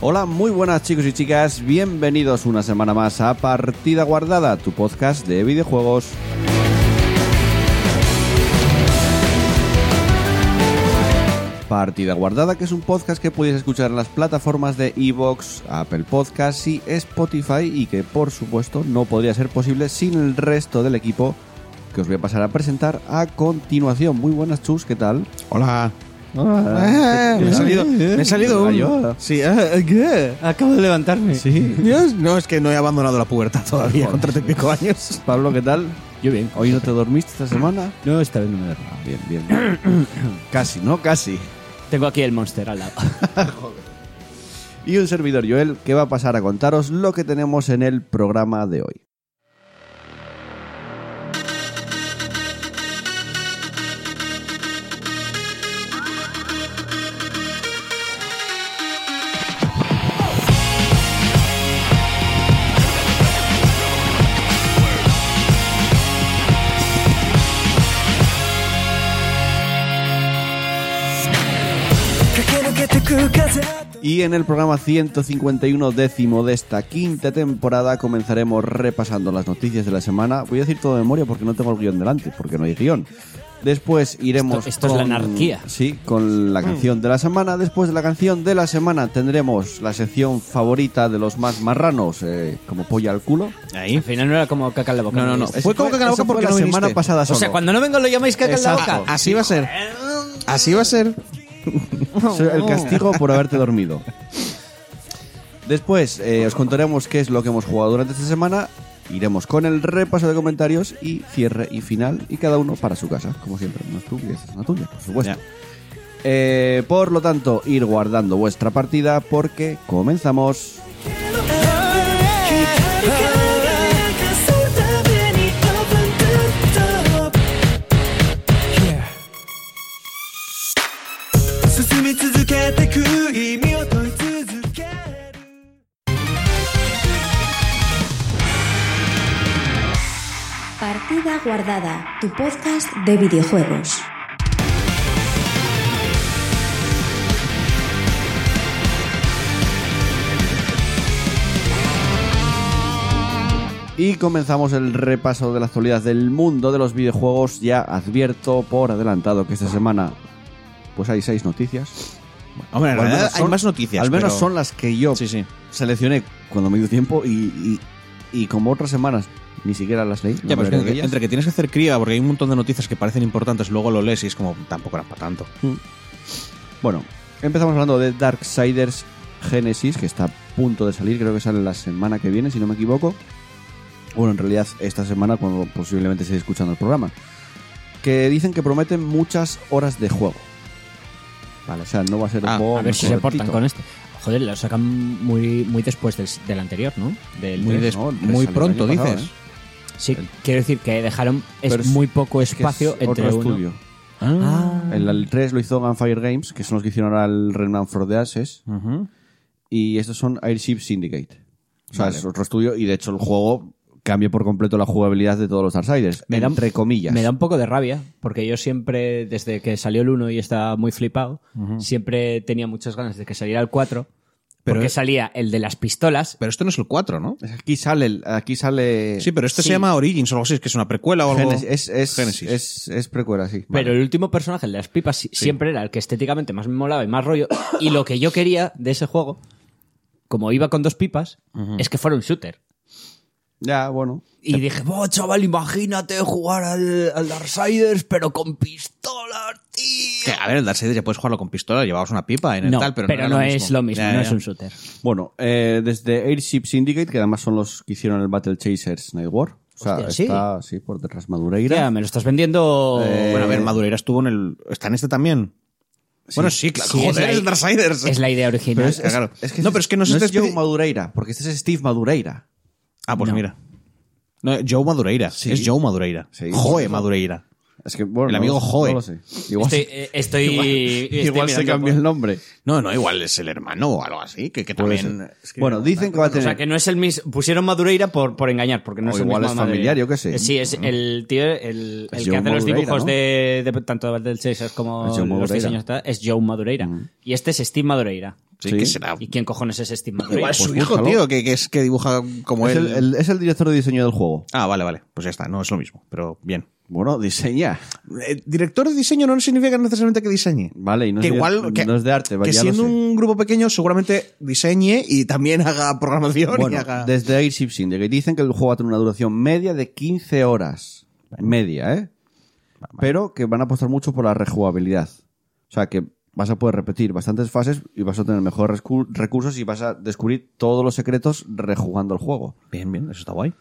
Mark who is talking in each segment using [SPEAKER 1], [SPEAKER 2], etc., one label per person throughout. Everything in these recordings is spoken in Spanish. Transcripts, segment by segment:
[SPEAKER 1] Hola, muy buenas chicos y chicas, bienvenidos una semana más a Partida Guardada, tu podcast de videojuegos. Partida Guardada, que es un podcast que podéis escuchar en las plataformas de Evox, Apple Podcasts y Spotify y que por supuesto no podría ser posible sin el resto del equipo que os voy a pasar a presentar a continuación. Muy buenas chus, ¿qué tal?
[SPEAKER 2] Hola.
[SPEAKER 1] Hola.
[SPEAKER 2] Ah, me he salido, me he salido un- Sí, ah, ¿qué?
[SPEAKER 3] Acabo de levantarme.
[SPEAKER 1] Sí.
[SPEAKER 2] Dios, no, es que no he abandonado la pubertad todavía, con treinta y pico años.
[SPEAKER 1] Pablo, ¿qué tal?
[SPEAKER 3] Yo bien.
[SPEAKER 1] ¿Hoy no te dormiste esta semana?
[SPEAKER 3] No, esta vez no me da.
[SPEAKER 1] Ah, bien, bien. Casi, ¿no? Casi.
[SPEAKER 3] Tengo aquí el monster al lado.
[SPEAKER 1] Y un servidor Joel que va a pasar a contaros lo que tenemos en el programa de hoy. Y en el programa 151 décimo de esta quinta temporada comenzaremos repasando las noticias de la semana. Voy a decir todo de memoria porque no tengo el guión delante, porque no hay guión. Después iremos...
[SPEAKER 3] Esto- esto es la anarquía.
[SPEAKER 1] Sí, con la canción de la semana. Después de la canción de la semana tendremos la sección favorita de los más marranos, eh, como polla al culo.
[SPEAKER 3] Al final no era como caca en la boca.
[SPEAKER 2] No, no, no.
[SPEAKER 1] Ese
[SPEAKER 2] Fue como caca en la boca
[SPEAKER 1] ese fue
[SPEAKER 2] porque
[SPEAKER 1] la
[SPEAKER 2] no
[SPEAKER 1] semana
[SPEAKER 2] viniste.
[SPEAKER 1] pasada
[SPEAKER 3] O
[SPEAKER 1] solo.
[SPEAKER 3] sea, cuando no vengo lo llamáis caca en la
[SPEAKER 2] Exacto. Ah,
[SPEAKER 3] boca.
[SPEAKER 2] Así va a ser. Así va a ser.
[SPEAKER 1] Es el castigo por haberte dormido. Después eh, os contaremos qué es lo que hemos jugado durante esta semana. Iremos con el repaso de comentarios y cierre y final y cada uno para su casa, como siempre. No es tuya, es una tuya, por supuesto.
[SPEAKER 2] Ya.
[SPEAKER 1] Eh, por lo tanto, ir guardando vuestra partida porque comenzamos.
[SPEAKER 4] Partida Guardada, tu podcast de videojuegos.
[SPEAKER 1] Y comenzamos el repaso de la actualidad del mundo de los videojuegos. Ya advierto por adelantado que esta semana pues hay seis noticias.
[SPEAKER 2] Hombre, en
[SPEAKER 1] O al
[SPEAKER 2] realidad
[SPEAKER 1] menos
[SPEAKER 2] hay
[SPEAKER 1] son-
[SPEAKER 2] más noticias.
[SPEAKER 1] Al menos
[SPEAKER 2] pero-
[SPEAKER 1] son las que yo
[SPEAKER 2] Sí, sí.
[SPEAKER 1] seleccioné cuando me dio tiempo y, y- y como otras semanas ni siquiera las leí.
[SPEAKER 2] Ya,
[SPEAKER 1] no
[SPEAKER 2] pero
[SPEAKER 1] me
[SPEAKER 2] es que
[SPEAKER 1] acuerdo de
[SPEAKER 2] entre,
[SPEAKER 1] ellas.
[SPEAKER 2] entre que tienes que hacer cría, porque hay un montón de noticias que parecen importantes, luego lo lees y es como, tampoco era para tanto.
[SPEAKER 1] Bueno, empezamos hablando de Darksiders Genesis, que está a punto de salir, creo que sale la semana que viene, si no me equivoco. Bueno, en realidad esta semana, cuando posiblemente estéis escuchando el programa. Que dicen que prometen muchas horas de juego. Vale, o sea, no va a ser un
[SPEAKER 2] Ah,
[SPEAKER 1] juego
[SPEAKER 5] A ver si se portan
[SPEAKER 1] cortito.
[SPEAKER 5] con este. Joder, lo sacan muy, muy después del, del anterior, ¿no? Del
[SPEAKER 2] Muy,
[SPEAKER 5] tres.
[SPEAKER 2] des-
[SPEAKER 1] ¿Eh? no, el tres
[SPEAKER 2] muy
[SPEAKER 1] salió el
[SPEAKER 2] pronto,
[SPEAKER 1] año pasado, ¿eh?
[SPEAKER 2] dices.
[SPEAKER 5] Sí, quiero decir que dejaron es
[SPEAKER 1] Pero es-
[SPEAKER 5] muy poco
[SPEAKER 1] Es que es
[SPEAKER 5] espacio entre
[SPEAKER 1] otro
[SPEAKER 5] uno.
[SPEAKER 1] estudio.
[SPEAKER 5] Ah.
[SPEAKER 1] El, el 3 lo hizo Gunfire Games, que son los que hicieron ahora el Remnant for the Ashes.
[SPEAKER 2] Ujú.
[SPEAKER 1] Y estos son Airship Syndicate. O sea, es otro estudio y de hecho el juego cambia por completo la jugabilidad de todos los Darksiders.
[SPEAKER 5] Me da-
[SPEAKER 1] entre comillas.
[SPEAKER 5] Me da un poco de rabia, porque yo siempre, desde que salió el 1 y estaba muy flipado, siempre tenía muchas ganas de que saliera el 4,
[SPEAKER 2] Pero
[SPEAKER 5] porque
[SPEAKER 2] es-
[SPEAKER 5] salía el de las pistolas.
[SPEAKER 2] Pero esto no es el 4, ¿no?
[SPEAKER 1] Aquí sale, el- aquí sale
[SPEAKER 2] Sí, pero este se llama Origins o algo así, es que es una precuela o algo.
[SPEAKER 1] Genesis. Es, es,
[SPEAKER 2] Genesis.
[SPEAKER 1] Es, es precuela, sí.
[SPEAKER 5] Pero
[SPEAKER 1] Vale.
[SPEAKER 5] el último personaje, el de las pipas, si- siempre era el que estéticamente más me molaba y más rollo. Y lo que yo quería de ese juego, como iba con dos pipas, es que fuera un shooter.
[SPEAKER 1] Ya, bueno.
[SPEAKER 5] Y dije, oh, chaval, imagínate jugar al, al Darksiders, pero con pistolas,
[SPEAKER 2] Que,
[SPEAKER 5] tío.
[SPEAKER 2] a ver, el Darksiders ya puedes jugarlo con pistola, llevabas una pipa en el
[SPEAKER 5] No,
[SPEAKER 2] tal,
[SPEAKER 5] pero,
[SPEAKER 2] pero,
[SPEAKER 5] no,
[SPEAKER 2] era
[SPEAKER 5] es lo mismo,
[SPEAKER 2] Ya,
[SPEAKER 5] no
[SPEAKER 2] ya.
[SPEAKER 5] es un shooter.
[SPEAKER 1] Bueno, eh, desde Airship Syndicate, que además son los que hicieron el Battle Chasers Night War. O sea,
[SPEAKER 3] Hostia, sí.
[SPEAKER 1] está sí, por detrás Madureira.
[SPEAKER 3] Ya, me lo estás vendiendo.
[SPEAKER 1] Eh,
[SPEAKER 2] Bueno, a ver, Madureira estuvo en el. ¿Está en este también? Bueno, sí, claro.
[SPEAKER 3] Sí, es
[SPEAKER 2] joder,
[SPEAKER 3] la-
[SPEAKER 2] es Darksiders.
[SPEAKER 3] Es la idea original.
[SPEAKER 2] Pero es- claro.
[SPEAKER 1] Es que
[SPEAKER 2] No, pero es que no es este
[SPEAKER 1] Joe
[SPEAKER 2] espe-
[SPEAKER 1] Madureira, porque este es Steve Madureira.
[SPEAKER 2] Ah, pues mira. No, Joe Madureira.
[SPEAKER 1] Sí.
[SPEAKER 2] Es Joe Madureira.
[SPEAKER 1] Sí.
[SPEAKER 2] Joe Madureira.
[SPEAKER 1] Es que, bueno,
[SPEAKER 2] El
[SPEAKER 1] no
[SPEAKER 2] amigo
[SPEAKER 1] lo-
[SPEAKER 2] Joe.
[SPEAKER 1] no lo sé. Igual,
[SPEAKER 2] Este,
[SPEAKER 3] Estoy, eh, estoy- estoy
[SPEAKER 1] igual se
[SPEAKER 3] mirando
[SPEAKER 1] cambia
[SPEAKER 3] por-
[SPEAKER 1] el nombre. pues
[SPEAKER 2] No, no, igual es el hermano o algo así, que, que
[SPEAKER 1] Puede
[SPEAKER 2] también...
[SPEAKER 1] ser.
[SPEAKER 2] es que-
[SPEAKER 1] bueno, dicen que va a
[SPEAKER 3] O
[SPEAKER 1] tener...
[SPEAKER 3] sea, que no es el mismo. Pusieron Madureira por, por engañar, porque no
[SPEAKER 1] O
[SPEAKER 3] es el
[SPEAKER 1] igual
[SPEAKER 3] mismo
[SPEAKER 1] es
[SPEAKER 3] Madureira.
[SPEAKER 1] familiar, yo qué sé.
[SPEAKER 3] Eh, Sí, es el tío, el,
[SPEAKER 1] Es
[SPEAKER 3] el
[SPEAKER 1] Joe
[SPEAKER 3] que hace los
[SPEAKER 1] Madureira,
[SPEAKER 3] dibujos
[SPEAKER 1] ¿no?
[SPEAKER 3] de, de- tanto del Chasers como
[SPEAKER 1] Es Joe
[SPEAKER 3] los
[SPEAKER 1] Madureira. Mm.
[SPEAKER 3] diseños, tal, es Joe Madureira. Y este es Steve Madureira.
[SPEAKER 2] Sí,
[SPEAKER 1] sí.
[SPEAKER 2] que será...
[SPEAKER 3] ¿Y quién cojones es Steve Madureira?
[SPEAKER 2] Ah. Igual es su
[SPEAKER 1] Pues
[SPEAKER 2] hijo,
[SPEAKER 1] búscalo.
[SPEAKER 2] tío, que, que es que dibuja como
[SPEAKER 1] es,
[SPEAKER 2] él.
[SPEAKER 1] el, el- es el director de diseño del juego.
[SPEAKER 2] Ah, vale, vale. Pues ya está, no es lo mismo, pero bien.
[SPEAKER 1] Bueno, diseña.
[SPEAKER 2] Eh, director de diseño no significa necesariamente que diseñe.
[SPEAKER 1] Vale, y no,
[SPEAKER 2] que
[SPEAKER 1] es, de-
[SPEAKER 2] igual, que,
[SPEAKER 1] no es de arte,
[SPEAKER 2] que
[SPEAKER 1] ya lo
[SPEAKER 2] siendo
[SPEAKER 1] sé.
[SPEAKER 2] un grupo pequeño seguramente diseñe y también haga programación y
[SPEAKER 1] Bueno,
[SPEAKER 2] haga...
[SPEAKER 1] desde Airship Syndicate dicen que el juego va a tener una duración media de 15 horas. Media, ¿eh? Pero que van a apostar mucho por la rejugabilidad. O sea, que vas a poder repetir bastantes fases y vas a tener mejores recu- recursos y vas a descubrir todos los secretos rejugando el juego.
[SPEAKER 2] Bien, bien, eso está guay.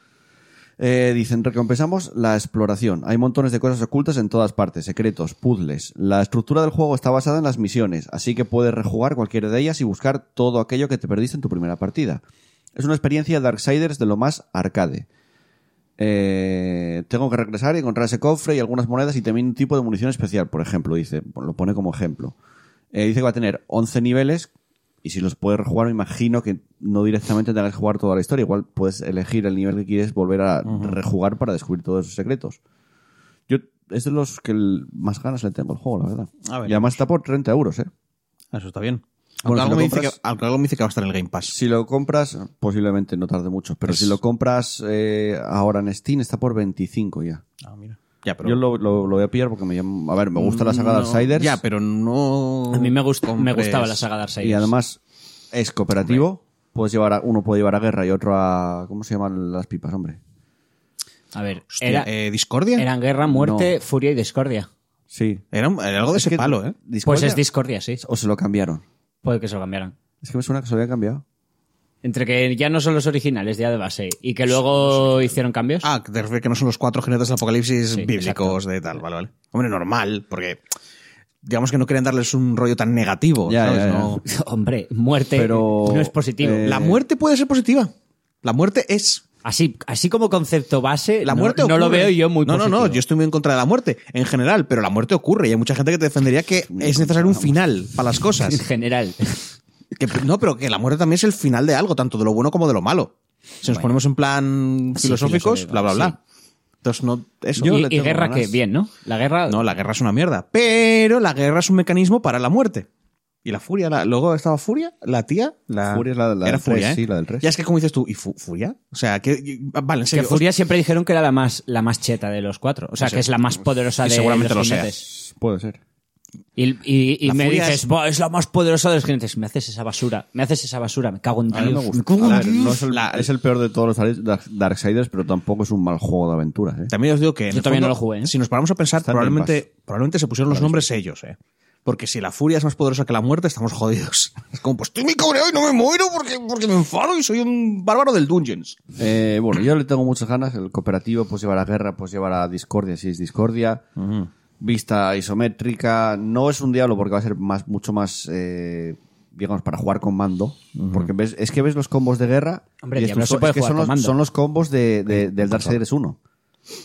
[SPEAKER 1] Eh, dicen, recompensamos la exploración. Hay montones de cosas ocultas en todas partes, secretos, puzzles. La estructura del juego está basada en las misiones, así que puedes rejugar cualquiera de ellas y buscar todo aquello que te perdiste en tu primera partida. Es una experiencia Darksiders de lo más arcade. Eh, tengo que regresar y encontrar ese cofre y algunas monedas y también un tipo de munición especial, por ejemplo, dice. Lo pone como ejemplo. Eh, dice que va a tener 11 niveles y si los puedes rejugar, me imagino que no directamente tengas que jugar toda la historia. Igual puedes elegir el nivel que quieres volver a rejugar para descubrir todos esos secretos. Yo es de los que el- más ganas le tengo al juego, la verdad.
[SPEAKER 2] A ver.
[SPEAKER 1] y además está por 30 euros, ¿eh?
[SPEAKER 2] Eso está bien.
[SPEAKER 1] Bueno, si
[SPEAKER 2] Aunque, algo
[SPEAKER 1] lo
[SPEAKER 2] me dice
[SPEAKER 1] compras-
[SPEAKER 2] que, aunque algo me dice que va a estar en el Game Pass.
[SPEAKER 1] Si lo compras, posiblemente no tarde mucho, pero si lo compras eh, ahora en Steam está por 25 ya.
[SPEAKER 2] Ah, mira. Ya, pero...
[SPEAKER 1] Yo lo, lo- lo voy a pillar porque me llama- A ver, me gusta la saga
[SPEAKER 2] No,
[SPEAKER 1] Darksiders.
[SPEAKER 2] Ya, pero no...
[SPEAKER 3] A mí me, gust- me
[SPEAKER 2] compres-
[SPEAKER 3] gustaba la saga Darksiders.
[SPEAKER 1] Y además es cooperativo. Puedes llevar a- uno puede llevar a guerra y otro a. ¿Cómo se llaman las pipas, hombre?
[SPEAKER 3] A ver,
[SPEAKER 2] Hostia,
[SPEAKER 3] era-
[SPEAKER 2] eh, ¿Discordia?
[SPEAKER 3] eran guerra, muerte, furia y discordia.
[SPEAKER 1] Sí.
[SPEAKER 2] Era un- era algo de
[SPEAKER 1] Es
[SPEAKER 2] ese
[SPEAKER 1] que
[SPEAKER 2] palo, ¿eh?
[SPEAKER 1] Discordia-
[SPEAKER 3] Pues es discordia, sí.
[SPEAKER 1] O se lo cambiaron.
[SPEAKER 3] Puede que se lo cambiaran.
[SPEAKER 1] Es que me suena que se lo habían cambiado.
[SPEAKER 3] Entre que ya no son los originales, ya de base, y que luego hicieron cambios.
[SPEAKER 2] Ah, que te refieres que no son los cuatro jinetes del apocalipsis
[SPEAKER 3] Sí,
[SPEAKER 2] bíblicos de tal, vale, vale. Hombre, normal, porque digamos que no quieren darles un rollo tan negativo,
[SPEAKER 1] Ya,
[SPEAKER 2] ¿sabes?
[SPEAKER 1] ya, ya.
[SPEAKER 2] No-
[SPEAKER 3] Hombre, muerte
[SPEAKER 1] Pero,
[SPEAKER 3] no es positivo.
[SPEAKER 1] eh,
[SPEAKER 2] La muerte puede ser positiva. La muerte es.
[SPEAKER 3] Así, así como concepto base,
[SPEAKER 2] La
[SPEAKER 3] no-
[SPEAKER 2] muerte
[SPEAKER 3] no, lo
[SPEAKER 2] ocurre.
[SPEAKER 3] veo yo muy
[SPEAKER 2] No, no, no,
[SPEAKER 3] positivo.
[SPEAKER 2] yo estoy muy en contra de la muerte en general, pero la muerte ocurre y hay mucha gente que te defendería que es necesario un final para las
[SPEAKER 3] En
[SPEAKER 2] cosas.
[SPEAKER 3] general.
[SPEAKER 2] Que- no, pero que la muerte también es el final de algo, tanto de lo bueno como de lo malo. Si nos ponemos en plan
[SPEAKER 3] Sí,
[SPEAKER 2] filosóficos,
[SPEAKER 3] filosófico,
[SPEAKER 2] bla, bla, bla. Entonces, no, eso.
[SPEAKER 3] y
[SPEAKER 1] le
[SPEAKER 3] y
[SPEAKER 1] tengo
[SPEAKER 3] guerra
[SPEAKER 1] ganas.
[SPEAKER 3] que, bien, ¿no? La guerra...
[SPEAKER 2] No, la guerra es una mierda. Pero la guerra es un mecanismo para la muerte. Y la furia, la- luego estaba Furia, la tía, la...
[SPEAKER 1] Furia es la- la
[SPEAKER 2] Era
[SPEAKER 1] del tres,
[SPEAKER 2] Furia, ¿eh?
[SPEAKER 1] sí, la del tres.
[SPEAKER 2] Ya es que como dices tú, ¿y fu- Furia? O sea, que... y- Vale, en
[SPEAKER 3] que
[SPEAKER 2] serio.
[SPEAKER 3] Furia siempre dijeron que era la más, la más cheta de los cuatro. O sea,
[SPEAKER 2] Eso.
[SPEAKER 3] que es la más poderosa
[SPEAKER 2] Y
[SPEAKER 3] de
[SPEAKER 2] seguramente
[SPEAKER 3] los
[SPEAKER 2] lo sea.
[SPEAKER 3] jinetes.
[SPEAKER 1] Puede ser.
[SPEAKER 3] Y, y- y
[SPEAKER 2] La
[SPEAKER 3] me
[SPEAKER 2] Furia
[SPEAKER 3] dices,
[SPEAKER 2] es-
[SPEAKER 3] "Buah, es... la más poderosa de los jinetes. Me haces esa basura, me haces esa basura, me cago en
[SPEAKER 1] A mí
[SPEAKER 3] Dios.
[SPEAKER 1] me gusta. A ver, no es, el, es el peor de todos los Dark- Dark- Darksiders, pero tampoco es un mal juego de aventuras. ¿eh?
[SPEAKER 2] También os digo que... en
[SPEAKER 3] Yo
[SPEAKER 2] el
[SPEAKER 3] también no lo jugué, ¿eh?
[SPEAKER 2] Si nos paramos a pensar,
[SPEAKER 1] Está en Game
[SPEAKER 2] probablemente, probablemente se pusieron los nombres ellos, ¿eh? Porque si la furia es más poderosa que la muerte, estamos jodidos. Es como, pues estoy muy cabreado y no me muero porque, porque me enfado y soy un bárbaro del Dungeons.
[SPEAKER 1] Eh, bueno, yo le tengo muchas ganas. El cooperativo, pues llevar a guerra, pues llevar a discordia si es discordia. Vista isométrica. No es un diablo porque va a ser más, mucho más, eh, digamos, para jugar con mando. Porque ves, es que ves los combos de guerra.
[SPEAKER 3] Hombre,
[SPEAKER 1] y
[SPEAKER 3] diablo
[SPEAKER 1] estos
[SPEAKER 3] se puede
[SPEAKER 1] es que
[SPEAKER 3] jugar
[SPEAKER 1] son,
[SPEAKER 3] con
[SPEAKER 1] los,
[SPEAKER 3] mando.
[SPEAKER 1] son los combos de, de- del Darksiders 1.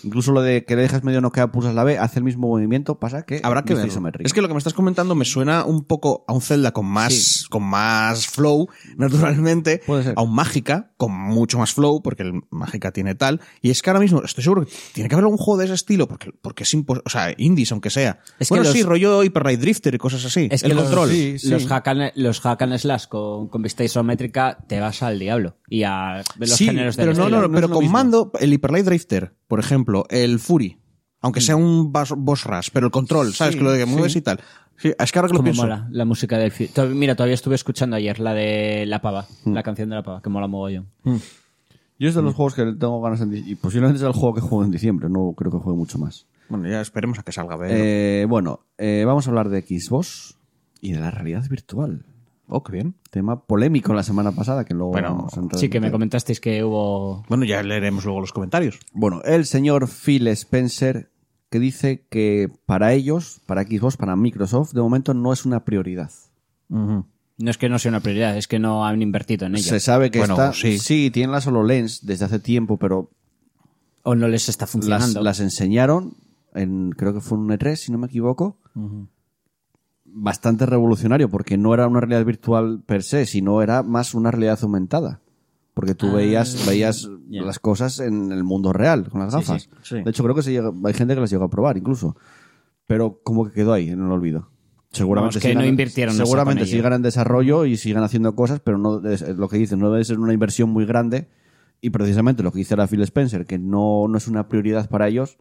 [SPEAKER 1] Incluso lo de que le dejas medio noqueado, pulsas la B, hace el mismo movimiento, pasa que
[SPEAKER 2] Habrá que
[SPEAKER 1] vista
[SPEAKER 2] ver.
[SPEAKER 1] isométrica.
[SPEAKER 2] Es que lo que me estás comentando me suena un poco a un Zelda con más, con más flow, naturalmente.
[SPEAKER 1] Puede ser.
[SPEAKER 2] A un Mágica con mucho más flow, porque el Mágica tiene tal. Y es que ahora mismo estoy seguro que tiene que haber algún juego de ese estilo, porque, porque es imposible. O sea, indies, aunque sea.
[SPEAKER 3] Es que
[SPEAKER 2] bueno,
[SPEAKER 3] los-
[SPEAKER 2] sí, rollo Hyper Raid Drifter y cosas así.
[SPEAKER 3] Es que
[SPEAKER 2] el
[SPEAKER 3] los,
[SPEAKER 2] control.
[SPEAKER 3] sí, sí. los hack and, los hack and slash con, con vista isométrica te vas al diablo y a de los
[SPEAKER 2] Sí,
[SPEAKER 3] géneros de
[SPEAKER 2] pero no, no, no, pero con
[SPEAKER 3] mando
[SPEAKER 2] mando, el Hyper Light Drifter, por ejemplo, el Fury, aunque sea un bas- boss rush, pero el control, ¿sabes? que lo de que mueves y tal. Sí, es que ahora que lo
[SPEAKER 3] Como
[SPEAKER 2] pienso.
[SPEAKER 3] mola la música del fi- Todavía- Mira, todavía estuve escuchando ayer la de La Pava,
[SPEAKER 1] Mm.
[SPEAKER 3] la canción de La Pava, que mola mogollón.
[SPEAKER 1] Yo es de los juegos que le tengo ganas en di- y posiblemente sea el juego que juego en diciembre. No creo que juegue mucho más.
[SPEAKER 2] Bueno, ya esperemos a que salga. a ver.
[SPEAKER 1] Eh, bueno, eh, vamos a hablar de Xbox y de la realidad virtual.
[SPEAKER 2] Oh, qué bien.
[SPEAKER 1] Tema polémico la semana pasada, que luego...
[SPEAKER 2] Bueno,
[SPEAKER 1] vamos a entrar
[SPEAKER 3] Sí,
[SPEAKER 1] en
[SPEAKER 3] que me
[SPEAKER 1] detalle.
[SPEAKER 3] comentasteis que hubo.
[SPEAKER 2] Bueno, ya leeremos luego los comentarios.
[SPEAKER 1] Bueno, el señor Phil Spencer que dice que para ellos, para Xbox, para Microsoft, de momento no es una prioridad.
[SPEAKER 3] No es que no sea una prioridad, es que no han invertido en ella.
[SPEAKER 1] Se sabe que
[SPEAKER 2] Bueno,
[SPEAKER 1] está...
[SPEAKER 2] sí.
[SPEAKER 1] tienen la HoloLens desde hace tiempo, pero
[SPEAKER 3] O no les está
[SPEAKER 1] las,
[SPEAKER 3] funcionando.
[SPEAKER 1] las enseñaron en... Creo que fue en un E3, si no me equivoco. Bastante revolucionario, porque no era una realidad virtual per se, sino era más una realidad aumentada. Porque tú veías, veías
[SPEAKER 3] Ah, ya.
[SPEAKER 1] las cosas en el mundo real, con las
[SPEAKER 3] Sí,
[SPEAKER 1] gafas.
[SPEAKER 3] sí, sí.
[SPEAKER 1] De hecho, creo que se llega- hay gente que las llegó a probar incluso. pero como que quedó ahí en el olvido. Seguramente
[SPEAKER 3] Vamos, que
[SPEAKER 1] sigan-
[SPEAKER 3] no invirtieron eso
[SPEAKER 1] Seguramente
[SPEAKER 3] con ello.
[SPEAKER 1] sigan en desarrollo y sigan haciendo cosas, pero no es- es lo que dicen, no debe ser una inversión muy grande. Y precisamente lo que dice la Phil Spencer, que no, no es una prioridad para ellos,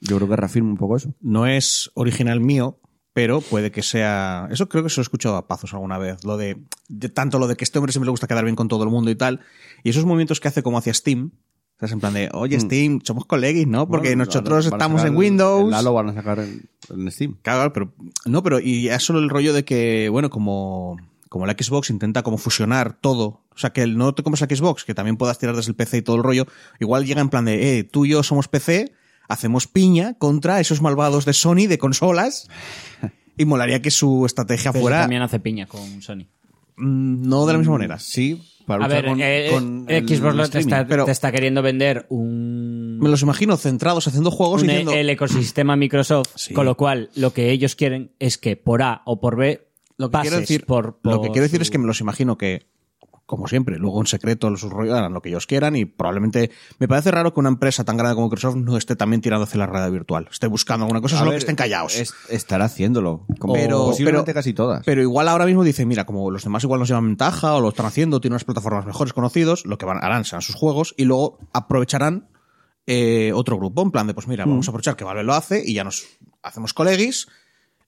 [SPEAKER 1] yo creo que reafirma un poco eso.
[SPEAKER 2] No es original mío, pero puede que sea. Eso creo que se lo he escuchado a Pazos alguna vez. Lo de, de tanto lo de que este hombre siempre le gusta quedar bien con todo el mundo y tal. Y esos movimientos que hace como hacia Steam. O sea, es en plan de, oye, Steam, somos coleguis, ¿no? Porque
[SPEAKER 1] Mm. Bueno,
[SPEAKER 2] nosotros
[SPEAKER 1] van a
[SPEAKER 2] estamos
[SPEAKER 1] sacar
[SPEAKER 2] en
[SPEAKER 1] el-
[SPEAKER 2] Windows.
[SPEAKER 1] El Halo van a sacar en, en Steam.
[SPEAKER 2] Claro, pero no, pero y ya solo el rollo de que, bueno, como, como la Xbox intenta como fusionar todo, o sea, que el- no te compres la Xbox, que también puedas tirar desde el PC y todo el rollo, igual llega en plan de, eh, tú y yo somos PC, hacemos piña contra esos malvados de Sony de consolas, y molaría que su estrategia
[SPEAKER 3] Pero
[SPEAKER 2] fuera
[SPEAKER 3] también hace piña con Sony.
[SPEAKER 2] mm, no de la misma manera.
[SPEAKER 1] Sí, para
[SPEAKER 3] A
[SPEAKER 1] luchar
[SPEAKER 3] ver,
[SPEAKER 1] con,
[SPEAKER 3] eh,
[SPEAKER 1] con
[SPEAKER 3] eh,
[SPEAKER 1] el
[SPEAKER 3] Xbox lo te,
[SPEAKER 1] streaming.
[SPEAKER 3] está,
[SPEAKER 2] pero-
[SPEAKER 3] te está queriendo vender un,
[SPEAKER 2] Me los imagino centrados haciendo juegos
[SPEAKER 3] un-
[SPEAKER 2] y diciendo,
[SPEAKER 3] el ecosistema Microsoft,
[SPEAKER 2] Sí.
[SPEAKER 3] con lo cual lo que ellos quieren es que por A o por B
[SPEAKER 2] Lo que
[SPEAKER 3] pases
[SPEAKER 2] quiero decir,
[SPEAKER 3] por,
[SPEAKER 2] lo
[SPEAKER 3] por
[SPEAKER 2] que quiero decir
[SPEAKER 3] su-
[SPEAKER 2] es que me los imagino que, como siempre, luego en secreto los rollos harán lo que ellos quieran y probablemente me parece raro que una empresa tan grande como Microsoft no esté también tirando hacia la realidad virtual. Esté buscando alguna cosa,
[SPEAKER 1] A
[SPEAKER 2] solo
[SPEAKER 1] ver,
[SPEAKER 2] que estén callados.
[SPEAKER 1] es- estará haciéndolo. Como
[SPEAKER 2] Pero-
[SPEAKER 1] posiblemente
[SPEAKER 2] pero-
[SPEAKER 1] casi todas.
[SPEAKER 2] Pero igual ahora mismo dice, mira, como los demás igual nos llevan ventaja o lo están haciendo, tienen unas plataformas mejores conocidos, lo que van, harán serán sus juegos y luego aprovecharán eh, otro grupo en plan de, pues mira, vamos
[SPEAKER 1] Mm.
[SPEAKER 2] a aprovechar que Valve lo hace y ya nos hacemos colegis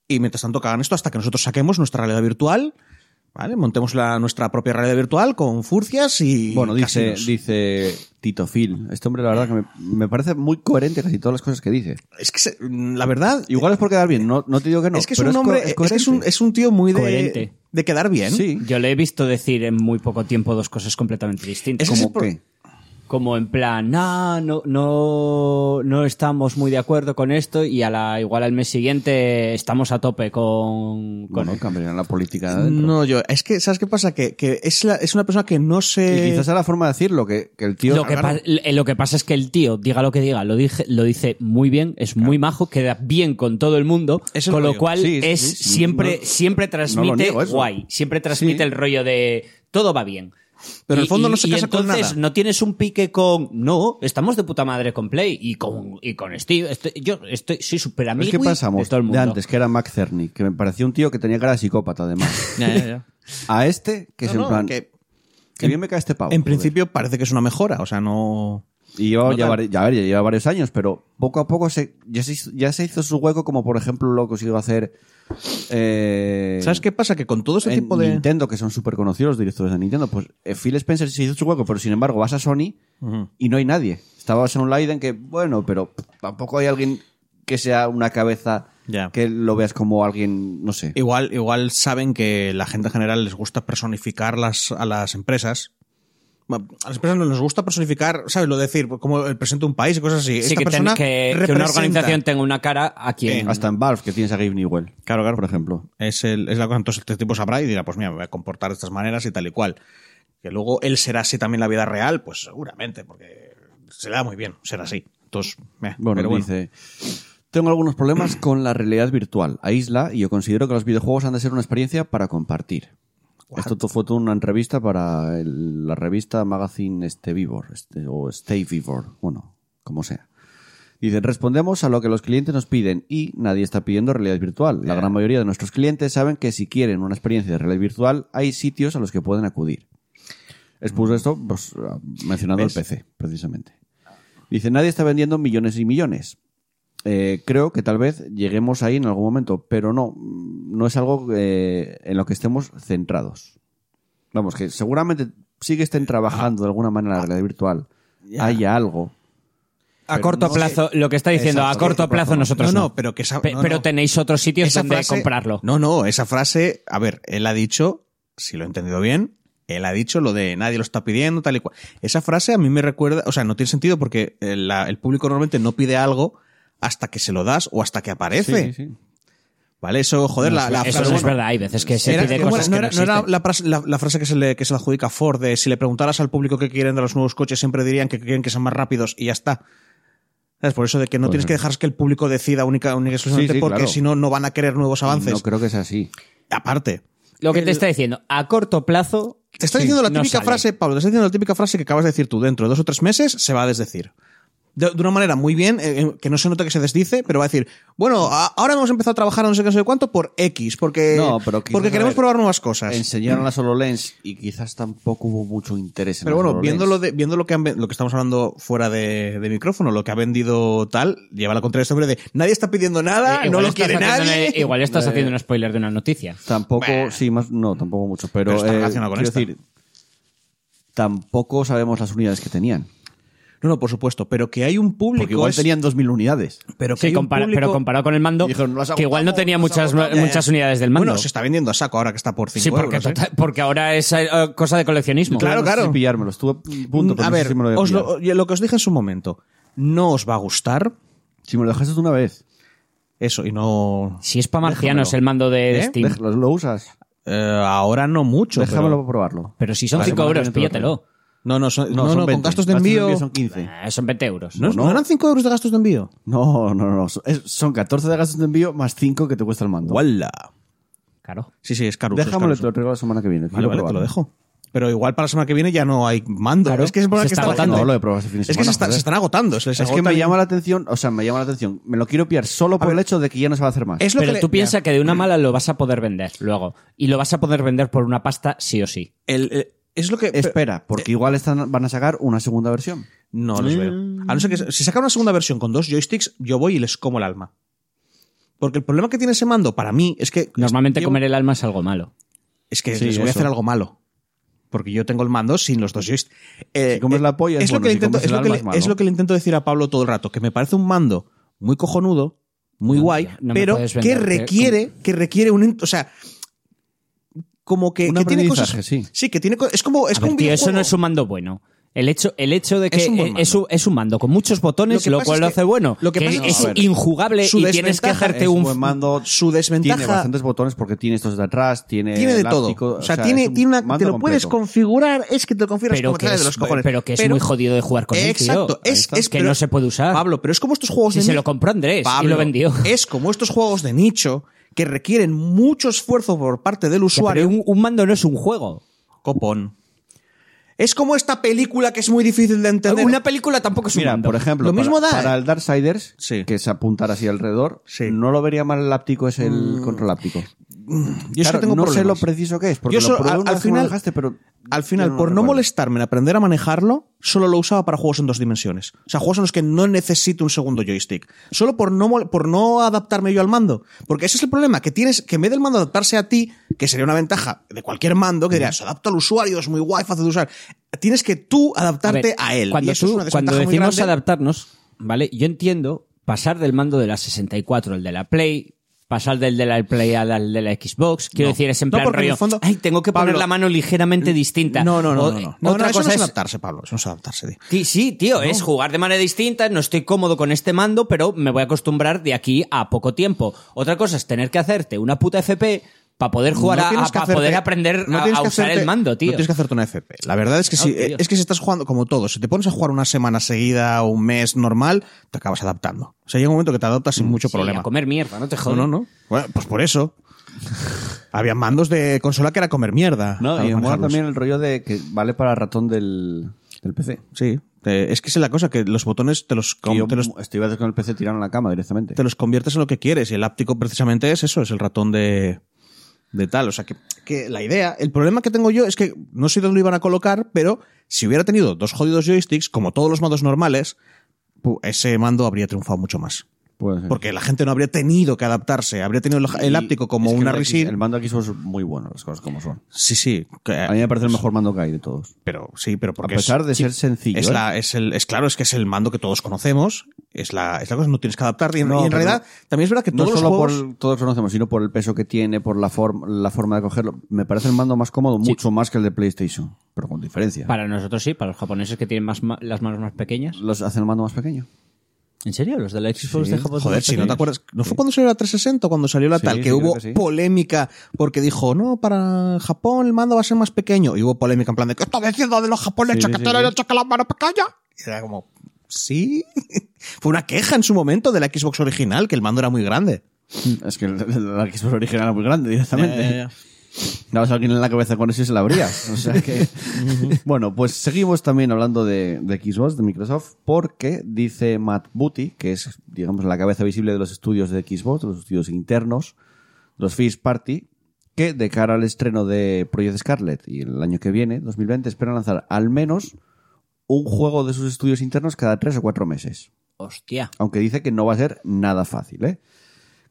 [SPEAKER 2] y mientras tanto que hagan esto hasta que nosotros saquemos nuestra realidad virtual, ¿vale? Montemos la, nuestra propia realidad virtual con furcias y...
[SPEAKER 1] Bueno, dice,
[SPEAKER 2] casinos.
[SPEAKER 1] dice Tito Phil. Este hombre, la verdad, que me, me parece muy coherente casi todas las cosas que dice.
[SPEAKER 2] Es que se- la verdad...
[SPEAKER 1] Igual es por quedar bien, no, no te digo que no.
[SPEAKER 2] es que es
[SPEAKER 1] pero
[SPEAKER 2] un
[SPEAKER 1] co-
[SPEAKER 2] hombre, es, que es un,
[SPEAKER 1] coherente.
[SPEAKER 2] es un tío muy de,
[SPEAKER 3] Coherente.
[SPEAKER 2] de quedar bien.
[SPEAKER 1] Sí.
[SPEAKER 3] Yo le he visto decir en muy poco tiempo dos cosas completamente distintas.
[SPEAKER 2] Ese es el
[SPEAKER 3] como,
[SPEAKER 1] ¿Cómo
[SPEAKER 2] pro-
[SPEAKER 1] qué?
[SPEAKER 3] como en plan, "Ah, no, no, no estamos muy de acuerdo con esto y a la, igual al mes siguiente estamos a tope con... con-
[SPEAKER 1] Bueno, cambiarán la política de adentro.
[SPEAKER 2] No, yo, es que, ¿sabes qué pasa? Que, que es, la- es una persona que no se...
[SPEAKER 1] Y quizás era la forma de decirlo, que, que el tío... Ah,
[SPEAKER 3] Lo que,
[SPEAKER 1] Claro.
[SPEAKER 3] pa- eh, lo que pasa es que el tío, diga lo que diga, lo, dije, lo dice muy bien, es muy majo, queda bien con todo el mundo,
[SPEAKER 2] Es el
[SPEAKER 3] con lo
[SPEAKER 2] rollo.
[SPEAKER 3] cual
[SPEAKER 1] Sí, sí,
[SPEAKER 3] es
[SPEAKER 1] sí, sí.
[SPEAKER 3] siempre,
[SPEAKER 1] No-
[SPEAKER 3] siempre
[SPEAKER 1] no lo
[SPEAKER 3] transmite
[SPEAKER 1] niego eso.
[SPEAKER 3] guay, siempre transmite
[SPEAKER 1] Sí.
[SPEAKER 3] el rollo de todo va bien.
[SPEAKER 2] Pero en el fondo no se
[SPEAKER 3] y
[SPEAKER 2] casa con
[SPEAKER 3] entonces
[SPEAKER 2] nada.
[SPEAKER 3] no tienes un pique con no, estamos de puta madre con Play y con, y con Steve. Estoy- yo estoy, soy súper
[SPEAKER 1] Pero es
[SPEAKER 3] amigo
[SPEAKER 1] que
[SPEAKER 3] de
[SPEAKER 1] pasamos
[SPEAKER 3] todo el
[SPEAKER 1] de
[SPEAKER 3] mundo.
[SPEAKER 1] antes, que era Mac Cerny, que me parecía un tío que tenía cara de psicópata, además. A este, que es
[SPEAKER 2] No,
[SPEAKER 1] en
[SPEAKER 2] no,
[SPEAKER 1] plan...
[SPEAKER 2] que-
[SPEAKER 1] Que, bien me cae este pavo.
[SPEAKER 2] En
[SPEAKER 1] joder.
[SPEAKER 2] principio parece que es una mejora, o sea, no...
[SPEAKER 1] Y lleva,
[SPEAKER 2] no
[SPEAKER 1] ya,
[SPEAKER 2] tal.
[SPEAKER 1] vari- ya, a ver, ya lleva varios años, pero poco a poco se, ya, se hizo, ya se hizo su hueco, como por ejemplo lo que consiguió hacer... eh,
[SPEAKER 2] ¿Sabes qué pasa? Que con todo ese
[SPEAKER 1] en
[SPEAKER 2] tipo de...
[SPEAKER 1] Nintendo, que son súper conocidos los directores de Nintendo, pues eh, Phil Spencer se hizo su hueco, pero sin embargo vas a Sony y no hay nadie. Estaba Sean Leiden que, bueno, pero tampoco hay alguien que sea una cabeza
[SPEAKER 2] Ya.
[SPEAKER 1] que lo veas como alguien, no sé.
[SPEAKER 2] Igual, igual saben que la gente en general les gusta personificar las, a las empresas. Bueno, A las empresas no les gusta personificar, ¿sabes? Lo de decir, como el presidente de un país y cosas así.
[SPEAKER 3] Sí,
[SPEAKER 2] Esta
[SPEAKER 3] que, ten-
[SPEAKER 2] persona
[SPEAKER 3] que- que una
[SPEAKER 2] representa-
[SPEAKER 3] organización tenga una cara a quien
[SPEAKER 1] Hasta en Valve, que tienes a Gabe Newell. Claro, claro. Por ejemplo.
[SPEAKER 2] Es, el, es la cosa. Entonces este tipo sabrá y dirá, pues mira, me voy a comportar de estas maneras y tal y cual. Que luego él será así también en la vida real, pues seguramente, porque se le da muy bien será así. Entonces, meh,
[SPEAKER 1] Bueno,
[SPEAKER 2] pero bueno.
[SPEAKER 1] dice... Tengo algunos problemas con la realidad virtual. Aísla y yo considero que los videojuegos han de ser una experiencia para compartir. Esto to- fue toda una entrevista para el- la revista Magazine este Vivor este- o Stay Vivor, bueno, como sea. Dicen, respondemos a lo que los clientes nos piden y nadie está pidiendo realidad virtual. La gran mayoría de nuestros clientes saben que si quieren una experiencia de realidad virtual hay sitios a los que pueden acudir. Expuso esto pues, mencionando el PC, precisamente. Dice, nadie está vendiendo millones y millones. Eh, creo que tal vez lleguemos ahí en algún momento, pero no, no es algo eh, en lo que estemos centrados. Vamos, que seguramente sí que estén trabajando de alguna manera en la realidad virtual. Haya algo.
[SPEAKER 3] a
[SPEAKER 1] pero
[SPEAKER 3] corto
[SPEAKER 1] no
[SPEAKER 3] plazo, lo que está diciendo,
[SPEAKER 1] Exacto,
[SPEAKER 3] a corto plazo nosotros
[SPEAKER 2] No,
[SPEAKER 3] no.
[SPEAKER 2] no, pero que esa-
[SPEAKER 3] Pe-
[SPEAKER 2] no,
[SPEAKER 3] pero
[SPEAKER 2] no.
[SPEAKER 3] tenéis otros sitios
[SPEAKER 2] Esa
[SPEAKER 3] donde
[SPEAKER 2] frase-
[SPEAKER 3] comprarlo.
[SPEAKER 2] No, no, esa frase, a ver, él ha dicho si lo he entendido bien, él ha dicho lo de nadie lo está pidiendo, tal y cual. Esa frase a mí me recuerda, o sea, no tiene sentido porque el, la- el público normalmente no pide algo hasta que se lo das o hasta que
[SPEAKER 1] Sí,
[SPEAKER 2] aparece.
[SPEAKER 1] sí, sí.
[SPEAKER 2] ¿Vale? Eso, joder, la, la
[SPEAKER 3] eso
[SPEAKER 2] frase-
[SPEAKER 3] no es
[SPEAKER 2] bueno,
[SPEAKER 3] verdad. Hay veces que se
[SPEAKER 2] era-
[SPEAKER 3] pide
[SPEAKER 2] ¿cómo
[SPEAKER 3] cosas
[SPEAKER 2] era? no
[SPEAKER 3] que no
[SPEAKER 2] era, no era
[SPEAKER 3] existen.
[SPEAKER 2] la, frase, la- la frase que se, le, que se le adjudica a Ford de si le preguntaras al público qué quieren de los nuevos coches, siempre dirían que quieren que sean más rápidos y ya está. ¿Sabes? Por eso de que no
[SPEAKER 1] Pues
[SPEAKER 2] tienes
[SPEAKER 1] sí.
[SPEAKER 2] que dejar que el público decida única, única y exclusivamente
[SPEAKER 1] Sí, sí,
[SPEAKER 2] porque
[SPEAKER 1] claro.
[SPEAKER 2] si no, no van a querer nuevos avances.
[SPEAKER 1] No creo que sea así.
[SPEAKER 2] Aparte.
[SPEAKER 3] Lo que
[SPEAKER 5] te
[SPEAKER 3] te
[SPEAKER 5] está
[SPEAKER 3] está
[SPEAKER 5] diciendo, a corto plazo.
[SPEAKER 2] Te está
[SPEAKER 3] Sí,
[SPEAKER 2] diciendo la
[SPEAKER 3] no
[SPEAKER 2] típica
[SPEAKER 3] sale.
[SPEAKER 2] frase, Pablo, te está diciendo la típica frase que acabas de decir tú. Dentro de dos o tres meses se va a desdecir. De, de una manera muy bien, eh, eh, que no se nota que se desdice, pero va a decir, bueno, a- ahora hemos empezado a trabajar a no sé qué, no sé cuánto por X, porque,
[SPEAKER 1] No, pero quizás,
[SPEAKER 2] porque
[SPEAKER 1] a
[SPEAKER 2] queremos
[SPEAKER 1] ver,
[SPEAKER 2] probar nuevas cosas.
[SPEAKER 1] Enseñaron las HoloLens y quizás tampoco hubo mucho interés en
[SPEAKER 2] Pero
[SPEAKER 1] las
[SPEAKER 2] bueno,
[SPEAKER 1] HoloLens.
[SPEAKER 2] viendo lo, de, viendo lo que han ven- lo que estamos hablando fuera de, de micrófono, lo que ha vendido tal, lleva la contraria sobre de nadie está pidiendo
[SPEAKER 3] Eh,
[SPEAKER 2] nada, no lo quiere nadie.
[SPEAKER 3] igual estás haciendo un spoiler de una noticia.
[SPEAKER 1] Tampoco,
[SPEAKER 2] Bah.
[SPEAKER 1] sí, más, no, tampoco mucho, pero,
[SPEAKER 2] Pero está
[SPEAKER 1] eh,
[SPEAKER 2] relacionado con
[SPEAKER 1] quiero
[SPEAKER 2] esta.
[SPEAKER 1] decir, tampoco sabemos las unidades que tenían.
[SPEAKER 2] No, no, por supuesto, pero que hay un público.
[SPEAKER 1] Porque igual
[SPEAKER 2] es-
[SPEAKER 1] tenían 2.000 unidades.
[SPEAKER 2] pero que
[SPEAKER 3] Sí,
[SPEAKER 2] hay un
[SPEAKER 3] compara-
[SPEAKER 2] público-
[SPEAKER 3] pero comparado con el mando,
[SPEAKER 1] Dijeron, "Lo has
[SPEAKER 3] que igual no
[SPEAKER 1] agotado,
[SPEAKER 3] tenía
[SPEAKER 1] lo has
[SPEAKER 3] muchas,
[SPEAKER 1] agotado".
[SPEAKER 2] Ya, ya.
[SPEAKER 3] muchas unidades del mando.
[SPEAKER 2] Bueno, se está vendiendo a saco ahora que está por 5
[SPEAKER 3] sí, porque,
[SPEAKER 2] euros. ¿eh?
[SPEAKER 3] total- porque ahora es eh, cosa de coleccionismo.
[SPEAKER 2] Claro,
[SPEAKER 1] No sé
[SPEAKER 2] claro.
[SPEAKER 1] si pillármelo, estuve Mm, a punto, pero
[SPEAKER 2] a
[SPEAKER 1] no sé
[SPEAKER 2] ver,
[SPEAKER 1] si me lo,
[SPEAKER 2] os
[SPEAKER 1] había
[SPEAKER 2] lo,
[SPEAKER 1] pillado.
[SPEAKER 2] yo lo que os dije en su momento, no os va a gustar
[SPEAKER 1] Si me lo dejaste tú una vez,
[SPEAKER 2] eso y no...
[SPEAKER 3] Si es para marcianos
[SPEAKER 2] Déjamelo.
[SPEAKER 3] el mando de
[SPEAKER 2] ¿Eh?
[SPEAKER 3] Steam.
[SPEAKER 1] déjalo, lo usas.
[SPEAKER 2] eh, ahora no mucho. pero-
[SPEAKER 1] Déjamelo para probarlo.
[SPEAKER 3] Pero si son
[SPEAKER 2] Vale,
[SPEAKER 3] 5 euros,
[SPEAKER 1] vale, vale.
[SPEAKER 3] píllatelo.
[SPEAKER 2] No, no, son- no,
[SPEAKER 1] son
[SPEAKER 2] no,
[SPEAKER 1] 20.
[SPEAKER 2] con gastos de
[SPEAKER 1] Gastos
[SPEAKER 2] envío...
[SPEAKER 1] son 15.
[SPEAKER 3] Ah, son 20 euros.
[SPEAKER 2] ¿No, no eran 5 euros de gastos de envío?
[SPEAKER 1] No, no, no. son- es- Son 14 de gastos de envío más 5 que te cuesta el mando.
[SPEAKER 2] ¡Wala!
[SPEAKER 3] Claro.
[SPEAKER 2] Sí, sí, es caro. es
[SPEAKER 1] Déjamelo, te
[SPEAKER 2] caruso.
[SPEAKER 1] lo traigo la semana que viene.
[SPEAKER 2] Vale,
[SPEAKER 1] quiero
[SPEAKER 2] vale, te lo
[SPEAKER 1] probarlo.
[SPEAKER 2] dejo. Pero igual para la semana que viene ya no hay mando.
[SPEAKER 3] Claro,
[SPEAKER 2] es que es el problema
[SPEAKER 3] se
[SPEAKER 2] que
[SPEAKER 3] está
[SPEAKER 2] está
[SPEAKER 3] agotando.
[SPEAKER 1] No, lo he probado este fin de
[SPEAKER 2] Es que
[SPEAKER 1] semana,
[SPEAKER 2] se, está-
[SPEAKER 1] joder.
[SPEAKER 2] se están agotando. se les
[SPEAKER 1] Es que
[SPEAKER 2] agota
[SPEAKER 1] me
[SPEAKER 2] y-
[SPEAKER 1] llama la atención, o sea, me llama la atención. Me lo quiero pillar solo por
[SPEAKER 2] ver.
[SPEAKER 1] el hecho de que ya no se va a hacer más.
[SPEAKER 2] Es lo
[SPEAKER 3] Pero
[SPEAKER 2] que le-
[SPEAKER 3] tú piensas
[SPEAKER 2] Mira,
[SPEAKER 3] que de una mala lo vas a poder vender luego. Y lo vas a poder vender por una pasta sí o sí.
[SPEAKER 2] el- el- es lo que...
[SPEAKER 1] Espera,
[SPEAKER 2] eh,
[SPEAKER 1] porque igual están, van a sacar una segunda versión.
[SPEAKER 2] No los veo. A no ser que si saca una segunda versión con dos joysticks, yo voy y les como el alma. Porque el problema que tiene ese mando para mí es que
[SPEAKER 3] Normalmente
[SPEAKER 2] yo-
[SPEAKER 3] comer el alma es algo malo.
[SPEAKER 2] es que
[SPEAKER 1] Sí,
[SPEAKER 2] les voy a
[SPEAKER 1] eso.
[SPEAKER 2] hacer algo malo. Porque yo tengo el mando sin los dos joysticks. Eh,
[SPEAKER 1] Si comes la polla es
[SPEAKER 2] lo
[SPEAKER 1] bueno,
[SPEAKER 2] que le
[SPEAKER 1] si
[SPEAKER 2] intento-
[SPEAKER 1] comes el
[SPEAKER 2] es lo que
[SPEAKER 1] alma
[SPEAKER 2] le-
[SPEAKER 1] es malo.
[SPEAKER 2] es lo que le intento decir a Pablo todo el rato, que me parece un mando muy cojonudo, muy
[SPEAKER 3] No,
[SPEAKER 2] guay,
[SPEAKER 3] ya, no me
[SPEAKER 2] pero
[SPEAKER 3] puedes
[SPEAKER 2] que
[SPEAKER 3] vender, que-
[SPEAKER 2] requiere que requiere un, ent- o sea, como que,
[SPEAKER 1] Un
[SPEAKER 2] que tiene
[SPEAKER 1] aprendizaje,
[SPEAKER 2] cosas,
[SPEAKER 1] sí.
[SPEAKER 2] que tiene co- es como es
[SPEAKER 3] A
[SPEAKER 2] como
[SPEAKER 3] ver,
[SPEAKER 2] un
[SPEAKER 3] tío, eso
[SPEAKER 2] videojuego.
[SPEAKER 3] no es un mando bueno. El hecho, el hecho de que
[SPEAKER 2] Es un buen
[SPEAKER 3] eh,
[SPEAKER 2] mando.
[SPEAKER 3] es un, es un mando con muchos
[SPEAKER 2] Lo
[SPEAKER 3] botones,
[SPEAKER 2] que
[SPEAKER 3] lo,
[SPEAKER 2] pasa
[SPEAKER 3] cual
[SPEAKER 2] es
[SPEAKER 3] lo
[SPEAKER 2] que-
[SPEAKER 3] hace bueno.
[SPEAKER 2] lo que
[SPEAKER 3] que
[SPEAKER 2] pasa
[SPEAKER 3] es
[SPEAKER 2] es que-
[SPEAKER 3] injugable
[SPEAKER 2] su
[SPEAKER 3] y tienes que
[SPEAKER 2] desventaja
[SPEAKER 3] hacerte
[SPEAKER 1] es
[SPEAKER 3] un
[SPEAKER 1] buen mando.
[SPEAKER 2] su desventaja
[SPEAKER 1] Tiene bastantes botones porque tiene estos de atrás, tiene.
[SPEAKER 2] tiene de todo.
[SPEAKER 1] elástico,
[SPEAKER 2] o sea,
[SPEAKER 1] es
[SPEAKER 2] tiene,
[SPEAKER 1] un
[SPEAKER 2] tiene una- te
[SPEAKER 1] mando
[SPEAKER 2] lo puedes
[SPEAKER 1] completo.
[SPEAKER 2] configurar, es que te lo configuras
[SPEAKER 3] pero
[SPEAKER 2] como te
[SPEAKER 3] que,
[SPEAKER 2] sale
[SPEAKER 3] es,
[SPEAKER 2] de los cojones.
[SPEAKER 3] pero que es muy jodido de jugar con él, tío.
[SPEAKER 2] Exacto, es,
[SPEAKER 3] Ahí está.
[SPEAKER 2] es-
[SPEAKER 3] que
[SPEAKER 2] pero-
[SPEAKER 3] no se puede usar.
[SPEAKER 2] Pablo, pero es como estos juegos
[SPEAKER 3] Si
[SPEAKER 2] de
[SPEAKER 3] se
[SPEAKER 2] ni-
[SPEAKER 3] lo compró Andrés y
[SPEAKER 2] Pablo,
[SPEAKER 3] lo vendió.
[SPEAKER 2] Es como estos juegos de nicho que requieren mucho esfuerzo por parte
[SPEAKER 3] Ya,
[SPEAKER 2] del
[SPEAKER 3] pero
[SPEAKER 2] usuario.
[SPEAKER 3] un, un mando no es un juego.
[SPEAKER 2] Copón. Es como esta película que es muy difícil de entender.
[SPEAKER 3] Una película tampoco es un
[SPEAKER 1] Mira,
[SPEAKER 3] mando.
[SPEAKER 1] por ejemplo,
[SPEAKER 2] Lo mismo
[SPEAKER 1] para,
[SPEAKER 2] da,
[SPEAKER 1] para
[SPEAKER 2] eh.
[SPEAKER 1] el Darksiders,
[SPEAKER 2] Sí.
[SPEAKER 1] que se apuntara así alrededor,
[SPEAKER 2] Sí.
[SPEAKER 1] no lo vería mal el áptico, es el control áptico.
[SPEAKER 2] Yo es que
[SPEAKER 1] Claro,
[SPEAKER 2] tengo
[SPEAKER 1] no sé lo
[SPEAKER 2] problemas.
[SPEAKER 1] preciso que es, porque
[SPEAKER 2] Yo
[SPEAKER 1] lo
[SPEAKER 2] solo-
[SPEAKER 1] probé
[SPEAKER 2] al-
[SPEAKER 1] una
[SPEAKER 2] al
[SPEAKER 1] vez que me
[SPEAKER 2] final-
[SPEAKER 1] lo dejaste, pero
[SPEAKER 2] Al final,
[SPEAKER 1] yo
[SPEAKER 2] por no
[SPEAKER 1] recuerdo.
[SPEAKER 2] molestarme en aprender a manejarlo, solo lo usaba para juegos en dos dimensiones. O sea, juegos en los que no necesito un segundo joystick. Solo por no, mol- por no adaptarme yo al mando. Porque ese es el problema, que tienes que en vez del mando adaptarse a ti, que sería una ventaja de cualquier mando, que dirías, adapta al usuario, es muy guay, fácil de usar. Tienes que tú
[SPEAKER 3] A ver,
[SPEAKER 2] adaptarte a, él.
[SPEAKER 3] Cuando,
[SPEAKER 2] y eso
[SPEAKER 3] tú-
[SPEAKER 2] es una
[SPEAKER 3] cuando
[SPEAKER 2] desventaja muy
[SPEAKER 3] decimos
[SPEAKER 2] grande.
[SPEAKER 3] adaptarnos, ¿vale? Yo entiendo pasar del mando de la 64 al de la Play, pasar del de la Play al al de la Xbox. Quiero
[SPEAKER 2] No.
[SPEAKER 3] decir, es en
[SPEAKER 2] No,
[SPEAKER 3] plan
[SPEAKER 2] porque en el
[SPEAKER 3] rollo,
[SPEAKER 2] fondo-
[SPEAKER 3] Ay, tengo que poner
[SPEAKER 2] Pablo-
[SPEAKER 3] la mano ligeramente distinta.
[SPEAKER 2] No, no, no,
[SPEAKER 3] O- eh,
[SPEAKER 2] no, no. No,
[SPEAKER 3] otra
[SPEAKER 2] no, eso
[SPEAKER 3] cosa
[SPEAKER 2] no es
[SPEAKER 3] es...
[SPEAKER 2] adaptarse, Pablo. Eso no es adaptarse, tío.
[SPEAKER 3] Sí, Sí, tío, es jugar de manera distinta, no estoy cómodo con este mando, pero me voy a acostumbrar de aquí a poco tiempo. Otra cosa es tener que hacerte una puta FP para poder jugar
[SPEAKER 2] No
[SPEAKER 3] a-
[SPEAKER 2] tienes
[SPEAKER 3] a,
[SPEAKER 2] que
[SPEAKER 3] pa'
[SPEAKER 2] hacerte-
[SPEAKER 3] poder aprender
[SPEAKER 2] no
[SPEAKER 3] a,
[SPEAKER 2] tienes
[SPEAKER 3] a
[SPEAKER 2] que
[SPEAKER 3] usar
[SPEAKER 2] hacerte-
[SPEAKER 3] el mando, tío.
[SPEAKER 2] No tienes que hacerte una FP. La verdad es que
[SPEAKER 1] Ah,
[SPEAKER 3] Claro,
[SPEAKER 2] si,
[SPEAKER 3] tío.
[SPEAKER 2] es que si estás jugando como todo, si te pones a jugar una semana seguida o un mes normal, te acabas adaptando. O sea, llega un momento que te adaptas
[SPEAKER 1] Mm,
[SPEAKER 2] sin mucho
[SPEAKER 3] Sí,
[SPEAKER 2] problema.
[SPEAKER 3] a comer mierda, no te
[SPEAKER 2] no,
[SPEAKER 3] jodas.
[SPEAKER 2] no, no. Bueno, pues por eso. Había mandos de consola que era comer mierda.
[SPEAKER 1] No,
[SPEAKER 2] para
[SPEAKER 1] y mola
[SPEAKER 2] manejarlos.
[SPEAKER 1] también el rollo de que vale para ratón del, del PC.
[SPEAKER 2] Sí. Eh, es que esa es la cosa, que los botones te los,
[SPEAKER 1] Que yo
[SPEAKER 2] te los,
[SPEAKER 1] estoy a veces con el PC tirando en la cama directamente.
[SPEAKER 2] te los conviertes en lo que quieres. Y el áptico precisamente es eso, es el ratón de, de tal. O sea, que, que la idea, el problema que tengo yo es que no sé dónde lo iban a colocar, pero si hubiera tenido dos jodidos joysticks, como todos los mandos normales, pu- ese mando habría triunfado mucho más.
[SPEAKER 1] Puede ser.
[SPEAKER 2] Porque la gente no habría tenido que adaptarse, habría tenido el, el áptico como
[SPEAKER 1] Es que
[SPEAKER 2] una
[SPEAKER 1] el-
[SPEAKER 2] Resin.
[SPEAKER 1] El mando aquí es muy bueno, las cosas como son.
[SPEAKER 2] Sí, sí. que-
[SPEAKER 1] A mí me parece el mejor mando que hay de todos.
[SPEAKER 2] pero sí, pero Eh, porque
[SPEAKER 1] a pesar
[SPEAKER 2] es-
[SPEAKER 1] de
[SPEAKER 2] sí,
[SPEAKER 1] ser sencillo.
[SPEAKER 2] es,
[SPEAKER 1] ¿eh?
[SPEAKER 2] la- es el, es claro, es que es el mando que todos conocemos. Es la, es la cosa, no tienes que adaptarte. Y en,
[SPEAKER 1] No,
[SPEAKER 2] y en
[SPEAKER 1] pero
[SPEAKER 2] realidad, también es verdad que
[SPEAKER 1] no
[SPEAKER 2] todos los
[SPEAKER 1] solo
[SPEAKER 2] juegos.
[SPEAKER 1] por todos conocemos, sino por el peso que tiene, por la, forma la forma de cogerlo. Me parece el mando más cómodo, mucho más que el de PlayStation, pero con diferencia.
[SPEAKER 5] Para nosotros sí, para los japoneses que tienen más ma- las manos más pequeñas.
[SPEAKER 1] Los hacen el mando más pequeño.
[SPEAKER 5] ¿En serio? ¿Los de la Xbox
[SPEAKER 1] Sí.
[SPEAKER 5] de Japón? son
[SPEAKER 2] Joder,
[SPEAKER 5] más
[SPEAKER 2] si no te
[SPEAKER 5] pequeños?
[SPEAKER 2] acuerdas, ¿no fue cuando salió la 360 o cuando salió la
[SPEAKER 1] Sí,
[SPEAKER 2] tal?
[SPEAKER 1] sí,
[SPEAKER 2] Que
[SPEAKER 1] creo
[SPEAKER 2] hubo
[SPEAKER 1] que sí.
[SPEAKER 2] polémica porque dijo, no, para Japón el mando va a ser más pequeño. Y hubo polémica en plan de, ¿qué está diciendo de los japoneses
[SPEAKER 1] Sí,
[SPEAKER 2] que
[SPEAKER 1] sí,
[SPEAKER 2] tienen
[SPEAKER 1] sí.
[SPEAKER 2] hecho que la mano pequeña? Y era como, sí. fue una queja en su momento de la Xbox original, que el mando era muy grande.
[SPEAKER 1] Es que la- la la Xbox original era muy grande directamente. Dabas a alguien en la cabeza con eso y se la abrías. O sea que. bueno, pues seguimos también hablando de, de Xbox, de Microsoft, porque dice Matt Booty, que es, digamos, la cabeza visible de los estudios de Xbox, de los estudios internos, de los First Party, que de cara al estreno de Project Scarlet y el año que viene, 2020, esperan lanzar al menos un juego de sus estudios internos cada tres o cuatro meses
[SPEAKER 5] Hostia.
[SPEAKER 1] aunque dice que no va a ser nada fácil. ¿eh?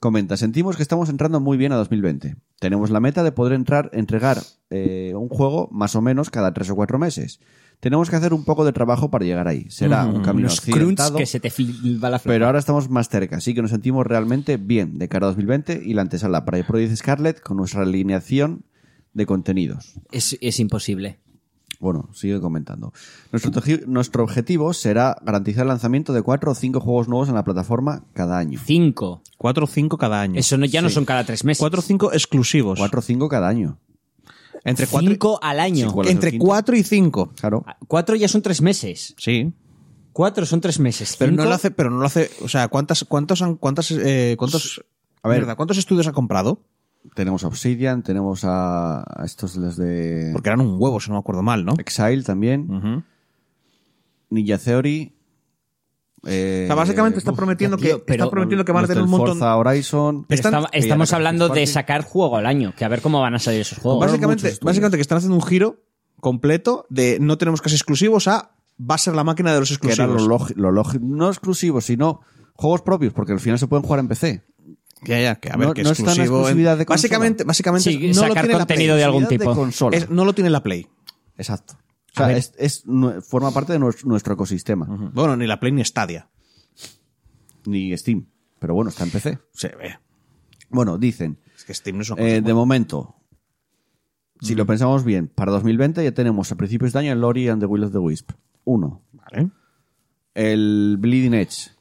[SPEAKER 1] Comenta, sentimos que estamos entrando muy bien a 2020. Tenemos la meta de poder entrar, entregar eh, un juego más o menos cada tres o cuatro meses. Tenemos que hacer un poco de trabajo para llegar ahí. Será un camino
[SPEAKER 5] Unos crunch
[SPEAKER 1] accidentado,
[SPEAKER 5] Mm, que se te filba la
[SPEAKER 1] pero ahora estamos más cerca, así que nos sentimos realmente bien de cara a 2020 y la antesala para el Project Scarlet con nuestra alineación de contenidos.
[SPEAKER 5] Es, es imposible.
[SPEAKER 1] Bueno, sigue comentando. Nuestro, teji- nuestro objetivo será garantizar el lanzamiento de cuatro o cinco juegos nuevos en la plataforma cada año.
[SPEAKER 5] Cinco.
[SPEAKER 2] Cuatro o cinco cada año.
[SPEAKER 5] Eso no, ya no son cada tres meses.
[SPEAKER 2] Cuatro o cinco exclusivos.
[SPEAKER 1] 4 o 5 cada año.
[SPEAKER 2] entre cuatro,
[SPEAKER 5] Cinco al año.
[SPEAKER 1] Sí, ¿cuál es el
[SPEAKER 2] entre
[SPEAKER 1] quinto?
[SPEAKER 2] cuatro y cinco.
[SPEAKER 1] Claro.
[SPEAKER 5] Ah, Cuatro ya son tres meses.
[SPEAKER 2] Sí.
[SPEAKER 5] Cuatro son tres meses.
[SPEAKER 2] Pero no
[SPEAKER 5] Cinco-
[SPEAKER 2] lo hace, pero no lo hace. O sea, ¿cuántas, cuántos han, cuántas, eh, cuántos,
[SPEAKER 1] A ver.
[SPEAKER 2] mierda, cuántos estudios ha comprado?
[SPEAKER 1] Tenemos a Obsidian, tenemos a, a estos los de
[SPEAKER 2] Porque eran un huevo, si no me acuerdo mal, ¿no?
[SPEAKER 1] Exile
[SPEAKER 5] Mm.
[SPEAKER 1] también,
[SPEAKER 2] Ujú.
[SPEAKER 1] Ninja Theory. eh,
[SPEAKER 2] O sea, básicamente está
[SPEAKER 1] uf,
[SPEAKER 2] prometiendo
[SPEAKER 5] tío,
[SPEAKER 2] que
[SPEAKER 5] pero-
[SPEAKER 2] está prometiendo que van a
[SPEAKER 1] los
[SPEAKER 2] tener un
[SPEAKER 1] del
[SPEAKER 2] montón.
[SPEAKER 1] Forza Horizon.
[SPEAKER 5] Pero
[SPEAKER 2] están-
[SPEAKER 5] estaba- estamos
[SPEAKER 1] Mira,
[SPEAKER 5] hablando de
[SPEAKER 1] Party.
[SPEAKER 5] sacar juego al año, que a ver cómo van a salir esos juegos.
[SPEAKER 1] muchos
[SPEAKER 2] Básicamente,
[SPEAKER 1] estudios.
[SPEAKER 2] básicamente que están haciendo un giro completo de no tenemos casi exclusivos a va a ser la máquina de los
[SPEAKER 1] Que eran
[SPEAKER 2] exclusivos.
[SPEAKER 1] lo lógi- lo lógi- no exclusivos, sino juegos propios, porque al final se pueden jugar en PC.
[SPEAKER 2] Ya, ya, que a ver,
[SPEAKER 1] No-
[SPEAKER 2] que
[SPEAKER 1] no está en
[SPEAKER 2] exclusivo. en-
[SPEAKER 1] exclusividad de consola.
[SPEAKER 2] básicamente, básicamente
[SPEAKER 5] Sí,
[SPEAKER 2] no lo
[SPEAKER 5] sacar
[SPEAKER 2] tiene la
[SPEAKER 5] contenido
[SPEAKER 2] Play.
[SPEAKER 5] de algún tipo.
[SPEAKER 1] consola.
[SPEAKER 2] Es- no lo tiene la Play.
[SPEAKER 1] Exacto. O
[SPEAKER 5] A
[SPEAKER 1] sea,
[SPEAKER 5] ver.
[SPEAKER 1] es, es- nu- forma parte de nuestro, nuestro ecosistema,
[SPEAKER 2] Bueno, ni la Play ni Stadia.
[SPEAKER 1] ni Steam. Pero bueno, está en PC.
[SPEAKER 2] Se ve.
[SPEAKER 1] Bueno, dicen,
[SPEAKER 2] Es que Steam no es una cosa
[SPEAKER 1] Eh,
[SPEAKER 2] buena.
[SPEAKER 1] de momento, si lo pensamos bien, para 2020 ya tenemos a principios de año el Lori and the Will of the Wisp. Uno.
[SPEAKER 2] Vale.
[SPEAKER 1] El Bleeding Edge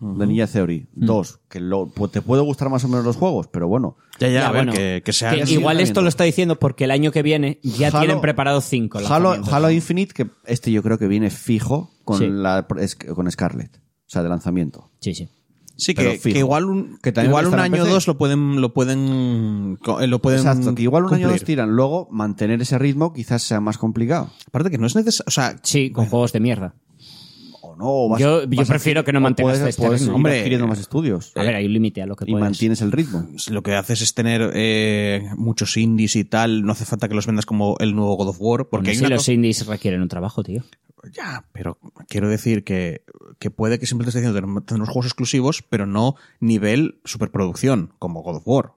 [SPEAKER 1] de Ninja Theory.
[SPEAKER 5] Mm.
[SPEAKER 1] Dos. Que lo- pu- te puede gustar más o menos los juegos, pero bueno.
[SPEAKER 2] Ya, ya,
[SPEAKER 5] Ya,
[SPEAKER 2] a ver,
[SPEAKER 5] bueno,
[SPEAKER 2] que, que sea.
[SPEAKER 5] que
[SPEAKER 1] sí,
[SPEAKER 5] igual
[SPEAKER 1] está
[SPEAKER 5] esto
[SPEAKER 1] bien.
[SPEAKER 5] lo está diciendo porque el año que viene ya
[SPEAKER 1] Halo-
[SPEAKER 5] tienen preparado cinco.
[SPEAKER 1] Halo,
[SPEAKER 5] lanzamientos.
[SPEAKER 1] Halo Infinite, que este yo creo que viene fijo con,
[SPEAKER 5] Sí.
[SPEAKER 1] la, es- con Scarlet. O sea, de lanzamiento.
[SPEAKER 5] Sí, sí.
[SPEAKER 2] Sí,
[SPEAKER 1] Pero
[SPEAKER 2] que,
[SPEAKER 1] fijo.
[SPEAKER 2] que igual un,
[SPEAKER 1] Que también
[SPEAKER 2] igual un
[SPEAKER 1] estará en
[SPEAKER 2] año o
[SPEAKER 1] PC.
[SPEAKER 2] dos lo pueden, lo pueden, co- eh, lo
[SPEAKER 5] Em,
[SPEAKER 2] pueden.
[SPEAKER 1] Exacto, que igual un año o dos
[SPEAKER 2] cumplir.
[SPEAKER 1] tiran. Luego, mantener ese ritmo quizás sea más complicado.
[SPEAKER 2] Aparte que no es necesario, o sea,
[SPEAKER 5] Sí, con juegos de mierda.
[SPEAKER 1] O no, o vas-
[SPEAKER 5] Yo- yo
[SPEAKER 1] vas
[SPEAKER 5] prefiero
[SPEAKER 1] adquiri-
[SPEAKER 5] que no
[SPEAKER 1] o
[SPEAKER 5] mantengas
[SPEAKER 1] puedes-
[SPEAKER 5] este
[SPEAKER 1] puedes
[SPEAKER 5] ritmo.
[SPEAKER 1] ir
[SPEAKER 2] Hombre,
[SPEAKER 1] adquiriendo más estudios.
[SPEAKER 2] ¿Eh?
[SPEAKER 5] A ver, hay un límite a lo que
[SPEAKER 1] Y
[SPEAKER 5] puedes.
[SPEAKER 1] mantienes el ritmo.
[SPEAKER 2] pues, lo que haces es tener eh, muchos indies y tal. No hace falta que los vendas como el nuevo God of War,
[SPEAKER 5] Aún
[SPEAKER 2] porque hay
[SPEAKER 5] así
[SPEAKER 2] una
[SPEAKER 5] los
[SPEAKER 2] cosa-
[SPEAKER 5] indies requieren un trabajo, tío.
[SPEAKER 2] ya, pero quiero decir que, que puede que siempre te esté diciendo "Tenemos- tenemos juegos exclusivos, pero no nivel superproducción como God of War.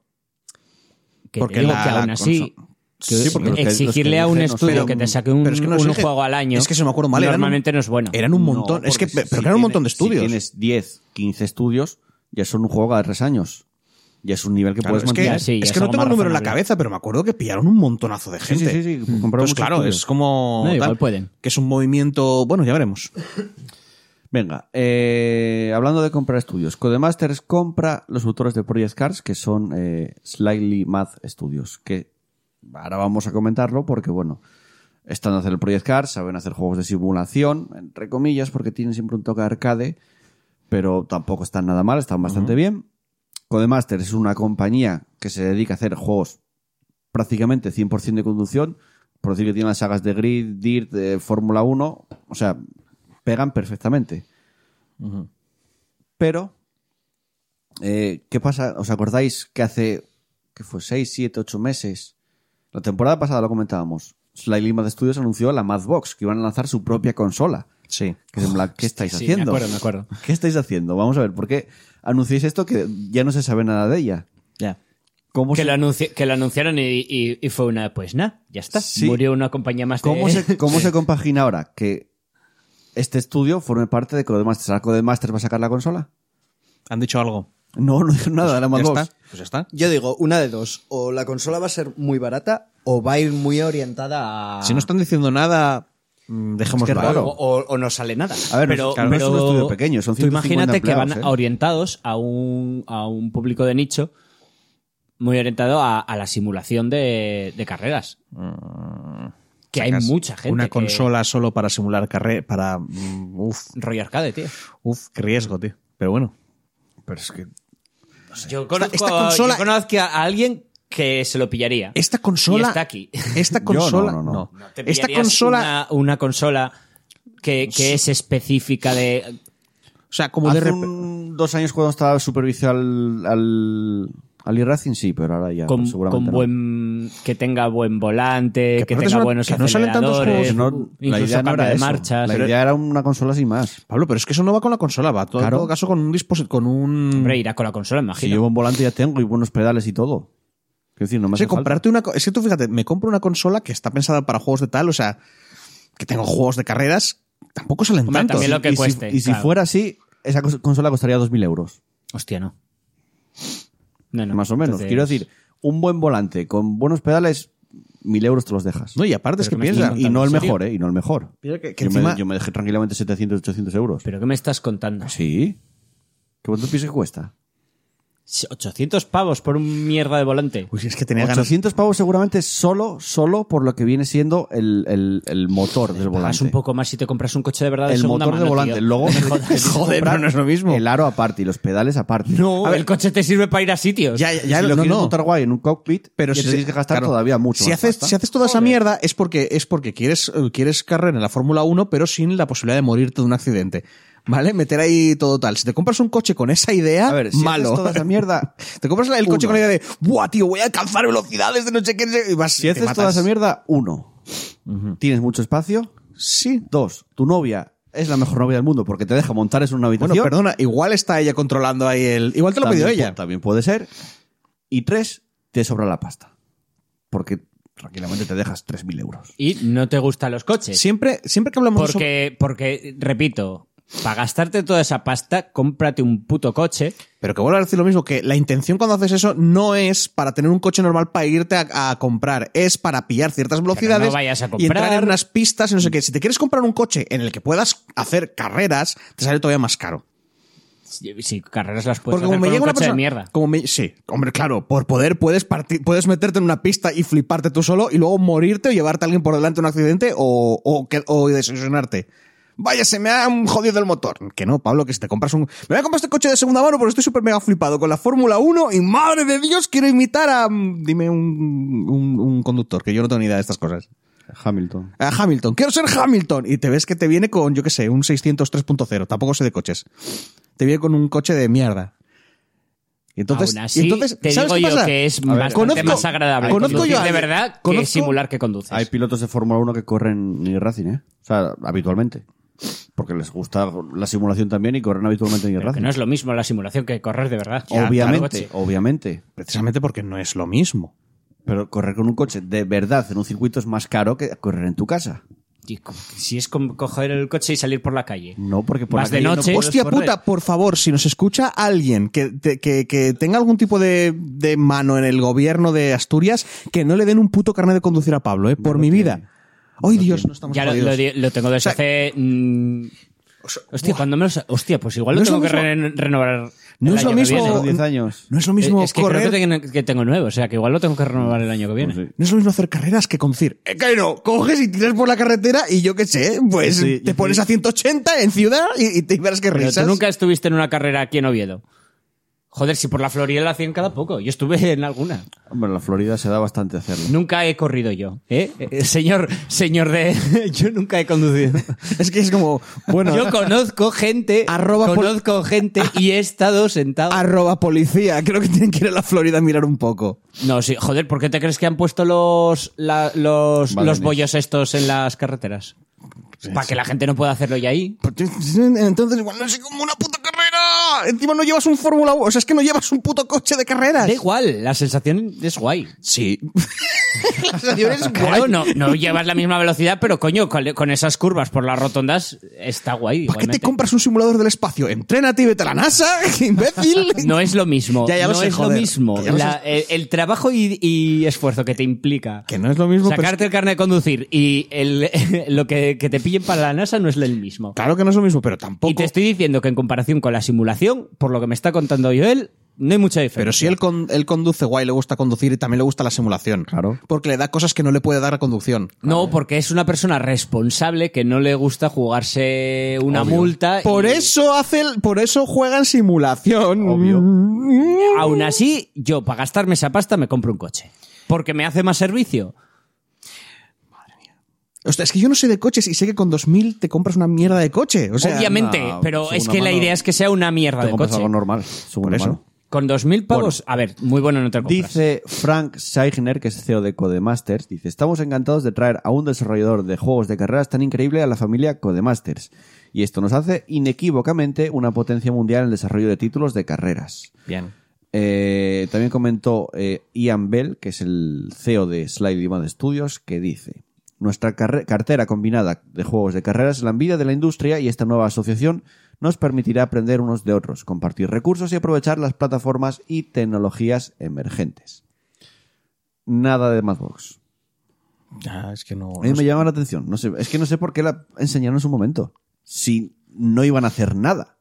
[SPEAKER 5] Que
[SPEAKER 2] Porque
[SPEAKER 5] te digo
[SPEAKER 2] la-
[SPEAKER 5] que aún
[SPEAKER 2] la
[SPEAKER 5] así
[SPEAKER 2] conso-
[SPEAKER 5] que
[SPEAKER 1] Sí, porque los que- los que
[SPEAKER 5] exigirle a un
[SPEAKER 1] eligen, no sé.
[SPEAKER 5] estudio
[SPEAKER 1] Pero-
[SPEAKER 5] que te saque un,
[SPEAKER 2] pero es que no
[SPEAKER 5] un
[SPEAKER 2] exige-
[SPEAKER 5] juego al año
[SPEAKER 2] es que se me acuerdo mal, eran un-
[SPEAKER 5] normalmente no es bueno
[SPEAKER 2] Eran un montón,
[SPEAKER 1] No,
[SPEAKER 2] es que,
[SPEAKER 1] porque
[SPEAKER 2] pero
[SPEAKER 1] si
[SPEAKER 2] que eran un montón de
[SPEAKER 1] tienes-
[SPEAKER 2] estudios.
[SPEAKER 1] Si tienes 10, 15 estudios, ya son un juego cada tres años. Ya es un nivel que
[SPEAKER 2] Claro,
[SPEAKER 1] puedes
[SPEAKER 2] es que,
[SPEAKER 1] mantener.
[SPEAKER 5] sí,
[SPEAKER 2] es
[SPEAKER 5] es
[SPEAKER 2] que no
[SPEAKER 5] algo
[SPEAKER 2] tengo
[SPEAKER 5] más
[SPEAKER 2] el número en la
[SPEAKER 5] razonable.
[SPEAKER 2] cabeza, pero me acuerdo que pillaron un montonazo de gente.
[SPEAKER 1] sí, sí, sí, compraron
[SPEAKER 2] Entonces,
[SPEAKER 1] muchos
[SPEAKER 2] claro,
[SPEAKER 1] estudios.
[SPEAKER 2] es como.
[SPEAKER 5] No, igual pueden.
[SPEAKER 2] Que es un movimiento. Bueno, ya veremos.
[SPEAKER 1] Venga, eh, hablando de comprar estudios, Codemasters compra los autores de Project Cars, que son eh, Slightly Mad Studios, que ahora vamos a comentarlo porque, bueno, están a hacer el Project Cars, saben hacer juegos de simulación, entre comillas, porque tienen siempre un toque arcade, pero tampoco están nada mal, están bastante bien. Codemasters es una compañía que se dedica a hacer juegos prácticamente 100% de conducción, por decir que tiene las sagas de Grid, Dirt, de Fórmula 1, o sea, pegan perfectamente. Pero, eh, ¿qué pasa? ¿Os acordáis que hace, que fue 6, 7, 8 meses? La temporada pasada lo comentábamos. Sly Lima de Studios anunció la Madbox, que iban a lanzar su propia consola.
[SPEAKER 2] Sí.
[SPEAKER 1] Que es en plan, ¿qué estáis
[SPEAKER 3] sí, me
[SPEAKER 1] haciendo?
[SPEAKER 3] acuerdo, me acuerdo.
[SPEAKER 1] ¿Qué estáis haciendo? Vamos a ver, ¿por qué anunciáis esto que ya no se sabe nada de ella?
[SPEAKER 2] Ya.
[SPEAKER 1] ¿Cómo
[SPEAKER 3] Que
[SPEAKER 1] se-
[SPEAKER 3] lo, anunci- que lo anunciaron y, y- y fue una, pues nada, ya está.
[SPEAKER 1] Sí.
[SPEAKER 3] Murió una compañía más
[SPEAKER 1] ¿Cómo,
[SPEAKER 3] de...
[SPEAKER 1] se, ¿Cómo se compagina ahora que este estudio forme parte de Codemasters? ¿Ahora Codemasters va a sacar la consola?
[SPEAKER 2] ¿Han dicho algo?
[SPEAKER 1] No, no dijeron nada, nada más
[SPEAKER 2] ¿Ya
[SPEAKER 1] dos.
[SPEAKER 2] está? Pues ya está.
[SPEAKER 6] Yo digo, una de dos. O la consola va a ser muy barata o va a ir muy orientada a...
[SPEAKER 2] Ah. Si no están diciendo nada, mm, dejémoslo.
[SPEAKER 1] Es que raro.
[SPEAKER 2] ahí.
[SPEAKER 3] o, o- o no sale nada.
[SPEAKER 1] A ver, no es- claro, no es un estudio pequeño, son
[SPEAKER 3] Tú imagínate
[SPEAKER 1] 150
[SPEAKER 3] que van
[SPEAKER 1] empleados, ¿eh?
[SPEAKER 3] orientados a un, a un público de nicho muy orientado a, a la simulación de, de carreras. Mm. que hay
[SPEAKER 2] Sacas
[SPEAKER 3] mucha gente.
[SPEAKER 2] Una
[SPEAKER 3] que-
[SPEAKER 2] consola solo para simular carrera. Para. mm, Uf,
[SPEAKER 3] Rollo arcade, tío.
[SPEAKER 2] uf, qué riesgo, tío. Pero bueno.
[SPEAKER 1] Pero es que
[SPEAKER 3] Pues Yo conozco,
[SPEAKER 2] esta consola-
[SPEAKER 3] yo conozco a alguien que se lo pillaría.
[SPEAKER 2] Esta consola.
[SPEAKER 3] Y está aquí.
[SPEAKER 2] Esta
[SPEAKER 1] Yo no,
[SPEAKER 2] consola.
[SPEAKER 1] no, no.
[SPEAKER 3] Te
[SPEAKER 2] esta
[SPEAKER 3] pillarías
[SPEAKER 2] consola.
[SPEAKER 3] Una, una consola que, que es específica de.
[SPEAKER 2] O sea, como de
[SPEAKER 1] hace
[SPEAKER 2] repente.
[SPEAKER 1] un- Pues dos años cuando estaba supervisado al, al, al iRacing, sí, pero ahora ya pues
[SPEAKER 3] Con,
[SPEAKER 1] seguramente
[SPEAKER 3] con
[SPEAKER 1] no.
[SPEAKER 3] buen que tenga buen volante que,
[SPEAKER 2] Que
[SPEAKER 3] tenga
[SPEAKER 2] aparte es una-
[SPEAKER 3] buenos
[SPEAKER 2] que no salen tantos
[SPEAKER 3] aceleradores
[SPEAKER 1] No, la
[SPEAKER 3] incluso
[SPEAKER 1] idea no
[SPEAKER 3] cambio
[SPEAKER 1] era
[SPEAKER 3] de
[SPEAKER 1] eso.
[SPEAKER 3] marchas
[SPEAKER 1] la idea era una consola sin más.
[SPEAKER 2] Pablo, pero es que eso no va con la consola, va todo,
[SPEAKER 1] Claro.
[SPEAKER 2] en todo caso con un dispositivo, con un...
[SPEAKER 3] Hombre, irá con la consola
[SPEAKER 1] Si
[SPEAKER 3] imagino
[SPEAKER 1] llevo un volante ya tengo y buenos pedales y todo. Quiero decir, no me
[SPEAKER 2] O sea,
[SPEAKER 1] hace falta.
[SPEAKER 2] comprarte una... co- Es que tú fíjate, me compro una consola que está pensada para juegos de tal, o sea, que tengo juegos de carreras, tampoco salen
[SPEAKER 3] Hombre,
[SPEAKER 2] tantos.
[SPEAKER 3] también lo que
[SPEAKER 1] y si-
[SPEAKER 3] cueste
[SPEAKER 1] y si,
[SPEAKER 3] claro.
[SPEAKER 1] fuera así, esa cos- consola costaría 2.000 euros,
[SPEAKER 3] hostia no no, no.
[SPEAKER 1] más o menos.
[SPEAKER 3] Entonces-
[SPEAKER 1] Quiero decir, un buen volante con buenos pedales, 1.000 euros te los dejas.
[SPEAKER 2] No, y aparte es que
[SPEAKER 3] Pero que me
[SPEAKER 2] piensa...
[SPEAKER 3] estás
[SPEAKER 1] y
[SPEAKER 2] y-
[SPEAKER 1] no el
[SPEAKER 3] ¿en serio?
[SPEAKER 1] mejor, ¿eh? Y no el mejor.
[SPEAKER 2] Mira que- que
[SPEAKER 1] yo,
[SPEAKER 2] encima-
[SPEAKER 1] me, yo me dejé tranquilamente 700, 800 euros.
[SPEAKER 3] pero qué me estás contando
[SPEAKER 1] Sí. ¿Qué cuánto piensas que cuesta?
[SPEAKER 3] 800 pavos por un mierda de volante
[SPEAKER 2] Uy, Pues es que tenía ganas...
[SPEAKER 1] 800 pavos seguramente solo, solo por lo que viene siendo el, el- el motor del
[SPEAKER 3] pagas
[SPEAKER 1] volante.
[SPEAKER 3] un poco más si te compras un coche de verdad de
[SPEAKER 1] el
[SPEAKER 3] segunda
[SPEAKER 1] motor de
[SPEAKER 3] mano,
[SPEAKER 1] volante.
[SPEAKER 3] tío.
[SPEAKER 1] Luego,
[SPEAKER 2] Joder, pero no es lo mismo.
[SPEAKER 1] El aro aparte y los pedales aparte.
[SPEAKER 3] no el coche te sirve para ir a sitios
[SPEAKER 2] Ya, ya, ya,
[SPEAKER 1] si lo
[SPEAKER 2] no,
[SPEAKER 1] quieres
[SPEAKER 2] no.
[SPEAKER 1] montar guay en un cockpit,
[SPEAKER 2] Pero
[SPEAKER 1] ya
[SPEAKER 2] si
[SPEAKER 1] te tienes que gastar
[SPEAKER 2] claro,
[SPEAKER 1] todavía mucho
[SPEAKER 2] Si
[SPEAKER 1] más
[SPEAKER 2] haces,
[SPEAKER 1] pasta.
[SPEAKER 2] si haces toda esa mierda es porque, es porque quieres, eh, quieres carrera en la Fórmula 1, pero sin la posibilidad de morirte de un accidente. ¿Vale? Meter ahí todo tal. Si te compras un coche con esa idea,
[SPEAKER 1] A ver, si
[SPEAKER 2] malo.
[SPEAKER 1] haces toda esa mierda,
[SPEAKER 2] Te compras el coche
[SPEAKER 1] Uno.
[SPEAKER 2] con la idea de, ¡buah, tío! Voy a alcanzar velocidades de no sé qué. no sé qué", Y vas,
[SPEAKER 1] si
[SPEAKER 2] y te
[SPEAKER 1] haces
[SPEAKER 2] matas.
[SPEAKER 1] toda esa mierda, uno, tienes mucho espacio.
[SPEAKER 2] Sí.
[SPEAKER 1] Dos, tu novia es la mejor novia del mundo porque te deja montar en una habitación.
[SPEAKER 2] Bueno, perdona, igual está ella controlando ahí el. Igual te lo pidió
[SPEAKER 1] También
[SPEAKER 2] ella.
[SPEAKER 1] pu- También puede ser. Y tres, te sobra la pasta. Porque tranquilamente te dejas 3.000 euros.
[SPEAKER 3] y no te gustan los coches
[SPEAKER 2] Siempre, siempre que hablamos de eso.
[SPEAKER 3] Porque, porque, repito, para gastarte toda esa pasta, cómprate un puto coche.
[SPEAKER 2] Pero que vuelvo a decir lo mismo, que la intención cuando haces eso no es para tener un coche normal para irte a, a comprar, es para pillar ciertas velocidades
[SPEAKER 3] no vayas a
[SPEAKER 2] y entrar
[SPEAKER 3] comprar.
[SPEAKER 2] en unas pistas y no sé qué. Si te quieres comprar un coche en el que puedas hacer carreras, te sale todavía más caro.
[SPEAKER 3] Si si carreras las puedes
[SPEAKER 2] Porque
[SPEAKER 3] hacer
[SPEAKER 2] como me
[SPEAKER 3] con un
[SPEAKER 2] llega una
[SPEAKER 3] coche
[SPEAKER 2] persona,
[SPEAKER 3] de mierda.
[SPEAKER 2] Como me- sí, hombre, claro, por poder puedes partir, puedes meterte en una pista y fliparte tú solo y luego morirte o llevarte a alguien por delante en un accidente o, o, que- o desilusionarte. Vaya, se me ha jodido el motor. Que no, Pablo, que si te compras un... Me voy a comprar este coche de segunda mano porque estoy súper mega flipado con la Fórmula 1 y madre de Dios, quiero imitar a... mm, Dime un, un, un conductor, que yo no tengo ni idea de estas cosas.
[SPEAKER 1] Hamilton.
[SPEAKER 2] A Hamilton, quiero ser Hamilton. Y te ves que te viene con, yo qué sé, un 603.0. Tampoco sé de coches. Te viene con un coche de mierda. Y entonces,
[SPEAKER 3] Aún así,
[SPEAKER 2] y entonces
[SPEAKER 3] te
[SPEAKER 2] ¿sabes
[SPEAKER 3] digo
[SPEAKER 2] qué
[SPEAKER 3] yo
[SPEAKER 2] pasa?
[SPEAKER 3] que es
[SPEAKER 2] A ver,
[SPEAKER 3] bastante
[SPEAKER 2] conozco-
[SPEAKER 3] más agradable
[SPEAKER 2] Conozco
[SPEAKER 3] conducir
[SPEAKER 2] yo a
[SPEAKER 3] de
[SPEAKER 2] alguien-
[SPEAKER 3] verdad que
[SPEAKER 2] conozco-
[SPEAKER 3] simular que conduces.
[SPEAKER 1] Hay pilotos de Fórmula 1 que corren en racing, ¿eh? O sea, habitualmente. Porque les gusta la simulación también y corren habitualmente en
[SPEAKER 3] Pero que
[SPEAKER 1] racing.
[SPEAKER 3] no es lo mismo la simulación que correr de verdad.
[SPEAKER 1] obviamente,
[SPEAKER 3] Claro, coche.
[SPEAKER 1] obviamente.
[SPEAKER 2] Precisamente porque no es lo mismo.
[SPEAKER 1] Pero correr con un coche de verdad en un circuito es más caro que correr en tu casa.
[SPEAKER 3] Y co- Si es con- coger el coche y salir por la calle.
[SPEAKER 1] No, porque por
[SPEAKER 3] Vas
[SPEAKER 1] la
[SPEAKER 3] de
[SPEAKER 1] calle no
[SPEAKER 3] noche. pues,
[SPEAKER 1] puedes
[SPEAKER 2] Hostia
[SPEAKER 1] correr.
[SPEAKER 2] puta, por favor, si nos escucha alguien que, te- que- que tenga algún tipo de, de mano en el gobierno de Asturias, que no le den un puto carnet de conducir a Pablo, ¿eh? por mi vida. ¡Ay, Dios! No estamos
[SPEAKER 3] Ya lo,
[SPEAKER 2] jodidos.
[SPEAKER 3] lo di- lo tengo desde
[SPEAKER 2] O sea,
[SPEAKER 3] hace. mm, hostia, cuando me lo sa- Hostia, pues igual
[SPEAKER 2] No
[SPEAKER 3] lo
[SPEAKER 2] es lo
[SPEAKER 3] tengo que
[SPEAKER 2] mismo-
[SPEAKER 3] re- renovar.
[SPEAKER 2] No
[SPEAKER 3] el
[SPEAKER 2] es lo
[SPEAKER 3] año que
[SPEAKER 2] mismo-
[SPEAKER 3] viene.
[SPEAKER 1] Son 10 años.
[SPEAKER 2] No es lo mismo
[SPEAKER 3] es que
[SPEAKER 2] correr...
[SPEAKER 3] creo que ten- que tengo, nuevo, o sea que igual lo tengo que renovar el año que viene.
[SPEAKER 1] Pues sí.
[SPEAKER 2] No es lo mismo hacer carreras que conducir. Eh, que no, coges y tiras por la carretera y yo qué sé, pues
[SPEAKER 1] Sí,
[SPEAKER 2] te
[SPEAKER 1] yo
[SPEAKER 2] pones
[SPEAKER 1] sí.
[SPEAKER 2] a 180 en ciudad y, y te verás que
[SPEAKER 3] Pero
[SPEAKER 2] risas.
[SPEAKER 3] tú nunca estuviste en una carrera aquí en Oviedo. Joder, si por la Florida la hacían cada poco. Yo estuve en alguna.
[SPEAKER 1] Hombre, en la Florida se da bastante hacerlo.
[SPEAKER 3] Nunca he corrido yo, ¿eh? Eh, señor, señor de... yo nunca he conducido.
[SPEAKER 2] Es que es como, bueno,
[SPEAKER 3] Yo conozco gente,
[SPEAKER 2] Arroba pol-
[SPEAKER 3] conozco gente y he estado sentado.
[SPEAKER 2] arroba policía, creo que tienen que ir a la Florida a mirar un poco.
[SPEAKER 3] No, sí, joder, ¿por qué te crees que han puesto los la- los,
[SPEAKER 1] Balones.
[SPEAKER 3] los bollos estos en las carreteras? Para que la gente no pueda hacerlo ya ahí.
[SPEAKER 2] Entonces, igual no es como una puta carrera. Encima no llevas un Fórmula 1. O sea, es que no llevas un puto coche de carreras.
[SPEAKER 3] Da igual, la sensación es guay.
[SPEAKER 2] Sí. la sensación es
[SPEAKER 3] Claro,
[SPEAKER 2] guay.
[SPEAKER 3] no, no llevas la misma velocidad, pero coño, con, con esas curvas por las rotondas está guay.
[SPEAKER 2] ¿Para qué te
[SPEAKER 3] igualmente.
[SPEAKER 2] compras un simulador del espacio? Entrénate y vete a la NASA, imbécil.
[SPEAKER 3] No es lo mismo.
[SPEAKER 2] Ya, ya lo
[SPEAKER 3] no
[SPEAKER 2] sé,
[SPEAKER 3] es
[SPEAKER 2] joder.
[SPEAKER 3] lo mismo.
[SPEAKER 2] Ya lo sé.
[SPEAKER 3] La- el, el trabajo y, y esfuerzo que te implica.
[SPEAKER 2] Que no es lo mismo. pero es-
[SPEAKER 3] Sacarte el carnet de conducir y el- lo que, que te pillen para la NASA no es el mismo.
[SPEAKER 2] Claro que no es lo mismo, pero tampoco.
[SPEAKER 3] Y te estoy diciendo que en comparación con la simulación, por lo que me está contando Joel, no hay mucha diferencia.
[SPEAKER 2] Pero si él, con- él conduce guay, le gusta conducir y también le gusta la simulación.
[SPEAKER 1] Claro.
[SPEAKER 2] Porque le da cosas que no le puede dar la conducción.
[SPEAKER 3] No, porque es una persona responsable que no le gusta jugarse una multa. Ah, y
[SPEAKER 2] Por eso hace, el- por eso juega en simulación.
[SPEAKER 1] Obvio.
[SPEAKER 3] Aún así, yo para gastarme esa pasta me compro un coche. Porque me hace más servicio.
[SPEAKER 2] Hostia, es que yo no sé de coches y sé que con 2000 te compras una mierda de coche. O sea,
[SPEAKER 3] Obviamente,
[SPEAKER 1] una
[SPEAKER 3] pero es
[SPEAKER 1] segunda
[SPEAKER 3] que la
[SPEAKER 1] mano.
[SPEAKER 3] idea es que sea una mierda
[SPEAKER 1] Te
[SPEAKER 3] de
[SPEAKER 1] compras
[SPEAKER 3] coche.
[SPEAKER 1] algo normal.
[SPEAKER 2] Por
[SPEAKER 1] Segunda
[SPEAKER 2] eso.
[SPEAKER 1] mano.
[SPEAKER 3] Con 2.000 pavos, a ver, muy bueno no te lo compras.
[SPEAKER 1] Dice Frank Seigner, que es CEO de Codemasters, dice, estamos encantados de traer a un desarrollador de juegos de carreras tan increíble a la familia Codemasters. Y esto nos hace inequívocamente una potencia mundial en el desarrollo de títulos de carreras.
[SPEAKER 2] Bien.
[SPEAKER 1] Eh, también comentó eh, Ian Bell, que es el CEO de Slide Demand Studios, que dice: Nuestra carre- cartera combinada de juegos de carreras es la envidia de la industria y esta nueva asociación nos permitirá aprender unos de otros, compartir recursos y aprovechar las plataformas y tecnologías emergentes. Nada de Madbox.
[SPEAKER 2] Ah, es que no.
[SPEAKER 1] A mí
[SPEAKER 2] no
[SPEAKER 1] me
[SPEAKER 2] sé.
[SPEAKER 1] llama la atención. No sé, es que no sé por qué la enseñaron en su momento. Si no iban a hacer nada.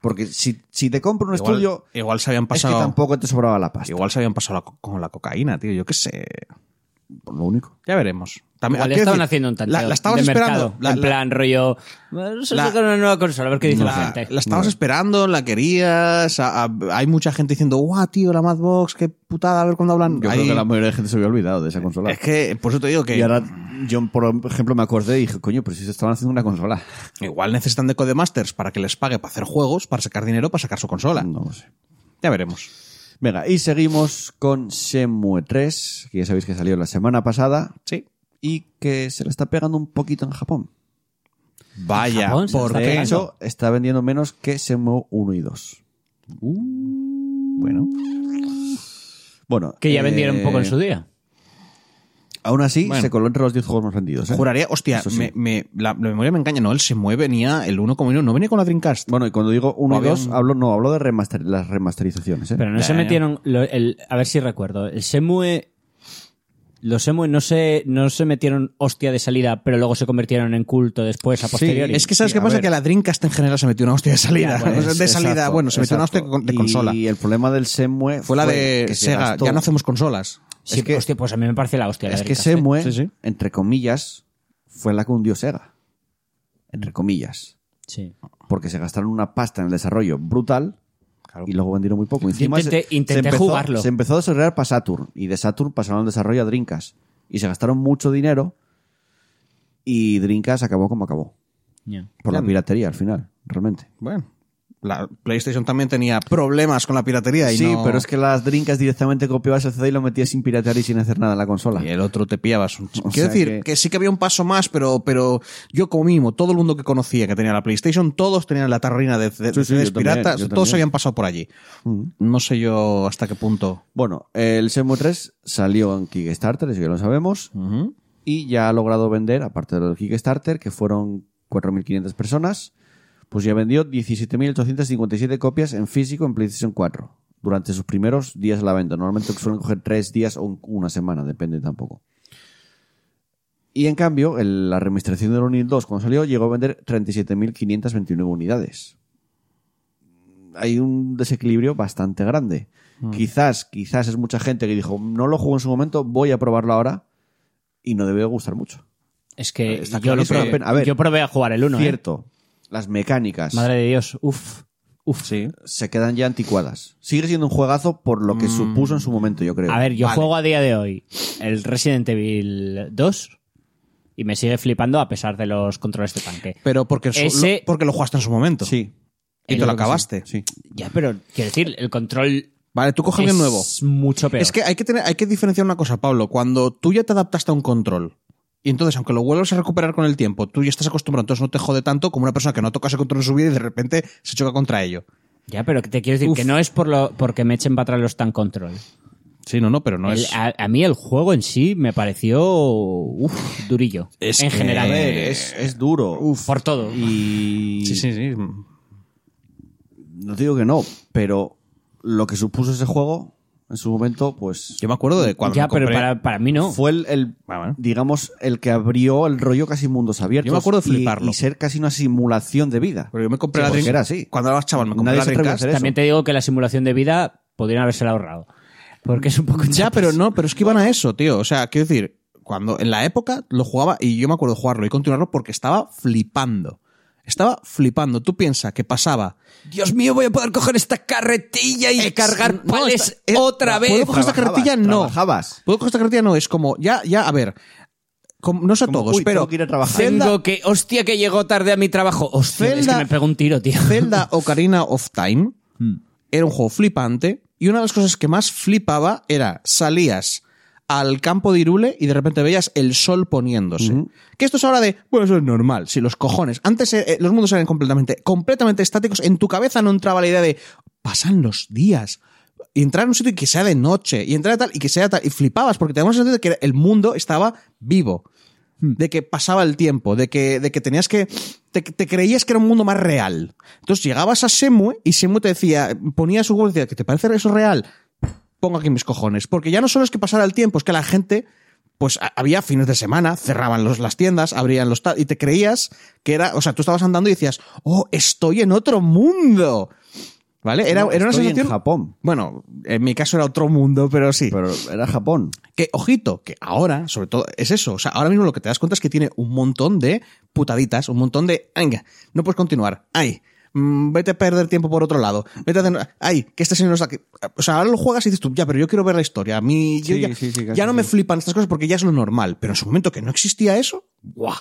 [SPEAKER 1] Porque si, si te compro un
[SPEAKER 2] Igual-
[SPEAKER 1] estudio.
[SPEAKER 2] igual se habían pasado.
[SPEAKER 1] Es que tampoco te sobraba la pasta.
[SPEAKER 2] Igual se habían pasado la co- con la cocaína, tío. Yo qué sé.
[SPEAKER 1] Por lo único.
[SPEAKER 2] Ya veremos. También,
[SPEAKER 3] Igual
[SPEAKER 2] quiero
[SPEAKER 3] estaban
[SPEAKER 2] decir,
[SPEAKER 3] haciendo un tanteo
[SPEAKER 2] La, la estabas
[SPEAKER 3] de
[SPEAKER 2] esperando.
[SPEAKER 3] mercado,
[SPEAKER 2] La,
[SPEAKER 3] en
[SPEAKER 2] la-
[SPEAKER 3] plan, rollo... Vamos a
[SPEAKER 2] la-
[SPEAKER 3] sacar una nueva consola, a ver qué dice la,
[SPEAKER 2] la-
[SPEAKER 3] gente.
[SPEAKER 2] la estabas esperando, la querías. a- a- hay mucha gente diciendo, guau, tío, la Madbox, qué putada, a ver cuándo hablan.
[SPEAKER 1] Yo creo
[SPEAKER 2] Hay-
[SPEAKER 1] que la mayoría de gente se había olvidado de esa consola.
[SPEAKER 2] Es que, por eso te digo que
[SPEAKER 1] Y ahora yo, por ejemplo, me acordé y dije, coño, pero si se estaban haciendo una consola.
[SPEAKER 2] igual necesitan de Codemasters para que les pague para hacer juegos, para sacar dinero, para sacar su consola.
[SPEAKER 1] No lo sé.
[SPEAKER 2] Ya veremos.
[SPEAKER 1] Venga, y seguimos con Shenmue 3, que ya sabéis que salió la semana pasada
[SPEAKER 2] Sí.
[SPEAKER 1] y que se le está pegando un poquito en Japón.
[SPEAKER 2] Vaya,
[SPEAKER 3] Japón se
[SPEAKER 2] por
[SPEAKER 3] está
[SPEAKER 1] De
[SPEAKER 3] pegando.
[SPEAKER 2] eso.
[SPEAKER 1] hecho, está vendiendo menos que Shenmue 1 y 2.
[SPEAKER 2] Uh. Bueno,
[SPEAKER 1] Bueno,
[SPEAKER 3] que ya
[SPEAKER 1] eh,
[SPEAKER 3] vendieron un poco en su día.
[SPEAKER 1] Aún así,
[SPEAKER 2] Bueno.
[SPEAKER 1] se coló entre los 10 juegos más vendidos. ¿eh?
[SPEAKER 2] juraría, hostia,
[SPEAKER 1] Eso sí.
[SPEAKER 2] me- me- la, la memoria me engaña, ¿no? Él se mueve, venía el 1 como uno, no venía con la Dreamcast.
[SPEAKER 1] Bueno, y cuando digo 1 y
[SPEAKER 2] Había
[SPEAKER 1] 2,
[SPEAKER 2] un-
[SPEAKER 1] hablo, no, hablo de remaster- las remasterizaciones. ¿eh?
[SPEAKER 3] Pero no
[SPEAKER 2] Ya,
[SPEAKER 3] se
[SPEAKER 2] ya.
[SPEAKER 3] metieron... lo- el- a ver si recuerdo. El Semue... Los Semue no se, no se metieron hostia de salida, pero luego se convirtieron en culto después, a
[SPEAKER 1] Sí,
[SPEAKER 3] posteriori.
[SPEAKER 2] Es que sabes
[SPEAKER 1] Sí,
[SPEAKER 2] qué
[SPEAKER 1] a
[SPEAKER 2] pasa
[SPEAKER 1] ver.
[SPEAKER 2] que la Dreamcast en general se metió una hostia de
[SPEAKER 1] Ya,
[SPEAKER 2] salida.
[SPEAKER 1] bueno,
[SPEAKER 2] O sea, de
[SPEAKER 1] es-
[SPEAKER 2] salida,
[SPEAKER 1] exacto,
[SPEAKER 2] bueno, se metió una hostia
[SPEAKER 1] exacto.
[SPEAKER 2] de consola.
[SPEAKER 1] Y el problema del Semue
[SPEAKER 2] Fue la de Sega, ya no hacemos consolas.
[SPEAKER 3] Sí,
[SPEAKER 1] es que-
[SPEAKER 3] hostia, pues a mí me parece la hostia. la
[SPEAKER 1] Es que
[SPEAKER 3] Dreamcast, ¿eh?
[SPEAKER 1] Semue,
[SPEAKER 2] Sí, sí.
[SPEAKER 1] entre comillas, fue la que hundió Sega. Entre comillas.
[SPEAKER 3] Sí.
[SPEAKER 1] Porque se gastaron una pasta en el desarrollo brutal y luego vendieron muy poco. Encima
[SPEAKER 3] Yo intenté-
[SPEAKER 1] se-
[SPEAKER 3] intenté
[SPEAKER 1] se empezó,
[SPEAKER 3] jugarlo.
[SPEAKER 1] Se empezó a desarrollar para Saturn y de Saturn pasaron al desarrollo a Dreamcast. Y se gastaron mucho dinero y Dreamcast acabó como acabó.
[SPEAKER 3] Ya.
[SPEAKER 1] Por la
[SPEAKER 2] Claro.
[SPEAKER 1] piratería al final, realmente.
[SPEAKER 2] Bueno, la PlayStation también tenía problemas con la piratería y
[SPEAKER 1] sí,
[SPEAKER 2] no-
[SPEAKER 1] pero es que las Dreamcast directamente copiabas el CD y lo metías sin piratear y sin hacer nada en la consola.
[SPEAKER 2] Y el otro te pillabas. un- Quiero
[SPEAKER 1] sea
[SPEAKER 2] decir que...
[SPEAKER 1] que-
[SPEAKER 2] sí que había un paso más, pero, pero yo como mínimo, todo el mundo que conocía que tenía la PlayStation, todos tenían la tarrina de, de,
[SPEAKER 1] Sí, sí,
[SPEAKER 2] CDs
[SPEAKER 1] yo también,
[SPEAKER 2] piratas,
[SPEAKER 1] yo
[SPEAKER 2] todos
[SPEAKER 1] también. Mm.
[SPEAKER 2] habían pasado por allí. No sé yo hasta qué punto.
[SPEAKER 1] Bueno, el Shenmue 3 salió en Kickstarter, eso ya lo sabemos, y ya ha logrado vender, aparte de lo del Kickstarter, que fueron 4.500 personas, pues ya vendió 17.857 copias en físico en PlayStation 4 durante sus primeros días a la venta. Normalmente suelen coger tres días o un- una semana, depende tampoco. Y en cambio, el- la remasterización del 1 y el 2 cuando salió llegó a vender 37.529 unidades hay un desequilibrio bastante grande. Quizás, quizás es mucha gente que dijo, no lo juego en su momento, voy a probarlo ahora y no debe gustar mucho.
[SPEAKER 3] Es que
[SPEAKER 1] Está
[SPEAKER 3] yo, lo
[SPEAKER 1] clarísimo.
[SPEAKER 3] probé,
[SPEAKER 1] A ver.
[SPEAKER 3] yo probé a jugar
[SPEAKER 2] ¿eh?
[SPEAKER 3] el 1.
[SPEAKER 1] Cierto, las mecánicas
[SPEAKER 3] Madre de Dios, uff. Uf. Sí.
[SPEAKER 1] se quedan ya anticuadas. Sigue siendo un juegazo por lo que
[SPEAKER 2] Mm.
[SPEAKER 1] supuso en su momento, yo creo.
[SPEAKER 3] A ver, yo
[SPEAKER 2] Vale.
[SPEAKER 3] juego a día de hoy el Resident Evil 2 y me sigue flipando a pesar de los controles de tanque.
[SPEAKER 2] Pero porque, su-
[SPEAKER 3] Ese-
[SPEAKER 2] lo, porque lo jugaste en su momento.
[SPEAKER 1] Sí,
[SPEAKER 2] Y
[SPEAKER 3] Eh,
[SPEAKER 2] te lo
[SPEAKER 3] lo que sí.
[SPEAKER 2] acabaste.
[SPEAKER 1] sí.
[SPEAKER 3] Ya, pero quiero decir, el control
[SPEAKER 2] Vale, tú coges
[SPEAKER 3] es
[SPEAKER 2] bien nuevo.
[SPEAKER 3] mucho peor.
[SPEAKER 2] Es que hay que, tener, hay que diferenciar una cosa, Pablo. Cuando tú ya te adaptaste a un control Y entonces, aunque lo vuelvas a recuperar con el tiempo, tú ya estás acostumbrado, entonces no te jode tanto como una persona que no toca ese control en su vida y de repente se choca contra ello.
[SPEAKER 5] Ya, pero que te quiero decir
[SPEAKER 2] Uf.
[SPEAKER 5] que no es por lo, porque me echen para atrás los tan control.
[SPEAKER 2] Sí, no, no, pero no
[SPEAKER 5] El-
[SPEAKER 2] es.
[SPEAKER 5] a, a mí el juego en sí me pareció uf, durillo.
[SPEAKER 2] Es
[SPEAKER 5] en
[SPEAKER 2] que-
[SPEAKER 5] general.
[SPEAKER 2] A
[SPEAKER 1] Eh, es, es duro.
[SPEAKER 5] Por todo.
[SPEAKER 1] Y
[SPEAKER 2] Sí, sí, sí.
[SPEAKER 1] no digo que no, pero lo que supuso ese juego en su momento, pues
[SPEAKER 2] Yo me acuerdo de cuando.
[SPEAKER 5] ya,
[SPEAKER 2] me compré-
[SPEAKER 5] pero para, para mí no.
[SPEAKER 1] fue el, el-
[SPEAKER 2] Ah, bueno.
[SPEAKER 1] digamos, el que abrió el rollo casi mundos abiertos.
[SPEAKER 2] Yo me acuerdo de
[SPEAKER 1] y-
[SPEAKER 2] fliparlo.
[SPEAKER 1] Y, ser casi una simulación de vida.
[SPEAKER 2] Pero yo me
[SPEAKER 1] Sí,
[SPEAKER 2] compré la
[SPEAKER 1] porque
[SPEAKER 2] Dream-
[SPEAKER 1] era así.
[SPEAKER 2] Cuando era chaval, me compré
[SPEAKER 1] Nadie
[SPEAKER 2] la
[SPEAKER 1] se atreve a
[SPEAKER 2] Dreamcast.
[SPEAKER 1] hacer eso.
[SPEAKER 5] También te digo que la simulación de vida podrían haberse ahorrado. Porque es un poco
[SPEAKER 2] Ya,
[SPEAKER 5] chapas.
[SPEAKER 2] pero no, pero es que iban a eso, tío. O sea, quiero decir, cuando en la época lo jugaba y yo me acuerdo de jugarlo y continuarlo porque estaba flipando. Estaba flipando. Tú piensas que pasaba.
[SPEAKER 3] Dios mío, voy a poder coger esta carretilla y cargar
[SPEAKER 2] No,
[SPEAKER 3] pales
[SPEAKER 2] esta- eh,
[SPEAKER 3] otra vez.
[SPEAKER 2] ¿Puedo coger esta
[SPEAKER 1] Trabajabas,
[SPEAKER 2] carretilla? No.
[SPEAKER 1] trabajabas.
[SPEAKER 2] ¿Puedo coger esta carretilla? No. Es como, ya, ya, a ver. Como- no sé a
[SPEAKER 1] Como,
[SPEAKER 2] todos,
[SPEAKER 1] uy,
[SPEAKER 2] pero.
[SPEAKER 1] tengo que ir a trabajar.
[SPEAKER 2] Zelda-
[SPEAKER 3] Tengo que. Hostia, que llegó tarde a mi trabajo. Hostia, es que
[SPEAKER 2] Zelda-
[SPEAKER 3] me pegó un tiro, tío.
[SPEAKER 2] Zelda Ocarina of Time
[SPEAKER 1] Hmm.
[SPEAKER 2] era un juego flipante y una de las cosas que más flipaba era salías al campo de Irule y de repente veías el sol poniéndose. Que esto es ahora de, bueno, eso es normal, si los cojones. Antes eh, los mundos eran completamente, completamente estáticos, en tu cabeza no entraba la idea de, pasan los días. Y entrar en un sitio y que sea de noche, y entrar a tal, y que sea tal, y flipabas, porque teníamos el sentido de que el mundo estaba vivo
[SPEAKER 1] Hmm.
[SPEAKER 2] de que pasaba el tiempo, de que, de que tenías que. Te, te creías que era un mundo más real. Entonces llegabas a Semue y Semue te decía, ponía su huevo y decía, ¿que te parece eso real? Pongo aquí mis cojones. Porque ya no solo es que pasara el tiempo, es que la gente. Pues a- había fines de semana, cerraban los, las tiendas, abrían los tal, y te creías que era, o sea, tú estabas andando y decías, oh, estoy en otro mundo. ¿Vale? Era,
[SPEAKER 1] No,
[SPEAKER 2] era una
[SPEAKER 1] estoy en
[SPEAKER 2] sensación.
[SPEAKER 1] Japón.
[SPEAKER 2] Bueno, en mi caso era otro mundo, pero sí.
[SPEAKER 1] Pero era Japón.
[SPEAKER 2] Que, ojito, que ahora, sobre todo, es eso. O sea, ahora mismo lo que te das cuenta es que tiene un montón de putaditas, un montón de. Venga, no puedes continuar. Ay, mm, vete a perder tiempo por otro lado. Vete a tener- Ay, que este señor no está aquí. O sea, ahora lo juegas y dices tú, ya, pero yo quiero ver la historia. A mí, yo
[SPEAKER 1] Sí,
[SPEAKER 2] ya,
[SPEAKER 1] sí, sí, casi
[SPEAKER 2] ya no
[SPEAKER 1] sí.
[SPEAKER 2] me flipan estas cosas porque ya es lo normal. Pero en su momento que no existía eso, ¡guau!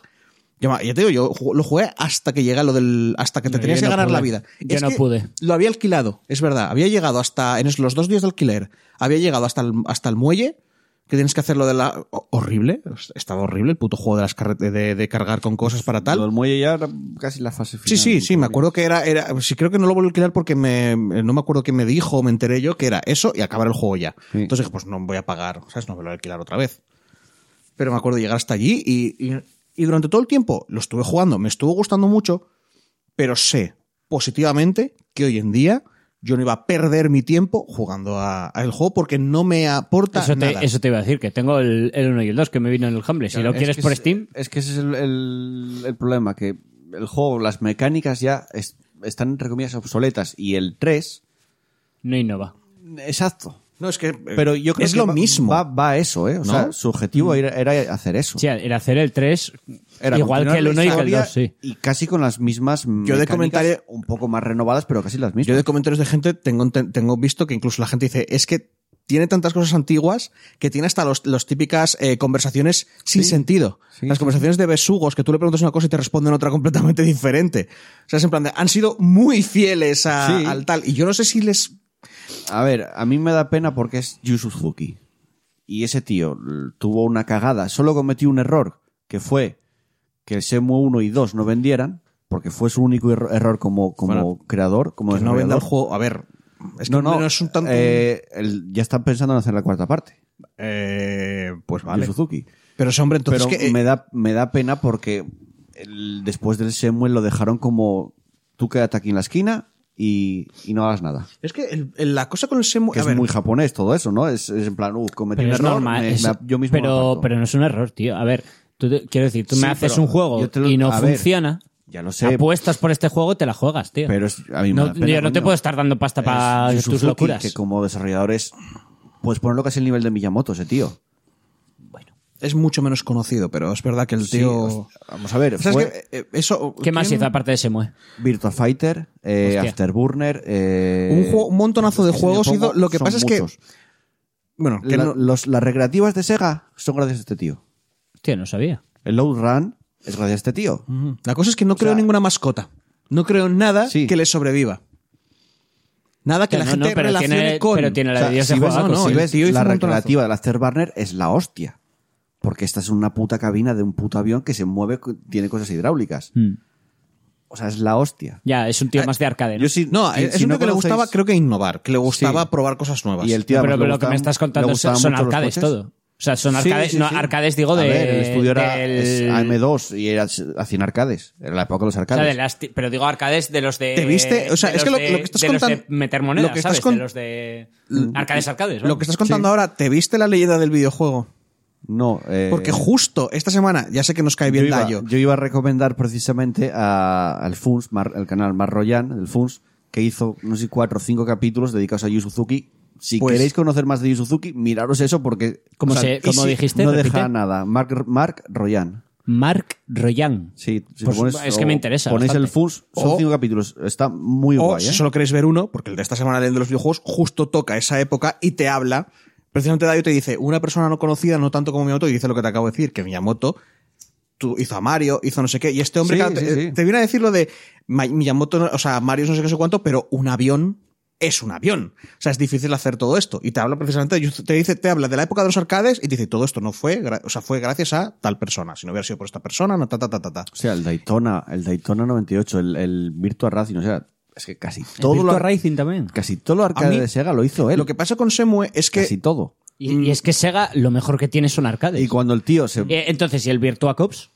[SPEAKER 2] Ya, ma- ya te digo, yo ju- lo jugué hasta que llega lo del. hasta que te
[SPEAKER 5] No, yo
[SPEAKER 2] tenías que
[SPEAKER 5] no
[SPEAKER 2] ganar la
[SPEAKER 5] pude.
[SPEAKER 2] vida.
[SPEAKER 5] Yo
[SPEAKER 2] Es
[SPEAKER 5] no
[SPEAKER 2] que
[SPEAKER 5] pude.
[SPEAKER 2] Lo había alquilado, es verdad. Había llegado hasta. En los dos días de alquiler, había llegado hasta el, hasta el muelle, que tienes que hacer lo de la. ho- Horrible. Estaba horrible el puto juego de, las carre- de, de cargar con cosas para
[SPEAKER 1] Lo
[SPEAKER 2] tal.
[SPEAKER 1] del muelle ya era casi la fase final.
[SPEAKER 2] Sí, sí, sí, me acuerdo que era, era, sí creo que no lo volví a alquilar porque me, no me acuerdo que me dijo, me enteré yo que era eso y acabar el juego ya.
[SPEAKER 1] Sí.
[SPEAKER 2] Entonces dije, pues no voy a pagar, ¿sabes? No me lo voy a alquilar otra vez. Pero me acuerdo de llegar hasta allí y, y- y durante todo el tiempo lo estuve jugando, me estuvo gustando mucho, pero sé positivamente que hoy en día yo no iba a perder mi tiempo jugando a- al juego porque no me aporta
[SPEAKER 5] Eso
[SPEAKER 2] nada.
[SPEAKER 5] te, eso te iba a decir, que tengo el, el 1 y el 2 que me vino en el Humble. Si lo
[SPEAKER 1] Es
[SPEAKER 5] quieres
[SPEAKER 1] que
[SPEAKER 5] por
[SPEAKER 1] es-
[SPEAKER 5] Steam,
[SPEAKER 1] Es que ese es el, el- el problema, que el juego, las mecánicas ya es- están entre comillas obsoletas y el 3...
[SPEAKER 5] no innova.
[SPEAKER 1] Exacto.
[SPEAKER 2] No, es que eh,
[SPEAKER 1] Pero yo creo
[SPEAKER 2] es
[SPEAKER 1] que
[SPEAKER 2] lo
[SPEAKER 1] va-
[SPEAKER 2] mismo.
[SPEAKER 1] Va, va a eso, ¿eh? O
[SPEAKER 2] ¿No?
[SPEAKER 1] sea, su
[SPEAKER 5] Mm.
[SPEAKER 1] objetivo era, era hacer eso.
[SPEAKER 5] O sea, el hacer el 3,
[SPEAKER 1] Era
[SPEAKER 5] igual
[SPEAKER 1] continuar
[SPEAKER 5] que el
[SPEAKER 1] la
[SPEAKER 5] 1 y que el
[SPEAKER 1] historia
[SPEAKER 5] 2, sí.
[SPEAKER 1] Y casi con las mismas
[SPEAKER 2] de
[SPEAKER 1] mecánicas,
[SPEAKER 2] comentario-
[SPEAKER 1] un poco más renovadas, pero casi las mismas.
[SPEAKER 2] Yo de comentarios de gente tengo, enten- tengo visto que incluso la gente dice, es que tiene tantas cosas antiguas que tiene hasta los, los típicas eh, conversaciones sin sentido.
[SPEAKER 1] sí,
[SPEAKER 2] Las
[SPEAKER 1] sí,
[SPEAKER 2] conversaciones de besugos que tú le preguntas una cosa y te responden otra completamente diferente. O sea, es en plan de, han sido muy fieles a-
[SPEAKER 1] Sí.
[SPEAKER 2] al tal. Y yo no sé si les...
[SPEAKER 1] A ver, a mí me da pena porque es Yu Suzuki. Y ese tío l- tuvo una cagada. Solo cometió un error, que fue que el Semu 1 y 2 no vendieran, porque fue su único er- error como, como
[SPEAKER 2] Bueno,
[SPEAKER 1] creador, como
[SPEAKER 2] Pues no venda el
[SPEAKER 1] desarrollador.
[SPEAKER 2] juego. A ver, es que no, es un tanto...
[SPEAKER 1] eh, el- ya están pensando en hacer la cuarta parte.
[SPEAKER 2] eh, pues
[SPEAKER 1] Yu
[SPEAKER 2] vale.
[SPEAKER 1] Suzuki.
[SPEAKER 2] Pero ese hombre, entonces...
[SPEAKER 1] Pero
[SPEAKER 2] que, eh,
[SPEAKER 1] me, da, me da pena porque el- después del Semu lo dejaron como tú quédate aquí en la esquina y, y no hagas nada.
[SPEAKER 2] Es que el- el- la cosa con el Semu...
[SPEAKER 1] Que
[SPEAKER 2] Pues, a
[SPEAKER 1] es
[SPEAKER 2] ver,
[SPEAKER 1] muy japonés todo eso, ¿no? Es, es en plan, uh, cometí
[SPEAKER 5] Pero
[SPEAKER 1] un
[SPEAKER 5] es
[SPEAKER 1] error,
[SPEAKER 5] normal.
[SPEAKER 1] me-
[SPEAKER 5] es-
[SPEAKER 1] me- yo mismo lo
[SPEAKER 5] pero,
[SPEAKER 1] parto.
[SPEAKER 5] pero no es un error, tío. A ver, tú te- quiero decir, tú
[SPEAKER 1] Sí,
[SPEAKER 5] me haces
[SPEAKER 1] pero
[SPEAKER 5] un juego
[SPEAKER 1] yo te lo-
[SPEAKER 5] y no
[SPEAKER 1] a ver,
[SPEAKER 5] funciona.
[SPEAKER 1] ya lo sé.
[SPEAKER 5] Apuestas por este juego, te la juegas, tío.
[SPEAKER 1] Pero es, a mí me
[SPEAKER 5] no,
[SPEAKER 1] da pena,
[SPEAKER 5] yo no te
[SPEAKER 1] coño.
[SPEAKER 5] puedo estar dando pasta
[SPEAKER 1] Es
[SPEAKER 5] para
[SPEAKER 1] Yu
[SPEAKER 5] tus
[SPEAKER 1] Suzuki,
[SPEAKER 5] locuras.
[SPEAKER 1] Que como desarrolladores, pues ponerlo casi el nivel de Miyamoto, ese tío.
[SPEAKER 2] Es mucho menos conocido, pero es verdad que el
[SPEAKER 1] Sí,
[SPEAKER 2] tío...
[SPEAKER 1] host- vamos a ver,
[SPEAKER 2] O sea, es
[SPEAKER 1] fue
[SPEAKER 2] que, eh, eso,
[SPEAKER 5] ¿Qué más
[SPEAKER 2] tiene
[SPEAKER 5] hizo aparte de Semue?
[SPEAKER 1] Virtua Fighter, eh,
[SPEAKER 5] Hostia.
[SPEAKER 1] Afterburner... eh,
[SPEAKER 2] Un, juego- un montonazo de
[SPEAKER 1] es que si
[SPEAKER 2] juegos
[SPEAKER 1] me pongo,
[SPEAKER 2] hizo. Lo que
[SPEAKER 1] son
[SPEAKER 2] pasa es
[SPEAKER 1] muchos.
[SPEAKER 2] que. Bueno, que
[SPEAKER 1] La-
[SPEAKER 2] no-
[SPEAKER 1] los- las recreativas de Sega son gracias a este tío.
[SPEAKER 5] Tío, no sabía.
[SPEAKER 1] El Load Run es gracias a este tío.
[SPEAKER 2] la cosa es que no creo
[SPEAKER 1] sea-
[SPEAKER 2] ninguna mascota. No creo en nada
[SPEAKER 1] Sí.
[SPEAKER 2] que le sobreviva. Nada que
[SPEAKER 5] Tío,
[SPEAKER 2] la
[SPEAKER 5] no,
[SPEAKER 2] gente
[SPEAKER 5] no, pero,
[SPEAKER 2] relacione
[SPEAKER 5] tiene,
[SPEAKER 2] con.
[SPEAKER 5] pero tiene la
[SPEAKER 1] O sea,
[SPEAKER 5] de Dios
[SPEAKER 1] si
[SPEAKER 5] de
[SPEAKER 1] Ah, pues ves,
[SPEAKER 5] juego.
[SPEAKER 2] no,
[SPEAKER 1] si
[SPEAKER 2] el
[SPEAKER 1] ves
[SPEAKER 2] tío hizo
[SPEAKER 1] la
[SPEAKER 2] un montonazo.
[SPEAKER 1] recreativa de las Afterburner es la hostia. Porque estás en una puta cabina de un puto avión que se mueve, cu- tiene cosas hidráulicas.
[SPEAKER 3] Hmm.
[SPEAKER 1] O sea, es la hostia.
[SPEAKER 3] Ya, es un tío más de arcade. ¿no?
[SPEAKER 1] Ah, Yo sí-
[SPEAKER 2] No, eh,
[SPEAKER 1] si-
[SPEAKER 2] es
[SPEAKER 1] si
[SPEAKER 2] un tío que le
[SPEAKER 1] conocéis-
[SPEAKER 2] gustaba, creo que innovar, que le gustaba
[SPEAKER 1] Sí.
[SPEAKER 2] probar cosas nuevas.
[SPEAKER 1] Y el tío,
[SPEAKER 3] pero
[SPEAKER 1] además, le
[SPEAKER 3] lo que
[SPEAKER 1] gustaban-
[SPEAKER 3] me estás
[SPEAKER 1] le
[SPEAKER 3] contando son,
[SPEAKER 1] gustaban
[SPEAKER 3] son
[SPEAKER 1] mucho los
[SPEAKER 3] arcades
[SPEAKER 1] coches.
[SPEAKER 3] todo. O sea, son
[SPEAKER 1] Sí,
[SPEAKER 3] arcades,
[SPEAKER 1] sí,
[SPEAKER 3] no,
[SPEAKER 1] sí.
[SPEAKER 3] arcades digo
[SPEAKER 1] A
[SPEAKER 3] de.
[SPEAKER 1] ver, el estudio era
[SPEAKER 3] del-
[SPEAKER 1] es AM2 y era hacían arcades. Era la época de los
[SPEAKER 3] o sea,
[SPEAKER 1] arcades.
[SPEAKER 3] de las ti- pero digo arcades de los de.
[SPEAKER 2] ¿Te viste? O sea,
[SPEAKER 3] de
[SPEAKER 2] es que
[SPEAKER 3] los
[SPEAKER 2] lo- lo que estás
[SPEAKER 3] de los
[SPEAKER 2] contan-
[SPEAKER 3] de meter monedas,
[SPEAKER 2] lo que
[SPEAKER 3] ¿sabes?
[SPEAKER 2] estás con-
[SPEAKER 3] De los de. Arcades, arcades.
[SPEAKER 2] Lo
[SPEAKER 3] vamos.
[SPEAKER 2] que estás contando ahora, ¿te viste la leyenda del videojuego?
[SPEAKER 1] No, eh,
[SPEAKER 2] Porque justo esta semana, ya sé que nos cae
[SPEAKER 1] yo
[SPEAKER 2] bien
[SPEAKER 1] iba,
[SPEAKER 2] Dayo.
[SPEAKER 1] yo iba a recomendar precisamente a- al FUNS, Mar- el canal Mar Royan, el FUNS, que hizo, no sé, cuatro o cinco capítulos dedicados a Yu Suzuki. Si
[SPEAKER 2] Pues-
[SPEAKER 1] queréis conocer más de Yu Suzuki, miraros eso porque
[SPEAKER 3] Como
[SPEAKER 1] o sea,
[SPEAKER 3] se-
[SPEAKER 1] y
[SPEAKER 3] como
[SPEAKER 1] si-
[SPEAKER 3] dijiste,
[SPEAKER 1] no
[SPEAKER 3] repite.
[SPEAKER 1] deja nada. Mark, Mark Royan.
[SPEAKER 3] Mark Royan.
[SPEAKER 1] Sí, si
[SPEAKER 3] Pues,
[SPEAKER 1] pones-
[SPEAKER 3] es que
[SPEAKER 1] o
[SPEAKER 3] me interesa
[SPEAKER 1] Ponéis el
[SPEAKER 3] bastante.
[SPEAKER 1] FUNS, son
[SPEAKER 2] O-
[SPEAKER 1] cinco capítulos. Está muy
[SPEAKER 2] O
[SPEAKER 1] guay, ¿eh?
[SPEAKER 2] si solo queréis ver uno, porque el de esta semana el de los videojuegos justo toca esa época y te habla. Precisamente Dayo te dice, una persona no conocida, no tanto como Miyamoto, y dice lo que te acabo de decir, que Miyamoto tú- hizo a Mario, hizo no sé qué, y este hombre
[SPEAKER 1] Sí,
[SPEAKER 2] claro,
[SPEAKER 1] sí,
[SPEAKER 2] te,
[SPEAKER 1] sí.
[SPEAKER 2] te viene a decir lo de Ma- Miyamoto, no- o sea, Mario es no sé qué, no sé cuánto, pero un avión es un avión. O sea, es difícil hacer todo esto. Y te habla precisamente, de- te dice, te habla de la época de los arcades y te dice, todo esto no fue, gra- o sea, fue gracias a tal persona. Si no hubiera sido por esta persona, no, ta, ta, ta, ta, ta.
[SPEAKER 1] O sea, el Daytona, el Daytona 98, el, el Virtua Racing, o sea, es que casi
[SPEAKER 3] El
[SPEAKER 1] todo
[SPEAKER 3] Virtua
[SPEAKER 1] lo,
[SPEAKER 3] Racing también.
[SPEAKER 1] casi todo lo
[SPEAKER 2] A
[SPEAKER 1] arcade
[SPEAKER 2] mí-
[SPEAKER 1] de Sega lo hizo él.
[SPEAKER 2] Lo que pasa con Semue es que
[SPEAKER 1] casi todo.
[SPEAKER 3] Y, y es que Sega lo mejor que tiene son arcades.
[SPEAKER 1] Y cuando el tío se
[SPEAKER 3] Eh, entonces, ¿y el Virtua Cops?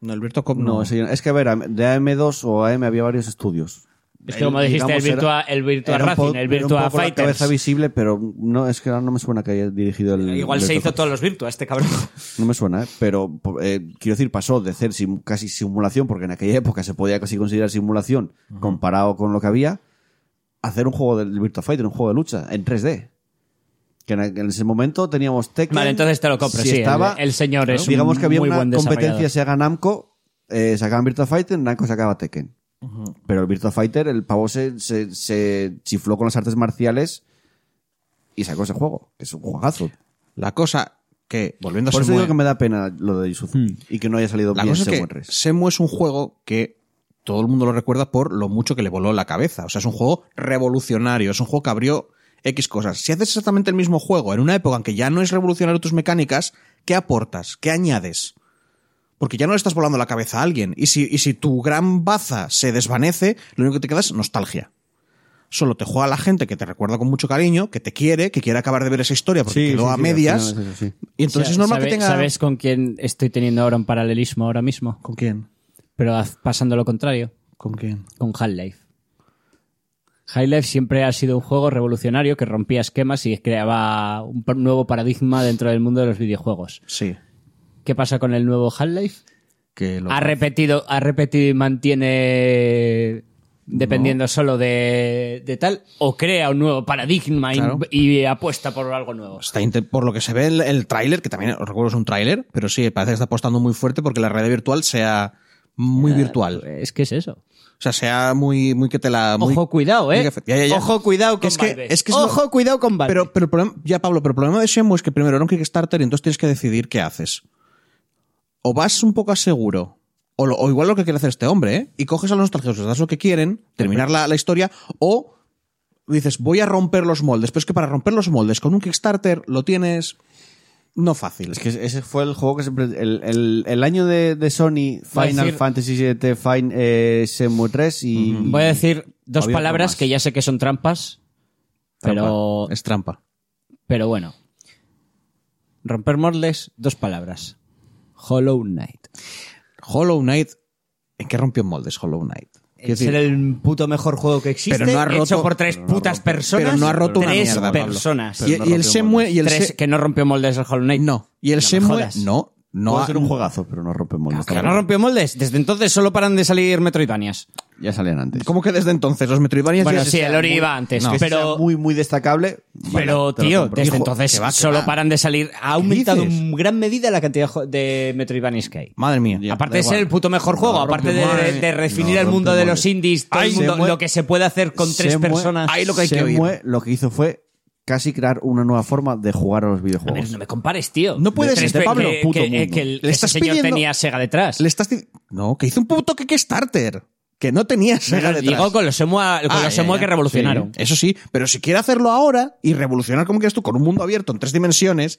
[SPEAKER 2] No, el Virtua Cop
[SPEAKER 1] no,
[SPEAKER 2] no.
[SPEAKER 1] ese- es que a ver, de AM2 o AM había varios estudios.
[SPEAKER 3] Es que como dijiste, el
[SPEAKER 1] digamos,
[SPEAKER 3] Virtua,
[SPEAKER 1] era-
[SPEAKER 3] el Virtua
[SPEAKER 1] era un po-
[SPEAKER 3] Racing, el
[SPEAKER 1] era un
[SPEAKER 3] Virtua
[SPEAKER 1] poco la cabeza
[SPEAKER 3] Fighters.
[SPEAKER 1] visible, pero no es que ahora no me suena que haya dirigido el
[SPEAKER 7] Igual se
[SPEAKER 1] Virtua
[SPEAKER 7] hizo
[SPEAKER 1] Fighter.
[SPEAKER 7] todos los Virtua, este cabrón.
[SPEAKER 1] No me suena, ¿eh? pero po- eh, quiero decir, pasó de hacer sim- casi simulación, porque en aquella época se podía casi considerar simulación comparado con lo que había, a hacer un juego del Virtua Fighter, un juego de lucha en 3D. Que en, en ese momento teníamos Tekken.
[SPEAKER 3] Vale, entonces te lo compro,
[SPEAKER 1] si
[SPEAKER 3] sí, el-
[SPEAKER 1] estaba-
[SPEAKER 3] el señor es
[SPEAKER 1] Digamos
[SPEAKER 3] un
[SPEAKER 1] que había
[SPEAKER 3] muy
[SPEAKER 1] una
[SPEAKER 3] buen
[SPEAKER 1] competencia,
[SPEAKER 3] desarrollador.
[SPEAKER 1] Sega Namco, eh, sacaban Virtua Fighter, Namco sacaba Tekken. Pero el Virtua Fighter, el pavo se, se, se chifló con las artes marciales y sacó ese juego, que es un jugazo.
[SPEAKER 2] La cosa que, volviendo a
[SPEAKER 1] Por eso
[SPEAKER 2] Semue,
[SPEAKER 1] digo que me da pena lo de Yusuzu
[SPEAKER 3] Hmm.
[SPEAKER 1] y que no haya salido
[SPEAKER 2] la
[SPEAKER 1] bien
[SPEAKER 2] cosa es
[SPEAKER 1] Semue
[SPEAKER 2] que Semue es un juego que todo el mundo lo recuerda por lo mucho que le voló la cabeza. O sea, es un juego revolucionario, es un juego que abrió X cosas. Si haces exactamente el mismo juego en una época en que ya no es revolucionario tus mecánicas, ¿qué aportas? ¿Qué añades? Porque ya no le estás volando la cabeza a alguien. Y si, y si tu gran baza se desvanece, lo único que te queda es nostalgia. Solo te juega la gente que te recuerda con mucho cariño, que te quiere, que quiere acabar de ver esa historia porque
[SPEAKER 1] Sí,
[SPEAKER 2] quedó
[SPEAKER 1] sí,
[SPEAKER 2] a
[SPEAKER 1] sí, al
[SPEAKER 2] medias.
[SPEAKER 1] final es eso, sí.
[SPEAKER 2] Y
[SPEAKER 3] O sea,
[SPEAKER 2] entonces es normal
[SPEAKER 3] ¿sabe-
[SPEAKER 2] que tenga.
[SPEAKER 3] ¿Sabes con quién estoy teniendo ahora un paralelismo ahora mismo?
[SPEAKER 2] ¿Con quién?
[SPEAKER 3] Pero haz- pasando lo contrario,
[SPEAKER 2] ¿Con quién?
[SPEAKER 3] con Half-Life. Half-Life siempre ha sido un juego revolucionario que rompía esquemas y creaba un par- nuevo paradigma dentro del mundo de los videojuegos.
[SPEAKER 2] Sí.
[SPEAKER 3] ¿Qué pasa con el nuevo Half-Life?
[SPEAKER 2] Que lo-
[SPEAKER 3] Ha repetido, ha repetido y mantiene dependiendo solo de, de tal, o crea un nuevo paradigma y-
[SPEAKER 2] Claro.
[SPEAKER 3] y, apuesta por algo nuevo.
[SPEAKER 2] está inte- por lo que se ve el, el tráiler, que también os recuerdo es un tráiler, pero sí, parece que está apostando muy fuerte porque la realidad virtual sea muy virtual.
[SPEAKER 3] Pues Es que es eso.
[SPEAKER 2] O sea, sea muy, muy que te la. muy-
[SPEAKER 3] Ojo, cuidado,
[SPEAKER 2] muy
[SPEAKER 3] eh.
[SPEAKER 2] que fe- ya, ya, ya.
[SPEAKER 3] Ojo, cuidado con
[SPEAKER 2] Es que-
[SPEAKER 3] Valve.
[SPEAKER 2] es que es lo-
[SPEAKER 3] Ojo, cuidado con Valve.
[SPEAKER 2] Pero, pero el problema, ya Pablo, pero el problema de Shenmue es que primero era un Kickstarter y entonces tienes que decidir qué haces. O vas un poco a seguro, o, lo- o igual lo que quiere hacer este hombre, ¿eh? Y coges a los nostalgios, les das lo que quieren, terminar la, la historia, o dices, voy a romper los moldes. Pero es que para romper los moldes con un Kickstarter lo tienes no fácil.
[SPEAKER 1] Es que ese fue el juego que siempre. El, el- el año de, de Sony,
[SPEAKER 3] Voy a
[SPEAKER 1] Final
[SPEAKER 3] decir-
[SPEAKER 1] Fantasy VII, Fin- eh, Shenmue 3 y.
[SPEAKER 3] Voy a decir dos
[SPEAKER 1] Había algo
[SPEAKER 3] palabras
[SPEAKER 1] más.
[SPEAKER 3] que ya sé que son trampas, pero,
[SPEAKER 2] Trampa. Es trampa.
[SPEAKER 3] pero bueno. Romper moldes, dos palabras. Hollow Knight.
[SPEAKER 2] Hollow Knight, ¿en qué rompió moldes Hollow Knight? Quiero
[SPEAKER 7] Es
[SPEAKER 2] decir,
[SPEAKER 7] el puto mejor juego que existe.
[SPEAKER 2] Pero no ha roto-
[SPEAKER 7] hecho por tres putas personas.
[SPEAKER 2] pero no ha roto una
[SPEAKER 7] tres
[SPEAKER 2] mierda, Pablo.
[SPEAKER 7] personas.
[SPEAKER 2] y, y el Semue y el
[SPEAKER 3] Tres,
[SPEAKER 2] Se-
[SPEAKER 3] que no rompió moldes el Hollow Knight.
[SPEAKER 2] eh, no y el
[SPEAKER 3] me
[SPEAKER 2] Semue
[SPEAKER 3] jodas.
[SPEAKER 2] no no
[SPEAKER 1] Puede
[SPEAKER 2] ha-
[SPEAKER 1] ser un juegazo, pero no rompen moldes.
[SPEAKER 3] Que no rompió moldes. Desde entonces solo paran de salir Metroidvanias.
[SPEAKER 1] Ya salían antes.
[SPEAKER 2] ¿Cómo que desde entonces? Los Metroidvania
[SPEAKER 3] Bueno,
[SPEAKER 2] ya se
[SPEAKER 3] sí, el
[SPEAKER 2] sean
[SPEAKER 3] Ori
[SPEAKER 2] muy-
[SPEAKER 3] iba antes,
[SPEAKER 2] No.
[SPEAKER 1] Que
[SPEAKER 3] pero-
[SPEAKER 1] sea muy, muy destacable.
[SPEAKER 3] Pero,
[SPEAKER 1] vale, te lo
[SPEAKER 3] tío,
[SPEAKER 1] compro.
[SPEAKER 3] desde
[SPEAKER 1] Hijo,
[SPEAKER 3] entonces
[SPEAKER 2] que va, que
[SPEAKER 3] solo
[SPEAKER 2] va.
[SPEAKER 3] paran de salir. Ha aumentado
[SPEAKER 1] dices?
[SPEAKER 3] en gran medida la cantidad jo- de Metroidvanias que hay.
[SPEAKER 2] Madre mía. Ah,
[SPEAKER 3] aparte de ser el puto mejor juego, aparte de,
[SPEAKER 2] moldes.
[SPEAKER 3] de- de refinir
[SPEAKER 1] No
[SPEAKER 3] el
[SPEAKER 1] rompe
[SPEAKER 3] mundo de
[SPEAKER 1] moldes.
[SPEAKER 3] los indies, todo el
[SPEAKER 1] Ay,
[SPEAKER 3] mundo,
[SPEAKER 1] Semue-
[SPEAKER 3] lo que se puede hacer con tres
[SPEAKER 1] Shenmue-
[SPEAKER 3] personas.
[SPEAKER 2] Ahí lo que hay que
[SPEAKER 1] Shenmue
[SPEAKER 2] oír.
[SPEAKER 1] lo que hizo fue casi crear una nueva forma de jugar a los
[SPEAKER 3] A ver,
[SPEAKER 1] videojuegos.
[SPEAKER 3] no me compares, tío.
[SPEAKER 2] No puede
[SPEAKER 3] Pero
[SPEAKER 2] ser,
[SPEAKER 3] es que-
[SPEAKER 2] Pablo,
[SPEAKER 3] que,
[SPEAKER 2] puto
[SPEAKER 3] que-
[SPEAKER 2] mundo.
[SPEAKER 3] que el,
[SPEAKER 2] Le
[SPEAKER 3] que ese
[SPEAKER 2] estás
[SPEAKER 3] señor
[SPEAKER 2] pidiendo-
[SPEAKER 3] tenía Sega detrás.
[SPEAKER 2] Le estás di- No, que hizo un puto Kickstarter. Que no tenía Sega
[SPEAKER 3] Pero
[SPEAKER 2] detrás.
[SPEAKER 3] Digo con los Semua, con
[SPEAKER 2] Ah,
[SPEAKER 3] los
[SPEAKER 2] ya,
[SPEAKER 3] Semua
[SPEAKER 2] ya.
[SPEAKER 3] que revolucionaron.
[SPEAKER 2] Sí, eso sí, pero si quiere hacerlo ahora y revolucionar como quieres tú, con un mundo abierto en tres dimensiones,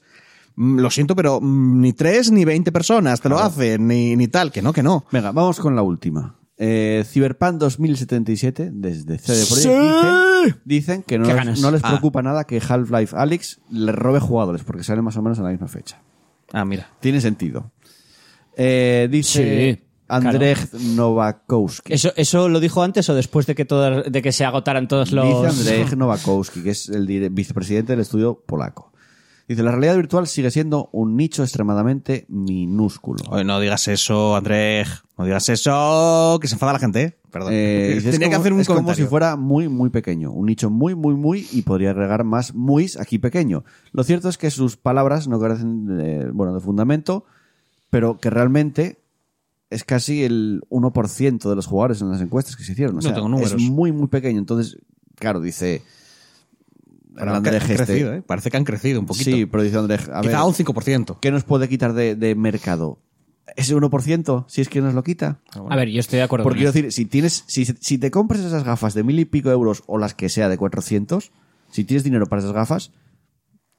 [SPEAKER 2] mm, lo siento, pero mm, ni tres ni 20 personas te lo hacen, ni, ni tal, que no, que no.
[SPEAKER 1] Venga, vamos con la última. Eh, Cyberpunk 2077, desde CD Projekt,
[SPEAKER 2] ¡Sí!
[SPEAKER 1] dicen, dicen que no,
[SPEAKER 3] ¿Qué
[SPEAKER 1] les,
[SPEAKER 3] ganas?
[SPEAKER 1] no les
[SPEAKER 2] Ah.
[SPEAKER 1] preocupa nada que Half-Life Alyx le robe jugadores, porque sale más o menos a la misma fecha.
[SPEAKER 2] Ah, mira.
[SPEAKER 1] Tiene sentido. Eh, dice
[SPEAKER 3] Sí,
[SPEAKER 1] Andrzej Nowakowski.
[SPEAKER 3] ¿Eso, ¿Eso lo dijo antes o después de que, todas, de que se agotaran todos los...?
[SPEAKER 1] Dice Andrzej Nowakowski, que es el dire- vicepresidente del estudio polaco. Dice, la realidad virtual sigue siendo un nicho extremadamente minúsculo.
[SPEAKER 2] Oye, no digas eso, Andrés. No digas eso, que se enfada la gente, ¿eh? Perdón.
[SPEAKER 1] Eh, dice, es
[SPEAKER 2] Tenía que
[SPEAKER 1] como-
[SPEAKER 2] hacer un
[SPEAKER 1] es como si
[SPEAKER 2] comentario.
[SPEAKER 1] fuera muy, muy pequeño. Un nicho muy, muy, muy y podría agregar más muys aquí pequeño. Lo cierto es que sus palabras no carecen de, bueno, de fundamento, pero que realmente es casi el 1% de los jugadores en las encuestas que se hicieron. O sea,
[SPEAKER 2] tengo números.
[SPEAKER 1] Es muy, muy pequeño. Entonces, claro, dice...
[SPEAKER 2] Pero
[SPEAKER 1] hablando
[SPEAKER 2] que
[SPEAKER 1] de
[SPEAKER 2] han
[SPEAKER 1] geste-
[SPEAKER 2] crecido, ¿eh? Parece que han crecido un poquito.
[SPEAKER 1] Sí, pero dice Andrés, a ver,
[SPEAKER 2] Quizá un 5%.
[SPEAKER 1] ¿qué nos puede quitar de, de mercado? Ese 1%, si es que nos lo quita.
[SPEAKER 3] A ver, yo estoy de acuerdo
[SPEAKER 1] Porque quiero
[SPEAKER 3] con
[SPEAKER 1] decir, si tienes, si, si te compras esas gafas de mil y pico euros o las que sea de 400, si tienes dinero para esas gafas,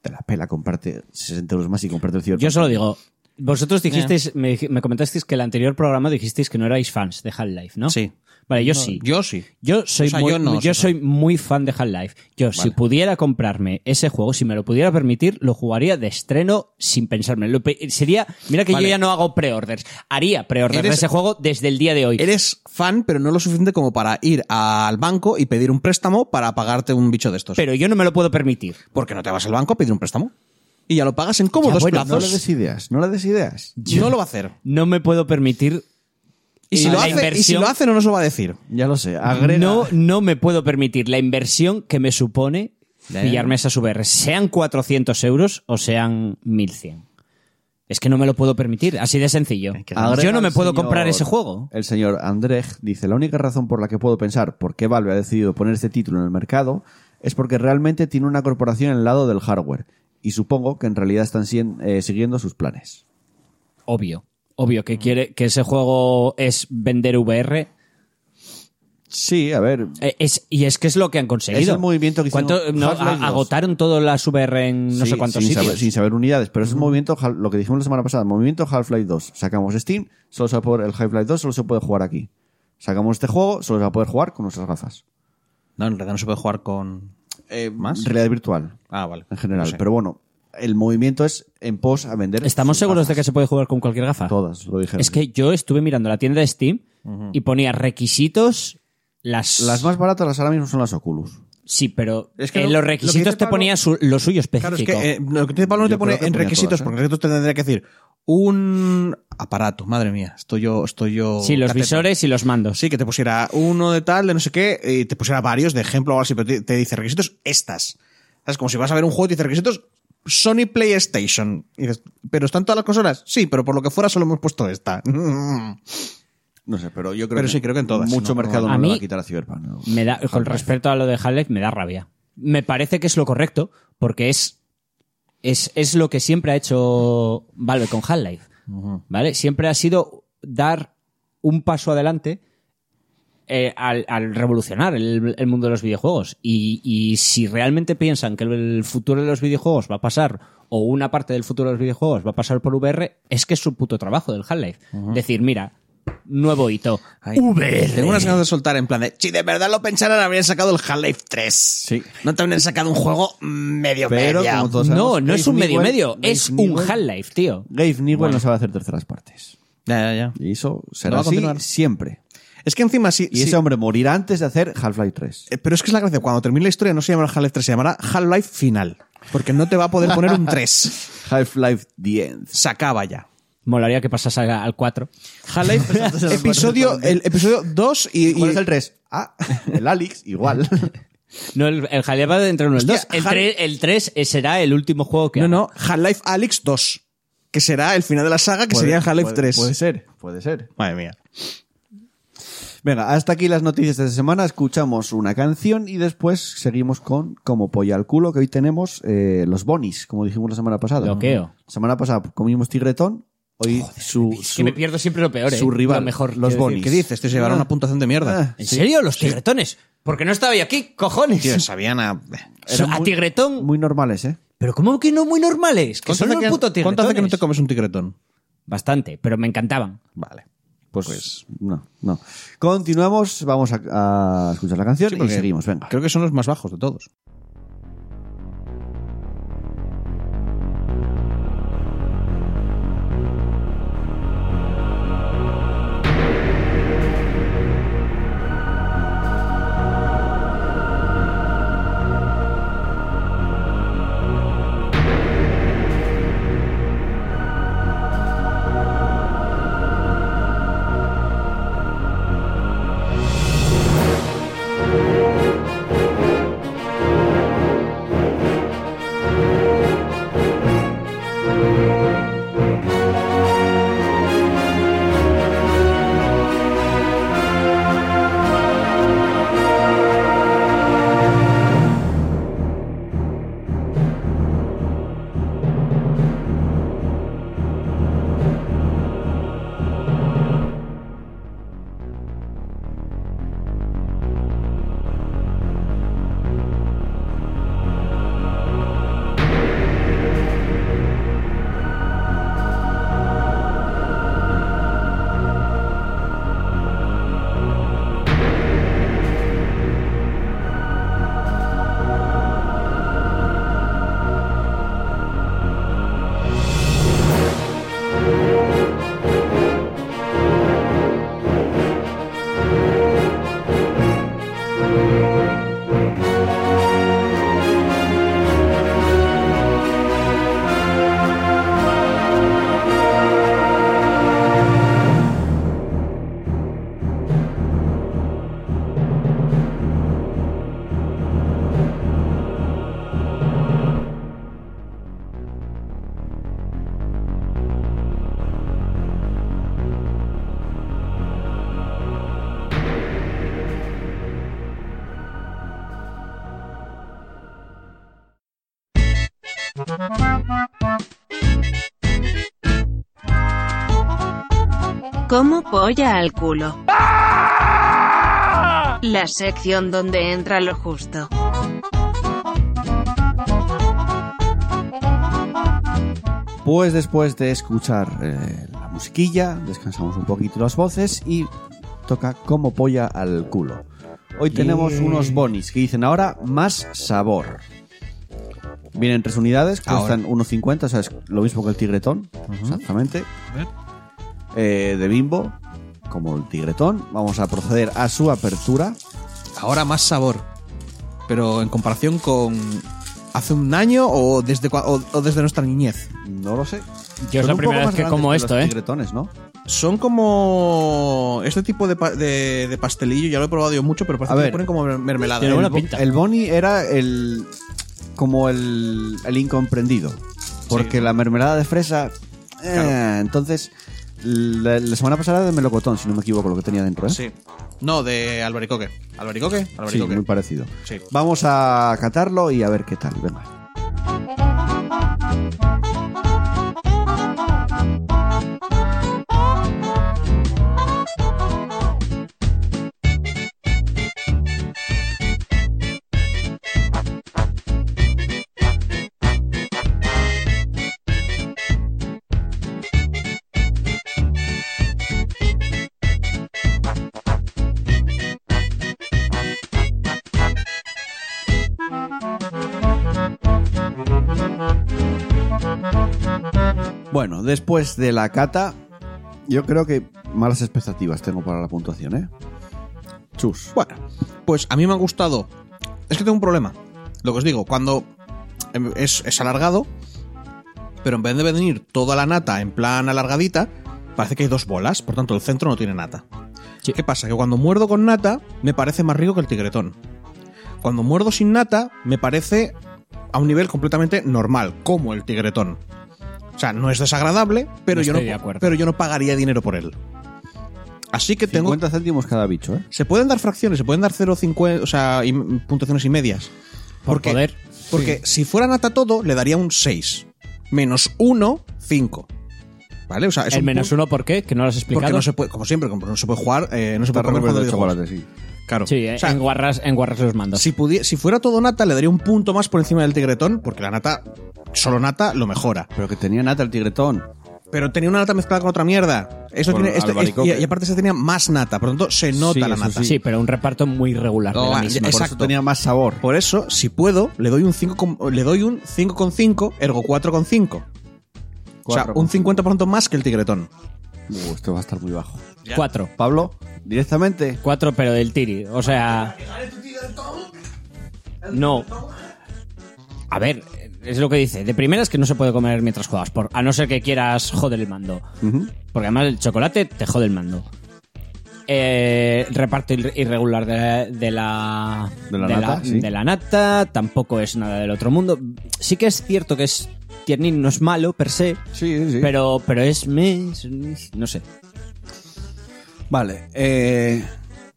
[SPEAKER 1] te la pela comprarte 60 euros más y comprarte el cierto.
[SPEAKER 3] Yo solo digo, vosotros dijisteis, me, dij- me comentasteis que el anterior programa dijisteis que no erais fans de Half-Life, ¿no?
[SPEAKER 2] Sí.
[SPEAKER 3] Vale, yo sí.
[SPEAKER 2] Yo sí.
[SPEAKER 3] Yo soy,
[SPEAKER 2] O sea,
[SPEAKER 3] muy,
[SPEAKER 2] yo
[SPEAKER 3] yo
[SPEAKER 2] no, o sea,
[SPEAKER 3] soy muy fan de Half-Life. Yo, si pudiera comprarme ese juego, si me lo pudiera permitir, lo jugaría de estreno sin pensarme. Lo pe- sería, mira que
[SPEAKER 2] Vale.
[SPEAKER 3] yo ya no hago pre-orders. Haría pre-orders de
[SPEAKER 2] Eres-
[SPEAKER 3] ese juego desde el día de hoy.
[SPEAKER 2] Eres fan, pero no lo suficiente como para ir al banco y pedir un préstamo para pagarte un bicho de estos.
[SPEAKER 3] Pero yo no me lo puedo permitir.
[SPEAKER 2] Porque no te vas al banco a pedir un préstamo. Y ya lo pagas en cómodos
[SPEAKER 1] bueno, no le
[SPEAKER 2] plazos.
[SPEAKER 1] des ideas, no le des ideas.
[SPEAKER 2] no lo va a hacer.
[SPEAKER 3] No me puedo permitir.
[SPEAKER 2] Y si,
[SPEAKER 3] la
[SPEAKER 2] lo hace, y si
[SPEAKER 3] inversión-
[SPEAKER 2] lo hace, no nos lo va a decir.
[SPEAKER 1] Ya lo sé, agrega.
[SPEAKER 3] No, no me puedo permitir la inversión que me supone pillarme esas VR, sean 400 euros o sean 1100. Es que no me lo puedo permitir, así de sencillo.
[SPEAKER 1] Agrega
[SPEAKER 3] Yo no me
[SPEAKER 1] el
[SPEAKER 3] puedo
[SPEAKER 1] señor-
[SPEAKER 3] comprar ese juego.
[SPEAKER 1] El señor Andrej dice, la única razón por la que puedo pensar por qué Valve ha decidido poner este título en el mercado es porque realmente tiene una corporación al lado del hardware y supongo que en realidad están sien- eh, siguiendo sus planes.
[SPEAKER 3] Obvio, obvio que quiere que ese juego es vender VR.
[SPEAKER 1] Sí, a ver,
[SPEAKER 3] Eh, es, y es que es lo que han conseguido.
[SPEAKER 1] Es el movimiento que
[SPEAKER 3] ¿Cuánto-
[SPEAKER 1] hicieron
[SPEAKER 3] no,
[SPEAKER 1] Half-Life
[SPEAKER 3] a-
[SPEAKER 1] 2?
[SPEAKER 3] agotaron todas las VR en no
[SPEAKER 1] Sí,
[SPEAKER 3] sé cuántos
[SPEAKER 1] sin
[SPEAKER 3] sitios.
[SPEAKER 1] Saber, sin saber unidades, pero es un movimiento, Hal- lo que dijimos la semana pasada, movimiento Half-Life 2. Sacamos Steam, solo se va a poder, el Half-Life 2 solo se puede jugar aquí. Sacamos este juego, solo se va a poder jugar con nuestras gafas.
[SPEAKER 2] No, en realidad no se puede jugar con. ¿Más?
[SPEAKER 1] Realidad virtual,
[SPEAKER 2] Ah, vale.
[SPEAKER 1] en general.
[SPEAKER 2] No sé.
[SPEAKER 1] Pero bueno, el movimiento es en pos a vender.
[SPEAKER 3] ¿Estamos
[SPEAKER 1] sus
[SPEAKER 3] seguros de que
[SPEAKER 1] gafas.
[SPEAKER 3] se puede jugar con cualquier gafa?
[SPEAKER 1] Todas, lo dijeron.
[SPEAKER 3] Es que yo estuve mirando la tienda de Steam y ponía requisitos las...
[SPEAKER 1] Las más baratas las ahora mismo son las Oculus.
[SPEAKER 3] Sí, pero
[SPEAKER 2] Es que
[SPEAKER 3] en
[SPEAKER 2] lo-
[SPEAKER 3] los
[SPEAKER 2] lo que
[SPEAKER 3] requisitos
[SPEAKER 2] dice
[SPEAKER 3] te
[SPEAKER 2] Pablo-
[SPEAKER 3] ponía su- lo suyo específico.
[SPEAKER 2] Claro, es que eh, lo que te dice Pablo no
[SPEAKER 1] Yo
[SPEAKER 2] te pone
[SPEAKER 1] creo que
[SPEAKER 2] en
[SPEAKER 1] ponía
[SPEAKER 2] requisitos,
[SPEAKER 1] todas, ¿eh?
[SPEAKER 2] porque en requisitos te tendría que decir un aparato, madre mía, estoy yo, estoy yo.
[SPEAKER 3] sí, los
[SPEAKER 2] cateta.
[SPEAKER 3] visores y los mandos.
[SPEAKER 2] Sí, que te pusiera uno de tal, de no sé qué, y te pusiera varios de ejemplo o algo así, pero te, te dice requisitos estas. Es como si vas a ver un juego y te dice requisitos Sony PlayStation. Y dices, ¿pero están todas las consolas? Sí, pero por lo que fuera solo hemos puesto esta.
[SPEAKER 1] No sé, pero yo creo
[SPEAKER 2] Pero
[SPEAKER 1] que,
[SPEAKER 2] sí, creo que en todas,
[SPEAKER 1] mucho
[SPEAKER 2] ¿no?
[SPEAKER 1] mercado
[SPEAKER 3] A
[SPEAKER 1] no le va a
[SPEAKER 3] mí-
[SPEAKER 1] quitar a Cyberpunk. ¿no?
[SPEAKER 3] Me da, con respecto a lo de Half-Life, me da rabia. Me parece que es lo correcto, porque es, es, es lo que siempre ha hecho Valve con Half-Life. ¿Vale? Siempre ha sido dar un paso adelante eh, al, al revolucionar el, el mundo de los videojuegos. Y, y si realmente piensan que el futuro de los videojuegos va a pasar, o una parte del futuro de los videojuegos va a pasar por VR, es que es su puto trabajo del Half-Life. Decir, mira, nuevo hito.
[SPEAKER 2] VR. Tengo unas ganas de soltar en plan de, si de verdad lo pensaran, habrían sacado el Half-Life 3.
[SPEAKER 1] Sí.
[SPEAKER 2] No te habrían sacado un juego medio
[SPEAKER 1] Pero,
[SPEAKER 2] media.
[SPEAKER 1] como todos sabemos,
[SPEAKER 3] No, no
[SPEAKER 1] Gabe
[SPEAKER 3] es un medio
[SPEAKER 1] Newell-
[SPEAKER 3] medio,
[SPEAKER 1] Gabe
[SPEAKER 3] es un
[SPEAKER 1] Newell-
[SPEAKER 3] Half-Life, tío.
[SPEAKER 1] Gabe Newell no sabe hacer terceras partes.
[SPEAKER 2] Ya, ya, ya.
[SPEAKER 1] Y eso
[SPEAKER 2] va
[SPEAKER 1] será
[SPEAKER 2] a
[SPEAKER 1] así
[SPEAKER 2] continuar.
[SPEAKER 1] siempre.
[SPEAKER 2] Es que encima sí.
[SPEAKER 1] Y
[SPEAKER 2] sí.
[SPEAKER 1] ese hombre morirá antes de hacer Half-Life 3.
[SPEAKER 2] Eh, Pero es que es la gracia. Cuando termine la historia no se llamará Half-Life 3, se llamará Half-Life Final. Porque no te va a poder poner un 3.
[SPEAKER 1] Half-Life The End.
[SPEAKER 2] Se acaba ya.
[SPEAKER 3] Molaría que pasase a- al 4.
[SPEAKER 2] Half-Life pues. episodio, el episodio 2 y, y-
[SPEAKER 1] ¿Cuál es el 3? Ah, el Alex, igual.
[SPEAKER 3] No, el, el Half-Life va entre uno y el
[SPEAKER 2] Hostia,
[SPEAKER 3] 2. El,
[SPEAKER 2] Hal-
[SPEAKER 3] 3, el 3 será el último juego que
[SPEAKER 2] No,
[SPEAKER 3] haga.
[SPEAKER 2] no, Half-Life Alyx 2. Que será el final de la saga, que sería el Half-Life
[SPEAKER 1] Puede-
[SPEAKER 2] 3.
[SPEAKER 1] Puede ser, puede ser.
[SPEAKER 2] Madre mía.
[SPEAKER 1] Venga, hasta aquí las noticias de esta semana. Escuchamos una canción y después seguimos con Como Polla al Culo, que hoy tenemos eh, los bonis, como dijimos la semana pasada.
[SPEAKER 3] Bloqueo.
[SPEAKER 1] La semana pasada comimos tigretón, hoy su,
[SPEAKER 3] Es
[SPEAKER 1] su-
[SPEAKER 3] que me pierdo siempre lo peor, ¿eh?
[SPEAKER 1] su rival,
[SPEAKER 3] Lo mejor,
[SPEAKER 1] los
[SPEAKER 3] quiero
[SPEAKER 1] Bonis.
[SPEAKER 2] ¿Qué dices? Te llevará una puntuación de mierda.
[SPEAKER 1] Ah.
[SPEAKER 3] ¿En serio? ¿Los tigretones? Porque no estaba yo aquí, cojones.
[SPEAKER 2] Tío, sabían a...
[SPEAKER 3] So- a
[SPEAKER 1] muy-
[SPEAKER 3] tigretón.
[SPEAKER 1] muy normales, ¿eh?
[SPEAKER 5] Pero ¿cómo que no muy normales? Que
[SPEAKER 2] ¿Cuánto
[SPEAKER 5] son
[SPEAKER 2] hace
[SPEAKER 5] los
[SPEAKER 2] que-
[SPEAKER 5] puto
[SPEAKER 2] ¿Cuánto hace que no te
[SPEAKER 5] tigretones.
[SPEAKER 2] comes un tigretón?
[SPEAKER 5] Bastante, pero me encantaban.
[SPEAKER 2] Vale.
[SPEAKER 1] Pues, no, no. Continuamos, vamos a, a escuchar la canción y
[SPEAKER 2] Sí, porque
[SPEAKER 1] seguimos, venga.
[SPEAKER 2] Creo que son los más bajos de todos.
[SPEAKER 8] Como polla al culo. La sección donde entra lo justo.
[SPEAKER 1] Pues después de escuchar eh, la musiquilla, descansamos un poquito las voces y toca como polla al culo. Hoy tenemos unos bonis que dicen ahora más sabor. Vienen tres unidades,
[SPEAKER 2] Ahora.
[SPEAKER 1] cuestan 1,50, o sea, es lo mismo que el tigretón, exactamente. Eh, de bimbo, como el tigretón. Vamos a proceder a su apertura.
[SPEAKER 2] Ahora más sabor. Pero en comparación con hace un año o desde, cua- o, o desde nuestra niñez.
[SPEAKER 1] No lo sé.
[SPEAKER 5] Yo es la
[SPEAKER 1] Son un poco
[SPEAKER 5] primera
[SPEAKER 1] más
[SPEAKER 5] vez que
[SPEAKER 1] grandes
[SPEAKER 5] como
[SPEAKER 1] los
[SPEAKER 5] esto, ¿eh?
[SPEAKER 1] Tigretones, ¿no?
[SPEAKER 2] Son como... Este tipo de, pa- de, de pastelillo, ya lo he probado yo mucho, pero parece
[SPEAKER 1] A
[SPEAKER 2] que
[SPEAKER 1] ver.
[SPEAKER 2] ponen como mer- mermelada. ¿eh?
[SPEAKER 5] Tiene
[SPEAKER 2] El
[SPEAKER 5] buena
[SPEAKER 2] bo-
[SPEAKER 5] pinta.
[SPEAKER 1] El Boni era el como el, el incomprendido. Porque la mermelada de fresa. eh, Entonces, la, la semana pasada era de melocotón, si no me equivoco, lo que tenía dentro. ¿eh?
[SPEAKER 2] Sí. No, de albaricoque. ¿Albaricoque?
[SPEAKER 1] Sí,
[SPEAKER 2] Albaricoque.
[SPEAKER 1] muy parecido.
[SPEAKER 2] Sí.
[SPEAKER 1] Vamos a catarlo y a ver qué tal. Venga. Bueno, después de la cata, yo creo que malas expectativas tengo para la puntuación, ¿eh? Chus.
[SPEAKER 2] Bueno, pues a mí me ha gustado. Es que tengo un problema. Lo que os digo, cuando em, es, es alargado, pero en vez de venir toda la nata en plan alargadita, parece que hay dos bolas, por tanto el centro no tiene nata. ¿Qué pasa? Que cuando muerdo con nata, me parece más rico que el tigretón. Cuando muerdo sin nata, me parece a un nivel completamente normal, como el tigretón. O sea, no es desagradable, pero,
[SPEAKER 5] No
[SPEAKER 2] yo, no,
[SPEAKER 5] estoy de acuerdo.
[SPEAKER 2] pero yo no pagaría dinero por él. Así que tengo
[SPEAKER 1] 50 céntimos cada bicho, ¿eh?
[SPEAKER 2] se pueden dar fracciones, se pueden dar 0,50, o sea, y- puntuaciones y medias.
[SPEAKER 5] Por
[SPEAKER 2] Porque-
[SPEAKER 5] poder.
[SPEAKER 2] Porque si fuera nata todo, le daría un 6. Menos 1, 5. ¿Vale? O sea, es
[SPEAKER 5] el
[SPEAKER 2] un
[SPEAKER 5] menos
[SPEAKER 2] pu-
[SPEAKER 5] uno, ¿por qué? Que no lo has explicado.
[SPEAKER 2] Porque no se puede, como siempre, como no se puede jugar, eh, no se puede
[SPEAKER 1] Tarro
[SPEAKER 2] comer
[SPEAKER 1] verde
[SPEAKER 2] cuando
[SPEAKER 1] de
[SPEAKER 2] hay videojuegos.
[SPEAKER 1] chocolate, sí.
[SPEAKER 2] Claro.
[SPEAKER 3] Sí,
[SPEAKER 5] eh,
[SPEAKER 2] O sea,
[SPEAKER 3] enguarras, enguarras los mandos.
[SPEAKER 2] si, pudie- si fuera todo nata, le daría un punto más por encima del tigretón, porque la nata, solo nata, lo mejora.
[SPEAKER 1] Pero que tenía nata el tigretón.
[SPEAKER 2] Pero tenía una nata mezclada con otra mierda. Esto
[SPEAKER 9] Con
[SPEAKER 2] tiene, este- es- y,
[SPEAKER 9] albaricoque.
[SPEAKER 2] y aparte se tenía más nata, por lo tanto se nota
[SPEAKER 1] Sí,
[SPEAKER 2] la
[SPEAKER 1] eso
[SPEAKER 2] nata.
[SPEAKER 3] Sí, pero un reparto muy regular de la
[SPEAKER 2] Ah,
[SPEAKER 3] misma.
[SPEAKER 1] Por eso
[SPEAKER 2] Exacto.
[SPEAKER 1] tenía más sabor.
[SPEAKER 2] Por eso, si puedo, le doy un 5, con- le doy un 5,5, ergo 4,5. O sea, un 50% más que el tigretón.
[SPEAKER 1] Uh, esto va a estar muy bajo.
[SPEAKER 3] Cuatro.
[SPEAKER 1] Pablo, directamente.
[SPEAKER 3] Cuatro, pero del tiri. O sea. No. A ver, es lo que dice. De primeras que no se puede comer mientras juegas, por, a no ser que quieras joder el mando. Porque además el chocolate te jode el mando. Eh, reparto ir- irregular de, de la
[SPEAKER 1] De la nata, sí.
[SPEAKER 3] de la nata tampoco es nada del otro mundo sí que es cierto que es tiernín no es malo per se
[SPEAKER 1] Sí, sí, sí.
[SPEAKER 3] pero pero es mes no sé
[SPEAKER 1] Vale, eh,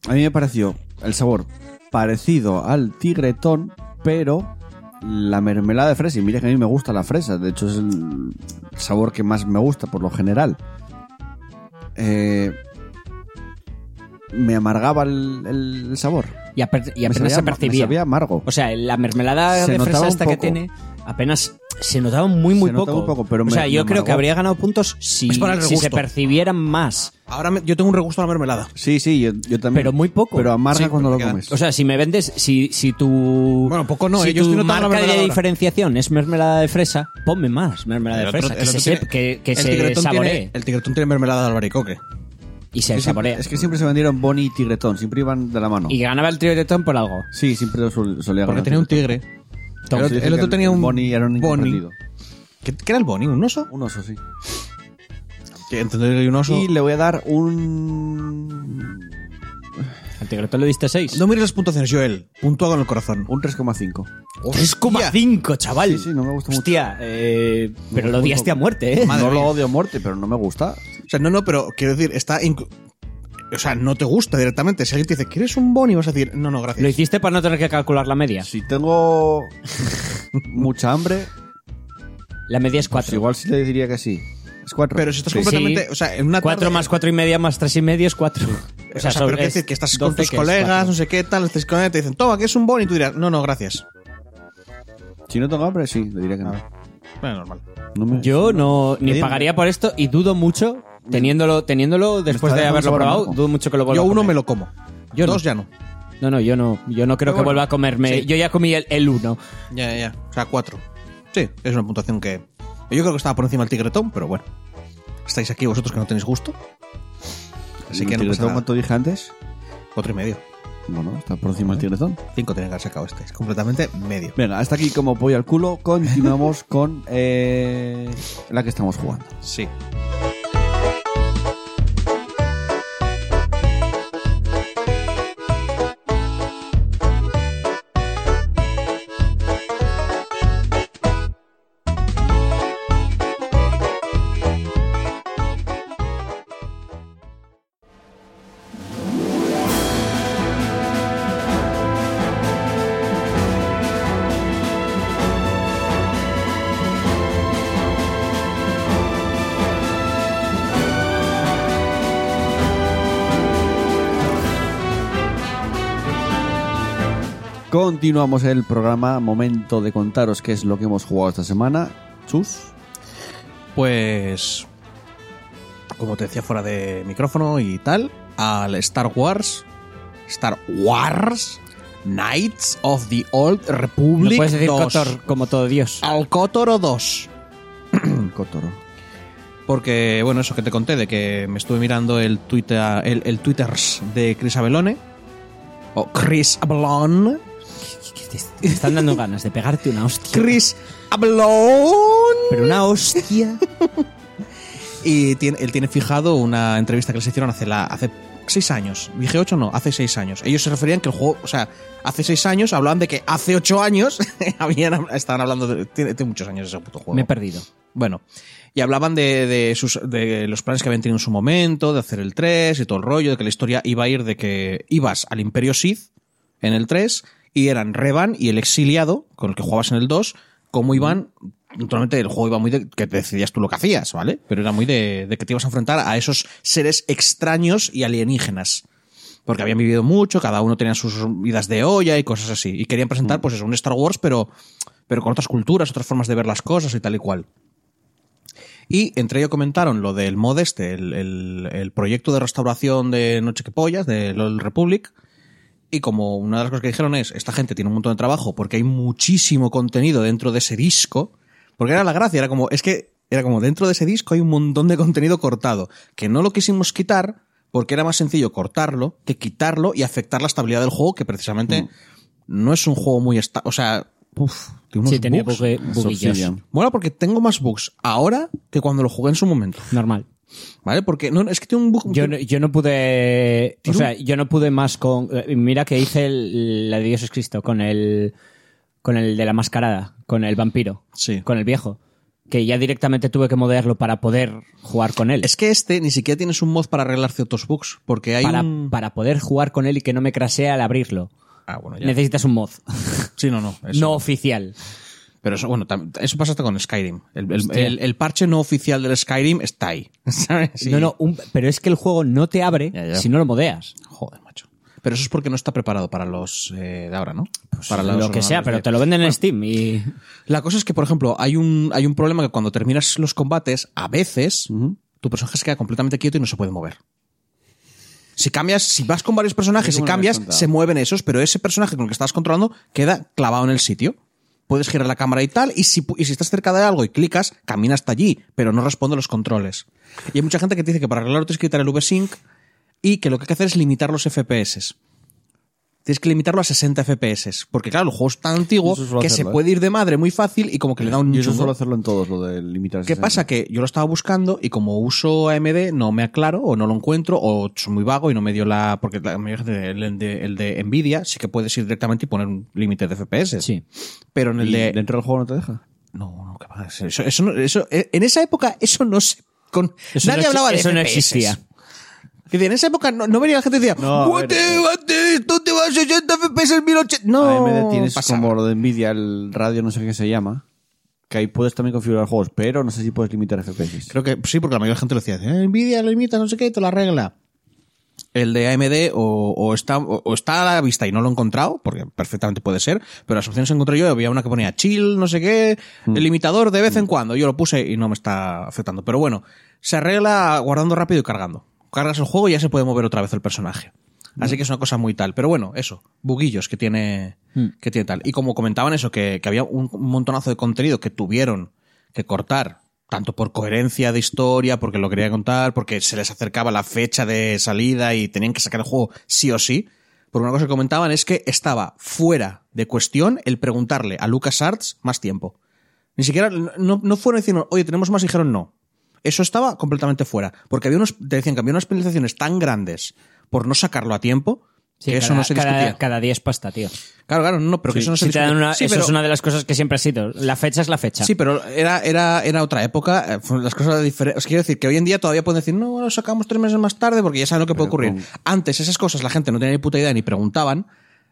[SPEAKER 1] a mí me pareció el sabor parecido al tigretón, pero la mermelada de fresa. Y mira que a mí me gusta la fresa, de hecho es el sabor que más me gusta por lo general. Eh, me amargaba el, el sabor.
[SPEAKER 3] y, aper- y
[SPEAKER 1] Me
[SPEAKER 3] apenas se
[SPEAKER 1] sabía-
[SPEAKER 3] percibía
[SPEAKER 1] Me sabía amargo.
[SPEAKER 3] O sea, la mermelada
[SPEAKER 1] Se
[SPEAKER 3] de
[SPEAKER 1] notaba
[SPEAKER 3] fresa
[SPEAKER 1] un
[SPEAKER 3] esta que
[SPEAKER 1] poco.
[SPEAKER 3] tiene apenas se notaba muy muy
[SPEAKER 1] Se
[SPEAKER 3] poco.
[SPEAKER 1] notaba un poco, pero
[SPEAKER 3] o
[SPEAKER 1] me-
[SPEAKER 3] sea, yo
[SPEAKER 1] me
[SPEAKER 3] creo que
[SPEAKER 1] amargó.
[SPEAKER 3] habría ganado puntos si,
[SPEAKER 2] Es para el
[SPEAKER 3] si
[SPEAKER 2] regusto.
[SPEAKER 3] se percibieran más.
[SPEAKER 2] Ahora me- yo tengo un regusto a la mermelada.
[SPEAKER 1] Sí, sí, yo, yo también.
[SPEAKER 3] Pero muy poco.
[SPEAKER 1] Pero amarga
[SPEAKER 2] Sí,
[SPEAKER 1] cuando lo
[SPEAKER 2] porque queda-
[SPEAKER 1] comes.
[SPEAKER 3] O sea, si me vendes, si, si tu
[SPEAKER 2] Bueno, poco no,
[SPEAKER 3] si
[SPEAKER 2] eh, yo
[SPEAKER 3] tu
[SPEAKER 2] estoy notando
[SPEAKER 3] marca
[SPEAKER 2] la
[SPEAKER 3] de
[SPEAKER 2] mermelada ahora.
[SPEAKER 3] diferenciación es mermelada de fresa, ponme más mermelada de
[SPEAKER 2] El otro-
[SPEAKER 3] fresa,
[SPEAKER 2] el
[SPEAKER 3] que se,
[SPEAKER 2] otro tiene-
[SPEAKER 3] sep- que, que
[SPEAKER 2] el
[SPEAKER 3] se
[SPEAKER 2] tigretón
[SPEAKER 3] saboree
[SPEAKER 2] tiene- el tigretón tiene mermelada de albaricoque.
[SPEAKER 3] y se
[SPEAKER 1] Es que siempre-
[SPEAKER 3] saborea.
[SPEAKER 1] es que siempre se vendieron Bonnie y tigretón, siempre iban de la mano.
[SPEAKER 3] Y ganaba el tigretón por algo.
[SPEAKER 1] Sí, siempre lo sol- solía
[SPEAKER 2] Porque
[SPEAKER 1] ganar
[SPEAKER 2] tenía un
[SPEAKER 1] tigretón.
[SPEAKER 2] tigre.
[SPEAKER 3] Tom,
[SPEAKER 1] Sí,
[SPEAKER 2] el otro,
[SPEAKER 1] dicen
[SPEAKER 2] el
[SPEAKER 1] que
[SPEAKER 2] otro tenía un
[SPEAKER 1] Bonnie era un
[SPEAKER 2] Bonnie.
[SPEAKER 1] incomprendido.
[SPEAKER 2] ¿Qué, qué era el Bonnie? ¿Un oso?
[SPEAKER 1] Un oso, sí.
[SPEAKER 2] Que entender que hay un oso.
[SPEAKER 1] Y le voy a dar un.
[SPEAKER 3] Al tigretón le diste 6.
[SPEAKER 2] No mires las puntuaciones, Joel. Puntúa con el corazón.
[SPEAKER 1] Un 3,5.
[SPEAKER 3] 3,5, chaval.
[SPEAKER 1] Sí, sí, no me gusta mucho.
[SPEAKER 3] Hostia, eh,
[SPEAKER 1] gusta
[SPEAKER 3] pero lo
[SPEAKER 1] muy
[SPEAKER 3] odiaste a
[SPEAKER 1] poco.
[SPEAKER 3] muerte, ¿eh?
[SPEAKER 1] no lo odio a muerte, pero no me gusta.
[SPEAKER 2] O sea, no, no, pero quiero decir, está. inclu- O sea, no te gusta directamente. Si alguien te dice, ¿quieres un Bonnie? Vas a decir, no, no, gracias.
[SPEAKER 3] ¿Lo hiciste para no tener que calcular la media?
[SPEAKER 1] Si tengo mucha hambre,
[SPEAKER 3] La media es
[SPEAKER 1] pues
[SPEAKER 3] 4.
[SPEAKER 1] igual sí le diría que sí. Es 4.
[SPEAKER 2] Pero si estás
[SPEAKER 3] Sí.
[SPEAKER 2] completamente. O sea, en una
[SPEAKER 3] 4
[SPEAKER 2] tarde-
[SPEAKER 3] más 4 y media más 3 y medio es 4.
[SPEAKER 2] O sea, pero quiero decir que estás con tus colegas, no sé qué tal, estás con él, te dicen, toma, que es un Bonnie, y tú dirás, no, no, gracias.
[SPEAKER 1] Si no tengo hambre, sí, le diría que no.
[SPEAKER 2] Bueno, normal.
[SPEAKER 1] No me-
[SPEAKER 3] Yo no ni
[SPEAKER 1] Oye,
[SPEAKER 3] pagaría por esto y dudo mucho, teniéndolo, teniéndolo después de
[SPEAKER 1] dejando
[SPEAKER 3] haberlo
[SPEAKER 1] sabor
[SPEAKER 3] probado,
[SPEAKER 1] amargo.
[SPEAKER 3] dudo mucho que lo vuelva
[SPEAKER 2] Yo
[SPEAKER 3] a
[SPEAKER 2] uno
[SPEAKER 3] comer.
[SPEAKER 2] me lo como.
[SPEAKER 3] Yo no.
[SPEAKER 2] Dos ya no.
[SPEAKER 3] No, no, yo no, yo no creo que
[SPEAKER 2] Pero bueno,
[SPEAKER 3] vuelva a comerme.
[SPEAKER 2] sí.
[SPEAKER 3] Yo ya comí el, el uno.
[SPEAKER 2] Ya, ya, ya. O sea, cuatro. Sí, es una puntuación que. Yo creo que estaba por encima del tigretón, pero bueno. Estáis aquí vosotros que no tenéis gusto. Así
[SPEAKER 1] ¿El
[SPEAKER 2] que no pasa
[SPEAKER 1] tigretón
[SPEAKER 2] nada.
[SPEAKER 1] cuánto dije antes?
[SPEAKER 2] Cuatro y medio.
[SPEAKER 1] Bueno, está por encima el tigretón.
[SPEAKER 2] Cinco tenía que haber sacado este. Es completamente medio.
[SPEAKER 1] Venga, hasta aquí como pollo al culo. Continuamos con eh, la que estamos jugando.
[SPEAKER 2] Sí.
[SPEAKER 1] Continuamos el programa. Momento de contaros qué es lo que hemos jugado esta semana. Chus.
[SPEAKER 2] Pues. Como te decía fuera de micrófono y tal, al Star Wars. Star Wars. Knights of the Old
[SPEAKER 3] No
[SPEAKER 2] Republic.
[SPEAKER 3] puedes decir
[SPEAKER 2] 2.
[SPEAKER 3] Cotor como todo Dios.
[SPEAKER 2] Al Cotoro 2.
[SPEAKER 1] Cotoro.
[SPEAKER 2] Porque, bueno, eso que te conté de que me estuve mirando el Twitter el, el Twitters de Chris Abelone. O Chris Abelone.
[SPEAKER 3] Te están dando ganas de pegarte una hostia.
[SPEAKER 2] Chris Abelone.
[SPEAKER 3] Pero una hostia.
[SPEAKER 2] Y tiene- él tiene fijado una entrevista que les hicieron hace, la, hace seis años. Dije ocho, no, hace seis años. Ellos se referían que el juego, o sea, hace seis años hablaban de que hace ocho años habían, estaban hablando de. Tiene, tiene muchos años ese puto juego.
[SPEAKER 3] Me he perdido.
[SPEAKER 2] Bueno, y hablaban de, de sus, de los planes que habían tenido en su momento, de hacer el 3 y todo el rollo, de que la historia iba a ir de que ibas al Imperio Sith en el 3 y eran Revan y el exiliado con el que jugabas en el 2, cómo iban. Naturalmente, el juego iba muy de que decidías tú lo que hacías, ¿vale? Pero era muy de, de que te ibas a enfrentar a esos seres extraños y alienígenas. Porque habían vivido mucho, cada uno tenía sus vidas de olla y cosas así. Y querían presentar, pues eso, un Star Wars, pero, pero con otras culturas, otras formas de ver las cosas y tal y cual. Y entre ellos comentaron lo del mod este, el, el- el proyecto de restauración de Noche que Pollas, de LOL Republic. Y como una de las cosas que dijeron es, esta gente tiene un montón de trabajo porque hay muchísimo contenido dentro de ese disco. Porque era la gracia, era como, es que, era como dentro de ese disco hay un montón de contenido cortado, que no lo quisimos quitar porque era más sencillo cortarlo que quitarlo y afectar la estabilidad del juego, que precisamente
[SPEAKER 3] Mm.
[SPEAKER 2] no es un juego muy esta o sea, uff, tiene unos
[SPEAKER 3] Sí, tenía
[SPEAKER 2] bugs.
[SPEAKER 3] bugue- buguillos.
[SPEAKER 1] Obsidian.
[SPEAKER 2] Mola porque tengo más bugs ahora que cuando lo jugué en su momento.
[SPEAKER 3] Normal.
[SPEAKER 2] ¿Vale? Porque no, es que tiene un bug.
[SPEAKER 3] Yo no, yo no pude. O
[SPEAKER 2] Tiene
[SPEAKER 3] sea, yo no pude más con. eh, Mira que hice el- la de Dios es Cristo con el. Con el de la mascarada, con el vampiro.
[SPEAKER 2] Sí.
[SPEAKER 3] Con el viejo. Que ya directamente tuve que modearlo para poder jugar con él.
[SPEAKER 2] Es que este ni siquiera tienes un mod para arreglar ciertos bugs. Porque hay
[SPEAKER 3] para,
[SPEAKER 2] un.
[SPEAKER 3] para poder jugar con él y que no me crasee al abrirlo.
[SPEAKER 2] Ah, bueno, ya.
[SPEAKER 3] Necesitas un mod.
[SPEAKER 2] Sí, no, no. eso.
[SPEAKER 3] No oficial.
[SPEAKER 2] Pero eso, bueno, tam- eso pasa hasta con Skyrim. El, el- el- el parche no oficial del Skyrim está ahí. ¿Sabes? Y-
[SPEAKER 3] No, no, un- pero es que el juego no te abre
[SPEAKER 2] Ya, ya.
[SPEAKER 3] si no lo modeas.
[SPEAKER 2] Joder, macho. Pero eso es porque no está preparado para los eh, de ahora, ¿no? para los
[SPEAKER 3] Pues lo que sea,
[SPEAKER 2] ordenadores
[SPEAKER 3] pero
[SPEAKER 2] de-
[SPEAKER 3] te lo venden en Steam y.
[SPEAKER 2] La cosa es que, por ejemplo, hay un, hay un problema que cuando terminas los combates, a veces tu personaje se queda completamente quieto y no se puede mover. Si cambias, si vas con varios personajes
[SPEAKER 1] Sí,
[SPEAKER 2] y
[SPEAKER 1] como lo
[SPEAKER 2] cambias,
[SPEAKER 1] habéis contado.
[SPEAKER 2] se mueven esos, pero ese personaje con el que estás controlando queda clavado en el sitio. Puedes girar la cámara y tal, y si, pu- y si estás cerca de algo y clicas, camina hasta allí, pero no responde a los controles. Y hay mucha gente que te dice que para arreglarlo tienes que quitar el VSync y que lo que hay que hacer es limitar los FPS. Tienes que limitarlo a 60 FPS, porque claro, el juego es tan antiguo
[SPEAKER 1] Eso suelo
[SPEAKER 2] que se
[SPEAKER 1] hacerlo, ¿eh?
[SPEAKER 2] puede ir de madre muy fácil y como que le da un
[SPEAKER 1] Yo eso
[SPEAKER 2] chungo.
[SPEAKER 1] suelo hacerlo en todos, lo de limitar.
[SPEAKER 2] ¿Qué
[SPEAKER 1] 60.
[SPEAKER 2] pasa? Que yo lo estaba buscando y como uso AMD no me aclaro o no lo encuentro o soy muy vago y no me dio la... Porque la- el de, el de Nvidia sí que puedes ir directamente y poner un límite de FPS.
[SPEAKER 3] Sí.
[SPEAKER 2] Pero en el
[SPEAKER 1] ¿Y
[SPEAKER 2] de...
[SPEAKER 1] ¿Dentro del juego no te deja?
[SPEAKER 2] No, no, qué va. Eso, eso no- eso- eh, en esa época eso no se... Con,
[SPEAKER 3] Eso no
[SPEAKER 2] nadie
[SPEAKER 3] exi-
[SPEAKER 2] hablaba de
[SPEAKER 3] eso no
[SPEAKER 2] FPS.
[SPEAKER 3] existía.
[SPEAKER 2] Que En esa época no, no venía la gente y decía,
[SPEAKER 1] No, a
[SPEAKER 2] "What
[SPEAKER 1] ver,
[SPEAKER 2] the-
[SPEAKER 1] eh.
[SPEAKER 2] what the- tú te vas a 60 FPS en 1080. No,
[SPEAKER 1] AMD tienes
[SPEAKER 2] pasaba.
[SPEAKER 1] como lo de Nvidia, el radio, no sé qué se llama. Que ahí puedes también configurar juegos, pero no sé si puedes limitar FPS.
[SPEAKER 2] Creo que sí, porque la mayoría de la gente lo decía, eh, Nvidia lo imita, no sé qué, y te la arregla. El de AMD o, o está, o, o está a la vista y no lo he encontrado, porque perfectamente puede ser, pero las opciones que encontré yo había una que ponía chill, no sé qué, el limitador de vez en cuando. Yo lo puse y no me está afectando. Pero bueno, se arregla guardando rápido y cargando. Cargas el juego y ya se puede mover otra vez el personaje. Así que es una cosa muy tal. Pero bueno, eso, buguillos que tiene, que tiene tal. Y como comentaban eso, que, que había un un montonazo de contenido que tuvieron que cortar, tanto por coherencia de historia, porque lo quería contar, porque se les acercaba la fecha de salida y tenían que sacar el juego sí o sí. Por una cosa que comentaban es que estaba fuera de cuestión el preguntarle a Lucas Arts más tiempo. Ni siquiera, no, no fueron diciendo, oye, tenemos más, dijeron no. Eso estaba completamente fuera. Porque había unos, te decían que había unas penalizaciones tan grandes por no sacarlo a tiempo,
[SPEAKER 3] Sí,
[SPEAKER 2] que eso
[SPEAKER 3] cada-
[SPEAKER 2] no se discutía.
[SPEAKER 3] cada, cada día es pasta, tío.
[SPEAKER 2] Claro, claro, no, pero que eso no se
[SPEAKER 3] Si te dan
[SPEAKER 2] discutía.
[SPEAKER 3] una-
[SPEAKER 2] Sí,
[SPEAKER 3] eso
[SPEAKER 2] pero-
[SPEAKER 3] es una de las cosas que siempre ha sido. La fecha es la fecha.
[SPEAKER 2] Sí, pero era, era, era otra época. eh, fueron Las cosas diferentes. Quiero decir que hoy en día todavía pueden decir, no, lo sacamos tres meses más tarde porque ya saben lo que puede ocurrir. Antes esas cosas la gente no tenía ni puta idea ni preguntaban.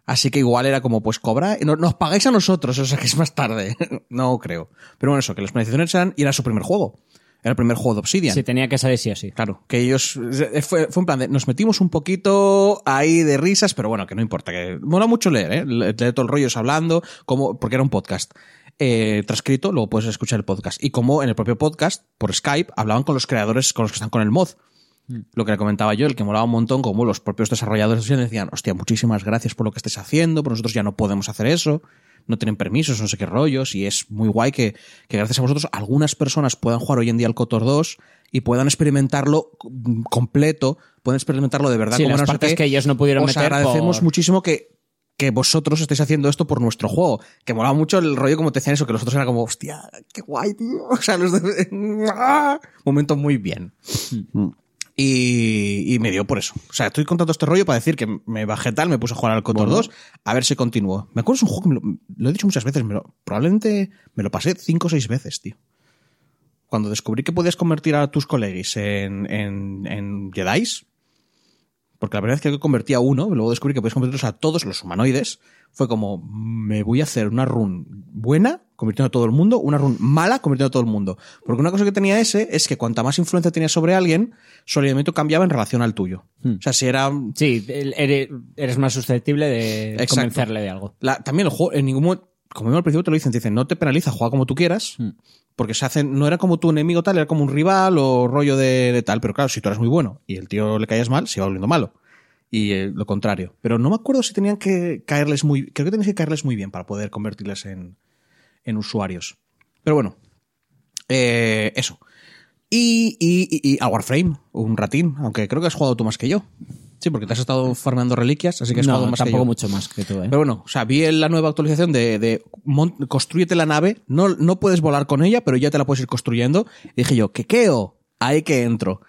[SPEAKER 2] Así que igual era como, pues cobra, no- nos pagáis a nosotros, o sea que es más tarde. no creo. Pero bueno, eso, que las penalizaciones eran, y era su primer juego. Era el primer juego de Obsidian.
[SPEAKER 3] Sí, tenía que salir sí o sí.
[SPEAKER 2] Claro, que ellos. eh, Fue, fue en plan de. Nos metimos un poquito ahí de risas, pero bueno, que no importa. que Mola mucho leer, ¿eh? Le- Leer todo el rollo es hablando, como, porque era un podcast. Eh, transcrito, luego puedes escuchar el podcast. Y como en el propio podcast, por Skype, hablaban con los creadores, con los que están con el mod. Lo que le comentaba yo, el que molaba un montón, como los propios desarrolladores decían, hostia, muchísimas gracias por lo que estés haciendo, pero nosotros ya no podemos hacer eso, no tienen permisos, no sé qué rollos, y es muy guay que, que gracias a vosotros algunas personas puedan jugar hoy en día al Cotor 2 y puedan experimentarlo mm, completo, puedan experimentarlo de verdad.
[SPEAKER 3] Sí,
[SPEAKER 2] como
[SPEAKER 3] las
[SPEAKER 2] no sé
[SPEAKER 3] partes
[SPEAKER 2] qué.
[SPEAKER 3] que ellos no pudieron
[SPEAKER 2] Os
[SPEAKER 3] meter
[SPEAKER 2] agradecemos
[SPEAKER 3] por-
[SPEAKER 2] muchísimo que que vosotros estéis haciendo esto por nuestro juego. Que molaba mucho el rollo como te decían eso, que los otros era como, hostia, qué guay, tío. O sea, los de... Momento muy bien. Y, y me dio por eso. O sea, estoy contando este rollo para decir que me bajé tal, me puse a jugar al Cotor 2, a ver si continúo. Me acuerdo es un juego que me lo, lo he dicho muchas veces, me lo- probablemente me lo pasé cinco o seis veces, tío. Cuando descubrí que podías convertir a tus colegas en, en, en Jedis, porque la primera vez que convertí a uno, luego descubrí que podías convertirlos a todos los humanoides, fue como, me voy a hacer una run buena, convirtiendo a todo el mundo, una run mala, convirtiendo a todo el mundo. Porque una cosa que tenía ese es que cuanta más influencia tenía sobre alguien, su alineamiento cambiaba en relación al tuyo. O sea, si era...
[SPEAKER 3] Sí, el- ere- eres más susceptible de
[SPEAKER 2] Exacto.
[SPEAKER 3] convencerle de algo.
[SPEAKER 2] La- también el juego, en ningún momento, como mismo al principio te lo dicen, te dicen, no te penaliza, juega como tú quieras,
[SPEAKER 3] Hmm.
[SPEAKER 2] porque se hacen, no era como tu enemigo tal, era como un rival o rollo de, de tal, pero claro, si tú eras muy bueno y el tío le caías mal, se iba volviendo malo. Y eh, lo contrario. Pero no me acuerdo si tenían que caerles muy, creo que tenías que caerles muy bien para poder convertirles en, en usuarios. Pero bueno, eh, eso. Y, y, y, y a Warframe, un ratín, aunque creo que has jugado tú más que yo. Sí, porque te has estado farmeando reliquias, así que has
[SPEAKER 3] no,
[SPEAKER 2] jugado más que
[SPEAKER 3] tampoco
[SPEAKER 2] yo.
[SPEAKER 3] mucho más que tú, ¿eh?
[SPEAKER 2] Pero bueno, o sea, vi en la nueva actualización de, de mon- construyete la nave, no, no puedes volar con ella, pero ya te la puedes ir construyendo. Y dije yo, ¿qué queo? Ahí que entro.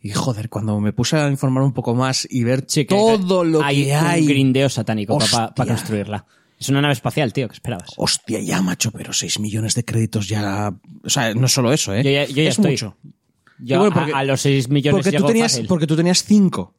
[SPEAKER 2] Y joder, cuando me puse a informar un poco más y ver
[SPEAKER 3] Sí, que
[SPEAKER 2] todo lo
[SPEAKER 3] hay
[SPEAKER 2] que
[SPEAKER 3] un
[SPEAKER 2] hay.
[SPEAKER 3] grindeo satánico
[SPEAKER 2] Hostia.
[SPEAKER 3] para construirla. Es una nave espacial, tío, ¿qué esperabas?
[SPEAKER 2] Hostia, ya, macho, pero 6 millones de créditos ya. O sea, no es solo eso, ¿eh?
[SPEAKER 3] Yo ya- yo ya
[SPEAKER 2] es
[SPEAKER 3] estoy.
[SPEAKER 2] mucho.
[SPEAKER 3] Yo
[SPEAKER 2] Y bueno, porque-
[SPEAKER 3] a, a los 6 millones
[SPEAKER 2] porque tú
[SPEAKER 3] llego
[SPEAKER 2] tenías
[SPEAKER 3] fácil.
[SPEAKER 2] porque tú tenías cinco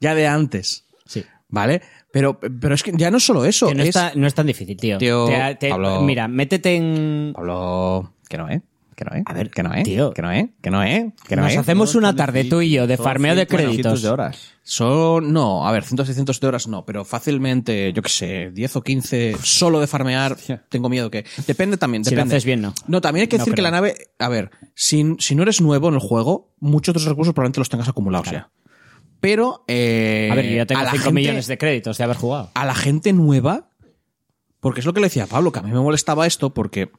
[SPEAKER 2] ya de antes
[SPEAKER 3] Sí.
[SPEAKER 2] vale pero pero es que ya no es solo eso
[SPEAKER 3] Que no,
[SPEAKER 2] es-
[SPEAKER 3] está- no es tan difícil, tío.
[SPEAKER 2] Tío,
[SPEAKER 3] Te- te-
[SPEAKER 2] Pablo.
[SPEAKER 3] Mira, métete en...
[SPEAKER 2] Pablo que no eh que no eh a ver que no eh
[SPEAKER 3] tío.
[SPEAKER 2] que no eh que no eh que no
[SPEAKER 3] Nos
[SPEAKER 2] eh.
[SPEAKER 3] hacemos una tarde tú y yo de farmeo de créditos.
[SPEAKER 1] de horas.
[SPEAKER 2] son no a ver 100 600 de horas no pero fácilmente yo qué sé 10 o 15 solo de farmear tengo miedo que depende también
[SPEAKER 3] Si lo
[SPEAKER 2] depende
[SPEAKER 3] haces bien, no.
[SPEAKER 2] no también hay que
[SPEAKER 3] No
[SPEAKER 2] decir que
[SPEAKER 3] creo.
[SPEAKER 2] la nave a ver si, si no eres nuevo en el juego muchos de los recursos probablemente los tengas acumulados ya pero eh,
[SPEAKER 3] a ver, yo ya tengo
[SPEAKER 2] la
[SPEAKER 3] 5
[SPEAKER 2] gente-
[SPEAKER 3] millones de créditos de haber jugado.
[SPEAKER 2] a la gente nueva, porque es lo que le decía Pablo, que a mí me molestaba esto porque,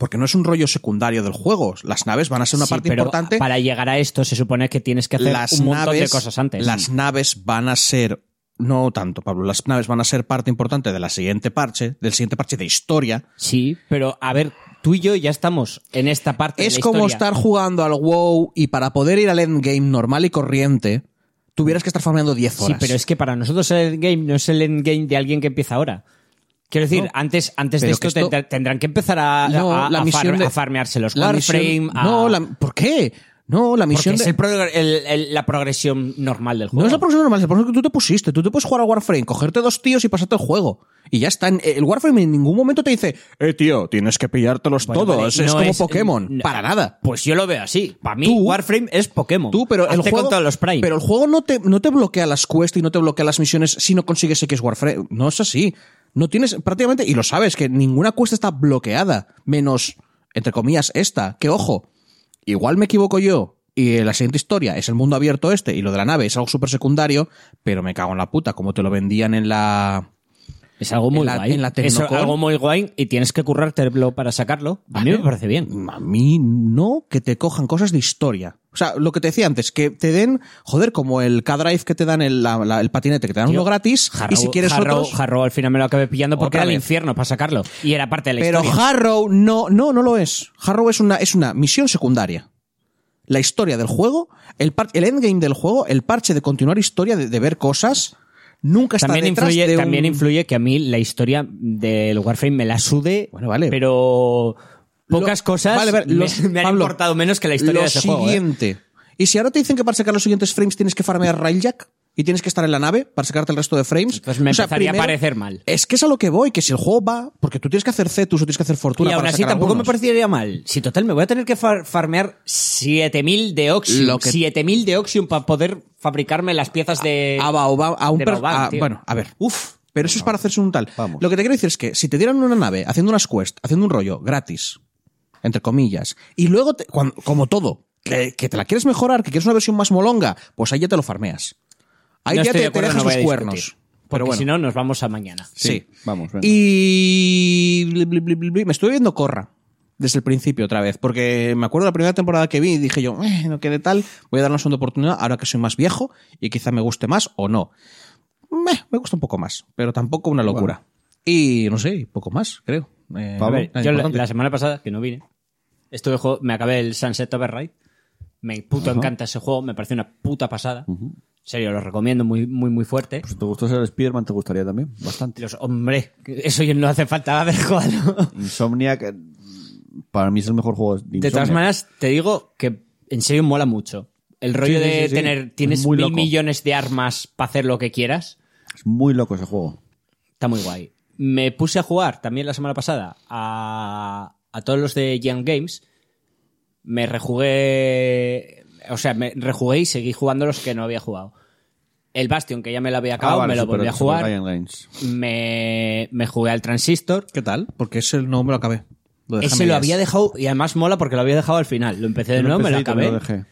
[SPEAKER 2] porque no es un rollo secundario del juego. Las naves van a ser una
[SPEAKER 3] Sí,
[SPEAKER 2] parte
[SPEAKER 3] pero
[SPEAKER 2] importante.
[SPEAKER 3] Para llegar a esto se supone que tienes que hacer
[SPEAKER 2] las
[SPEAKER 3] un montón
[SPEAKER 2] naves,
[SPEAKER 3] de cosas antes.
[SPEAKER 2] Las naves van a ser, no tanto Pablo, las naves van a ser parte importante de la siguiente parche, del siguiente parche de historia.
[SPEAKER 3] Sí, pero a ver, tú y yo ya estamos en esta parte
[SPEAKER 2] Es
[SPEAKER 3] de la
[SPEAKER 2] como
[SPEAKER 3] historia.
[SPEAKER 2] estar jugando al WoW y para poder ir al endgame normal y corriente, tuvieras que estar farmeando 10
[SPEAKER 3] Sí,
[SPEAKER 2] horas.
[SPEAKER 3] pero es que para nosotros el endgame no es el endgame de alguien que empieza ahora. Quiero decir,
[SPEAKER 2] No.
[SPEAKER 3] antes, antes de
[SPEAKER 2] Pero
[SPEAKER 3] esto,
[SPEAKER 2] que esto-
[SPEAKER 3] tendrá- tendrán que empezar a,
[SPEAKER 2] No,
[SPEAKER 3] a-
[SPEAKER 2] la
[SPEAKER 3] a
[SPEAKER 2] misión
[SPEAKER 3] far-
[SPEAKER 2] de-
[SPEAKER 3] a farmearse los
[SPEAKER 2] la misión-
[SPEAKER 3] warframe. a-
[SPEAKER 2] No, la- ¿por qué? No, la
[SPEAKER 3] porque
[SPEAKER 2] misión
[SPEAKER 3] es
[SPEAKER 2] de-
[SPEAKER 3] el pro- el- el- la progresión normal del juego.
[SPEAKER 2] No es la progresión normal, es la progresión que tú te pusiste. Tú te puedes jugar a Warframe, cogerte dos tíos y pasarte el juego. Y ya está. En- El Warframe en ningún momento te dice, eh, tío, tienes que pillártelos
[SPEAKER 3] Bueno,
[SPEAKER 2] todos.
[SPEAKER 3] vale,
[SPEAKER 2] es
[SPEAKER 3] no
[SPEAKER 2] como
[SPEAKER 3] es-
[SPEAKER 2] Pokémon.
[SPEAKER 3] no.
[SPEAKER 2] Para nada.
[SPEAKER 3] Pues yo lo veo así. Para mí,
[SPEAKER 2] Tú-
[SPEAKER 3] Warframe es Pokémon.
[SPEAKER 2] Tú, pero el
[SPEAKER 3] Hazte
[SPEAKER 2] juego.
[SPEAKER 3] con todos los Prime.
[SPEAKER 2] Pero el juego no te, no te bloquea las quests y no te bloquea las misiones si no consigues X Warframe. No es así. No tienes prácticamente, y lo sabes, que ninguna quest está bloqueada. Menos, entre comillas, esta. Que ojo, igual me equivoco yo. Y eh, la siguiente historia es el mundo abierto este y lo de la nave es algo súper secundario, pero me cago en la puta, como te lo vendían en la...
[SPEAKER 3] es algo muy
[SPEAKER 2] en la-
[SPEAKER 3] guay.
[SPEAKER 2] en la
[SPEAKER 3] es
[SPEAKER 2] Tecnocon-
[SPEAKER 3] algo muy guay y tienes que currártelo para sacarlo. A mí
[SPEAKER 2] Vale.
[SPEAKER 3] me parece bien.
[SPEAKER 2] A mí no, que te cojan cosas de historia. O sea, lo que te decía antes, que te den, joder, como el K-Drive que te dan el, la- la- el patinete, que te dan
[SPEAKER 3] Tío,
[SPEAKER 2] uno gratis, y si quieres
[SPEAKER 3] Harrow,
[SPEAKER 2] otros...
[SPEAKER 3] Harrow al final me lo acabé pillando porque
[SPEAKER 2] Otra
[SPEAKER 3] era el
[SPEAKER 2] vez.
[SPEAKER 3] infierno para sacarlo. Y era parte de la
[SPEAKER 2] pero
[SPEAKER 3] historia.
[SPEAKER 2] Harrow no, no, no lo es. Harrow es una, es una misión secundaria. La historia del juego, el, par- el endgame del juego, el parche de continuar historia, de, de ver cosas, nunca está
[SPEAKER 3] también
[SPEAKER 2] detrás
[SPEAKER 3] influye,
[SPEAKER 2] de un-
[SPEAKER 3] también influye que a mí la historia del Warframe me la sude.
[SPEAKER 2] Bueno, vale.
[SPEAKER 3] Pero pocas
[SPEAKER 2] Lo-
[SPEAKER 3] cosas
[SPEAKER 2] Vale, vale,
[SPEAKER 3] me-
[SPEAKER 2] los-
[SPEAKER 3] me, han
[SPEAKER 2] Pablo,
[SPEAKER 3] importado menos que la historia
[SPEAKER 2] lo
[SPEAKER 3] de ese juego. ¿eh?
[SPEAKER 2] siguiente. Y si ahora te dicen que para sacar los siguientes frames tienes que farmear Railjack y tienes que estar en la nave para sacarte el resto de frames.
[SPEAKER 3] Entonces Pues me
[SPEAKER 2] O sea,
[SPEAKER 3] empezaría
[SPEAKER 2] primero-
[SPEAKER 3] a parecer mal.
[SPEAKER 2] Es que es a lo que voy, que si el juego va, porque tú tienes que hacer Cetus o tienes que hacer Fortuna
[SPEAKER 3] Y aún
[SPEAKER 2] para
[SPEAKER 3] así
[SPEAKER 2] sacar
[SPEAKER 3] tampoco me
[SPEAKER 2] algunos.
[SPEAKER 3] parecería mal. Si total, me voy a tener que far- farmear 7000 de Oxium.
[SPEAKER 2] Lo que-
[SPEAKER 3] 7000 de Oxium para poder fabricarme las piezas de.
[SPEAKER 2] a Baobab- a un
[SPEAKER 3] de
[SPEAKER 2] per-
[SPEAKER 3] Baobab,
[SPEAKER 2] a-
[SPEAKER 3] tío.
[SPEAKER 2] bueno, a ver.
[SPEAKER 3] Uf.
[SPEAKER 2] Pero eso es para hacerse un tal.
[SPEAKER 1] Vamos.
[SPEAKER 2] Lo que te quiero decir es que si te dieran una nave haciendo unas quests, haciendo un rollo gratis, entre comillas, y luego, te- cuan- como todo, que, que te la quieres mejorar, que quieres una versión más molonga, pues ahí ya te lo farmeas. Ahí
[SPEAKER 3] no
[SPEAKER 2] ya
[SPEAKER 3] estoy de
[SPEAKER 2] te, te
[SPEAKER 3] acuerdo,
[SPEAKER 2] dejas
[SPEAKER 3] no voy
[SPEAKER 2] los
[SPEAKER 3] a discutir.
[SPEAKER 2] cuernos.
[SPEAKER 3] Porque
[SPEAKER 2] Pero bueno,
[SPEAKER 3] si no, nos vamos a mañana.
[SPEAKER 2] sí.
[SPEAKER 1] Vamos, venga.
[SPEAKER 2] Y bli, bli, bli, bli, bli. me estuve viendo Corra desde el principio otra vez, porque me acuerdo la primera temporada que vi y dije yo, "Eh, no quede tal, voy a darle una segunda oportunidad ahora que soy más viejo y quizá me guste más o no. Meh, me gusta un poco más, pero tampoco una locura. Y no sé, poco más, creo. Eh,
[SPEAKER 1] Pablo,
[SPEAKER 2] nada
[SPEAKER 3] Hombre, yo la,
[SPEAKER 2] importante.
[SPEAKER 3] la semana pasada, que no vine, estuve jugando- me acabé el Sunset Override. Me puto encanta ese juego, me parece una puta pasada. En serio, lo recomiendo muy, muy, muy fuerte.
[SPEAKER 2] Pues
[SPEAKER 1] Si Pues, te gustó ser Spiderman, te gustaría también. Bastante.
[SPEAKER 3] Los, hombre, eso ya no hace falta haber jugado.
[SPEAKER 1] Insomniac, eh, para mí es el mejor juego de
[SPEAKER 3] De todas
[SPEAKER 1] Insomniac.
[SPEAKER 3] maneras, te digo que en serio mola mucho. El rollo
[SPEAKER 1] Sí, sí,
[SPEAKER 3] de
[SPEAKER 1] sí, sí.
[SPEAKER 3] tener, tienes
[SPEAKER 1] Muy
[SPEAKER 3] mil
[SPEAKER 1] loco.
[SPEAKER 3] millones de armas para hacer lo que quieras.
[SPEAKER 1] Es muy loco ese juego.
[SPEAKER 3] Está muy guay. Me puse a jugar también la semana pasada a, a todos los de Young Games. Me rejugué. O sea, me rejugué y seguí jugando los que no había jugado. El Bastion, que ya me lo había acabado,
[SPEAKER 1] Ah, vale,
[SPEAKER 3] Ah, me lo
[SPEAKER 1] Super-
[SPEAKER 3] volví a
[SPEAKER 1] Super
[SPEAKER 3] jugar.
[SPEAKER 1] Giant Games.
[SPEAKER 3] Me, me jugué al Transistor.
[SPEAKER 2] ¿Qué tal? Porque ese no me lo acabé. Lo dejé a
[SPEAKER 3] Ese lo
[SPEAKER 2] medias.
[SPEAKER 3] había dejado y además mola porque lo había dejado al final. Lo empecé de
[SPEAKER 1] Yo
[SPEAKER 3] nuevo, Eh, me lo
[SPEAKER 1] empecé y te
[SPEAKER 3] acabé.
[SPEAKER 1] dejé.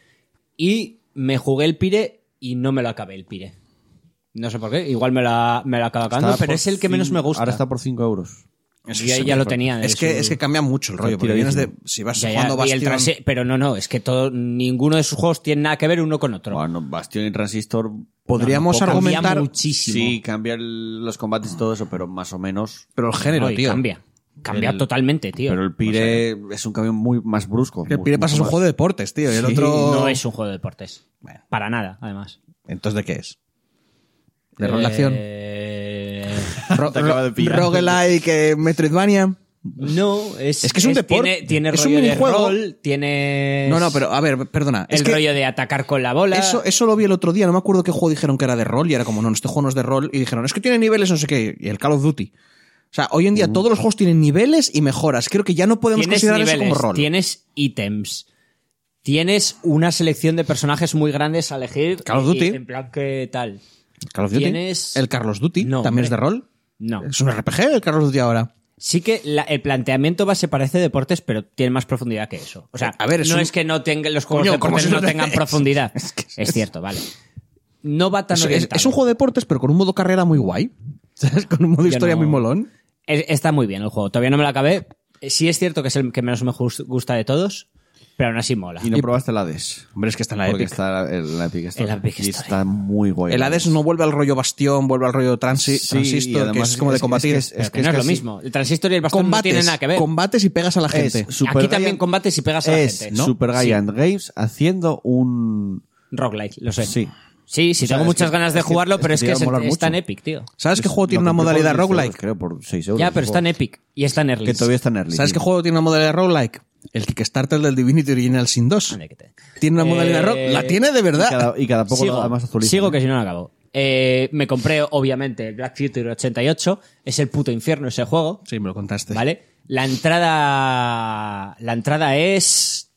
[SPEAKER 3] Y me jugué el Pire y no me lo acabé el Pire. No sé por qué, igual me la, me la acabo acabando,
[SPEAKER 1] Está
[SPEAKER 3] pero
[SPEAKER 1] por
[SPEAKER 3] es el que menos
[SPEAKER 1] cin-
[SPEAKER 3] me gusta.
[SPEAKER 1] Ahora está por 5 euros.
[SPEAKER 2] Eso
[SPEAKER 3] Yo
[SPEAKER 2] es-
[SPEAKER 3] ya lo tenía en
[SPEAKER 2] Es que,
[SPEAKER 3] su-
[SPEAKER 2] es que cambia mucho el rollo. Porque vienes de. Si vas
[SPEAKER 3] Ya, ya,
[SPEAKER 2] jugando
[SPEAKER 3] y el
[SPEAKER 2] Bastion.
[SPEAKER 3] transi- pero no, no, es que todo, ninguno de sus juegos tiene nada que ver uno con otro.
[SPEAKER 1] Bueno, Bastión y Transistor.
[SPEAKER 2] Podríamos
[SPEAKER 1] tampoco-
[SPEAKER 3] cambia
[SPEAKER 2] argumentar.
[SPEAKER 3] muchísimo.
[SPEAKER 1] Sí, cambiar el- los combates y todo eso, pero más o menos.
[SPEAKER 2] Pero el género,
[SPEAKER 3] No, y
[SPEAKER 2] tío.
[SPEAKER 3] Cambia. Cambia
[SPEAKER 2] El-
[SPEAKER 3] totalmente, tío.
[SPEAKER 1] Pero el Pire es un cambio muy más brusco.
[SPEAKER 2] El
[SPEAKER 1] mu-
[SPEAKER 2] Pire pasa
[SPEAKER 1] mucho
[SPEAKER 2] un juego de deportes, tío. Y el otro.
[SPEAKER 3] No es un juego de deportes.
[SPEAKER 2] Bueno.
[SPEAKER 3] Para nada, además.
[SPEAKER 2] Entonces, ¿de qué es? ¿De rol de acción?
[SPEAKER 3] Eh,
[SPEAKER 2] Ro-
[SPEAKER 1] Te acaba de pillar.
[SPEAKER 2] Roguelike, eh, Metroidvania.
[SPEAKER 3] No, es,
[SPEAKER 2] Es que es un deporte.
[SPEAKER 3] Tiene, tiene
[SPEAKER 2] Es un
[SPEAKER 3] rollo de
[SPEAKER 2] minijuego.
[SPEAKER 3] rol, tiene.
[SPEAKER 2] No, no, pero a ver, perdona.
[SPEAKER 3] El
[SPEAKER 2] es que
[SPEAKER 3] rollo de atacar con la bola.
[SPEAKER 2] Eso, eso lo vi el otro día, no me acuerdo qué juego dijeron que era de rol y era como, no, no, este juego no es de rol. Y dijeron, es que tiene niveles, no sé qué. Y el Call of Duty. O sea, hoy en día todos los juegos tienen niveles y mejoras. Creo que ya no podemos
[SPEAKER 3] Uh. tienes
[SPEAKER 2] considerar
[SPEAKER 3] niveles,
[SPEAKER 2] eso como rol.
[SPEAKER 3] tienes ítems. Tienes una selección de personajes muy grandes a elegir.
[SPEAKER 2] Call of
[SPEAKER 3] y-
[SPEAKER 2] Duty.
[SPEAKER 3] En plan, ¿qué tal?
[SPEAKER 2] Call of Duty.
[SPEAKER 3] tienes-
[SPEAKER 2] El Carlos Duty
[SPEAKER 3] No, hombre.
[SPEAKER 2] también es de rol.
[SPEAKER 3] No.
[SPEAKER 2] Es un RPG el Carlos Duty ahora.
[SPEAKER 3] Sí que la- el planteamiento base parece deportes, pero tiene más profundidad que eso. O sea,
[SPEAKER 2] A ver, es
[SPEAKER 3] no
[SPEAKER 2] un-
[SPEAKER 3] es que no tengan los juegos
[SPEAKER 2] Coño,
[SPEAKER 3] de
[SPEAKER 2] ¿cómo
[SPEAKER 3] deportes
[SPEAKER 2] se
[SPEAKER 3] no
[SPEAKER 2] lo
[SPEAKER 3] tengan
[SPEAKER 2] dices?
[SPEAKER 3] profundidad. Es, cierto, vale. No va tan
[SPEAKER 2] Es, es-
[SPEAKER 3] orientado.
[SPEAKER 2] es un juego de deportes, pero con un modo carrera muy guay. ¿Sabes? Con un modo historia
[SPEAKER 3] no-
[SPEAKER 2] muy molón.
[SPEAKER 3] Es- Está muy bien el juego. Todavía no me lo acabé. Sí es cierto que es el que menos me jus- gusta de todos, pero aún así mola.
[SPEAKER 1] Y no probaste el Hades.
[SPEAKER 2] Hombre, es que está en la
[SPEAKER 1] Porque
[SPEAKER 2] Epic.
[SPEAKER 1] está el Epic Store.
[SPEAKER 3] El Epic
[SPEAKER 1] Y
[SPEAKER 3] Store.
[SPEAKER 1] está muy guay.
[SPEAKER 2] El Hades no vuelve al rollo bastión, vuelve al rollo transi
[SPEAKER 1] Pues Sí, y
[SPEAKER 2] transistor, que
[SPEAKER 1] además
[SPEAKER 2] es como de combatir.
[SPEAKER 1] Es,
[SPEAKER 3] Pero
[SPEAKER 1] que
[SPEAKER 3] no es, lo
[SPEAKER 1] casi-
[SPEAKER 3] mismo. El transistor y el bastón
[SPEAKER 2] combates,
[SPEAKER 3] no tienen nada que ver.
[SPEAKER 2] combates y pegas a la
[SPEAKER 1] Es
[SPEAKER 2] gente.
[SPEAKER 1] Super
[SPEAKER 3] Aquí
[SPEAKER 1] Giant-
[SPEAKER 3] también combates y pegas a la
[SPEAKER 1] es
[SPEAKER 3] gente, ¿no?
[SPEAKER 1] Super Giant Games haciendo un.
[SPEAKER 3] Roguelike, lo sé.
[SPEAKER 1] Sí.
[SPEAKER 3] Sí, sí,
[SPEAKER 1] O sea,
[SPEAKER 3] tengo
[SPEAKER 1] es
[SPEAKER 3] muchas
[SPEAKER 1] que-
[SPEAKER 3] ganas de
[SPEAKER 1] es que-
[SPEAKER 3] jugarlo,
[SPEAKER 1] es
[SPEAKER 3] pero
[SPEAKER 1] que
[SPEAKER 3] es
[SPEAKER 1] te
[SPEAKER 3] que
[SPEAKER 1] iba a
[SPEAKER 3] es,
[SPEAKER 1] molar
[SPEAKER 3] es
[SPEAKER 1] mucho.
[SPEAKER 3] tan epic, tío.
[SPEAKER 2] ¿Sabes qué juego tiene
[SPEAKER 1] Lo
[SPEAKER 2] una
[SPEAKER 1] compré por
[SPEAKER 2] modalidad
[SPEAKER 1] 10 euros,
[SPEAKER 2] roguelike?
[SPEAKER 1] Creo por 6 euros.
[SPEAKER 3] Ya, pero está en epic y está en early.
[SPEAKER 1] Que todavía está en Early.
[SPEAKER 2] ¿Sabes qué juego tiene una modalidad roguelike? El Kickstarter del Divinity Original Sin 2.
[SPEAKER 3] Ande que te-
[SPEAKER 2] Tiene una
[SPEAKER 3] Eh,
[SPEAKER 2] modalidad rock. La tiene de
[SPEAKER 1] Y
[SPEAKER 2] verdad.
[SPEAKER 1] cada, y cada poco
[SPEAKER 3] Sigo,
[SPEAKER 1] además actualiza.
[SPEAKER 3] sigo
[SPEAKER 1] ¿no?
[SPEAKER 3] que si no lo acabo. Eh, me compré, obviamente, el Black Future 88. Es el puto infierno ese juego,
[SPEAKER 2] Sí, me lo contaste.
[SPEAKER 3] ¿vale? La entrada... La entrada es...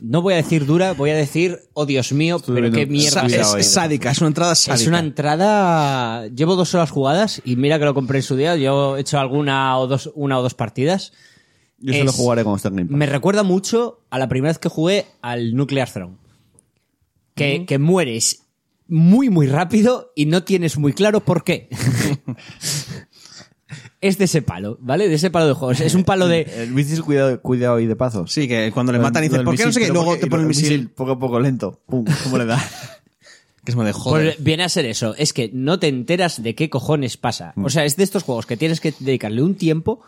[SPEAKER 3] No voy a decir dura, voy a decir, oh Dios mío, pero
[SPEAKER 1] viendo-
[SPEAKER 3] qué
[SPEAKER 2] Sa-
[SPEAKER 3] mierda
[SPEAKER 1] Estuve
[SPEAKER 3] es
[SPEAKER 2] es,
[SPEAKER 1] Cuidado,
[SPEAKER 2] es
[SPEAKER 1] eh.
[SPEAKER 2] sádica, es una entrada sádica.
[SPEAKER 3] Es una entrada. Llevo dos horas jugadas y mira que lo compré en su día. Yo he hecho alguna o dos, una o dos partidas.
[SPEAKER 1] Yo solo
[SPEAKER 3] es-
[SPEAKER 1] jugaré cuando esté en Game Pass.
[SPEAKER 3] Me recuerda mucho a la primera vez que jugué al Nuclear Throne. Que, que mueres muy, muy rápido y no tienes muy claro por qué. es de ese palo, ¿vale? De ese palo de juegos. Es un palo de.
[SPEAKER 1] El misil cuidado, cuidado y de pazo.
[SPEAKER 2] Sí, que cuando le matan y
[SPEAKER 1] Lo
[SPEAKER 2] dicen,
[SPEAKER 1] del
[SPEAKER 2] ¿por qué no sé
[SPEAKER 1] misil,
[SPEAKER 2] qué? Y
[SPEAKER 1] pero
[SPEAKER 2] luego
[SPEAKER 1] porque-
[SPEAKER 2] te ponen el misil.
[SPEAKER 1] Poco a poco lento. Pum, ¿Cómo le da?
[SPEAKER 2] Que es como de
[SPEAKER 3] Pues
[SPEAKER 2] joder.
[SPEAKER 3] viene a ser eso, es que no te enteras de qué cojones pasa. O sea, es de estos juegos que tienes que dedicarle un tiempo,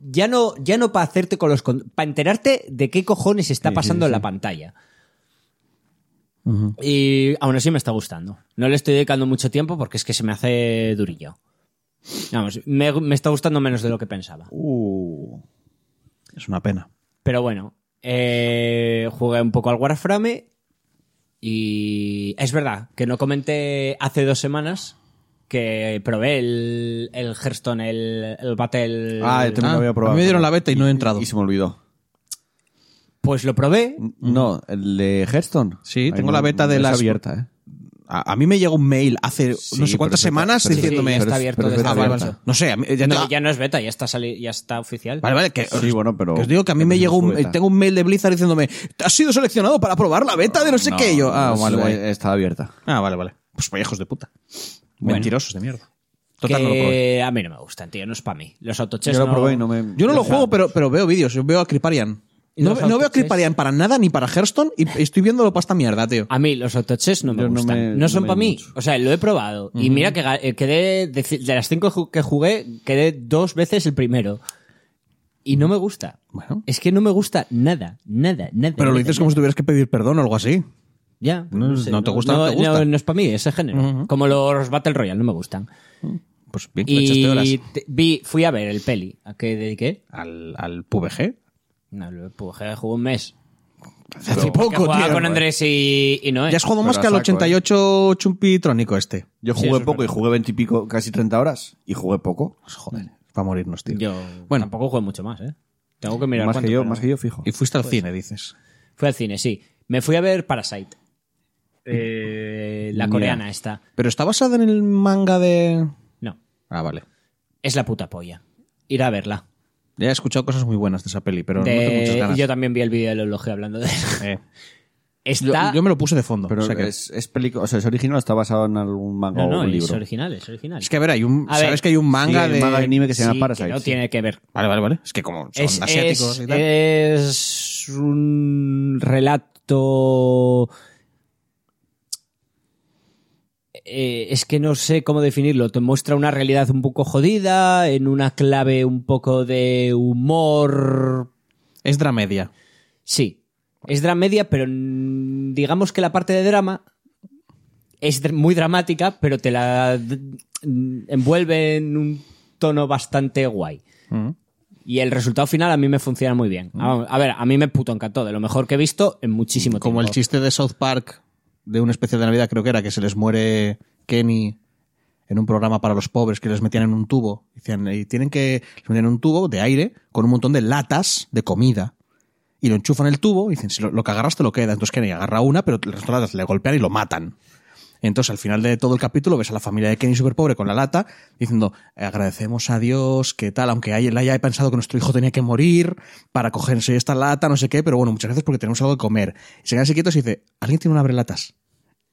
[SPEAKER 3] ya no, ya no para hacerte con los para enterarte de qué cojones está pasando en la pantalla. Y aún así me está gustando. No le estoy dedicando mucho tiempo porque es que se me hace durillo. Vamos, me, me está gustando menos de lo que pensaba.
[SPEAKER 1] Uh,
[SPEAKER 2] Es una pena.
[SPEAKER 3] Pero bueno, eh, jugué un poco al Warframe y es verdad que no comenté hace dos semanas que probé el, el Hearthstone, el, el Battle...
[SPEAKER 1] Ah, yo también
[SPEAKER 2] Ah,
[SPEAKER 1] lo había probado.
[SPEAKER 2] a mí me dieron la beta y no he entrado.
[SPEAKER 1] Y se me olvidó.
[SPEAKER 3] Pues lo probé.
[SPEAKER 1] No, el de Hearthstone.
[SPEAKER 2] Sí,
[SPEAKER 1] Ay,
[SPEAKER 2] tengo
[SPEAKER 1] no,
[SPEAKER 2] la beta
[SPEAKER 1] no
[SPEAKER 2] de
[SPEAKER 1] es
[SPEAKER 2] las-
[SPEAKER 1] abierta, ¿eh?
[SPEAKER 2] A, a mí me llegó un mail hace
[SPEAKER 1] Sí,
[SPEAKER 2] no sé
[SPEAKER 1] pero
[SPEAKER 2] cuántas
[SPEAKER 1] eso está-
[SPEAKER 2] semanas
[SPEAKER 1] pero-
[SPEAKER 2] diciéndome.
[SPEAKER 3] Sí, ya
[SPEAKER 1] pero
[SPEAKER 3] está
[SPEAKER 1] es-
[SPEAKER 3] abierto
[SPEAKER 1] pero es
[SPEAKER 3] desde
[SPEAKER 2] Ah, vale,
[SPEAKER 1] beta.
[SPEAKER 2] vale. No sé, a mí- ya
[SPEAKER 3] No,
[SPEAKER 2] te-
[SPEAKER 3] ya no es beta, ya está, sali- ya está oficial.
[SPEAKER 2] Vale, vale, que
[SPEAKER 1] Sí, bueno, pero-
[SPEAKER 2] que os digo que a mí
[SPEAKER 1] pero
[SPEAKER 2] me
[SPEAKER 1] eso
[SPEAKER 2] llegó
[SPEAKER 1] es
[SPEAKER 2] un,
[SPEAKER 1] beta.
[SPEAKER 2] tengo un mail de Blizzard diciéndome, has sido seleccionado para probar la beta de no sé qué. Y yo, ah,
[SPEAKER 1] No,
[SPEAKER 2] vale,
[SPEAKER 1] sí,
[SPEAKER 2] guay.
[SPEAKER 1] Está abierta.
[SPEAKER 2] Ah, vale, vale. Pues vaya hijos de puta. Mentirosos de mierda. Total, no lo probé.
[SPEAKER 3] que a mí no me gustan, tío, no es para mí. Los autochess
[SPEAKER 1] Yo lo
[SPEAKER 3] no-
[SPEAKER 1] probé y no me.
[SPEAKER 2] Yo no lo juego, pero, pero veo vídeos. Yo veo a Criparian.
[SPEAKER 3] ¿Y
[SPEAKER 2] No,
[SPEAKER 3] los
[SPEAKER 2] no veo a
[SPEAKER 3] autochess?
[SPEAKER 2] Criparian para nada ni para Hearthstone y y estoy viéndolo para esta mierda, tío.
[SPEAKER 3] A mí los autochess no me
[SPEAKER 1] Yo no
[SPEAKER 3] gustan.
[SPEAKER 1] me-
[SPEAKER 3] No,
[SPEAKER 1] no
[SPEAKER 3] son
[SPEAKER 1] me
[SPEAKER 3] para mí.
[SPEAKER 1] mucho.
[SPEAKER 3] O sea, lo he probado. Y mira que ga- eh, quedé, de, ci- de las cinco ju- que jugué, quedé dos veces el primero. Y no me gusta.
[SPEAKER 2] Bueno.
[SPEAKER 3] Es que no me gusta nada, nada, nada.
[SPEAKER 2] Pero lo
[SPEAKER 3] nada,
[SPEAKER 2] dices
[SPEAKER 3] nada.
[SPEAKER 2] como si tuvieras que pedir perdón o algo así.
[SPEAKER 3] Ya.
[SPEAKER 2] no, no te gusta, no te gusta.
[SPEAKER 3] No, no es para mí ese género. Como los Battle Royale, no me gustan.
[SPEAKER 2] Pues bien, que le echaste horas.
[SPEAKER 3] Y te- vi, fui a ver el peli. ¿A qué dediqué?
[SPEAKER 2] Al, al PvG.
[SPEAKER 3] No, lo jugué, jugué un mes.
[SPEAKER 2] Hace poco,
[SPEAKER 3] Jugaba
[SPEAKER 2] tío.
[SPEAKER 3] con Andrés y, y Noé.
[SPEAKER 2] Ya has jugado más
[SPEAKER 1] Pero
[SPEAKER 2] que al
[SPEAKER 1] a saco, eh.
[SPEAKER 2] 88 chumpi trónico este.
[SPEAKER 1] Yo
[SPEAKER 3] Sí,
[SPEAKER 1] jugué
[SPEAKER 3] eso es
[SPEAKER 1] poco y
[SPEAKER 3] verdad. Pues,
[SPEAKER 1] jugué 20 y pico, casi 30 horas y jugué poco.
[SPEAKER 2] Joder, para morirnos, tío.
[SPEAKER 3] Yo
[SPEAKER 2] Bueno.
[SPEAKER 3] tampoco juego mucho más, ¿eh? Tengo que mirar
[SPEAKER 1] más
[SPEAKER 3] cuánto,
[SPEAKER 1] que yo,
[SPEAKER 3] pero-
[SPEAKER 1] más que yo, fijo.
[SPEAKER 2] Y fuiste al cine, dices.
[SPEAKER 3] Fui al cine, sí. Me fui a ver Parasite. Eh, la
[SPEAKER 2] Mira.
[SPEAKER 3] coreana esta.
[SPEAKER 2] Pero está basada en el manga de.
[SPEAKER 3] No.
[SPEAKER 2] Ah, vale.
[SPEAKER 3] Es la puta polla. Ir a verla.
[SPEAKER 2] Ya he escuchado cosas muy buenas de esa peli, pero
[SPEAKER 3] De- eh,
[SPEAKER 2] no tengo muchas ganas.
[SPEAKER 3] Yo también vi el vídeo del elogio hablando de
[SPEAKER 2] Eh, yo,
[SPEAKER 3] Está...
[SPEAKER 2] yo me lo puse de fondo.
[SPEAKER 1] Pero
[SPEAKER 2] o sea que-
[SPEAKER 1] es, es película, o sea, es original o está basado en algún manga
[SPEAKER 3] No,
[SPEAKER 1] o
[SPEAKER 3] no,
[SPEAKER 1] un
[SPEAKER 3] es
[SPEAKER 1] libro.
[SPEAKER 3] original, es original.
[SPEAKER 2] Es que, a ver, hay un.
[SPEAKER 3] A
[SPEAKER 2] ¿Sabes
[SPEAKER 3] ver,
[SPEAKER 2] que hay un manga
[SPEAKER 1] Sí, hay
[SPEAKER 2] de.
[SPEAKER 1] un manga de anime que se llama
[SPEAKER 3] Sí,
[SPEAKER 1] Parasite.
[SPEAKER 3] que no
[SPEAKER 1] sí.
[SPEAKER 3] tiene que ver.
[SPEAKER 2] Vale, vale, vale. Es que como son
[SPEAKER 3] Es, eh,
[SPEAKER 2] asiáticos
[SPEAKER 3] es-
[SPEAKER 2] y tal.
[SPEAKER 3] es un relato... Eh, es que no sé cómo definirlo. Te muestra una realidad un poco jodida, en una clave un poco de humor
[SPEAKER 2] Es dramedia.
[SPEAKER 3] Sí. Es dramedia, pero mm, digamos que la parte de drama es dr- muy dramática, pero te la d- mm, envuelve en un tono bastante guay.
[SPEAKER 1] Mm.
[SPEAKER 3] Y el resultado final a mí me funciona muy bien.
[SPEAKER 2] Mm.
[SPEAKER 3] Ah, A ver, a mí me puto encantó, de lo mejor que he visto en muchísimo tiempo.
[SPEAKER 2] Como el chiste de South Park de un especial de Navidad, creo que era, que se les muere Kenny en un programa para los pobres que les metían en un tubo. Decían, y tienen que. Les metían en un tubo de aire con un montón de latas de comida. Y lo enchufan en el tubo y dicen, si lo, lo que agarras te lo queda. Entonces Kenny agarra una, pero las otras latas le golpean y lo matan. Entonces, al final de todo el capítulo, ves a la familia de Kenny súper pobre con la lata, diciendo, agradecemos a Dios, que tal, aunque él haya pensado que nuestro hijo tenía que morir para cogerse esta lata, no sé qué, pero bueno, muchas gracias porque tenemos algo que comer. Y se quedan así quietos y dice, ¿alguien tiene un abrelatas?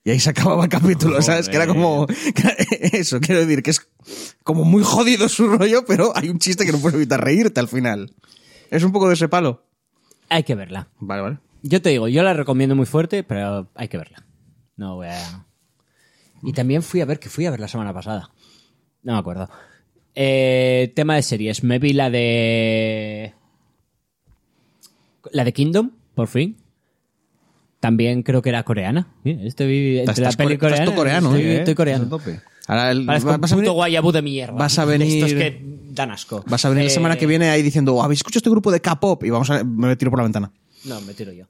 [SPEAKER 2] Y ahí se acababa el capítulo, ¿sabes? Que era como... que era eso, quiero decir, que es como muy jodido su rollo, pero hay un chiste que no puedes evitar reírte al final. Es un poco de ese palo.
[SPEAKER 3] Hay que verla.
[SPEAKER 2] Vale, vale.
[SPEAKER 3] Yo te digo, yo la recomiendo muy fuerte, pero hay que verla. No voy a. Y también fui a ver, que fui a ver la semana pasada. No me acuerdo. Eh, tema de series. Me vi la de. La de Kingdom, por fin. También creo que era coreana. Mira, estoy entre
[SPEAKER 2] Estás-
[SPEAKER 3] la peli
[SPEAKER 2] estás
[SPEAKER 3] coreana.
[SPEAKER 2] tú coreano,
[SPEAKER 3] estoy,
[SPEAKER 2] ¿eh?
[SPEAKER 3] estoy
[SPEAKER 1] A
[SPEAKER 3] coreano.
[SPEAKER 1] tope.
[SPEAKER 2] Ahora el-
[SPEAKER 3] Parezco un
[SPEAKER 2] vas a
[SPEAKER 3] puto
[SPEAKER 2] venir-
[SPEAKER 3] guayabú de mierda.
[SPEAKER 2] vas a venir-
[SPEAKER 3] Estos que dan asco.
[SPEAKER 2] Vas a venir la
[SPEAKER 3] Eh,
[SPEAKER 2] semana que viene ahí diciendo, ¿habéis escuchado este grupo de K-pop? Y vamos a, me tiro por la ventana.
[SPEAKER 3] No, me tiro yo.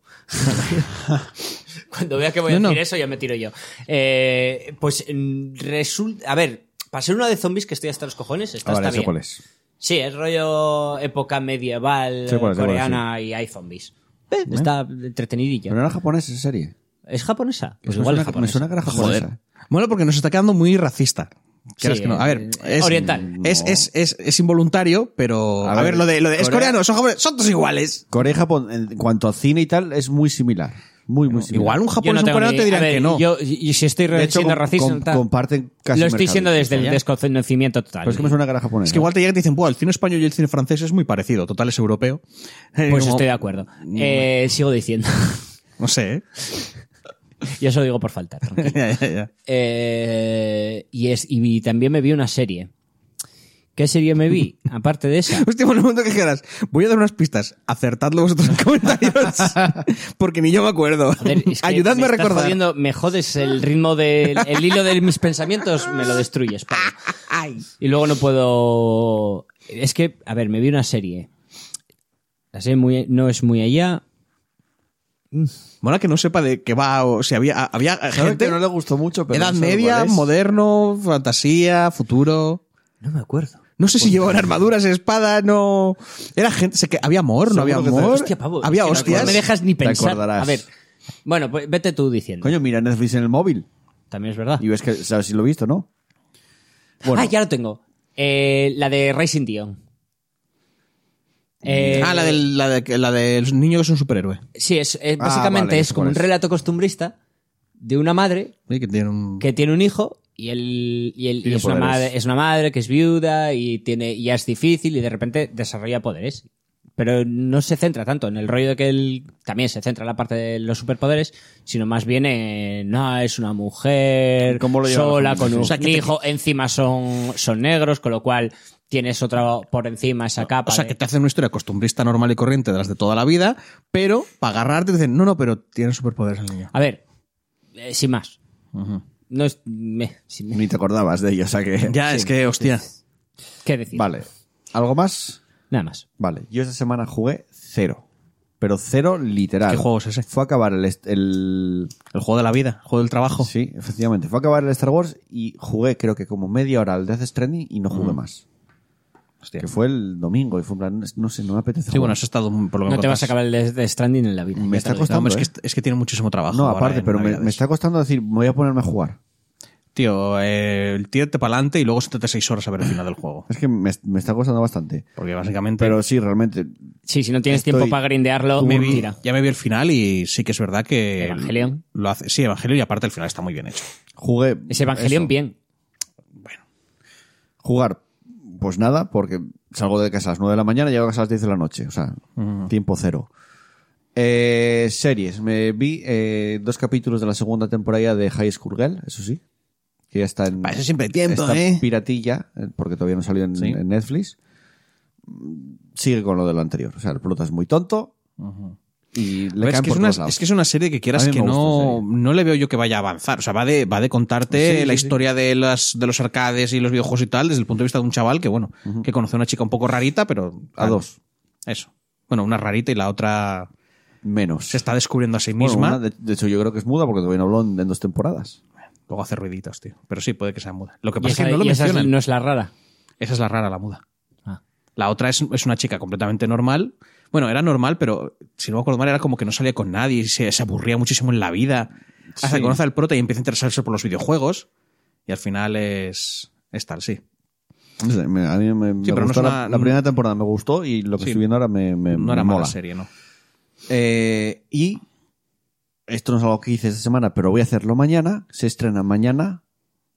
[SPEAKER 3] Cuando vea que voy a
[SPEAKER 2] No, no.
[SPEAKER 3] decir eso, ya me tiro yo. Eh, pues mm, resulta. A ver, para ser uno de zombies que estoy hasta los cojones, está,
[SPEAKER 1] Ah, vale,
[SPEAKER 3] está
[SPEAKER 1] sé
[SPEAKER 3] bien.
[SPEAKER 1] cuál es.
[SPEAKER 3] Sí, es rollo época medieval
[SPEAKER 1] Sé cuál es, sé cuál es,
[SPEAKER 3] coreana y hay zombies. Eh, Está entretenidilla.
[SPEAKER 1] Pero no era japonés esa serie.
[SPEAKER 3] ¿Es japonesa? Pues
[SPEAKER 1] me,
[SPEAKER 3] igual
[SPEAKER 1] suena,
[SPEAKER 3] es japonesa.
[SPEAKER 1] me suena que era japonesa.
[SPEAKER 2] Bueno, porque nos está quedando muy racista. Quieras
[SPEAKER 3] Sí,
[SPEAKER 2] que no. A ver,
[SPEAKER 3] eh,
[SPEAKER 2] es,
[SPEAKER 3] oriental.
[SPEAKER 2] Es,
[SPEAKER 1] No.
[SPEAKER 2] es, es, es involuntario, pero.
[SPEAKER 1] A
[SPEAKER 2] A,
[SPEAKER 1] ver,
[SPEAKER 2] ver, lo de. Lo de es
[SPEAKER 1] Corea-
[SPEAKER 2] coreano, son japoneses, son todos iguales.
[SPEAKER 1] Corea y Japón, en cuanto a cine y tal, es muy similar. Muy, muy similar.
[SPEAKER 2] Igual
[SPEAKER 3] Yo
[SPEAKER 2] un
[SPEAKER 3] no
[SPEAKER 2] japonés y un
[SPEAKER 3] tengo
[SPEAKER 2] coreano
[SPEAKER 3] ni-
[SPEAKER 2] te dirán
[SPEAKER 3] a ver,
[SPEAKER 2] que no.
[SPEAKER 3] Yo, y y si estoy
[SPEAKER 1] De hecho,
[SPEAKER 3] siendo
[SPEAKER 1] com-
[SPEAKER 3] racista,
[SPEAKER 1] com-
[SPEAKER 3] tal,
[SPEAKER 1] comparten casi
[SPEAKER 3] lo estoy
[SPEAKER 1] mercado.
[SPEAKER 3] siendo desde el
[SPEAKER 1] Ya.
[SPEAKER 3] desconocimiento total.
[SPEAKER 1] Pero es que me suena que era japonés.
[SPEAKER 2] Es que igual te llegan y te dicen, "Buah, el cine español y el cine francés es muy parecido, total es europeo. Eh,
[SPEAKER 3] Pues
[SPEAKER 2] como-
[SPEAKER 3] estoy de acuerdo. Eh, sigo diciendo.
[SPEAKER 2] No sé, ¿eh?
[SPEAKER 3] Yo eso lo digo por faltar. tranquilo.
[SPEAKER 2] Ya, ya, ya.
[SPEAKER 3] Eh, y, es, y vi- también me vi una serie. ¿Qué serie me vi? Aparte de esa.
[SPEAKER 2] Hostia, por el momento que quedas, voy a dar unas pistas. Acertadlo vosotros en comentarios. Porque ni yo me acuerdo.
[SPEAKER 3] Joder, es que
[SPEAKER 2] Ayudadme
[SPEAKER 3] me
[SPEAKER 2] a
[SPEAKER 3] estás
[SPEAKER 2] recordar.
[SPEAKER 3] jodiendo, me jodes el ritmo del el hilo de mis pensamientos, me lo destruyes. Pablo. Y luego no puedo. Es que, a ver, me vi una serie. La serie muy- no es muy allá.
[SPEAKER 2] Mola que no sepa de qué va, o si había, había
[SPEAKER 1] Claro
[SPEAKER 2] gente.
[SPEAKER 1] que no le gustó mucho, pero.
[SPEAKER 2] Edad
[SPEAKER 1] no sé
[SPEAKER 2] media,
[SPEAKER 1] cuál es.
[SPEAKER 2] moderno, fantasía, futuro.
[SPEAKER 3] No me acuerdo.
[SPEAKER 2] No
[SPEAKER 1] Pues
[SPEAKER 2] sé si llevaban armaduras, espada, no. Era gente, sé que había amor, no había
[SPEAKER 1] Seguro que te-
[SPEAKER 2] amor.
[SPEAKER 3] Hostia, pavo, es
[SPEAKER 2] había
[SPEAKER 3] que no-
[SPEAKER 2] hostias.
[SPEAKER 3] No me dejas ni
[SPEAKER 1] Te
[SPEAKER 3] pensar.
[SPEAKER 1] acordarás.
[SPEAKER 3] A ver. Bueno, pues vete tú diciendo.
[SPEAKER 1] Coño, mira Netflix en el móvil.
[SPEAKER 3] También es verdad.
[SPEAKER 1] Y ves que sabes si lo he visto, ¿no? Bueno,
[SPEAKER 3] Ah, ya lo tengo. Eh, la de Racing Dion. Eh,
[SPEAKER 2] ah, la del, la, de, la del niño que es un superhéroe.
[SPEAKER 3] Sí, es, es-
[SPEAKER 1] Ah,
[SPEAKER 3] básicamente
[SPEAKER 1] vale,
[SPEAKER 3] es como
[SPEAKER 1] ¿cuál
[SPEAKER 3] un
[SPEAKER 1] es?
[SPEAKER 3] relato costumbrista de una madre
[SPEAKER 2] Sí, ¿eh? que tiene un-
[SPEAKER 3] que tiene un hijo y, él, y, él- y
[SPEAKER 1] Tiene
[SPEAKER 3] es, una
[SPEAKER 1] poderes.
[SPEAKER 3] madre, es una madre que es viuda y, tiene, y ya es difícil y de repente desarrolla poderes. Pero no se centra tanto en el rollo de que él también se centra en la parte de los superpoderes, sino más bien en, no, es una mujer
[SPEAKER 1] ¿Cómo lo lleva la
[SPEAKER 3] sola
[SPEAKER 1] familia?
[SPEAKER 3] con un
[SPEAKER 1] O sea,
[SPEAKER 2] que te-
[SPEAKER 3] hijo, encima son, son negros, con lo cual tienes otra por encima esa capa.
[SPEAKER 2] O sea,
[SPEAKER 3] de-
[SPEAKER 2] que te hacen una historia costumbrista, normal y corriente de las de toda la vida, pero para agarrarte te dicen, no, no, pero tiene superpoderes el niño.
[SPEAKER 3] A ver, eh, sin más. No es... me- sin me-
[SPEAKER 1] ni te acordabas de ella, o sea que.
[SPEAKER 2] Ya, es que, hostia.
[SPEAKER 3] ¿Qué decir?
[SPEAKER 1] Vale. ¿Algo más?
[SPEAKER 3] Nada más.
[SPEAKER 1] Vale. Yo esta semana jugué cero. pero cero literal.
[SPEAKER 2] ¿Qué juego es ese?
[SPEAKER 1] Fue a acabar el, est- el-
[SPEAKER 2] El juego de la vida, el juego del trabajo.
[SPEAKER 1] Sí, efectivamente. Fue a acabar el Star Wars y jugué creo que como media hora al Death Stranding y no jugué
[SPEAKER 2] Mm.
[SPEAKER 1] más.
[SPEAKER 2] Hostia.
[SPEAKER 1] Que fue el domingo y fue en plan, no sé, no me apetece
[SPEAKER 2] Sí,
[SPEAKER 1] jugar.
[SPEAKER 2] bueno, eso ha estado por lo que
[SPEAKER 3] No te
[SPEAKER 2] me
[SPEAKER 3] vas a
[SPEAKER 2] contás.
[SPEAKER 3] acabar el de, de Stranding en la vida.
[SPEAKER 1] Me
[SPEAKER 3] Ya
[SPEAKER 1] está
[SPEAKER 3] te lo digo.
[SPEAKER 1] costando,
[SPEAKER 2] No,
[SPEAKER 1] ¿eh?
[SPEAKER 2] hombre, es, que, es que tiene muchísimo trabajo.
[SPEAKER 1] No,
[SPEAKER 2] ahora
[SPEAKER 1] aparte,
[SPEAKER 2] en
[SPEAKER 1] pero me,
[SPEAKER 2] Navidades.
[SPEAKER 1] me está costando decir, me voy a ponerme a jugar.
[SPEAKER 2] Tío, eh, el tírate para adelante y luego 76 horas a ver el final del juego.
[SPEAKER 1] Es que me, me está costando bastante.
[SPEAKER 2] Porque básicamente.
[SPEAKER 1] Pero sí, realmente.
[SPEAKER 3] Sí, si no tienes
[SPEAKER 1] Estoy-
[SPEAKER 3] tiempo para grindearlo,
[SPEAKER 2] me vi-
[SPEAKER 3] tira.
[SPEAKER 2] ya me vi el final y sí que es verdad que.
[SPEAKER 3] Evangelion.
[SPEAKER 2] Lo hace, sí, Evangelion y aparte el final está muy bien hecho.
[SPEAKER 1] Jugué.
[SPEAKER 3] Ese Evangelion
[SPEAKER 1] eso.
[SPEAKER 3] bien.
[SPEAKER 1] Jugar, pues nada, porque salgo de casa a las 9 de la mañana y llego a casa a las 10 de la noche. O sea,
[SPEAKER 2] Mm.
[SPEAKER 1] tiempo cero. Eh, series. Me vi eh, dos capítulos de la segunda temporada de High School Girl, eso sí. Que ya está en.
[SPEAKER 2] Para Ah, eso siempre hay tiempo,
[SPEAKER 1] está
[SPEAKER 2] ¿eh?
[SPEAKER 1] Piratilla, eh, porque todavía no salió en,
[SPEAKER 2] Sí.
[SPEAKER 1] en Netflix. Mm, Sigue con lo de lo anterior. O sea, el pelota es muy tonto. Y le
[SPEAKER 2] A ver, es,
[SPEAKER 1] caen
[SPEAKER 2] que es,
[SPEAKER 1] por
[SPEAKER 2] una,
[SPEAKER 1] todos lados.
[SPEAKER 2] es que es una serie que quieras
[SPEAKER 1] A mí
[SPEAKER 2] que
[SPEAKER 1] me gusta
[SPEAKER 2] no,
[SPEAKER 1] esa
[SPEAKER 2] no le veo yo que vaya a avanzar. O sea, va de, va de contarte
[SPEAKER 1] Sí, sí,
[SPEAKER 2] la
[SPEAKER 1] sí.
[SPEAKER 2] historia de, las, de los arcades y los videojuegos y tal desde el punto de vista de un chaval que, bueno, que conoce a una chica un poco rarita, pero...
[SPEAKER 1] A dos.
[SPEAKER 2] Eso. Bueno, una rarita y la otra
[SPEAKER 1] Menos.
[SPEAKER 2] se está descubriendo a sí
[SPEAKER 1] Bueno,
[SPEAKER 2] misma.
[SPEAKER 1] una, de, de hecho, yo creo que es muda porque todavía no habló en, en dos temporadas.
[SPEAKER 2] Luego hace ruiditos, tío. Pero sí, puede que sea muda. Lo que
[SPEAKER 3] Y
[SPEAKER 2] pasa es
[SPEAKER 3] esa-
[SPEAKER 2] que no lo
[SPEAKER 3] y esa es-
[SPEAKER 2] mencionan.
[SPEAKER 3] no es la rara.
[SPEAKER 2] Esa es la rara, la muda.
[SPEAKER 3] Ah.
[SPEAKER 2] La otra es, es una chica completamente normal. Bueno, era normal, pero si no me acuerdo mal, era como que no salía con nadie, y se, se aburría muchísimo en la vida. Hasta
[SPEAKER 1] Sí.
[SPEAKER 2] que conoce al prota y empieza a interesarse por los videojuegos. Y al final es, es tal, sí.
[SPEAKER 1] No sé, me- a mí me, me
[SPEAKER 2] Sí, pero no
[SPEAKER 1] gustó
[SPEAKER 2] es
[SPEAKER 1] la,
[SPEAKER 2] una- mm,
[SPEAKER 1] la primera temporada, me gustó y lo que
[SPEAKER 2] Sí.
[SPEAKER 1] estoy viendo ahora me, me-
[SPEAKER 2] No
[SPEAKER 1] me
[SPEAKER 2] era
[SPEAKER 1] Eh, mola.
[SPEAKER 2] mala serie, ¿no?
[SPEAKER 1] Eh, y esto no es algo que hice esta semana, pero voy a hacerlo mañana. Se estrena mañana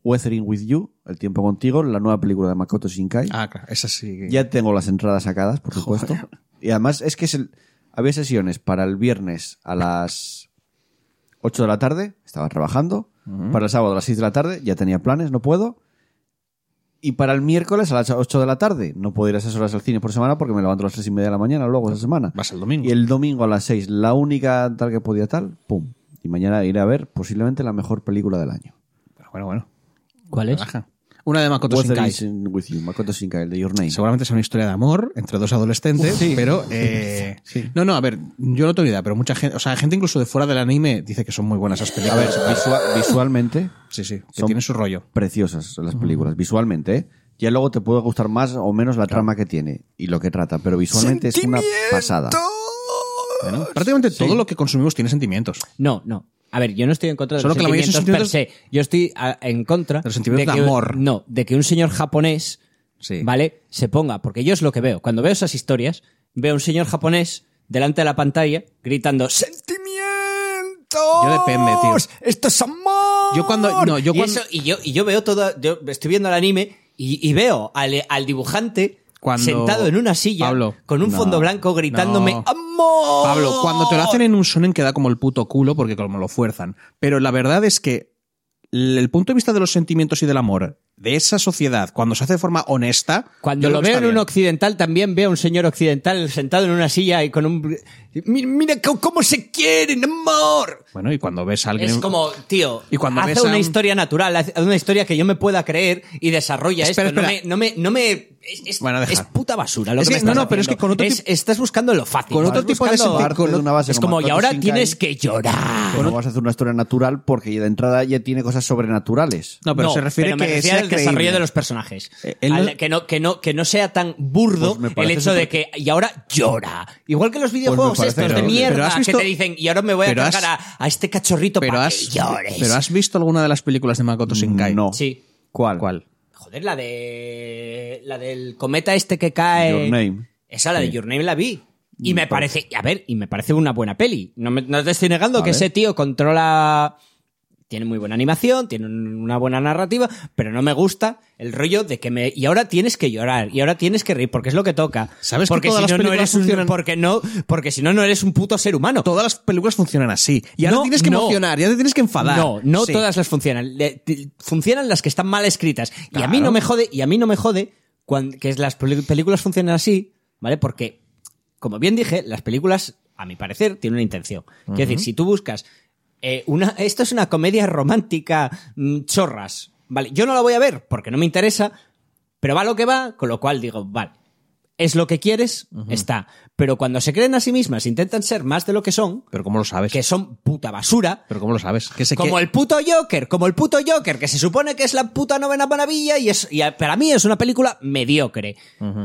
[SPEAKER 1] Weathering with You, El tiempo contigo, la nueva película de Makoto Shinkai.
[SPEAKER 2] Ah, claro, esa sí. que-
[SPEAKER 1] Ya tengo las entradas sacadas, por supuesto. Y además es que es el- había sesiones para el viernes a las 8 de la tarde, estaba trabajando. Para el sábado a las 6 de la tarde, ya tenía planes, no puedo. Y para el miércoles a las 8 de la tarde, no puedo ir a esas horas al cine por semana porque me levanto a las 3 y media de la mañana luego esa semana.
[SPEAKER 2] Vas el domingo.
[SPEAKER 1] Y el domingo a las 6, la única tal que podía tal, pum. Y mañana iré a ver posiblemente la mejor película del año.
[SPEAKER 2] Pero Bueno, bueno.
[SPEAKER 3] ¿Cuál es?
[SPEAKER 2] Relaja. Una de Makoto
[SPEAKER 1] Weathering
[SPEAKER 2] Shinkai.
[SPEAKER 1] is with you, Makoto Shinkai, el de Your Name.
[SPEAKER 2] Seguramente sea una historia de amor entre dos adolescentes, pero... eh, No, no, a ver, yo no tengo ni idea, pero mucha gente, o sea, gente incluso de fuera del anime dice que son muy buenas esas
[SPEAKER 1] A
[SPEAKER 2] películas.
[SPEAKER 1] ver, visua- visualmente
[SPEAKER 2] sí, sí, que
[SPEAKER 1] son-
[SPEAKER 2] tienen su rollo.
[SPEAKER 1] preciosas las películas, visualmente, ¿eh? Ya luego te puede gustar más o menos la trama que tiene y lo que trata, pero visualmente es una pasada.
[SPEAKER 2] Bueno,
[SPEAKER 3] Ah,
[SPEAKER 2] prácticamente todo lo que consumimos tiene sentimientos.
[SPEAKER 3] No, no. A ver, yo no estoy en contra de
[SPEAKER 2] Solo
[SPEAKER 3] los
[SPEAKER 2] que la mayoría de
[SPEAKER 3] sentimientos
[SPEAKER 2] esos
[SPEAKER 3] per se. Yo estoy a- en contra
[SPEAKER 2] De los sentimientos
[SPEAKER 3] que,
[SPEAKER 2] de amor.
[SPEAKER 3] No, de que un señor japonés,
[SPEAKER 2] Sí.
[SPEAKER 3] ¿vale? Se ponga, porque yo es lo que veo. Cuando veo esas historias, veo a un señor japonés delante de la pantalla gritando
[SPEAKER 10] ¡Sentimientos!
[SPEAKER 2] Yo depende, tío.
[SPEAKER 10] ¡Esto es amor!
[SPEAKER 2] Yo cuando- no, yo
[SPEAKER 3] y,
[SPEAKER 2] cuando-
[SPEAKER 3] eso- y yo, y yo veo todo, yo estoy viendo el anime y, y veo al, al dibujante
[SPEAKER 2] Cuando-
[SPEAKER 3] sentado en una silla
[SPEAKER 2] Pablo,
[SPEAKER 3] con un fondo blanco gritándome
[SPEAKER 2] no.
[SPEAKER 3] ¡Amor!
[SPEAKER 2] Pablo, cuando te lo hacen en un sonen queda como el puto culo porque como lo fuerzan. Pero la verdad es que l- el punto de vista de los sentimientos y del amor de esa sociedad, cuando se hace de forma honesta...
[SPEAKER 3] Cuando
[SPEAKER 2] yo
[SPEAKER 3] lo
[SPEAKER 2] creo que
[SPEAKER 3] veo
[SPEAKER 2] está
[SPEAKER 3] en un
[SPEAKER 2] bien.
[SPEAKER 3] occidental, también veo a un señor occidental sentado en una silla y con un... Mira, mira co- cómo se quieren, amor.
[SPEAKER 2] Bueno, y cuando ves a alguien...
[SPEAKER 3] Es como, tío,
[SPEAKER 2] Y cuando
[SPEAKER 3] hace
[SPEAKER 2] ves a
[SPEAKER 3] una
[SPEAKER 2] un-
[SPEAKER 3] historia natural, hace una historia que yo me pueda creer y desarrolla
[SPEAKER 2] Espera,
[SPEAKER 3] esto. No
[SPEAKER 2] espera.
[SPEAKER 3] me- No, me, no me... es- es,
[SPEAKER 2] Bueno, deja.
[SPEAKER 3] es puta basura lo
[SPEAKER 2] Es
[SPEAKER 3] que,
[SPEAKER 2] que-
[SPEAKER 3] me estás
[SPEAKER 2] no, no, pero es que
[SPEAKER 3] haciendo.
[SPEAKER 2] con otro tipo-
[SPEAKER 3] Estás buscando lo fácil.
[SPEAKER 2] Con
[SPEAKER 3] estás
[SPEAKER 2] otro tipo de
[SPEAKER 3] buscando-
[SPEAKER 2] senti- con-
[SPEAKER 1] de una base
[SPEAKER 3] Es como,
[SPEAKER 1] como
[SPEAKER 3] y ahora
[SPEAKER 1] Makoto Shinkai".
[SPEAKER 3] tienes que llorar.
[SPEAKER 1] no vas a hacer una historia natural porque de entrada ya tiene cosas sobrenaturales.
[SPEAKER 2] No, pero
[SPEAKER 3] No,
[SPEAKER 2] se refiere
[SPEAKER 3] pero me
[SPEAKER 2] que
[SPEAKER 3] refiero
[SPEAKER 2] sea
[SPEAKER 3] al desarrollo
[SPEAKER 2] creíble.
[SPEAKER 3] de los personajes.
[SPEAKER 2] Eh, él
[SPEAKER 3] Al-
[SPEAKER 2] no-
[SPEAKER 3] que, no, que, no, que no sea tan burdo
[SPEAKER 1] Pues me parece
[SPEAKER 3] el hecho de
[SPEAKER 1] súper-
[SPEAKER 3] que y ahora llora. Igual
[SPEAKER 2] Pues
[SPEAKER 3] que los videojuegos
[SPEAKER 1] parece creíble.
[SPEAKER 3] estos de
[SPEAKER 2] Pero
[SPEAKER 3] mierda
[SPEAKER 2] has visto-
[SPEAKER 3] que te dicen y ahora me voy a
[SPEAKER 2] pero has-
[SPEAKER 3] cargar a- a, este cachorrito
[SPEAKER 2] Pero
[SPEAKER 3] para
[SPEAKER 2] has,
[SPEAKER 3] que llores.
[SPEAKER 2] pero has visto alguna de las películas de Makoto
[SPEAKER 3] Mm,
[SPEAKER 2] Shinkai?
[SPEAKER 1] No.
[SPEAKER 3] Sí.
[SPEAKER 1] ¿Cuál?
[SPEAKER 2] ¿Cuál?
[SPEAKER 3] Joder, la de la del cometa este que
[SPEAKER 1] Your
[SPEAKER 3] cae.
[SPEAKER 1] Name.
[SPEAKER 3] Esa, la de Your Name la vi.
[SPEAKER 2] Mm,
[SPEAKER 3] Y
[SPEAKER 1] Me
[SPEAKER 3] me
[SPEAKER 2] pues.
[SPEAKER 3] parece, y a ver, y me parece una buena peli. No, me- no te estoy negando
[SPEAKER 1] Vale.
[SPEAKER 3] que ese tío controla. Tiene muy buena animación, tiene un- una buena narrativa, pero no me gusta el rollo de que me. Y ahora tienes que llorar, y ahora tienes que reír, porque es lo que toca.
[SPEAKER 2] ¿Sabes que
[SPEAKER 3] porque
[SPEAKER 2] todas las
[SPEAKER 3] si no, no
[SPEAKER 2] películas
[SPEAKER 3] eres un,
[SPEAKER 2] funcionan-
[SPEAKER 3] porque no, porque si no, no eres un puto ser humano.
[SPEAKER 2] Todas las películas funcionan así. Y ahora
[SPEAKER 3] No,
[SPEAKER 2] tienes que
[SPEAKER 3] no.
[SPEAKER 2] emocionar, ya te tienes que enfadar.
[SPEAKER 3] No, no
[SPEAKER 2] Sí.
[SPEAKER 3] todas las funcionan. Le- te- Funcionan las que están mal escritas. Y a mí
[SPEAKER 2] Claro.
[SPEAKER 3] no me jode, y a mí no me jode cuan- que es las peli- películas funcionan así, ¿vale? Porque, como bien dije, las películas, a mi parecer, tienen una intención. Quiero decir, si tú buscas eh, una, esto es una comedia romántica mm, chorras, ¿vale? Yo no la voy a ver porque no me interesa, pero va lo que va, con lo cual digo, vale. es lo que quieres, está. Pero cuando se creen a sí mismas, intentan ser más de lo que son,
[SPEAKER 2] Pero ¿cómo lo sabes?
[SPEAKER 3] que son puta basura,
[SPEAKER 2] Pero ¿cómo lo sabes? Que sé
[SPEAKER 3] como
[SPEAKER 2] que-
[SPEAKER 3] el puto Joker, como el puto Joker, que se supone que es la puta novena maravilla y es y a- para mí es una película mediocre.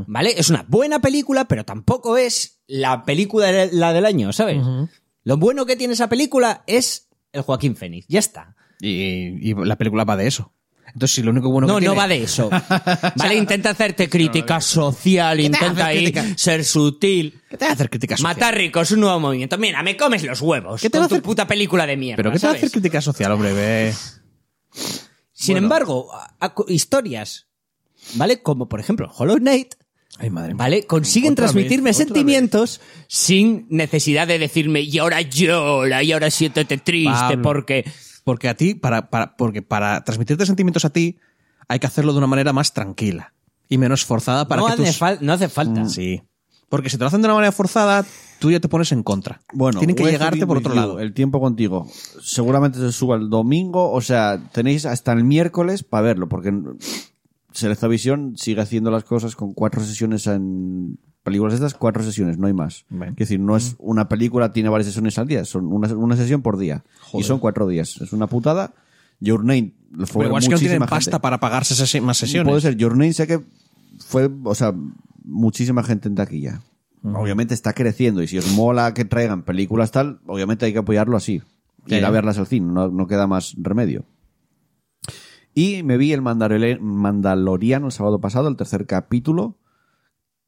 [SPEAKER 3] ¿Vale? Es una buena película, pero tampoco es la película de- la del año, ¿sabes? Lo bueno que tiene esa película es el Joaquín Fénix, ya está.
[SPEAKER 2] Y, y la película va de eso. Entonces, si lo único bueno
[SPEAKER 3] No,
[SPEAKER 2] que
[SPEAKER 3] no
[SPEAKER 2] tiene-
[SPEAKER 3] va de eso. ¿Vale? intenta hacerte crítica social, intenta
[SPEAKER 2] haces
[SPEAKER 3] ahí
[SPEAKER 2] crítica?
[SPEAKER 3] ser sutil.
[SPEAKER 2] ¿Qué te va a hacer crítica social?
[SPEAKER 3] Matar ricos, un nuevo movimiento. Mira, me comes los huevos.
[SPEAKER 2] ¿Qué te va
[SPEAKER 3] con
[SPEAKER 2] a
[SPEAKER 3] tu
[SPEAKER 2] hacer-
[SPEAKER 3] puta película de mierda.
[SPEAKER 2] ¿Pero qué te va a hacer
[SPEAKER 3] ¿sabes?
[SPEAKER 2] crítica social, hombre? Ve.
[SPEAKER 3] Sin
[SPEAKER 2] Bueno.
[SPEAKER 3] embargo, a- a- co- historias, ¿vale? Como por ejemplo Hollow Knight,
[SPEAKER 2] Ay, madre mía.
[SPEAKER 3] ¿vale? Consiguen
[SPEAKER 2] Otra vez,
[SPEAKER 3] transmitirme
[SPEAKER 2] otra
[SPEAKER 3] sentimientos sin necesidad de decirme, y ahora llora, y ahora siéntete triste,
[SPEAKER 2] Pablo.
[SPEAKER 3] porque.
[SPEAKER 2] Porque a ti, para, para, porque para transmitirte sentimientos a ti, hay que hacerlo de una manera más tranquila y menos forzada para
[SPEAKER 3] no,
[SPEAKER 2] que
[SPEAKER 3] hace
[SPEAKER 2] tus...
[SPEAKER 3] fal- no hace
[SPEAKER 1] Mm.
[SPEAKER 3] falta.
[SPEAKER 2] Sí. Porque si te lo hacen de una manera forzada, tú ya te pones en contra.
[SPEAKER 1] Bueno,
[SPEAKER 2] Tiene que
[SPEAKER 1] West
[SPEAKER 2] llegarte
[SPEAKER 1] Being
[SPEAKER 2] por
[SPEAKER 1] With
[SPEAKER 2] otro
[SPEAKER 1] You,
[SPEAKER 2] lado.
[SPEAKER 1] El tiempo contigo. Seguramente se suba el domingo, o sea, tenéis hasta el miércoles para verlo, porque Selectavisión sigue haciendo las cosas con cuatro sesiones en películas estas, cuatro sesiones, no hay más.
[SPEAKER 2] Bueno.
[SPEAKER 1] Es decir, no
[SPEAKER 2] Mm.
[SPEAKER 1] es una película, tiene varias sesiones al día, son una, una sesión por día. Y son cuatro días. Es una putada. Your Name lo fue
[SPEAKER 2] Pero igual es que no tienen
[SPEAKER 1] muchísima gente.
[SPEAKER 2] pasta para pagarse esas más sesiones.
[SPEAKER 1] Puede ser. Your Name sé que fue, o sea, muchísima gente en taquilla. Obviamente está creciendo y si os mola que traigan películas tal, obviamente hay que apoyarlo así.
[SPEAKER 2] Sí.
[SPEAKER 1] Ir a verlas al cine, no, no queda más remedio. Y me vi el Mandalore- Mandaloriano el sábado pasado, el tercer capítulo.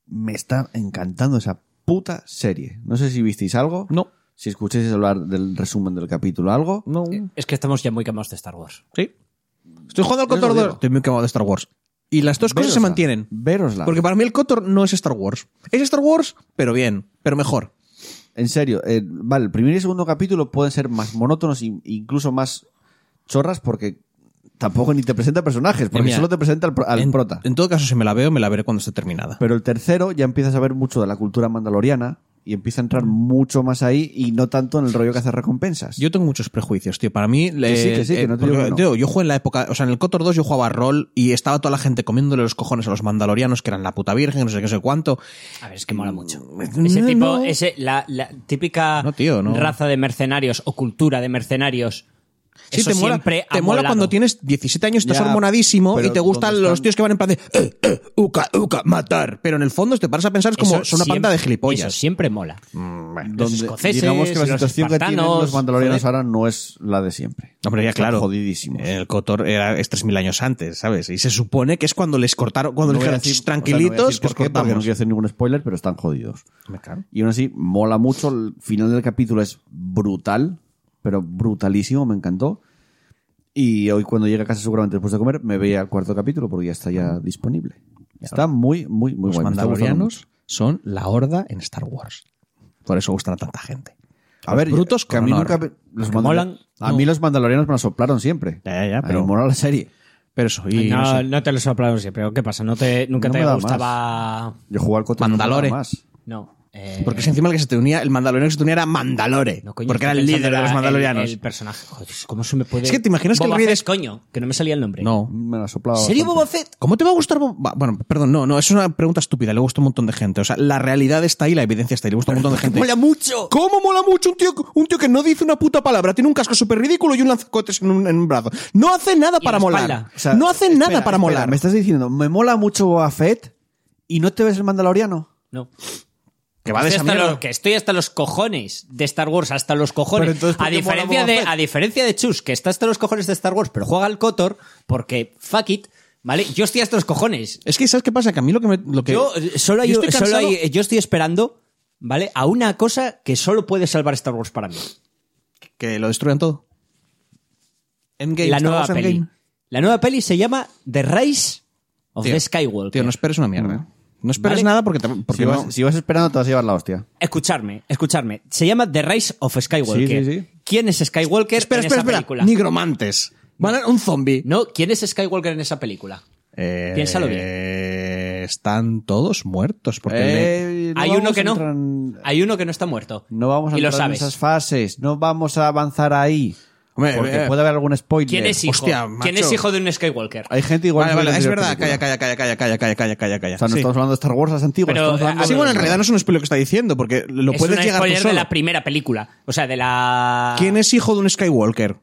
[SPEAKER 1] Me está encantando esa puta serie. No sé si visteis algo.
[SPEAKER 2] No.
[SPEAKER 1] Si escuchéis hablar del resumen del capítulo algo.
[SPEAKER 2] No.
[SPEAKER 3] Es que estamos ya muy quemados de Star Wars.
[SPEAKER 2] Sí. Estoy jugando al
[SPEAKER 1] Yo
[SPEAKER 2] Cotor
[SPEAKER 1] lo
[SPEAKER 2] 2.
[SPEAKER 1] digo.
[SPEAKER 2] Estoy muy quemado de Star Wars. Y las dos cosas se
[SPEAKER 1] Verosla.
[SPEAKER 2] mantienen.
[SPEAKER 1] Verosla.
[SPEAKER 2] Porque para mí el Cotor no es Star Wars. Es Star Wars, pero bien, pero mejor.
[SPEAKER 1] En serio, eh, vale, el primer y segundo capítulo pueden ser más monótonos e incluso más chorras porque tampoco ni te presenta personajes, porque
[SPEAKER 2] Mira,
[SPEAKER 1] solo te presenta al, pro- al
[SPEAKER 2] en,
[SPEAKER 1] prota.
[SPEAKER 2] En todo caso, si me la veo, me la veré cuando esté terminada.
[SPEAKER 1] Pero el tercero ya empiezas a ver mucho de la cultura mandaloriana y empieza a entrar mucho más ahí y no tanto en el rollo que hace recompensas.
[SPEAKER 2] Yo tengo muchos prejuicios, tío. Para mí, le-
[SPEAKER 1] sí, que sí, que no te digo
[SPEAKER 2] porque,
[SPEAKER 1] que no.
[SPEAKER 2] tío, yo jugué en la época, o sea, en el Cotor 2 yo jugaba rol y estaba toda la gente comiéndole los cojones a los mandalorianos que eran la puta virgen, no sé qué, no sé cuánto.
[SPEAKER 3] A ver, es que mola mucho.
[SPEAKER 2] Mm,
[SPEAKER 3] Ese tipo,
[SPEAKER 2] no.
[SPEAKER 3] ese, la, la típica
[SPEAKER 2] No, tío, no.
[SPEAKER 3] raza de mercenarios o cultura de mercenarios.
[SPEAKER 2] Sí,
[SPEAKER 3] eso
[SPEAKER 2] te mola,
[SPEAKER 3] siempre ha
[SPEAKER 2] te mola
[SPEAKER 3] molado.
[SPEAKER 2] cuando tienes 17 años, estás
[SPEAKER 1] Ya,
[SPEAKER 2] hormonadísimo
[SPEAKER 1] pero
[SPEAKER 2] y te gustan
[SPEAKER 1] ¿dónde están?
[SPEAKER 2] los tíos que van en plan de eh, eh, uca, uca, matar. Pero en el fondo te paras a pensar es como
[SPEAKER 3] Eso
[SPEAKER 2] son una
[SPEAKER 3] siempre-
[SPEAKER 2] panda de gilipollas. Mm,
[SPEAKER 3] Eso siempre mola.
[SPEAKER 1] Donde
[SPEAKER 3] los escoceses,
[SPEAKER 1] digamos que la
[SPEAKER 3] los
[SPEAKER 1] situación que tienen
[SPEAKER 3] espartanos,
[SPEAKER 1] los mandalorianos
[SPEAKER 3] joder.
[SPEAKER 1] ahora no es la de siempre.
[SPEAKER 2] Hombre, ya
[SPEAKER 1] Están
[SPEAKER 2] claro. Eh,
[SPEAKER 1] Jodidísimos.
[SPEAKER 2] En el Cotor era, es 3.000 años antes, ¿sabes? Y se supone que es cuando les cortaron, cuando
[SPEAKER 1] No
[SPEAKER 2] les
[SPEAKER 1] voy a
[SPEAKER 2] dijeron,
[SPEAKER 1] decir-
[SPEAKER 2] "Shh,
[SPEAKER 1] o sea, no voy a decir
[SPEAKER 2] tranquilitos, que
[SPEAKER 1] por
[SPEAKER 2] os
[SPEAKER 1] qué, porque no
[SPEAKER 2] cortamos.
[SPEAKER 1] quiero hacer ningún spoiler, pero están jodidos.
[SPEAKER 2] Me cago.
[SPEAKER 1] Y aún así, mola mucho. El final del capítulo es brutal, pero brutalísimo, me encantó. Y hoy cuando llegue a casa, seguramente después de comer, me veía el cuarto capítulo porque ya está ya disponible. Está muy, muy, muy
[SPEAKER 2] Los
[SPEAKER 1] bueno. me está gustando
[SPEAKER 2] mandalorianos son la horda en Star Wars. Por eso gustan a tanta gente.
[SPEAKER 1] mucho. A ver,
[SPEAKER 2] brutos
[SPEAKER 1] que a mí
[SPEAKER 2] con
[SPEAKER 1] nunca...
[SPEAKER 2] honor.
[SPEAKER 1] los
[SPEAKER 3] Que molan,
[SPEAKER 1] A mí los mandalorianos me la soplaron siempre.
[SPEAKER 2] Ya, ya, ya,
[SPEAKER 1] A mí
[SPEAKER 2] pero-
[SPEAKER 1] me mola la serie.
[SPEAKER 2] Pero eso, y
[SPEAKER 3] no,
[SPEAKER 2] no sé.
[SPEAKER 3] no te lo soplaron siempre. ¿Qué pasa? ¿No te, ¿Nunca
[SPEAKER 1] No me
[SPEAKER 3] te
[SPEAKER 1] da
[SPEAKER 3] gustaba...?
[SPEAKER 1] Yo jugué al Cotor
[SPEAKER 2] Mandalore.
[SPEAKER 1] Más.
[SPEAKER 3] No. eh,
[SPEAKER 2] Porque es encima el que se te unía, el mandaloriano que se te unía era Mandalore.
[SPEAKER 3] no, coño,
[SPEAKER 2] porque era
[SPEAKER 3] estoy
[SPEAKER 2] el líder
[SPEAKER 3] pensando
[SPEAKER 2] de los
[SPEAKER 3] en la-
[SPEAKER 2] mandalorianos.
[SPEAKER 3] El, el personaje. Joder, ¿cómo se me puede...?
[SPEAKER 2] Es que te imaginas que el
[SPEAKER 3] Boba
[SPEAKER 2] rey de-
[SPEAKER 3] Fett, coño, que no me salía el nombre.
[SPEAKER 2] No.
[SPEAKER 1] Me la soplaba.
[SPEAKER 3] ¿En serio
[SPEAKER 1] bastante.
[SPEAKER 3] Boba Fett?
[SPEAKER 2] ¿Cómo te va a gustar Bob- va- Bueno, perdón, no, no, es una pregunta estúpida, le gusta un montón de gente. O sea, la realidad está ahí, la evidencia está ahí, le gusta un montón de gente.
[SPEAKER 3] ¡Mola mucho!
[SPEAKER 2] ¿Cómo mola mucho un tío, un tío que no dice una puta palabra? Tiene un casco súper ridículo y un lanzacohetes en un, en un brazo. No hace nada
[SPEAKER 3] la
[SPEAKER 2] para molar.
[SPEAKER 3] espalda.
[SPEAKER 1] O sea,
[SPEAKER 2] no hace
[SPEAKER 1] espera,
[SPEAKER 2] nada
[SPEAKER 1] espera,
[SPEAKER 2] para molar.
[SPEAKER 1] Me estás diciendo, me mola mucho Boba Fett y no te ves el mandaloriano.
[SPEAKER 3] No.
[SPEAKER 2] Que va de
[SPEAKER 3] Estoy
[SPEAKER 2] esa
[SPEAKER 3] hasta
[SPEAKER 2] mierda.
[SPEAKER 3] los- que estoy hasta los cojones de Star Wars, hasta los cojones.
[SPEAKER 1] Pero entonces, ¿por
[SPEAKER 3] a,
[SPEAKER 1] qué mola
[SPEAKER 3] diferencia
[SPEAKER 1] Boba
[SPEAKER 3] de,
[SPEAKER 1] Fett?
[SPEAKER 3] a diferencia de Chus, que está hasta los cojones de Star Wars, pero juega al Cotor, porque fuck it, ¿vale? Yo estoy hasta los cojones.
[SPEAKER 2] Es que, ¿sabes qué pasa? Que a mí lo que me. Lo que,
[SPEAKER 3] Yo, eh, solo hay-
[SPEAKER 2] yo
[SPEAKER 3] solo
[SPEAKER 2] estoy
[SPEAKER 3] hay- yo estoy
[SPEAKER 2] cansado-
[SPEAKER 3] esperando, ¿vale? A una cosa que solo puede salvar Star Wars para mí.
[SPEAKER 2] Que lo destruyan todo. Endgame.
[SPEAKER 3] la
[SPEAKER 2] Star
[SPEAKER 3] nueva
[SPEAKER 2] Wars
[SPEAKER 3] peli.
[SPEAKER 2] Endgame.
[SPEAKER 3] La nueva peli se llama The Rise of
[SPEAKER 2] Tío,
[SPEAKER 3] the Skywalker.
[SPEAKER 2] Tío, no esperes una mierda. ¿eh? No esperes
[SPEAKER 3] Vale.
[SPEAKER 2] nada porque, te- porque
[SPEAKER 1] si,
[SPEAKER 2] no-
[SPEAKER 1] vas, si vas esperando, te vas a llevar la hostia.
[SPEAKER 3] Escucharme, escucharme. Se llama The Rise of Skywalker.
[SPEAKER 1] Sí, sí, sí.
[SPEAKER 3] ¿Quién es Skywalker
[SPEAKER 2] Espera,
[SPEAKER 3] en esa
[SPEAKER 2] espera, espera.
[SPEAKER 3] película?
[SPEAKER 2] Nigromantes. Van a- un zombie.
[SPEAKER 3] No, ¿quién es Skywalker en esa película?
[SPEAKER 2] Eh,
[SPEAKER 3] Piénsalo bien.
[SPEAKER 2] Están todos muertos. Porque el de-
[SPEAKER 1] Eh, no
[SPEAKER 3] Hay uno
[SPEAKER 1] vamos
[SPEAKER 3] que
[SPEAKER 1] a
[SPEAKER 3] no.
[SPEAKER 1] entrar en-
[SPEAKER 3] Hay uno que no está muerto.
[SPEAKER 1] No vamos a
[SPEAKER 3] y lo
[SPEAKER 1] entrar en
[SPEAKER 3] sabes.
[SPEAKER 1] esas fases, no vamos a avanzar ahí.
[SPEAKER 2] Hombre,
[SPEAKER 1] Porque
[SPEAKER 2] eh,
[SPEAKER 1] puede haber algún spoiler.
[SPEAKER 3] ¿Quién es hijo?
[SPEAKER 2] Hostia,
[SPEAKER 3] ¿Quién
[SPEAKER 2] macho.
[SPEAKER 3] es hijo de un Skywalker?
[SPEAKER 1] Hay gente igual.
[SPEAKER 2] Vale,
[SPEAKER 1] que
[SPEAKER 2] vale,
[SPEAKER 1] no
[SPEAKER 2] es
[SPEAKER 1] quiere
[SPEAKER 2] verdad.
[SPEAKER 1] película.
[SPEAKER 2] Calla, calla, calla, calla, calla, calla, calla, calla, calla.
[SPEAKER 1] O sea, no
[SPEAKER 2] Sí.
[SPEAKER 1] estamos hablando de Star Wars las antiguas.
[SPEAKER 3] Pero,
[SPEAKER 1] estamos hablando
[SPEAKER 3] así,
[SPEAKER 2] Sí,
[SPEAKER 1] de-
[SPEAKER 2] bueno, en realidad no es un spoiler que está diciendo, porque lo
[SPEAKER 3] es
[SPEAKER 2] puedes
[SPEAKER 3] un
[SPEAKER 2] llegar tú
[SPEAKER 3] spoiler
[SPEAKER 2] solo.
[SPEAKER 3] de la primera película. O sea, de la.
[SPEAKER 2] ¿Quién es hijo de un Skywalker?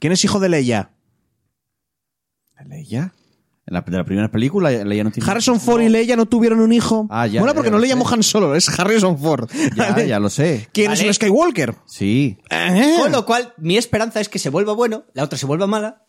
[SPEAKER 2] ¿Quién es hijo de Leia?
[SPEAKER 1] ¿Leia? En la, de la primera película, Leia no tiene.
[SPEAKER 2] Harrison Ford y Leia no tuvieron un hijo.
[SPEAKER 1] Ah, ya,
[SPEAKER 2] Mola
[SPEAKER 1] ya,
[SPEAKER 2] porque
[SPEAKER 1] ya
[SPEAKER 2] no
[SPEAKER 1] lo
[SPEAKER 2] le llamó
[SPEAKER 1] sé.
[SPEAKER 2] Han Solo, es Harrison Ford.
[SPEAKER 1] Ya, ya lo sé.
[SPEAKER 2] ¿Quién es
[SPEAKER 3] Vale.
[SPEAKER 2] un Skywalker?
[SPEAKER 1] Sí.
[SPEAKER 2] Eh.
[SPEAKER 3] Con lo cual, mi esperanza es que se vuelva bueno, la otra se vuelva mala.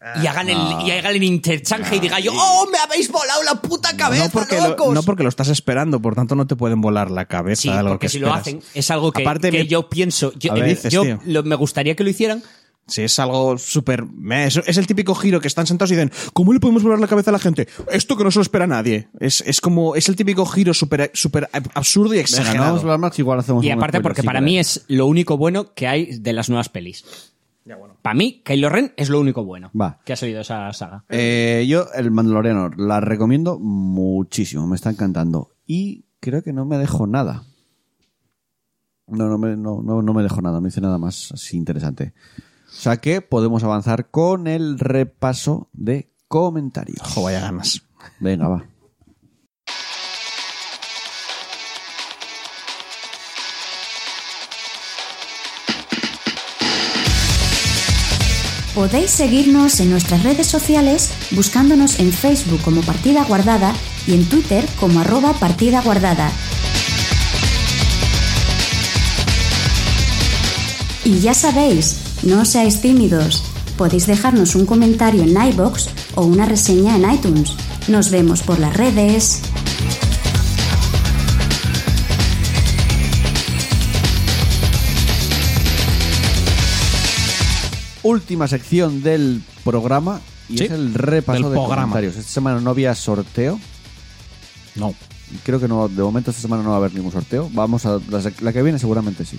[SPEAKER 2] Ah.
[SPEAKER 3] Y hagan, el, y hagan el interchange y diga yo, ¡oh, me habéis volado la puta cabeza,
[SPEAKER 2] no, porque
[SPEAKER 3] locos!
[SPEAKER 2] lo, no porque lo estás esperando, por tanto no te pueden volar la cabeza.
[SPEAKER 3] sí,
[SPEAKER 2] de algo
[SPEAKER 3] porque
[SPEAKER 2] que
[SPEAKER 3] si lo
[SPEAKER 2] esperas.
[SPEAKER 3] hacen, es algo que,
[SPEAKER 2] Aparte,
[SPEAKER 3] que
[SPEAKER 2] mi-
[SPEAKER 3] yo pienso. Yo,
[SPEAKER 2] A ver, dices,
[SPEAKER 3] yo
[SPEAKER 2] tío.
[SPEAKER 3] lo- me gustaría que lo hicieran.
[SPEAKER 2] Si es algo súper... meh, Es, es el típico giro que están sentados y dicen, ¿cómo le podemos volar la cabeza a la gente? Esto que no se lo espera nadie. Es, es como... Es el típico giro súper súper ab- absurdo y
[SPEAKER 1] Venga, no vamos a
[SPEAKER 2] exagerado.
[SPEAKER 1] hablar más, que igual hacemos
[SPEAKER 3] Y
[SPEAKER 1] un
[SPEAKER 3] aparte,
[SPEAKER 1] spoiler,
[SPEAKER 3] porque
[SPEAKER 1] sí,
[SPEAKER 3] para
[SPEAKER 1] vale.
[SPEAKER 3] mí es lo único bueno que hay de las nuevas pelis. Para mí, Kylo Ren es lo único bueno
[SPEAKER 1] Va.
[SPEAKER 3] que ha salido de esa saga.
[SPEAKER 1] Eh, yo, el Mandaloriano, la recomiendo muchísimo. Me está encantando. Y creo que no me dejo nada. No, no me, no, no, no me dejo nada. No hice nada más así interesante. O sea que podemos avanzar con el repaso de comentarios.
[SPEAKER 2] Jo, vaya ganas.
[SPEAKER 1] Venga, va.
[SPEAKER 4] Podéis seguirnos en nuestras redes sociales buscándonos en Facebook como Partida Guardada y en Twitter como arroba Partida Guardada. Y ya sabéis, no seáis tímidos. Podéis dejarnos un comentario en iBox o una reseña en iTunes. Nos vemos por las redes.
[SPEAKER 1] última sección del programa y
[SPEAKER 2] Sí,
[SPEAKER 1] es el repaso
[SPEAKER 2] del
[SPEAKER 1] de
[SPEAKER 2] programa.
[SPEAKER 1] comentarios. Esta semana no había sorteo.
[SPEAKER 2] No.
[SPEAKER 1] y Creo que no, de momento esta semana no va a haber ningún sorteo. Vamos a la, la que viene seguramente sí,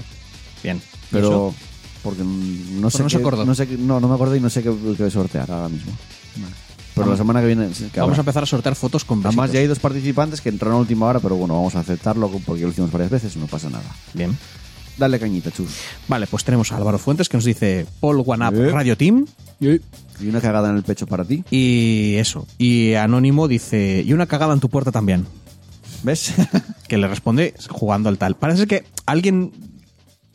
[SPEAKER 2] Bien.
[SPEAKER 1] pero porque no sé
[SPEAKER 2] no se
[SPEAKER 1] qué-
[SPEAKER 2] acordó.
[SPEAKER 1] no sé qué- no, no me acordé y no sé qué, qué sortear ahora mismo. Pero la semana que viene sí que
[SPEAKER 2] Vamos a
[SPEAKER 1] habrá.
[SPEAKER 2] empezar a sortear fotos con besitos.
[SPEAKER 1] Además ya hay dos participantes que entraron a última hora, pero bueno, vamos a aceptarlo porque lo hicimos varias veces y no pasa nada.
[SPEAKER 2] Bien.
[SPEAKER 1] Dale cañita, chus.
[SPEAKER 2] Vale, pues tenemos a Álvaro Fuentes que nos dice Paul One Up
[SPEAKER 1] Eh.
[SPEAKER 2] Radio Team
[SPEAKER 1] Y una cagada en el pecho para ti.
[SPEAKER 2] y eso. Y Anónimo dice, y una cagada en tu puerta también.
[SPEAKER 1] ¿Ves?
[SPEAKER 2] que le responde jugando al tal. Parece que alguien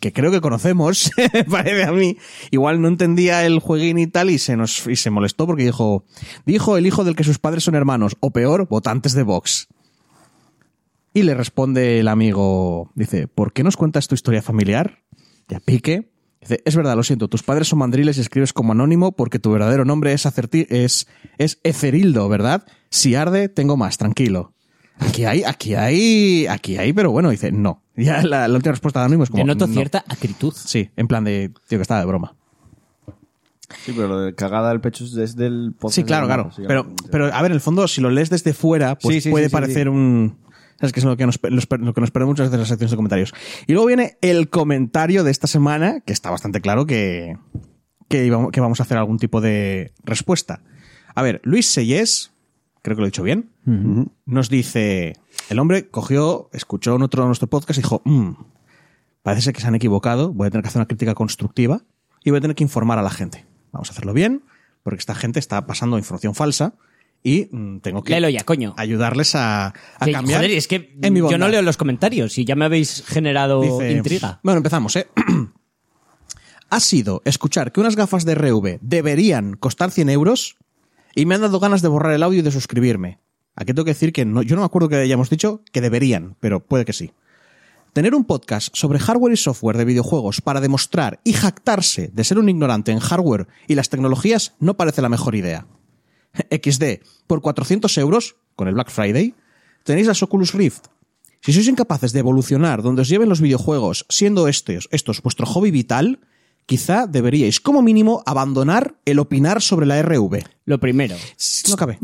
[SPEAKER 2] que creo que conocemos, parece a mí, igual no entendía el jueguín y tal y se nos y se molestó porque dijo, dijo el hijo del que sus padres son hermanos o peor, votantes de Vox. Y le responde el amigo, dice, ¿por qué nos cuentas tu historia familiar? Ya pique. Dice, es verdad, lo siento, tus padres son mandriles y escribes como anónimo porque tu verdadero nombre es, Acerti- es, es Ezerildo, ¿verdad? Si arde, tengo más, tranquilo. Aquí hay, aquí hay, aquí hay, pero bueno, dice, no. Ya la, la última respuesta de anónimo es como.
[SPEAKER 3] Te noto
[SPEAKER 2] no.
[SPEAKER 3] cierta acritud.
[SPEAKER 2] Sí, en plan de, tío, que estaba de broma.
[SPEAKER 1] Sí, pero lo de cagada del pecho es desde el podcast
[SPEAKER 2] Sí, claro,
[SPEAKER 1] de-
[SPEAKER 2] claro.
[SPEAKER 1] Sí,
[SPEAKER 2] Pero, pero a ver, en el fondo, si lo lees desde fuera, pues
[SPEAKER 1] Sí, sí,
[SPEAKER 2] puede
[SPEAKER 1] sí, sí,
[SPEAKER 2] parecer un. Es que es lo que, nos, pe- los pe- lo que nos perdemos muchas veces en las secciones de comentarios. Y luego viene el comentario de esta semana, que está bastante claro que, que, íbamos- que vamos a hacer algún tipo de respuesta. A ver, Luis Sellés, creo que lo he dicho bien, nos dice: el hombre cogió, escuchó otro, nuestro podcast y dijo: "Mm, parece ser que se han equivocado, voy a tener que hacer una crítica constructiva y voy a tener que informar a la gente. Vamos a hacerlo bien, porque esta gente está pasando información falsa y mm, tengo que
[SPEAKER 3] Léelo ya, coño.
[SPEAKER 2] ayudarles a, a
[SPEAKER 3] Que,
[SPEAKER 2] cambiar.
[SPEAKER 3] joder, es que
[SPEAKER 2] en mi
[SPEAKER 3] yo no
[SPEAKER 2] bondad.
[SPEAKER 3] leo los comentarios y ya me habéis generado
[SPEAKER 2] Dice-
[SPEAKER 3] intriga.
[SPEAKER 2] Bueno, empezamos, ¿eh? ha sido escuchar que unas gafas de RV deberían costar 100 euros y me han dado ganas de borrar el audio y de suscribirme. Aquí tengo que decir que no, yo no me acuerdo que hayamos dicho que deberían, pero puede que sí. Tener un podcast sobre hardware y software de videojuegos para demostrar y jactarse de ser un ignorante en hardware y las tecnologías no parece la mejor idea. XD, por 400 euros, con el Black Friday, tenéis las Oculus Rift. Si sois incapaces de evolucionar donde os lleven los videojuegos, siendo estos, estos vuestro hobby vital, quizá deberíais, como mínimo, abandonar el opinar sobre la RV.
[SPEAKER 3] Lo primero.
[SPEAKER 2] No cabe.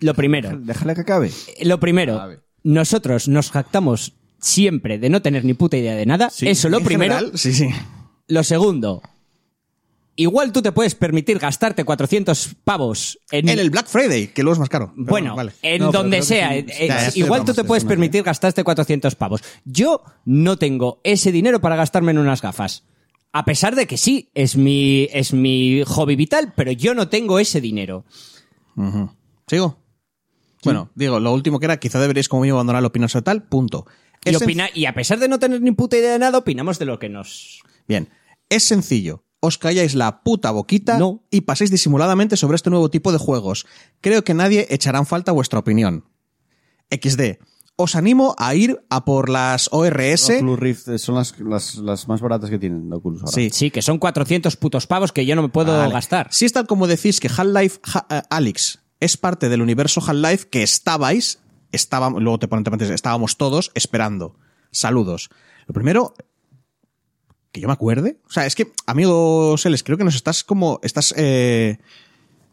[SPEAKER 3] Lo primero.
[SPEAKER 1] Déjale que acabe.
[SPEAKER 3] Lo primero. Nosotros nos jactamos siempre de no tener ni puta idea de nada. Eso lo
[SPEAKER 2] En
[SPEAKER 3] primero.
[SPEAKER 2] general, sí, sí.
[SPEAKER 3] Lo segundo. Igual tú te puedes permitir gastarte 400 pavos en,
[SPEAKER 2] En el Black Friday, que luego es más caro. Pero
[SPEAKER 3] bueno,
[SPEAKER 2] vale.
[SPEAKER 3] en
[SPEAKER 1] No, pero
[SPEAKER 3] donde
[SPEAKER 1] creo que
[SPEAKER 3] sea.
[SPEAKER 1] sí.
[SPEAKER 3] eh,
[SPEAKER 2] Ya, ya
[SPEAKER 3] eh,
[SPEAKER 2] estoy de
[SPEAKER 3] igual tú
[SPEAKER 2] bromas,
[SPEAKER 3] te
[SPEAKER 2] estoy
[SPEAKER 3] puedes
[SPEAKER 2] de bromas,
[SPEAKER 3] permitir gastarte 400 pavos. Yo no tengo ese dinero para gastarme en unas gafas. A pesar de que sí, es mi, es mi hobby vital, pero yo no tengo ese dinero.
[SPEAKER 2] ¿Sigo? Bueno, digo, lo último que era, quizá deberíais como mínimo abandonar la opinión sobre tal, punto.
[SPEAKER 3] Y,
[SPEAKER 2] Es
[SPEAKER 3] opina- y a pesar de no tener ni puta idea de nada, opinamos de lo que nos...
[SPEAKER 2] sen- Bien, es sencillo. Os calláis la puta boquita
[SPEAKER 3] No.
[SPEAKER 2] y paséis disimuladamente sobre este nuevo tipo de juegos. Creo que nadie echará en falta vuestra opinión. XD. Os animo a ir a por las ORS.
[SPEAKER 1] Oculus Rift eh, son las, las, las más baratas que tienen de Oculus ahora.
[SPEAKER 2] Sí.
[SPEAKER 3] Sí, que son 400 putos pavos que yo no me puedo
[SPEAKER 2] Vale.
[SPEAKER 3] gastar.
[SPEAKER 2] Si es tal como decís que Half-Life Ha- eh, Alyx es parte del universo Half-Life que estabais, estábamos, luego te ponen entre paréntesis, estábamos todos esperando. Saludos. Lo primero, que yo me acuerde. O sea, es que, amigo Seles, creo que nos estás como. Estás. eh,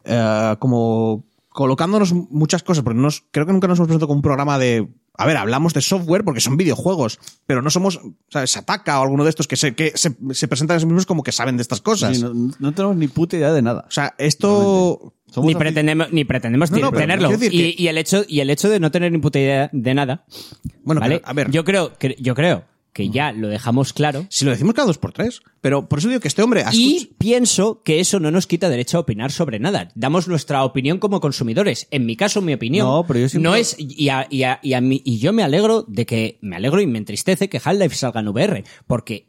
[SPEAKER 2] eh, como. colocándonos muchas cosas, porque nos, creo que nunca nos hemos presentado como un programa de. A ver, hablamos de software porque son videojuegos, pero no somos, ¿sabes? Ataca o alguno de estos que se, que se, se presentan a sí mismos como que saben de estas cosas.
[SPEAKER 1] Sí, no, no tenemos ni puta idea de nada.
[SPEAKER 2] O sea, esto.
[SPEAKER 1] Somos
[SPEAKER 3] Ni
[SPEAKER 1] afic-
[SPEAKER 3] pretendemos, ni pretendemos
[SPEAKER 2] No, no, pero
[SPEAKER 3] tenerlo.
[SPEAKER 2] quiero decir
[SPEAKER 3] Y,
[SPEAKER 2] que-
[SPEAKER 3] y el hecho, y el hecho de no tener ni puta idea de nada.
[SPEAKER 2] Bueno,
[SPEAKER 3] ¿vale?
[SPEAKER 2] pero, a ver.
[SPEAKER 3] Yo creo que, yo creo que ya lo dejamos claro.
[SPEAKER 2] Si lo decimos cada dos por tres. Pero por eso digo que este hombre.
[SPEAKER 3] Y pienso que eso no nos quita derecho a opinar sobre nada. Damos nuestra opinión como consumidores. En mi caso, mi opinión.
[SPEAKER 1] No, pero yo siempre-
[SPEAKER 3] no es. Y, a- y a- y a mí- y yo me alegro de que. Me alegro y me entristece que Half-Life salga en VR. Porque.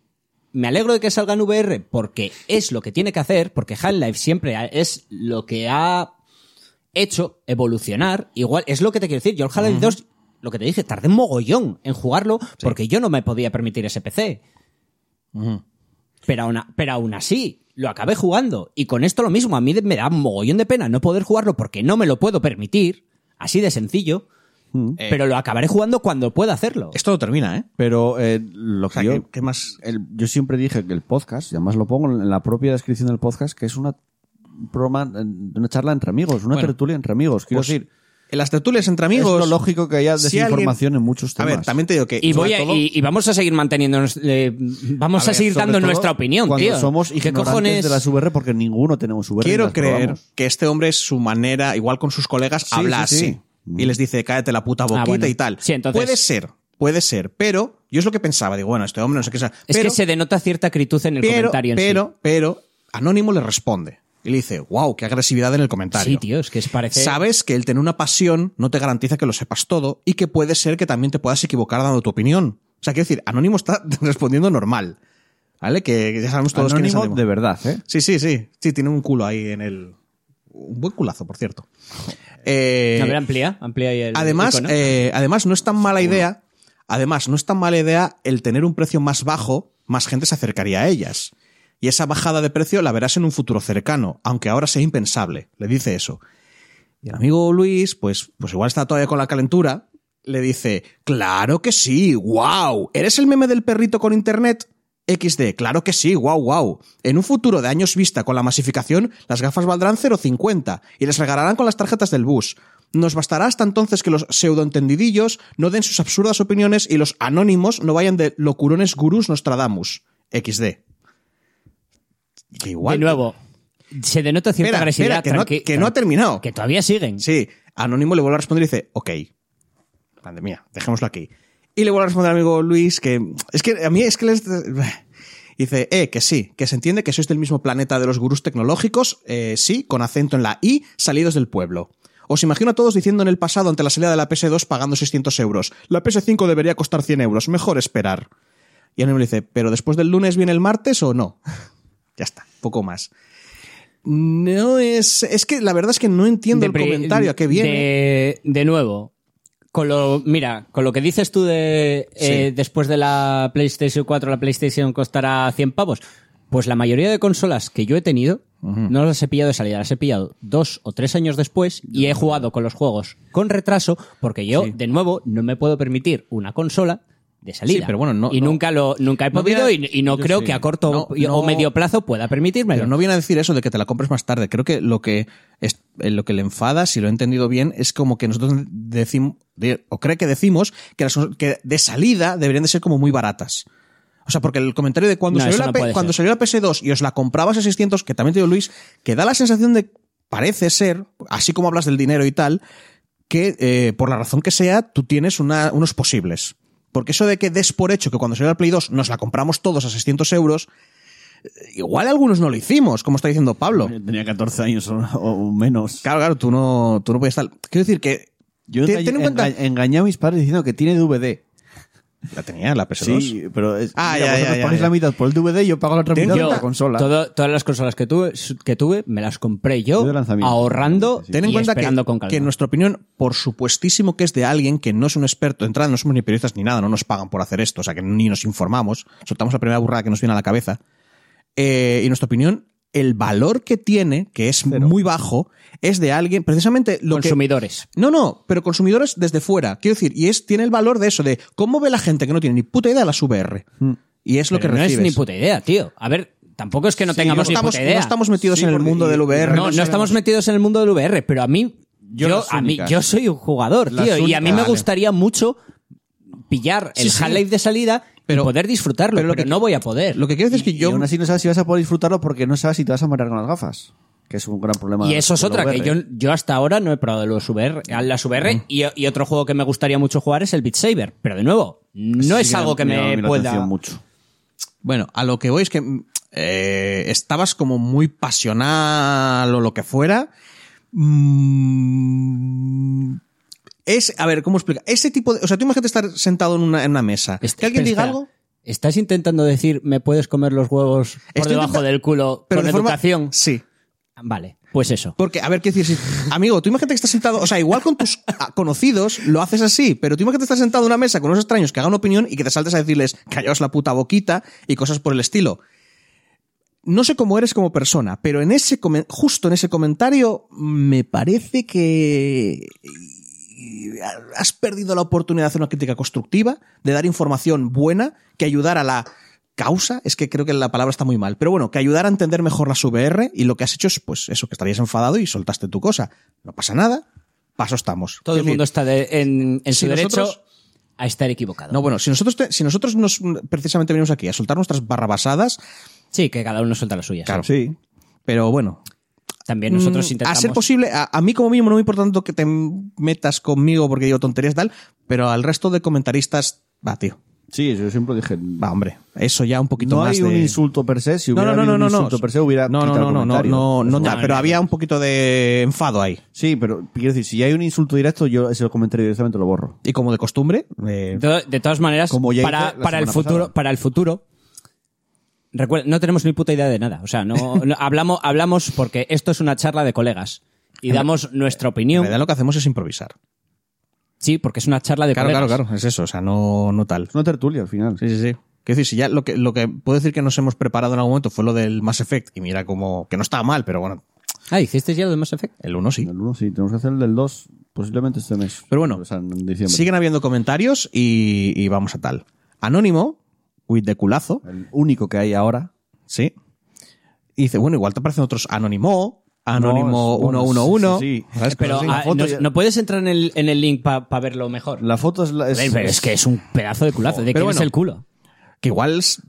[SPEAKER 3] Me alegro de que salga en VR porque es lo que tiene que hacer, porque Half-Life siempre ha- es lo que ha hecho evolucionar. Igual, es lo que te quiero decir. Yo el Half-Life 2, lo que te dije, tardé mogollón en jugarlo porque yo no me podía permitir ese PC. Pero aún, a- pero aún así, lo acabé jugando. Y con esto lo mismo, a mí de- me da mogollón de pena no poder jugarlo porque no me lo puedo permitir. Así de sencillo. eh, Pero lo acabaré jugando cuando pueda hacerlo.
[SPEAKER 2] Esto no termina, ¿eh?
[SPEAKER 1] Pero eh, lo
[SPEAKER 2] O sea,
[SPEAKER 1] que yo,
[SPEAKER 2] ¿qué, qué más?
[SPEAKER 1] el- yo siempre dije que el podcast, y además lo pongo en la propia descripción del podcast, que es una broma, eh, una charla entre amigos, una
[SPEAKER 2] Bueno.
[SPEAKER 1] tertulia entre amigos. Quiero
[SPEAKER 2] Pues,
[SPEAKER 1] decir,
[SPEAKER 2] En las tertulias entre
[SPEAKER 1] es
[SPEAKER 2] amigos.
[SPEAKER 1] lo lógico que haya
[SPEAKER 2] si alguien-
[SPEAKER 1] desinformación en muchos
[SPEAKER 2] A
[SPEAKER 1] temas.
[SPEAKER 2] ver, también te digo que.
[SPEAKER 3] Y, voy a-
[SPEAKER 2] sobre todo-
[SPEAKER 3] y, y vamos a seguir manteniendo. vamos a,
[SPEAKER 2] A ver,
[SPEAKER 3] seguir
[SPEAKER 1] Sobre
[SPEAKER 3] dando
[SPEAKER 1] todo
[SPEAKER 3] nuestra opinión,
[SPEAKER 1] cuando
[SPEAKER 3] tío.
[SPEAKER 1] somos
[SPEAKER 3] ¿Qué
[SPEAKER 1] ignorantes
[SPEAKER 3] cojones?
[SPEAKER 1] de las VR porque ninguno tenemos VR.
[SPEAKER 2] Quiero
[SPEAKER 1] las
[SPEAKER 2] creer
[SPEAKER 1] probamos.
[SPEAKER 2] que este hombre, su manera, igual con sus colegas,
[SPEAKER 1] Sí,
[SPEAKER 2] habla
[SPEAKER 1] sí, Ah,
[SPEAKER 2] así.
[SPEAKER 1] sí.
[SPEAKER 2] Y les dice, cállate la puta boquita
[SPEAKER 3] bueno.
[SPEAKER 2] y tal.
[SPEAKER 3] Sí, entonces-
[SPEAKER 2] Puede ser, puede ser. Pero, yo es lo que pensaba. Digo, bueno, este hombre no sé qué sea.
[SPEAKER 3] Es
[SPEAKER 2] pero-
[SPEAKER 3] que se denota cierta acritud en el
[SPEAKER 2] pero,
[SPEAKER 3] comentario en sí.
[SPEAKER 2] pero, pero, Anónimo le responde. Y le dice, wow, qué agresividad en el comentario.
[SPEAKER 3] sí. tío, es que es parece.
[SPEAKER 2] Sabes que el tener una pasión no te garantiza que lo sepas todo y que puede ser que también te puedas equivocar dando tu opinión. O sea, quiero decir, Anónimo está respondiendo normal. ¿Vale? Que que ya sabemos todos quién es
[SPEAKER 1] Anónimo
[SPEAKER 2] Anónimo.
[SPEAKER 1] de verdad, ¿eh?
[SPEAKER 2] Sí, sí, sí. Sí, tiene un culo ahí en el. Un buen culazo, por cierto. Eh,
[SPEAKER 3] A ver, amplía, amplía ahí el.
[SPEAKER 2] Además,
[SPEAKER 3] icono.
[SPEAKER 2] eh, además, no es tan mala idea. Además, no es tan mala idea el tener un precio más bajo, más gente se acercaría a ellas. Y esa bajada de precio la verás en un futuro cercano, aunque ahora sea impensable. Le dice eso. Y el amigo Luis, pues, pues igual está todavía con la calentura, le dice, claro que sí, wow, ¿eres el meme del perrito con internet? XD, claro que sí, wow, wow. En un futuro de años vista con la masificación, las gafas valdrán 0,50 y les regalarán con las tarjetas del bus. Nos bastará hasta entonces que los pseudoentendidillos no den sus absurdas opiniones y los anónimos no vayan de locurones gurús Nostradamus. XD. Que igual.
[SPEAKER 3] de nuevo, se denota cierta
[SPEAKER 2] Espera,
[SPEAKER 3] agresividad.
[SPEAKER 2] espera, que no-
[SPEAKER 3] tranqui-
[SPEAKER 2] que no ha terminado.
[SPEAKER 3] Que todavía siguen.
[SPEAKER 2] Sí, Anónimo le vuelve a responder y dice, ok. Madre mía, dejémoslo aquí. Y le vuelve a responder al amigo Luis que... Es que a mí es que les... Dice, eh, que sí, que se entiende que sois del mismo planeta de los gurús tecnológicos, eh, sí, con acento en la I, salidos del pueblo. Os imagino a todos diciendo en el pasado ante la salida de la PS2 pagando 600 euros. La PS5 debería costar 100 euros, mejor esperar. Y Anónimo le dice, ¿pero después del lunes viene el martes o no? ya está, poco más. No es... Es que la verdad es que no entiendo el
[SPEAKER 3] de pri-
[SPEAKER 2] comentario, ¿a qué viene?
[SPEAKER 3] De, de nuevo, con lo, mira, con lo que dices tú de eh,
[SPEAKER 2] Sí.
[SPEAKER 3] después de la PlayStation 4, la PlayStation costará 100 pavos. Pues la mayoría de consolas que yo he tenido no las he pillado de salida, las he pillado dos o tres años después y he jugado con los juegos con retraso porque yo, de nuevo, no me puedo permitir una consola de salida.
[SPEAKER 2] Sí, pero bueno, no-
[SPEAKER 3] y
[SPEAKER 2] no-
[SPEAKER 3] nunca lo nunca he
[SPEAKER 2] no
[SPEAKER 3] podido
[SPEAKER 2] viene-
[SPEAKER 3] y, y no
[SPEAKER 2] yo
[SPEAKER 3] creo
[SPEAKER 2] sí.
[SPEAKER 3] que a corto
[SPEAKER 2] No,
[SPEAKER 3] y- o
[SPEAKER 2] no-
[SPEAKER 3] medio plazo pueda permitírmelo.
[SPEAKER 2] Pero no viene a decir eso de que te la compres más tarde. Creo que lo que es eh, lo que le enfada, si lo he entendido bien, es como que nosotros decimos o cree que decimos que las cosas- que de salida deberían de ser como muy baratas. O sea, porque el comentario de cuando,
[SPEAKER 3] No,
[SPEAKER 2] salió,
[SPEAKER 3] eso
[SPEAKER 2] la
[SPEAKER 3] no
[SPEAKER 2] P-
[SPEAKER 3] puede
[SPEAKER 2] cuando
[SPEAKER 3] ser.
[SPEAKER 2] salió la PS2 y os la comprabas a 600, que también te digo Luis, que da la sensación de, parece ser, así como hablas del dinero y tal, que eh, por la razón que sea, tú tienes una- unos posibles. Porque eso de que des por hecho que cuando salió la Play 2 nos la compramos todos a 600 euros, Igual algunos no lo hicimos, como está diciendo Pablo.
[SPEAKER 1] Yo tenía 14 años o, o menos.
[SPEAKER 2] Claro, claro, tú no, tú no puedes estar. Quiero decir que.
[SPEAKER 1] Yo
[SPEAKER 2] te-
[SPEAKER 1] enga-
[SPEAKER 2] ten en cuenta-
[SPEAKER 1] enga- engañé a mis padres diciendo que tiene DVD.
[SPEAKER 2] La tenía, la PS2.
[SPEAKER 1] Sí, pero es,
[SPEAKER 2] Ah,
[SPEAKER 1] mira,
[SPEAKER 2] ya,
[SPEAKER 1] vosotros
[SPEAKER 2] ya, ya,
[SPEAKER 1] pagáis
[SPEAKER 2] ya.
[SPEAKER 1] la mitad por el DVD y yo pago la otra
[SPEAKER 2] Ten
[SPEAKER 1] mitad por
[SPEAKER 2] cuenta-
[SPEAKER 1] la consola.
[SPEAKER 3] Todo- todas las consolas que tuve, que tuve me las compré yo,
[SPEAKER 1] Yo de lanzamiento.
[SPEAKER 3] ahorrando
[SPEAKER 1] Sí, sí.
[SPEAKER 2] Ten en
[SPEAKER 3] y
[SPEAKER 2] cuenta
[SPEAKER 3] esperando
[SPEAKER 2] que,
[SPEAKER 3] con calma.
[SPEAKER 2] que nuestra opinión, por supuestísimo que es de alguien que no es un experto, de entrada no somos ni periodistas ni nada, no nos pagan por hacer esto, o sea que ni nos informamos, soltamos la primera burrada que nos viene a la cabeza. Eh, y nuestra opinión, el valor que tiene, que es muy bajo, es de alguien, precisamente lo que...
[SPEAKER 3] Consumidores.
[SPEAKER 2] No, no, pero consumidores desde fuera. Quiero decir, y es, tiene el valor de eso, de cómo ve la gente que no tiene ni puta idea de las VR.
[SPEAKER 1] Mm.
[SPEAKER 2] Y es lo
[SPEAKER 3] Pero
[SPEAKER 2] que
[SPEAKER 3] no
[SPEAKER 2] recibes.
[SPEAKER 3] es ni puta idea, tío. A ver, tampoco es que no
[SPEAKER 2] Sí,
[SPEAKER 3] tengamos
[SPEAKER 2] no estamos,
[SPEAKER 3] ni puta idea.
[SPEAKER 2] no estamos metidos
[SPEAKER 1] Sí,
[SPEAKER 2] en el
[SPEAKER 1] porque-
[SPEAKER 2] mundo del VR.
[SPEAKER 3] No, no estamos metidos en el mundo del VR, pero a mí, yo,
[SPEAKER 1] las
[SPEAKER 3] a mí,
[SPEAKER 1] únicas.
[SPEAKER 3] yo soy un jugador,
[SPEAKER 1] Las
[SPEAKER 3] tío, y a mí
[SPEAKER 1] únicas.
[SPEAKER 3] me
[SPEAKER 1] Vale.
[SPEAKER 3] gustaría mucho pillar el
[SPEAKER 2] Sí, sí.
[SPEAKER 3] Half-Life de salida
[SPEAKER 2] Pero-
[SPEAKER 3] y poder disfrutarlo,
[SPEAKER 2] pero
[SPEAKER 3] pero,
[SPEAKER 2] lo que-
[SPEAKER 3] no voy a poder.
[SPEAKER 2] Lo que quiero decir es que
[SPEAKER 1] Y
[SPEAKER 2] yo...
[SPEAKER 1] aún así no sabes si vas a poder disfrutarlo porque no sabes si te vas a marear con las gafas. Que es un gran problema.
[SPEAKER 3] y
[SPEAKER 1] de-
[SPEAKER 3] eso es
[SPEAKER 1] de
[SPEAKER 3] otra,
[SPEAKER 1] la
[SPEAKER 3] que yo,
[SPEAKER 1] VR.
[SPEAKER 3] yo hasta ahora no he probado los VR, a las VR, y, y otro juego que me gustaría mucho jugar es el Beat Saber, pero de nuevo, no
[SPEAKER 1] Sí
[SPEAKER 3] es algo que
[SPEAKER 1] llama
[SPEAKER 3] me,
[SPEAKER 1] la
[SPEAKER 3] pueda...
[SPEAKER 1] atención mucho.
[SPEAKER 2] Bueno, a lo que voy es que mm, eh, estabas como muy pasional o lo que fuera. Mm, es, a ver, ¿cómo explica? Ese tipo de. O sea, tú imagínate estar sentado en una, en una mesa.
[SPEAKER 3] Este-
[SPEAKER 2] que alguien
[SPEAKER 3] espera,
[SPEAKER 2] diga
[SPEAKER 3] espera.
[SPEAKER 2] algo.
[SPEAKER 3] ¿Estás intentando decir me puedes comer los huevos por
[SPEAKER 2] Estoy
[SPEAKER 3] debajo
[SPEAKER 2] intenta-
[SPEAKER 3] del culo
[SPEAKER 2] Pero
[SPEAKER 3] con
[SPEAKER 2] de forma-
[SPEAKER 3] educación?
[SPEAKER 2] Sí.
[SPEAKER 3] Vale, pues eso.
[SPEAKER 2] Porque, a ver, ¿qué decir? si- amigo, tú imagínate que estás sentado. O sea, igual con tus ah, conocidos lo haces así, pero tú imagínate que estás sentado en una mesa con unos extraños que hagan opinión y que te saltes a decirles callaos la puta boquita y cosas por el estilo. No sé cómo eres como persona, pero en ese comen- justo en ese comentario me parece que has perdido la oportunidad de hacer una crítica constructiva, de dar información buena, que ayudara a la causa, es que creo que la palabra está muy mal, pero bueno, que ayudara a entender mejor las VR y lo que has hecho es pues eso, que estarías enfadado y soltaste tu cosa. No pasa nada, paso estamos.
[SPEAKER 3] Todo
[SPEAKER 2] Es
[SPEAKER 3] el
[SPEAKER 2] decir,
[SPEAKER 3] mundo está de- en, en
[SPEAKER 2] si
[SPEAKER 3] su derecho
[SPEAKER 2] nosotros-
[SPEAKER 3] a estar equivocado.
[SPEAKER 2] No, bueno, si nosotros, te- si nosotros nos, precisamente venimos aquí a soltar nuestras barrabasadas,
[SPEAKER 3] Sí, que cada uno suelta las suyas.
[SPEAKER 2] Claro.
[SPEAKER 1] Sí.
[SPEAKER 2] pero bueno,
[SPEAKER 3] También nosotros
[SPEAKER 2] Mm,
[SPEAKER 3] intentamos...
[SPEAKER 2] A ser posible, a, a mí como mínimo no me importa tanto que te metas conmigo porque digo tonterías tal, pero al resto de comentaristas, va, tío.
[SPEAKER 1] Sí, yo siempre dije.
[SPEAKER 2] Va, hombre. Eso ya un poquito
[SPEAKER 1] no
[SPEAKER 2] más
[SPEAKER 1] hay
[SPEAKER 2] de...
[SPEAKER 1] un insulto per se. Si
[SPEAKER 2] No,
[SPEAKER 1] hubiera
[SPEAKER 2] no, no,
[SPEAKER 1] habido
[SPEAKER 2] no, no,
[SPEAKER 1] un
[SPEAKER 2] no.
[SPEAKER 1] insulto per se, hubiera.
[SPEAKER 2] No, no,
[SPEAKER 1] quitado
[SPEAKER 2] no,
[SPEAKER 1] el
[SPEAKER 2] no, no,
[SPEAKER 1] comentario.
[SPEAKER 2] no, no,
[SPEAKER 1] Es
[SPEAKER 2] tal,
[SPEAKER 1] una-
[SPEAKER 2] pero había un poquito de enfado ahí.
[SPEAKER 1] Sí, pero quiero decir, si hay un insulto directo, yo ese comentario directamente lo borro.
[SPEAKER 2] Y como de costumbre, eh,
[SPEAKER 3] De, de todas maneras,
[SPEAKER 1] Como ya
[SPEAKER 3] para,
[SPEAKER 1] hice la
[SPEAKER 3] para el
[SPEAKER 1] semana
[SPEAKER 3] futuro,
[SPEAKER 1] pasada.
[SPEAKER 3] para el futuro, recuer- no tenemos ni puta idea de nada. O sea, no, no- hablamos, hablamos porque esto es una charla de colegas y damos nuestra
[SPEAKER 2] en
[SPEAKER 3] opinión.
[SPEAKER 2] realidad lo que hacemos es improvisar.
[SPEAKER 3] Sí, porque es una charla de
[SPEAKER 2] Claro,
[SPEAKER 3] colegas.
[SPEAKER 2] claro, claro, es eso, o sea, no, no tal.
[SPEAKER 1] Es una tertulia al final.
[SPEAKER 2] Sí, sí, sí. Quiero decir, si ya lo que, lo que puedo decir que nos hemos preparado en algún momento fue lo del Mass Effect, y mira como, que no estaba mal, pero bueno,
[SPEAKER 3] Ah, ¿hiciste ya lo de Mass Effect?
[SPEAKER 2] el uno sí.
[SPEAKER 1] El 1 sí, tenemos que hacer el del 2 posiblemente este mes.
[SPEAKER 2] Pero bueno,
[SPEAKER 1] O sea, en diciembre.
[SPEAKER 2] Siguen habiendo comentarios y, y vamos a tal. Anónimo, with de culazo,
[SPEAKER 1] El único que hay ahora.
[SPEAKER 2] sí. Y dice, bueno, igual te aparecen otros Anónimo,
[SPEAKER 1] No,
[SPEAKER 2] Anónimo
[SPEAKER 1] es- bueno,
[SPEAKER 2] 111.
[SPEAKER 1] sí, sí, sí.
[SPEAKER 2] ¿sabes?
[SPEAKER 3] Pero
[SPEAKER 1] la
[SPEAKER 3] ah,
[SPEAKER 1] foto
[SPEAKER 3] no,
[SPEAKER 1] ya-
[SPEAKER 3] no puedes entrar en el, en el link para verlo mejor.
[SPEAKER 1] La foto es. la- es,
[SPEAKER 3] Pero es que es un pedazo de culazo. ¿De
[SPEAKER 2] Pero
[SPEAKER 3] quién
[SPEAKER 2] bueno.
[SPEAKER 3] es el culo?
[SPEAKER 2] Que igual es-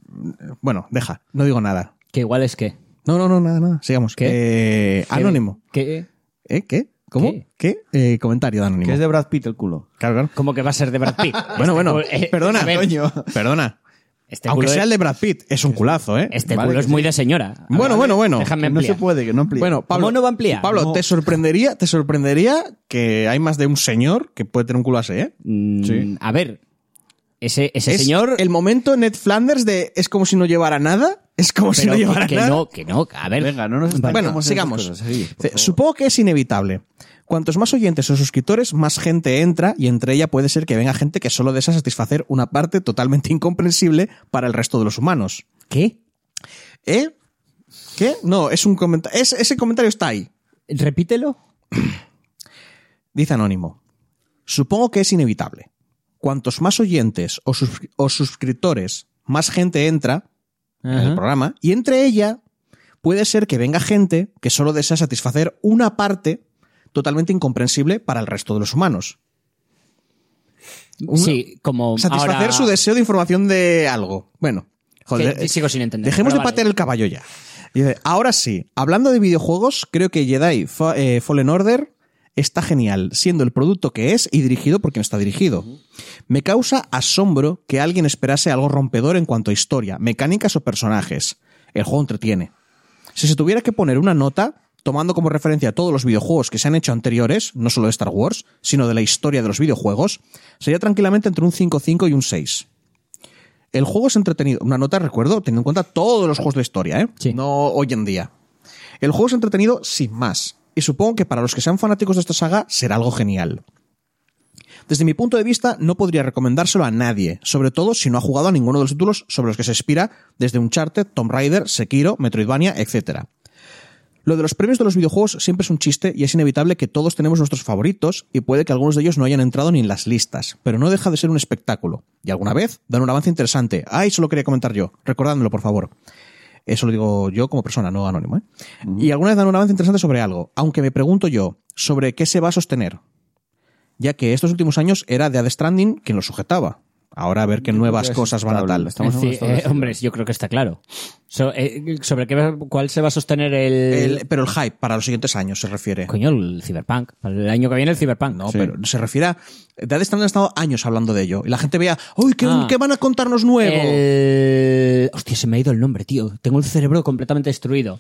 [SPEAKER 2] Bueno, deja, no digo nada.
[SPEAKER 3] Que igual es que.
[SPEAKER 2] No, no, no, nada, nada. Sigamos. Eh, anónimo.
[SPEAKER 3] Que,
[SPEAKER 2] ¿Eh? ¿Qué? ¿Cómo? ¿Qué? Eh, comentario de Anónimo.
[SPEAKER 1] Que es de Brad Pitt el culo.
[SPEAKER 2] Claro, claro.
[SPEAKER 3] como que va a ser de Brad Pitt.
[SPEAKER 2] Bueno, bueno,
[SPEAKER 3] culo- eh,
[SPEAKER 2] perdona,
[SPEAKER 3] a ver,
[SPEAKER 2] coño. Perdona.
[SPEAKER 3] Este
[SPEAKER 2] Aunque
[SPEAKER 3] culo
[SPEAKER 2] sea
[SPEAKER 3] es-
[SPEAKER 2] el de Brad Pitt, es un culazo, ¿eh?
[SPEAKER 3] Este
[SPEAKER 1] Vale,
[SPEAKER 3] culo
[SPEAKER 1] que
[SPEAKER 3] es muy de señora. A
[SPEAKER 2] Bueno,
[SPEAKER 3] ver,
[SPEAKER 2] bueno, bueno.
[SPEAKER 3] Déjame
[SPEAKER 1] Que no
[SPEAKER 3] ampliar.
[SPEAKER 1] se puede, que no amplía.
[SPEAKER 2] Bueno, Pablo,
[SPEAKER 3] ¿Cómo no va a ampliar?
[SPEAKER 2] Pablo,
[SPEAKER 3] No.
[SPEAKER 2] te sorprendería, te sorprendería que hay más de un señor que puede tener un culo así, ¿eh?
[SPEAKER 3] Mm,
[SPEAKER 1] Sí.
[SPEAKER 3] A ver, ese, ese
[SPEAKER 2] Es
[SPEAKER 3] señor...
[SPEAKER 2] el momento Ned Flanders de es como si no llevara nada, es como si
[SPEAKER 3] pero
[SPEAKER 2] no llevara
[SPEAKER 3] que, que
[SPEAKER 2] nada.
[SPEAKER 3] no, que no, a ver.
[SPEAKER 1] Venga, no nos
[SPEAKER 3] Vale.
[SPEAKER 2] Bueno,
[SPEAKER 1] Vamos a esas
[SPEAKER 2] sigamos.
[SPEAKER 1] cosas, sí, por
[SPEAKER 2] Dice,
[SPEAKER 1] favor.
[SPEAKER 2] Supongo que es inevitable. Cuantos más oyentes o suscriptores, más gente entra y entre ella puede ser que venga gente que solo desea satisfacer una parte totalmente incomprensible para el resto de los humanos.
[SPEAKER 3] ¿Qué?
[SPEAKER 2] ¿Eh? ¿Qué? No, es un comentario. ese comentario está ahí.
[SPEAKER 3] Repítelo.
[SPEAKER 2] Dice Anónimo. Supongo que es inevitable. Cuantos más oyentes o, sus- o suscriptores, más gente entra en el programa y entre ella puede ser que venga gente que solo desea satisfacer una parte totalmente incomprensible para el resto de los humanos. Un-
[SPEAKER 3] sí, como
[SPEAKER 2] Satisfacer
[SPEAKER 3] ahora-
[SPEAKER 2] su deseo de información de algo. Bueno, joder,
[SPEAKER 3] Que sigo sin entender,
[SPEAKER 2] Dejemos de
[SPEAKER 3] pero vale.
[SPEAKER 2] patear el caballo ya. Dice, ahora sí, hablando de videojuegos, creo que Jedi Fa- eh, Fallen Order está genial, siendo el producto que es y dirigido por quien está dirigido. Me causa asombro que alguien esperase algo rompedor en cuanto a historia, mecánicas o personajes. El juego entretiene. Si se tuviera que poner una nota, tomando como referencia todos los videojuegos que se han hecho anteriores, no solo de Star Wars, sino de la historia de los videojuegos, sería tranquilamente entre un 5-5 y un 6. El juego es entretenido. Una nota, recuerdo, teniendo en cuenta todos los juegos de la historia, ¿eh?
[SPEAKER 3] Sí.
[SPEAKER 2] No hoy en día. El juego es entretenido sin más. Y supongo que para los que sean fanáticos de esta saga será algo genial. Desde mi punto de vista, no podría recomendárselo a nadie, sobre todo si no ha jugado a ninguno de los títulos sobre los que se inspira desde Uncharted, Tomb Raider, Sekiro, Metroidvania, etc. Lo de los premios de los videojuegos siempre es un chiste y es inevitable que todos tenemos nuestros favoritos y puede que algunos de ellos no hayan entrado ni en las listas, pero no deja de ser un espectáculo. Y alguna vez dan un avance interesante. Ah, eso lo quería comentar yo. Recordádmelo, por favor. Eso lo digo yo como persona, no anónimo. ¿eh? Y alguna vez dan un avance interesante sobre algo, aunque me pregunto yo, ¿sobre qué se va a sostener? ya que estos últimos años era de Ad Stranding quien lo sujetaba. Ahora a ver qué nuevas
[SPEAKER 1] es
[SPEAKER 2] cosas van a
[SPEAKER 1] estable,
[SPEAKER 2] tal.
[SPEAKER 1] estamos en
[SPEAKER 3] Sí,
[SPEAKER 1] un
[SPEAKER 3] eh,
[SPEAKER 1] restaurante.
[SPEAKER 3] hombre, yo creo que está claro. So- eh, ¿Sobre qué, va- cuál se va a sostener el,
[SPEAKER 2] El- pero el hype para los siguientes años se refiere.
[SPEAKER 3] Coño, el Cyberpunk. Para el año que viene el Cyberpunk.
[SPEAKER 2] No,
[SPEAKER 1] Sí.
[SPEAKER 2] pero se refiere a... De Ad Stranding han estado años hablando de ello. Y la gente veía, ¡Uy, qué,
[SPEAKER 3] Ah.
[SPEAKER 2] qué van a contarnos nuevo!
[SPEAKER 3] El... Hostia, se me ha ido el nombre, tío. Tengo el cerebro completamente destruido.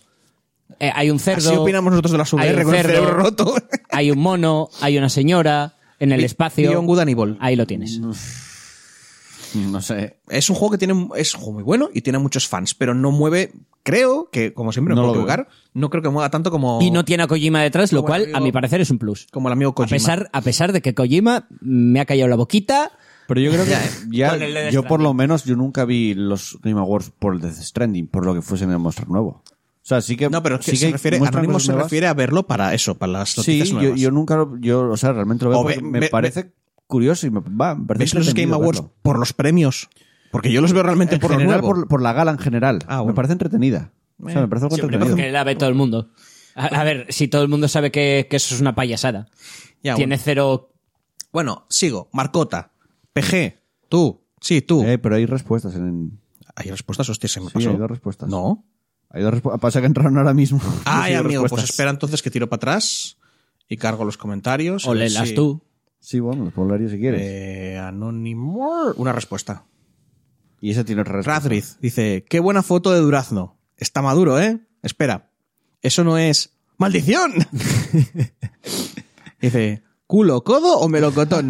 [SPEAKER 3] Eh, hay un cerdo.
[SPEAKER 2] Así opinamos nosotros de la
[SPEAKER 3] hay
[SPEAKER 2] VR
[SPEAKER 3] un
[SPEAKER 2] con el
[SPEAKER 3] cerdo,
[SPEAKER 2] cerebro roto.
[SPEAKER 3] hay un mono, hay una señora en el
[SPEAKER 2] Bi-
[SPEAKER 3] espacio.
[SPEAKER 2] Beyond Good and Evil.
[SPEAKER 3] Ahí lo tienes.
[SPEAKER 1] No sé.
[SPEAKER 2] Es un juego que tiene... Es un juego muy bueno y tiene muchos fans, pero no mueve... Creo que, como siempre,
[SPEAKER 1] No
[SPEAKER 2] no,
[SPEAKER 1] lo veo.
[SPEAKER 2] lugar, no creo que mueva tanto como...
[SPEAKER 3] Y no tiene a Kojima detrás, lo
[SPEAKER 2] Como el
[SPEAKER 3] cual, a
[SPEAKER 2] amigo-
[SPEAKER 3] mi parecer, es un plus.
[SPEAKER 2] como el amigo
[SPEAKER 3] A
[SPEAKER 2] Kojima.
[SPEAKER 3] pesar, a pesar de que Kojima me ha callado la boquita.
[SPEAKER 1] Pero yo creo que
[SPEAKER 2] eh,
[SPEAKER 1] ya,
[SPEAKER 3] Con el Death
[SPEAKER 1] yo por lo menos yo nunca vi los Game Awards por el Death Stranding, por lo que fuesen a mostrar nuevo. O sea, sí que
[SPEAKER 2] No, pero es que
[SPEAKER 1] sí
[SPEAKER 2] se
[SPEAKER 1] que
[SPEAKER 2] refiere,
[SPEAKER 1] muestran
[SPEAKER 2] Anónimo
[SPEAKER 1] cosas
[SPEAKER 2] se
[SPEAKER 1] nuevas.
[SPEAKER 2] refiere a verlo para eso, para las
[SPEAKER 1] Sí,
[SPEAKER 2] noticias
[SPEAKER 1] yo,
[SPEAKER 2] nuevas.
[SPEAKER 1] yo nunca lo, yo, o sea, realmente lo veo
[SPEAKER 2] O
[SPEAKER 1] porque
[SPEAKER 2] ve-
[SPEAKER 1] me,
[SPEAKER 2] ve-
[SPEAKER 1] parece curioso y me, va, me parece
[SPEAKER 2] ¿Ves los Game
[SPEAKER 1] entretenido
[SPEAKER 2] Awards
[SPEAKER 1] verlo.
[SPEAKER 2] por los premios? Porque yo los veo realmente
[SPEAKER 1] En
[SPEAKER 2] por lo
[SPEAKER 1] general,
[SPEAKER 2] nuevo.
[SPEAKER 1] por, por la gala en general.
[SPEAKER 2] Ah, bueno. Eh,
[SPEAKER 1] Me parece entretenida. O sea, me parece algo entretenido.
[SPEAKER 3] Porque la ve todo el mundo. A, a ver, si todo el mundo sabe que, que eso es una payasada.
[SPEAKER 2] Ya,
[SPEAKER 3] tiene
[SPEAKER 2] bueno.
[SPEAKER 3] cero.
[SPEAKER 2] Bueno, sigo. Marcota. PG. Tú. Sí, tú.
[SPEAKER 1] Eh, pero hay respuestas en...
[SPEAKER 2] hay respuestas, hostia, se me
[SPEAKER 1] Sí,
[SPEAKER 2] pasó.
[SPEAKER 1] hay dos respuestas.
[SPEAKER 2] No.
[SPEAKER 1] Hay dos respuestas. Pasa que entraron ahora mismo. Hay
[SPEAKER 2] Ay,
[SPEAKER 1] dos
[SPEAKER 2] amigo, pues
[SPEAKER 1] respuestas.
[SPEAKER 2] espera entonces que tiro para atrás y cargo los comentarios.
[SPEAKER 3] O
[SPEAKER 2] A ver
[SPEAKER 3] lelas
[SPEAKER 2] si-
[SPEAKER 3] tú.
[SPEAKER 1] Sí, bueno, los populares si quieres.
[SPEAKER 2] Eh, Anónimo. Una respuesta.
[SPEAKER 1] y esa tiene otra respuesta.
[SPEAKER 2] Radriz dice, qué buena foto de Durazno. Está maduro, ¿eh? Espera, eso no es... ¡Maldición! dice, ¿culo, codo o melocotón?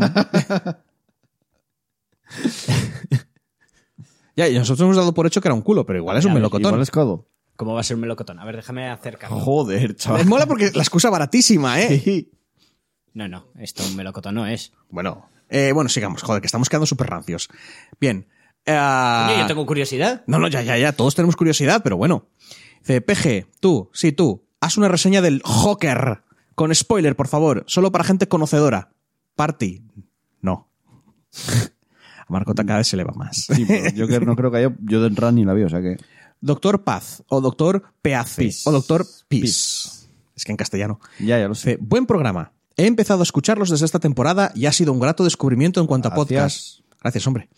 [SPEAKER 2] ya, y nosotros hemos dado por hecho que era un culo, pero igual es un
[SPEAKER 3] Ya,
[SPEAKER 2] melocotón.
[SPEAKER 1] Igual es codo.
[SPEAKER 3] ¿Cómo va a ser un melocotón? A ver, déjame acercar.
[SPEAKER 2] Oh.
[SPEAKER 1] Joder,
[SPEAKER 2] Me mola porque la excusa baratísima, ¿eh?
[SPEAKER 3] No, no, esto un melocotón no es.
[SPEAKER 2] Bueno, eh, bueno, sigamos, joder, que estamos quedando súper rancios. Bien. eh,
[SPEAKER 3] yo tengo curiosidad.
[SPEAKER 2] No, no, ya, ya, ya. Todos tenemos curiosidad, pero bueno. Dice, PG, tú, sí, tú, haz una reseña del Joker. Con spoiler, por favor. Solo para gente conocedora. Party. No. A Marcota cada vez se le va más.
[SPEAKER 1] Sí, pero yo que no creo que haya. Yo de entrada ni la vi, o sea que.
[SPEAKER 2] Doctor Paz. O Doctor Peace.
[SPEAKER 1] Piz.
[SPEAKER 2] O Doctor Peace.
[SPEAKER 1] Piz.
[SPEAKER 2] Es que en castellano.
[SPEAKER 1] Ya, ya lo sé.
[SPEAKER 2] Dice, buen programa. He empezado a escucharlos desde esta temporada y ha sido un grato descubrimiento en cuanto a podcast.
[SPEAKER 1] Gracias.
[SPEAKER 2] Gracias, hombre.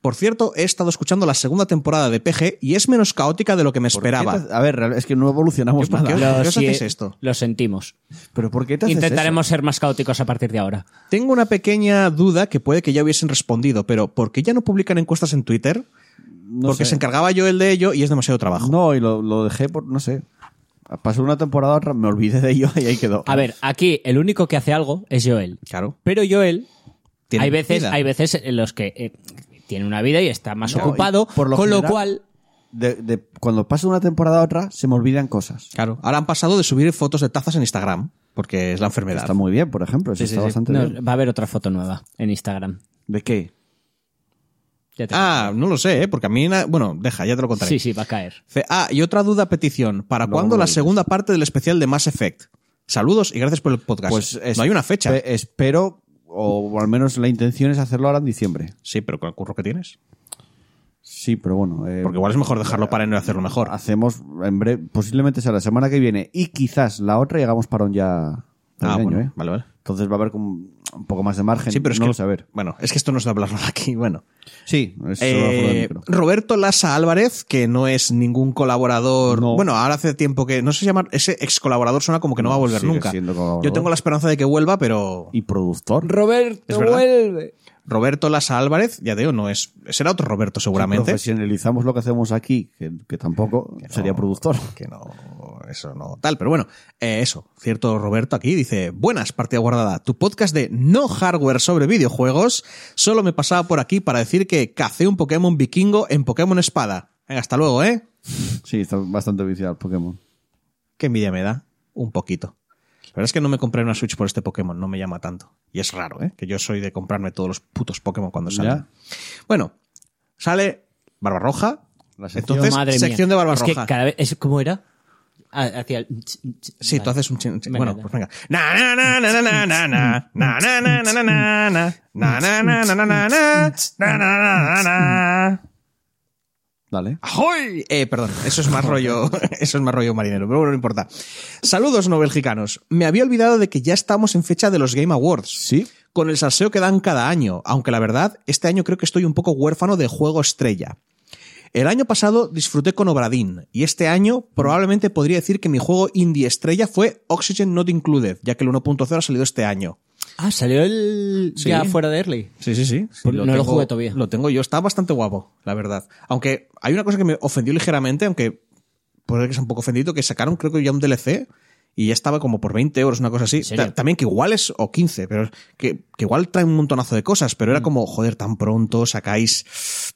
[SPEAKER 2] Por cierto, he estado escuchando la segunda temporada de PG y es menos caótica de lo que me esperaba.
[SPEAKER 1] ¿Por qué te- A ver, es que no evolucionamos
[SPEAKER 2] Yo, ¿por
[SPEAKER 1] nada.
[SPEAKER 2] qué?
[SPEAKER 3] Lo,
[SPEAKER 2] ¿Por os
[SPEAKER 3] sie-
[SPEAKER 2] hacéis esto?
[SPEAKER 3] lo sentimos.
[SPEAKER 1] Pero ¿por qué te haces
[SPEAKER 3] Intentaremos ser más caóticos a partir de ahora.
[SPEAKER 2] Tengo una pequeña duda que puede que ya hubiesen respondido, pero ¿por qué ya no publican encuestas en Twitter?
[SPEAKER 1] eso? No
[SPEAKER 2] Porque
[SPEAKER 1] sé.
[SPEAKER 2] se encargaba yo el de ello y es demasiado trabajo.
[SPEAKER 1] No, y lo, lo dejé por. No sé. Pasó una temporada, otra, me olvidé de ello y ahí quedó.
[SPEAKER 3] A ver, aquí el único que hace algo es Joel.
[SPEAKER 2] Claro.
[SPEAKER 3] Pero Joel,
[SPEAKER 2] Tiene
[SPEAKER 3] hay veces,
[SPEAKER 2] vida.
[SPEAKER 3] hay veces en los que eh, tiene una vida y está más
[SPEAKER 1] No, y
[SPEAKER 3] ocupado,
[SPEAKER 1] por lo
[SPEAKER 3] con lo
[SPEAKER 1] general-
[SPEAKER 3] cual
[SPEAKER 1] De, de- cuando pasa una temporada a otra, se me olvidan cosas.
[SPEAKER 2] Claro. Ahora han pasado de subir fotos de tazas en Instagram, porque es la enfermedad.
[SPEAKER 1] Está muy bien, por ejemplo. eso está bastante
[SPEAKER 3] no,
[SPEAKER 1] bien.
[SPEAKER 3] va a haber otra foto nueva en Instagram.
[SPEAKER 1] ¿De qué?
[SPEAKER 3] Ya te-
[SPEAKER 2] Ah, no lo sé, ¿eh? porque a mí... na- Bueno, deja, ya te lo contaré.
[SPEAKER 3] sí, sí, va a caer.
[SPEAKER 2] Dice, Ah, y otra duda petición. ¿Para cuándo
[SPEAKER 1] me
[SPEAKER 2] la
[SPEAKER 1] dices.
[SPEAKER 2] segunda parte del especial de Mass Effect? Saludos y gracias por el podcast.
[SPEAKER 1] Pues es-
[SPEAKER 2] no hay una fecha.
[SPEAKER 1] pe- Espero, o al menos la intención es hacerlo ahora en diciembre.
[SPEAKER 2] Sí, pero con el curro que tienes.
[SPEAKER 1] Sí, pero bueno. eh,
[SPEAKER 2] Porque igual es mejor dejarlo para enero y hacerlo mejor.
[SPEAKER 1] hacemos en breve, posiblemente sea la semana que viene y quizás la otra llegamos parón ya del
[SPEAKER 2] Ah,
[SPEAKER 1] año,
[SPEAKER 2] bueno,
[SPEAKER 1] ¿eh?
[SPEAKER 2] vale, vale.
[SPEAKER 1] Entonces va a haber como un poco más de margen.
[SPEAKER 2] Sí, pero es
[SPEAKER 1] no
[SPEAKER 2] que,
[SPEAKER 1] lo saber.
[SPEAKER 2] Bueno, es que esto no es de hablarlo aquí. Bueno,
[SPEAKER 1] Sí, es solo
[SPEAKER 2] Eh,
[SPEAKER 1] fuera de micro.
[SPEAKER 2] Roberto Lasa Álvarez, que no es ningún colaborador.
[SPEAKER 1] No.
[SPEAKER 2] Bueno, ahora hace tiempo que. No sé si llamar. Ese ex colaborador suena como que no va a volver
[SPEAKER 1] sigue
[SPEAKER 2] nunca.
[SPEAKER 1] siendo colaborador.
[SPEAKER 2] Yo tengo la esperanza de que vuelva, pero.
[SPEAKER 1] Y productor.
[SPEAKER 2] Roberto vuelve. Roberto Lasa Álvarez, ya digo, no es. Será otro Roberto seguramente.
[SPEAKER 1] Si profesionalizamos lo que hacemos aquí, que, que tampoco
[SPEAKER 2] no,
[SPEAKER 1] sería productor.
[SPEAKER 2] Que no, eso no, tal. Pero bueno, eh, eso. Cierto Roberto aquí dice, buenas, partida guardada. Tu podcast de no hardware sobre videojuegos solo me pasaba por aquí para decir que cacé un Pokémon vikingo en Pokémon Espada. Venga, hasta luego, ¿eh?
[SPEAKER 1] Sí, está bastante viciado el Pokémon.
[SPEAKER 2] Qué envidia me da. Un poquito. La verdad es que no me compré una Switch por este Pokémon, no me llama tanto. Y es raro, ¿eh? Que yo soy de comprarme todos los putos Pokémon cuando
[SPEAKER 1] Ya.
[SPEAKER 2] salen. Bueno, sale Barbarroja.
[SPEAKER 1] La sección-
[SPEAKER 2] Entonces,
[SPEAKER 3] Madre mía.
[SPEAKER 2] sección de Barbarroja.
[SPEAKER 3] Es que cada vez, es- ¿Cómo era? Ah, Hacia el...
[SPEAKER 2] Sí, tú
[SPEAKER 3] Vale.
[SPEAKER 2] haces un chin, chin-
[SPEAKER 3] Venga,
[SPEAKER 2] Bueno,
[SPEAKER 3] ya.
[SPEAKER 2] pues venga. Na, na, na, na, na, na, na, na, na, na, na, na, na, na, na, na, na, na, na, na, na, na, na, na, na.
[SPEAKER 1] Dale.
[SPEAKER 2] ¡Ajoy! Eh, perdón, eso es más rollo, eso es más rollo marinero, pero bueno, no importa. Saludos no belgicanos. Me había olvidado de que ya estamos en fecha de los Game Awards.
[SPEAKER 1] Sí.
[SPEAKER 2] Con el salseo que dan cada año, aunque la verdad, este año creo que estoy un poco huérfano de juego estrella. El año pasado disfruté con Obradín y este año probablemente podría decir que mi juego indie estrella fue Oxygen Not Included, ya que el 1.0 ha salido este año.
[SPEAKER 3] Ah, salió el...
[SPEAKER 2] Sí.
[SPEAKER 3] Ya fuera de Early.
[SPEAKER 2] Sí, sí, sí.
[SPEAKER 3] Pues no lo jugué todavía.
[SPEAKER 2] Lo tengo yo, está bastante guapo, la verdad. Aunque hay una cosa que me ofendió ligeramente, aunque puede que sea un poco ofendido, que sacaron creo que ya un DLC y ya estaba como por 20 euros, una cosa así.
[SPEAKER 3] serio?
[SPEAKER 2] Ta- También que igual es, o 15, pero que, que igual trae un montonazo de cosas, pero era como, joder, tan pronto sacáis.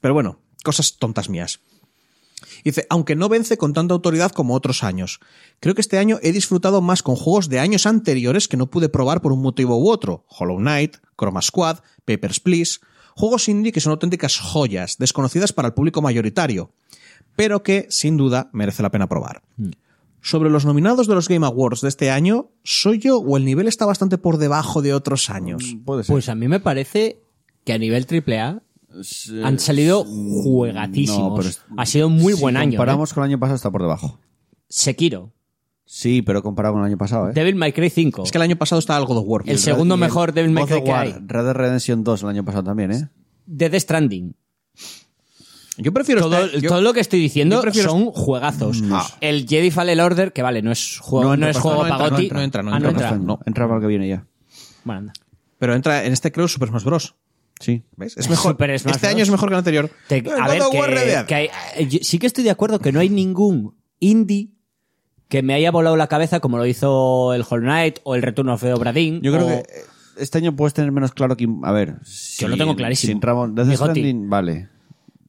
[SPEAKER 2] Pero bueno, cosas tontas mías. Dice, aunque no vence con tanta autoridad como otros años. Creo que este año he disfrutado más con juegos de años anteriores que no pude probar por un motivo u otro. Hollow Knight, Chroma Squad, Papers, Please. Juegos indie que son auténticas joyas, desconocidas para el público mayoritario, pero que, sin duda, merece la pena probar.
[SPEAKER 3] Mm.
[SPEAKER 2] Sobre los nominados de los Game Awards de este año, ¿soy yo o el nivel está bastante por debajo de otros años?
[SPEAKER 1] Puede ser.
[SPEAKER 3] Pues a mí me parece que a nivel AAA
[SPEAKER 1] Sí.
[SPEAKER 3] han salido juegatísimos.
[SPEAKER 1] Eh, mm, No, pero es-
[SPEAKER 3] ha sido un muy
[SPEAKER 1] Si
[SPEAKER 3] buen año.
[SPEAKER 1] Comparamos con el año pasado, está por debajo.
[SPEAKER 3] ¿eh? Sekiro,
[SPEAKER 1] Sí, pero comparado con el año pasado, ¿eh?
[SPEAKER 3] Devil May Cry 5.
[SPEAKER 2] Es que el año pasado estaba algo de War.
[SPEAKER 3] El segundo
[SPEAKER 1] Y
[SPEAKER 3] mejor Devil May
[SPEAKER 1] God of
[SPEAKER 3] Cry que
[SPEAKER 1] War,
[SPEAKER 3] hay.
[SPEAKER 1] Red Dead Redemption 2 el año pasado también, ¿eh?
[SPEAKER 3] Death Stranding.
[SPEAKER 2] Yo prefiero
[SPEAKER 3] Todo,
[SPEAKER 2] este- yo-
[SPEAKER 3] todo lo que estoy diciendo
[SPEAKER 2] yo prefiero-
[SPEAKER 3] son juegazos.
[SPEAKER 2] No.
[SPEAKER 3] El Jedi Fallen Order, que vale, no es juego, no,
[SPEAKER 1] entra
[SPEAKER 3] es
[SPEAKER 1] para-
[SPEAKER 3] juego
[SPEAKER 2] no entra, no
[SPEAKER 3] pagoti.
[SPEAKER 2] entra, no entra, no
[SPEAKER 3] Ah,
[SPEAKER 2] entra,
[SPEAKER 1] Este año.
[SPEAKER 2] no.
[SPEAKER 1] Entra para el que viene ya.
[SPEAKER 3] Bueno, anda.
[SPEAKER 2] Pero entra en este creo Super Smash Bros.
[SPEAKER 1] Sí.
[SPEAKER 2] ¿Ves? Es mejor.
[SPEAKER 3] Super Smash
[SPEAKER 2] este
[SPEAKER 3] Bros.
[SPEAKER 2] año es mejor que el anterior.
[SPEAKER 3] Te-
[SPEAKER 2] Eh,
[SPEAKER 3] a
[SPEAKER 2] God
[SPEAKER 3] ver,
[SPEAKER 2] of War Red
[SPEAKER 3] que,
[SPEAKER 2] Dead.
[SPEAKER 3] que hay- eh, yo sí que estoy de acuerdo que no hay ningún indie que me haya volado la cabeza como lo hizo el Hollow Knight o el Return of the Obra Dinn,
[SPEAKER 1] Yo creo
[SPEAKER 3] o-
[SPEAKER 1] que eh, este año puedes tener menos claro que. A ver. si-
[SPEAKER 3] lo tengo clarísimo.
[SPEAKER 1] Si entramos. Death
[SPEAKER 3] Bigotti.
[SPEAKER 1] Stranding, vale.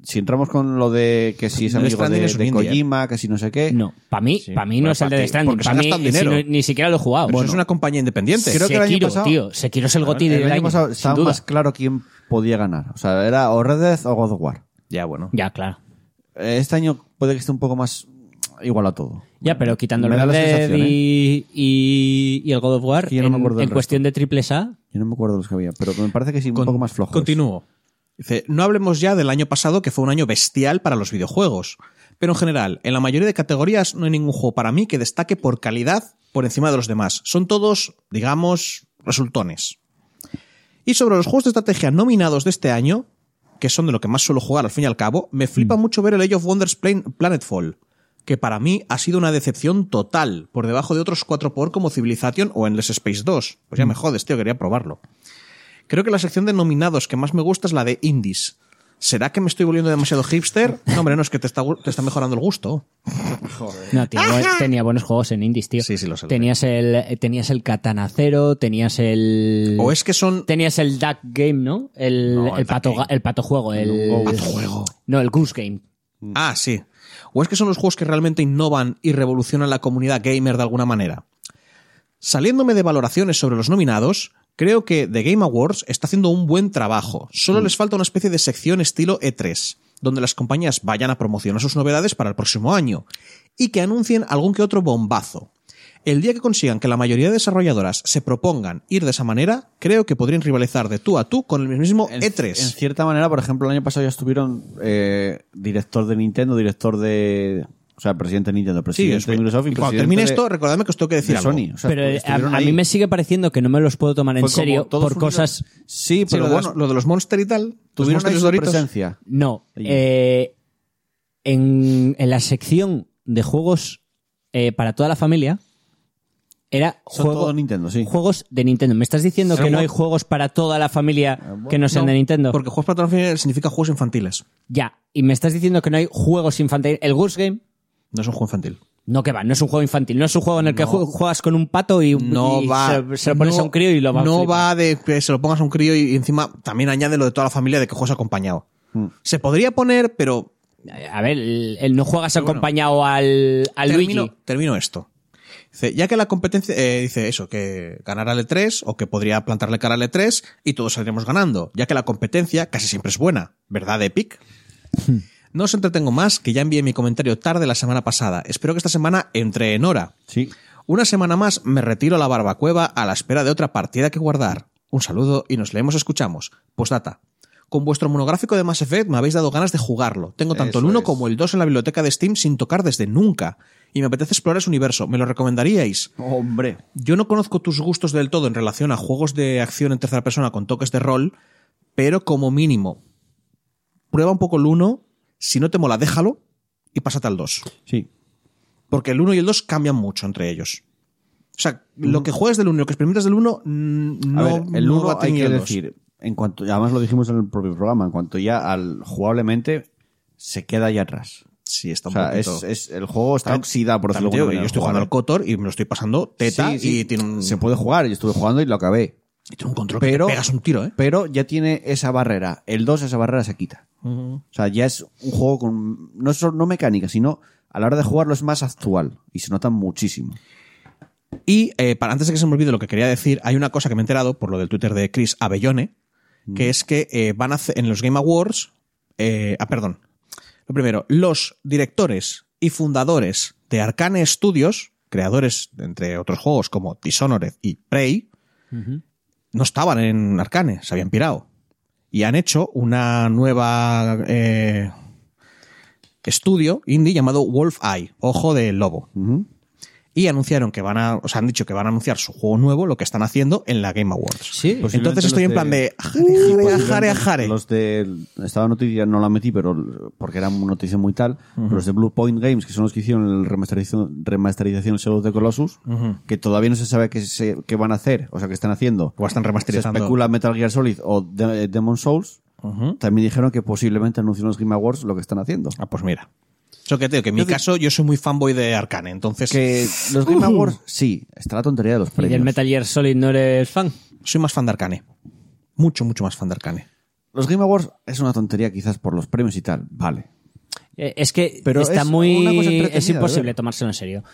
[SPEAKER 1] Si entramos con lo de que si es
[SPEAKER 2] Death
[SPEAKER 1] amigo
[SPEAKER 2] Stranding
[SPEAKER 1] de,
[SPEAKER 2] es un
[SPEAKER 1] de
[SPEAKER 2] indie, ¿eh?
[SPEAKER 1] Kojima, que si no sé qué.
[SPEAKER 3] No, para mí,
[SPEAKER 1] Sí,
[SPEAKER 3] pa' mí
[SPEAKER 2] bueno,
[SPEAKER 3] no es el
[SPEAKER 2] pa'
[SPEAKER 3] de
[SPEAKER 2] ti,
[SPEAKER 3] Death Stranding.
[SPEAKER 2] porque se
[SPEAKER 3] Para mí,
[SPEAKER 2] gastan dinero.
[SPEAKER 3] si no- ni siquiera lo he jugado.
[SPEAKER 2] Pero eso es una compañía independiente.
[SPEAKER 1] Creo que el año
[SPEAKER 3] Sekiro,
[SPEAKER 1] pasado-
[SPEAKER 3] tío. Sekiro es el goti
[SPEAKER 1] El
[SPEAKER 3] del
[SPEAKER 1] año
[SPEAKER 3] año,
[SPEAKER 1] pasado
[SPEAKER 3] sin
[SPEAKER 1] estaba
[SPEAKER 3] duda.
[SPEAKER 1] más claro quién podía ganar. O sea, era o Red Dead o God of War.
[SPEAKER 2] Ya, bueno.
[SPEAKER 3] Ya, claro.
[SPEAKER 1] Eh, Este año puede que esté un poco más igual a todo.
[SPEAKER 3] Ya, pero quitando el
[SPEAKER 1] Me da
[SPEAKER 3] Red
[SPEAKER 1] la
[SPEAKER 3] Dead
[SPEAKER 1] sensación, ¿eh?
[SPEAKER 3] y, y- y el God of War,
[SPEAKER 1] Que yo no me
[SPEAKER 3] en,
[SPEAKER 1] acuerdo del
[SPEAKER 3] en
[SPEAKER 1] resto.
[SPEAKER 3] cuestión de triples A,
[SPEAKER 1] Yo no me acuerdo los que había, pero me parece que sí, un
[SPEAKER 2] Con-
[SPEAKER 1] poco más flojo.
[SPEAKER 2] Continúo. Dice, no hablemos ya del año pasado, que fue un año bestial para los videojuegos. Pero en general, en la mayoría de categorías no hay ningún juego para mí que destaque por calidad por encima de los demás. Son todos, digamos, resultones. Y sobre los juegos de estrategia nominados de este año, que son de lo que más suelo jugar al fin y al cabo, me flipa
[SPEAKER 1] Mm.
[SPEAKER 2] mucho ver el Age of Wonders Plan- Planetfall, que para mí ha sido una decepción total, por debajo de otros 4 por como Civilization o Endless Space 2. Pues
[SPEAKER 1] Mm.
[SPEAKER 2] ya me jodes, tío, quería probarlo. Creo que la sección de nominados que más me gusta es la de indies. ¿Será que me estoy volviendo demasiado hipster? No, hombre, no, es que te está, gu- te está mejorando el gusto.
[SPEAKER 3] no, tío, no- tenía buenos juegos en indies, tío.
[SPEAKER 2] Sí, sí, lo sé, lo sé.
[SPEAKER 3] Tenías el, eh, tenías el Katana Zero, tenías el...
[SPEAKER 2] O es que son...
[SPEAKER 3] Tenías el Duck Game, ¿no? El,
[SPEAKER 2] No, el
[SPEAKER 3] el
[SPEAKER 2] Duck
[SPEAKER 3] pato,
[SPEAKER 2] Game.
[SPEAKER 3] ga- el pato juego. El,
[SPEAKER 2] Pato juego.
[SPEAKER 3] No, el Goose Game.
[SPEAKER 2] Ah, sí. O es que son los juegos que realmente innovan y revolucionan la comunidad gamer de alguna manera. Saliéndome de valoraciones sobre los nominados, creo que The Game Awards está haciendo un buen trabajo.
[SPEAKER 1] Mm.
[SPEAKER 2] Solo les falta una especie de sección estilo E3, donde las compañías vayan a promocionar sus novedades para el próximo año y que anuncien algún que otro bombazo. El día que consigan que la mayoría de desarrolladoras se propongan ir de esa manera, creo que podrían rivalizar de tú a tú con el mismo E E3.
[SPEAKER 1] En cierta manera, por ejemplo, el año pasado ya estuvieron eh, director de Nintendo, director de. O sea, presidente de Nintendo,
[SPEAKER 2] Sí,
[SPEAKER 1] presidente
[SPEAKER 2] es-
[SPEAKER 1] de Microsoft y,
[SPEAKER 2] y cuando
[SPEAKER 1] presidente
[SPEAKER 2] termine
[SPEAKER 1] de-
[SPEAKER 2] esto, recordadme que os tengo que
[SPEAKER 1] de
[SPEAKER 2] decir algo.
[SPEAKER 1] Sony. O sea,
[SPEAKER 3] Pero eh, a,
[SPEAKER 1] estuvieron
[SPEAKER 3] a
[SPEAKER 1] ahí.
[SPEAKER 3] mí me sigue pareciendo que no me los puedo tomar en
[SPEAKER 1] Fue como
[SPEAKER 3] serio
[SPEAKER 1] todos
[SPEAKER 3] por
[SPEAKER 1] unidos-
[SPEAKER 3] cosas...
[SPEAKER 1] Sí,
[SPEAKER 2] Sí,
[SPEAKER 1] pero
[SPEAKER 2] lo, de
[SPEAKER 1] bueno,
[SPEAKER 2] los, lo de los Monster y tal. los
[SPEAKER 1] tuvieron
[SPEAKER 2] Monster
[SPEAKER 1] ahí
[SPEAKER 2] y los
[SPEAKER 1] su
[SPEAKER 2] Doritos.
[SPEAKER 1] presencia.
[SPEAKER 3] No.
[SPEAKER 1] Ahí.
[SPEAKER 3] eh, en, en la sección de juegos eh, para toda la familia Era
[SPEAKER 1] Son
[SPEAKER 3] juego-
[SPEAKER 1] todo Nintendo, sí.
[SPEAKER 3] juegos de Nintendo. ¿Me estás diciendo
[SPEAKER 2] Era
[SPEAKER 3] que
[SPEAKER 2] un
[SPEAKER 3] no
[SPEAKER 2] juego-
[SPEAKER 3] hay juegos para toda la familia que no sean de Nintendo?
[SPEAKER 2] Porque juegos para familia significa juegos infantiles.
[SPEAKER 3] Ya, y me estás diciendo que no hay juegos infantiles. El Goose Game,
[SPEAKER 2] No es un juego infantil.
[SPEAKER 3] no que va, no es un juego infantil, no es un juego en el que jue- juegas con un pato y,
[SPEAKER 2] No
[SPEAKER 3] y
[SPEAKER 2] va.
[SPEAKER 3] se, se lo pones
[SPEAKER 2] no-
[SPEAKER 3] a un crío y lo va a
[SPEAKER 2] No
[SPEAKER 3] flipar.
[SPEAKER 2] va de que se lo pongas a un crío y, y encima también añade lo de toda la familia de que juegas acompañado. Se podría poner, pero.
[SPEAKER 3] A ver, el, el no juegas acompañado al, al
[SPEAKER 2] termino,
[SPEAKER 3] Luigi.
[SPEAKER 2] termino esto. Dice, ya que la competencia. eh, dice eso, que ganará el E3 o que podría plantarle cara al E3 y todos saldremos ganando, ya que la competencia casi siempre es buena. ¿Verdad, Epic? No os entretengo más, que ya envié mi comentario tarde la semana pasada. Espero que esta semana entre en hora.
[SPEAKER 1] Sí.
[SPEAKER 2] Una semana más me retiro a la barbacueva a la espera de otra partida que guardar. Un saludo y nos leemos, escuchamos. Postdata. Con vuestro monográfico de Mass Effect me habéis dado ganas de jugarlo. Tengo tanto el
[SPEAKER 1] Eso
[SPEAKER 2] 1
[SPEAKER 1] es.
[SPEAKER 2] como el 2 en la biblioteca de Steam sin tocar desde nunca. Y me apetece explorar ese universo. ¿Me lo recomendaríais?
[SPEAKER 1] Hombre.
[SPEAKER 2] Yo no conozco tus gustos del todo en relación a juegos de acción en tercera persona con toques de rol, pero como mínimo, prueba un poco el 1. Si no te mola, déjalo y pásate al 2.
[SPEAKER 1] Sí.
[SPEAKER 2] Porque el 1 y el 2 cambian mucho entre ellos. O sea, lo que juegues del 1 y lo que experimentas del 1 mm,
[SPEAKER 1] Mm. A
[SPEAKER 2] no,
[SPEAKER 1] ver, el
[SPEAKER 2] no
[SPEAKER 1] 1
[SPEAKER 2] va a
[SPEAKER 1] hay
[SPEAKER 2] tener
[SPEAKER 1] que
[SPEAKER 2] el dos.
[SPEAKER 1] decir, en cuanto, y además lo dijimos en el propio programa, en cuanto ya al jugablemente se queda ahí atrás.
[SPEAKER 2] Sí, está
[SPEAKER 1] O
[SPEAKER 2] un
[SPEAKER 1] sea,
[SPEAKER 2] poquito...
[SPEAKER 1] es, es- el juego
[SPEAKER 3] Ah,
[SPEAKER 1] está
[SPEAKER 2] También-
[SPEAKER 1] oxidado por decirlo
[SPEAKER 2] También te digo que
[SPEAKER 1] de alguna
[SPEAKER 2] yo estoy jugando
[SPEAKER 1] manera,
[SPEAKER 2] al Cotor y me lo estoy pasando teta
[SPEAKER 1] Sí, sí.
[SPEAKER 2] y tiene un,
[SPEAKER 1] Se puede jugar, yo estuve jugando y lo acabé.
[SPEAKER 2] y tiene un control
[SPEAKER 1] pero-
[SPEAKER 2] que te pegas un tiro, ¿eh?
[SPEAKER 1] Pero ya tiene esa barrera. El 2 esa barrera se quita. O sea, ya es un juego con. No, solo- no mecánica, sino a la hora de jugarlo es más actual. Y se nota muchísimo.
[SPEAKER 2] Y eh, para antes de que se me olvide lo que quería decir, hay una cosa que me he enterado por lo del Twitter de Chris Avellone, que es que eh, van a hacer en los Game Awards, eh, ah, perdón, lo primero, los directores y fundadores de Arcane Studios, creadores de, entre otros juegos como Dishonored y Prey, no estaban en Arcane, se habían pirado. Y han hecho una nueva eh, estudio indie llamado Wolf Eye, Ojo de Lobo y anunciaron que van a, o sea, han dicho que van a anunciar su juego nuevo, lo que están haciendo en la Game Awards.
[SPEAKER 3] Sí.
[SPEAKER 2] Entonces estoy en
[SPEAKER 1] los
[SPEAKER 2] plan de ajare, ajare, ajare, ajare.
[SPEAKER 1] Los de Estado Noticia no la metí, pero porque era una noticia muy tal. pero Los de Blue Point Games, que son los que hicieron el remasterización, remasterización del Shadow of the Colossus, que todavía no se sabe qué, se- qué van a hacer, o sea, qué están haciendo.
[SPEAKER 2] O están remasterizando.
[SPEAKER 1] Se especula Metal Gear Solid o De- eh, Demon Souls. También dijeron que posiblemente anuncien los Game Awards lo que están haciendo.
[SPEAKER 2] Ah, pues mira. Eso que te digo, que en mi caso yo soy muy fanboy de Arcane, entonces
[SPEAKER 1] Que los Game Awards, sí, está la tontería de los
[SPEAKER 3] Y del
[SPEAKER 1] premios.
[SPEAKER 3] Metal Gear Solid no eres fan.
[SPEAKER 2] soy más fan de Arcane. Mucho, mucho más fan de Arcane.
[SPEAKER 1] Los Game Awards es una tontería quizás por los premios y tal, vale.
[SPEAKER 3] Eh, Es que
[SPEAKER 1] Pero
[SPEAKER 3] está
[SPEAKER 1] es una cosa
[SPEAKER 3] muy.
[SPEAKER 1] entretenida
[SPEAKER 3] Es
[SPEAKER 1] de ver.
[SPEAKER 3] imposible tomárselo en serio.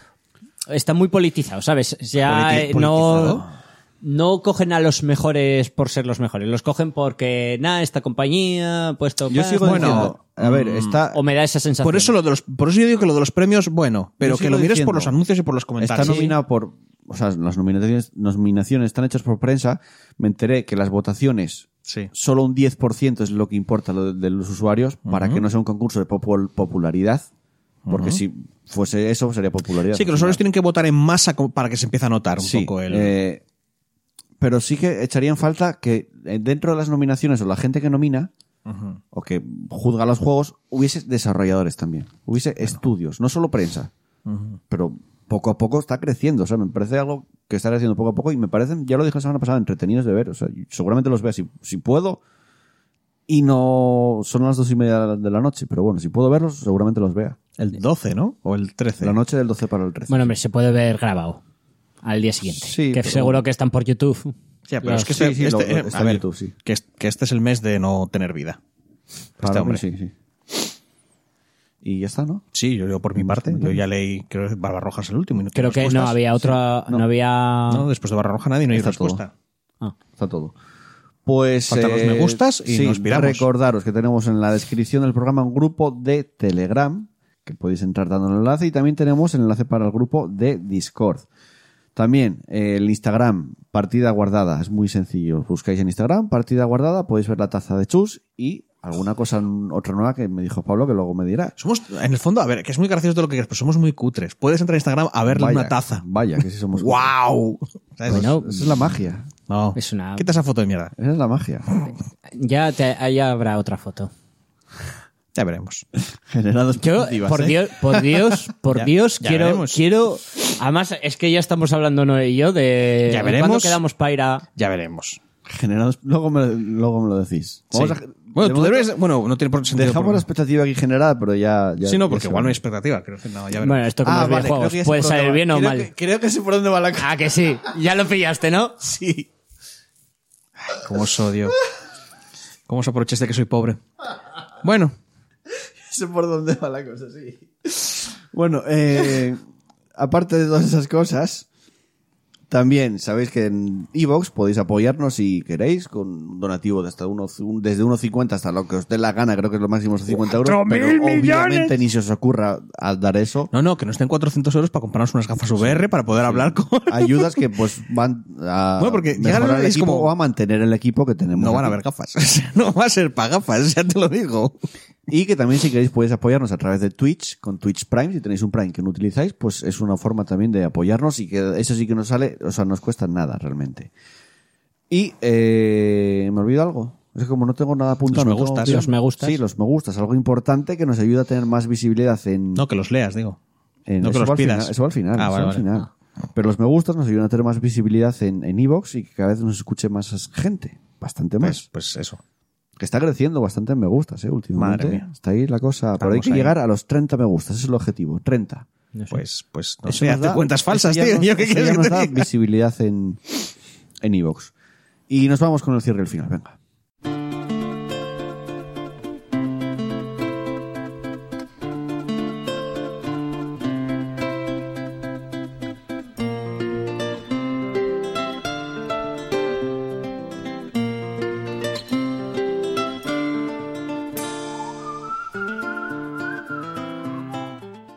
[SPEAKER 3] Está muy politizado, ¿sabes? Ya
[SPEAKER 2] Politi-
[SPEAKER 3] eh, no.
[SPEAKER 2] politizado.
[SPEAKER 3] No cogen a los mejores por ser los mejores. Los cogen porque, nada, esta compañía ha puesto.
[SPEAKER 1] Yo
[SPEAKER 3] más,
[SPEAKER 1] sigo
[SPEAKER 3] bueno,
[SPEAKER 1] diciendo, a ver, está,
[SPEAKER 3] O me da esa sensación.
[SPEAKER 2] Por eso, lo de los, por eso yo digo que lo de los premios, bueno, pero
[SPEAKER 1] Yo
[SPEAKER 2] que
[SPEAKER 1] sigo
[SPEAKER 2] lo mires
[SPEAKER 1] diciendo,
[SPEAKER 2] por los anuncios y por los
[SPEAKER 1] Está
[SPEAKER 2] comentarios.
[SPEAKER 1] nominado por. O sea, las nominaciones, nominaciones están hechas por prensa. Me enteré que las votaciones.
[SPEAKER 2] Sí.
[SPEAKER 1] Solo un 10% es lo que importa lo de, de los usuarios para que no sea un concurso de popul- popularidad. Porque si fuese eso, sería popularidad.
[SPEAKER 2] Sí, que los usuarios tienen que votar en masa como para que se empiece a notar un
[SPEAKER 1] Sí,
[SPEAKER 2] poco el...
[SPEAKER 1] eh, pero sí que echaría en falta que eh, dentro de las nominaciones o la gente que nomina o que juzga los juegos hubiese desarrolladores también, hubiese estudios, no solo prensa. Pero poco a poco está creciendo, o sea, me parece algo que está creciendo poco a poco y me parecen, ya lo dije la semana pasada, entretenidos de ver, o sea, y seguramente los vea si, si puedo y no son las dos y media de la noche, pero bueno, si puedo verlos seguramente los vea.
[SPEAKER 2] el 12, ¿no? O el 13.
[SPEAKER 1] La noche del 12 para el 13.
[SPEAKER 3] Bueno, hombre, se puede ver grabado al día siguiente.
[SPEAKER 1] Sí,
[SPEAKER 3] que
[SPEAKER 1] pero-
[SPEAKER 3] seguro que están por YouTube.
[SPEAKER 2] Ya, pero
[SPEAKER 1] Claro,
[SPEAKER 2] es que
[SPEAKER 1] sí,
[SPEAKER 2] este,
[SPEAKER 1] sí, lo-
[SPEAKER 2] este-
[SPEAKER 1] lo-
[SPEAKER 2] eh,
[SPEAKER 1] está
[SPEAKER 2] a
[SPEAKER 1] en
[SPEAKER 2] ver,
[SPEAKER 1] YouTube, sí.
[SPEAKER 2] que, es- que este es el mes de no tener vida.
[SPEAKER 1] Para
[SPEAKER 2] este
[SPEAKER 1] mí,
[SPEAKER 2] hombre.
[SPEAKER 1] sí, sí. Y ya está, ¿no?
[SPEAKER 2] Sí, yo, yo por mi
[SPEAKER 1] Mm,
[SPEAKER 2] parte, yo ya leí, creo que Barbarroja es el último. y no tengo
[SPEAKER 3] Creo que no
[SPEAKER 2] respuestas.
[SPEAKER 3] había otra. no. había.
[SPEAKER 2] No, después de Barbarroja nadie no hay
[SPEAKER 1] Está
[SPEAKER 2] respuesta.
[SPEAKER 1] Está todo. Pues.
[SPEAKER 2] Faltan los me gustas y
[SPEAKER 1] sí,
[SPEAKER 2] nos piramos.
[SPEAKER 1] Recordaros que tenemos en la descripción del programa un grupo de Telegram, que podéis entrar dando el enlace, y también tenemos el enlace para el grupo de Discord. También eh, el Instagram, partida guardada, es muy sencillo. Os Buscáis en Instagram, partida guardada, podéis ver la taza de chus y alguna cosa, otra nueva que me dijo Pablo que luego me dirá.
[SPEAKER 2] Somos, en el fondo, a ver, que es muy gracioso de lo que quieras, pero somos muy cutres. Puedes entrar a Instagram a verle
[SPEAKER 1] Vaya,
[SPEAKER 2] una taza.
[SPEAKER 1] Vaya, que si somos.
[SPEAKER 2] ¡Wow! ¿Sabes?
[SPEAKER 3] Bueno,
[SPEAKER 1] Esa es la magia.
[SPEAKER 2] no.
[SPEAKER 3] es una-
[SPEAKER 2] Quita esa foto de mierda.
[SPEAKER 1] Esa es la magia.
[SPEAKER 3] ya, te- ya habrá otra foto.
[SPEAKER 2] Ya veremos.
[SPEAKER 1] Generados
[SPEAKER 3] Yo,
[SPEAKER 1] positivas,
[SPEAKER 3] por
[SPEAKER 1] ¿eh?
[SPEAKER 3] Dios, por Dios, por
[SPEAKER 2] Ya-
[SPEAKER 3] Dios,
[SPEAKER 2] ya
[SPEAKER 3] quiero,
[SPEAKER 2] veremos.
[SPEAKER 3] quiero. Además, es que ya estamos hablando Noé y yo de.
[SPEAKER 2] Ya
[SPEAKER 3] ¿de
[SPEAKER 2] veremos.
[SPEAKER 3] ¿Cuándo quedamos para ir a.?
[SPEAKER 2] Ya veremos.
[SPEAKER 1] Generados. Luego me, luego me lo decís. Vamos
[SPEAKER 2] Sí.
[SPEAKER 1] a- de
[SPEAKER 2] bueno, tú
[SPEAKER 1] momento
[SPEAKER 2] deberías- Bueno, no tiene por sentido.
[SPEAKER 1] Dejamos la
[SPEAKER 2] por-
[SPEAKER 1] expectativa aquí generada, pero ya. ya
[SPEAKER 2] Sí, no,
[SPEAKER 1] ya
[SPEAKER 2] porque
[SPEAKER 1] se
[SPEAKER 2] igual
[SPEAKER 1] va. Ah,
[SPEAKER 2] no hay expectativa. Creo que no, ya veremos.
[SPEAKER 3] Bueno, esto como los
[SPEAKER 1] vale, creo
[SPEAKER 3] videojuegos.
[SPEAKER 1] que ya sé por
[SPEAKER 3] Puede
[SPEAKER 1] dónde
[SPEAKER 3] salir
[SPEAKER 1] va.
[SPEAKER 3] bien o
[SPEAKER 1] Creo
[SPEAKER 3] mal.
[SPEAKER 1] que- creo que sé por dónde va la
[SPEAKER 3] Ah, que sí. Ya lo pillaste, ¿no?
[SPEAKER 2] Sí. ¿Cómo os odio? ¿Cómo os aprovechaste de que soy pobre? Bueno,
[SPEAKER 1] sé por dónde va la cosa, sí. Bueno, eh, aparte de todas esas cosas, también sabéis que en Evox podéis apoyarnos si queréis con un donativo de hasta uno, un- desde 1,50 hasta lo que os dé la gana, creo que es lo máximo son 50 euros. Pero obviamente ni se os ocurra al dar eso.
[SPEAKER 2] no, no, que nos den 400 euros para comprarnos unas gafas VR para poder hablar con.
[SPEAKER 1] Ayudas que pues van a
[SPEAKER 2] Bueno, porque llegar
[SPEAKER 1] mejorar el
[SPEAKER 2] es
[SPEAKER 1] equipo
[SPEAKER 2] como-
[SPEAKER 1] o a mantener el equipo que tenemos.
[SPEAKER 2] No van a
[SPEAKER 1] aquí.
[SPEAKER 2] haber gafas. O sea, no va a ser para gafas, ya te lo digo.
[SPEAKER 1] Y que también si queréis podéis apoyarnos a través de Twitch, con Twitch Prime, si tenéis un Prime que no utilizáis, pues es una forma también de apoyarnos y que eso sí que nos sale, o sea, nos cuesta nada realmente. Y eh, me olvido algo. Es que como no tengo nada apuntado.
[SPEAKER 2] Los me
[SPEAKER 1] no tengo
[SPEAKER 2] gustas.
[SPEAKER 1] guión.
[SPEAKER 3] Los me gustas.
[SPEAKER 1] Sí, los me gustas. Algo importante que nos ayuda a tener más visibilidad en...
[SPEAKER 2] No, que los leas, digo.
[SPEAKER 1] en-
[SPEAKER 2] no
[SPEAKER 1] eso
[SPEAKER 2] que los
[SPEAKER 1] va al
[SPEAKER 2] pidas.
[SPEAKER 1] final- eso va al final.
[SPEAKER 2] Ah,
[SPEAKER 1] eso
[SPEAKER 2] vale,
[SPEAKER 1] va al
[SPEAKER 2] vale.
[SPEAKER 1] final. Pero los me gustas nos ayudan a tener más visibilidad en en Evox y que cada vez nos escuche más gente. Bastante más
[SPEAKER 2] Pues, pues eso.
[SPEAKER 1] que está creciendo bastante en me gustas, ¿eh? Últimamente.
[SPEAKER 2] Madre mía.
[SPEAKER 1] Está ahí la cosa. pero
[SPEAKER 2] Estamos
[SPEAKER 1] hay que
[SPEAKER 2] ahí.
[SPEAKER 1] llegar a los 30 me gustas. Ese es el objetivo. 30.
[SPEAKER 2] Pues, pues no
[SPEAKER 1] Eso
[SPEAKER 2] sé,
[SPEAKER 1] nos
[SPEAKER 2] hazte
[SPEAKER 1] da-
[SPEAKER 2] cuentas falsas,
[SPEAKER 1] eso ya
[SPEAKER 2] tío.
[SPEAKER 1] nos-
[SPEAKER 2] ¿Yo qué
[SPEAKER 1] eso
[SPEAKER 2] quieres
[SPEAKER 1] ya
[SPEAKER 2] que
[SPEAKER 1] nos
[SPEAKER 2] te
[SPEAKER 1] da
[SPEAKER 2] diga?
[SPEAKER 1] visibilidad en en Evox. y nos vamos con el cierre y el final. Venga.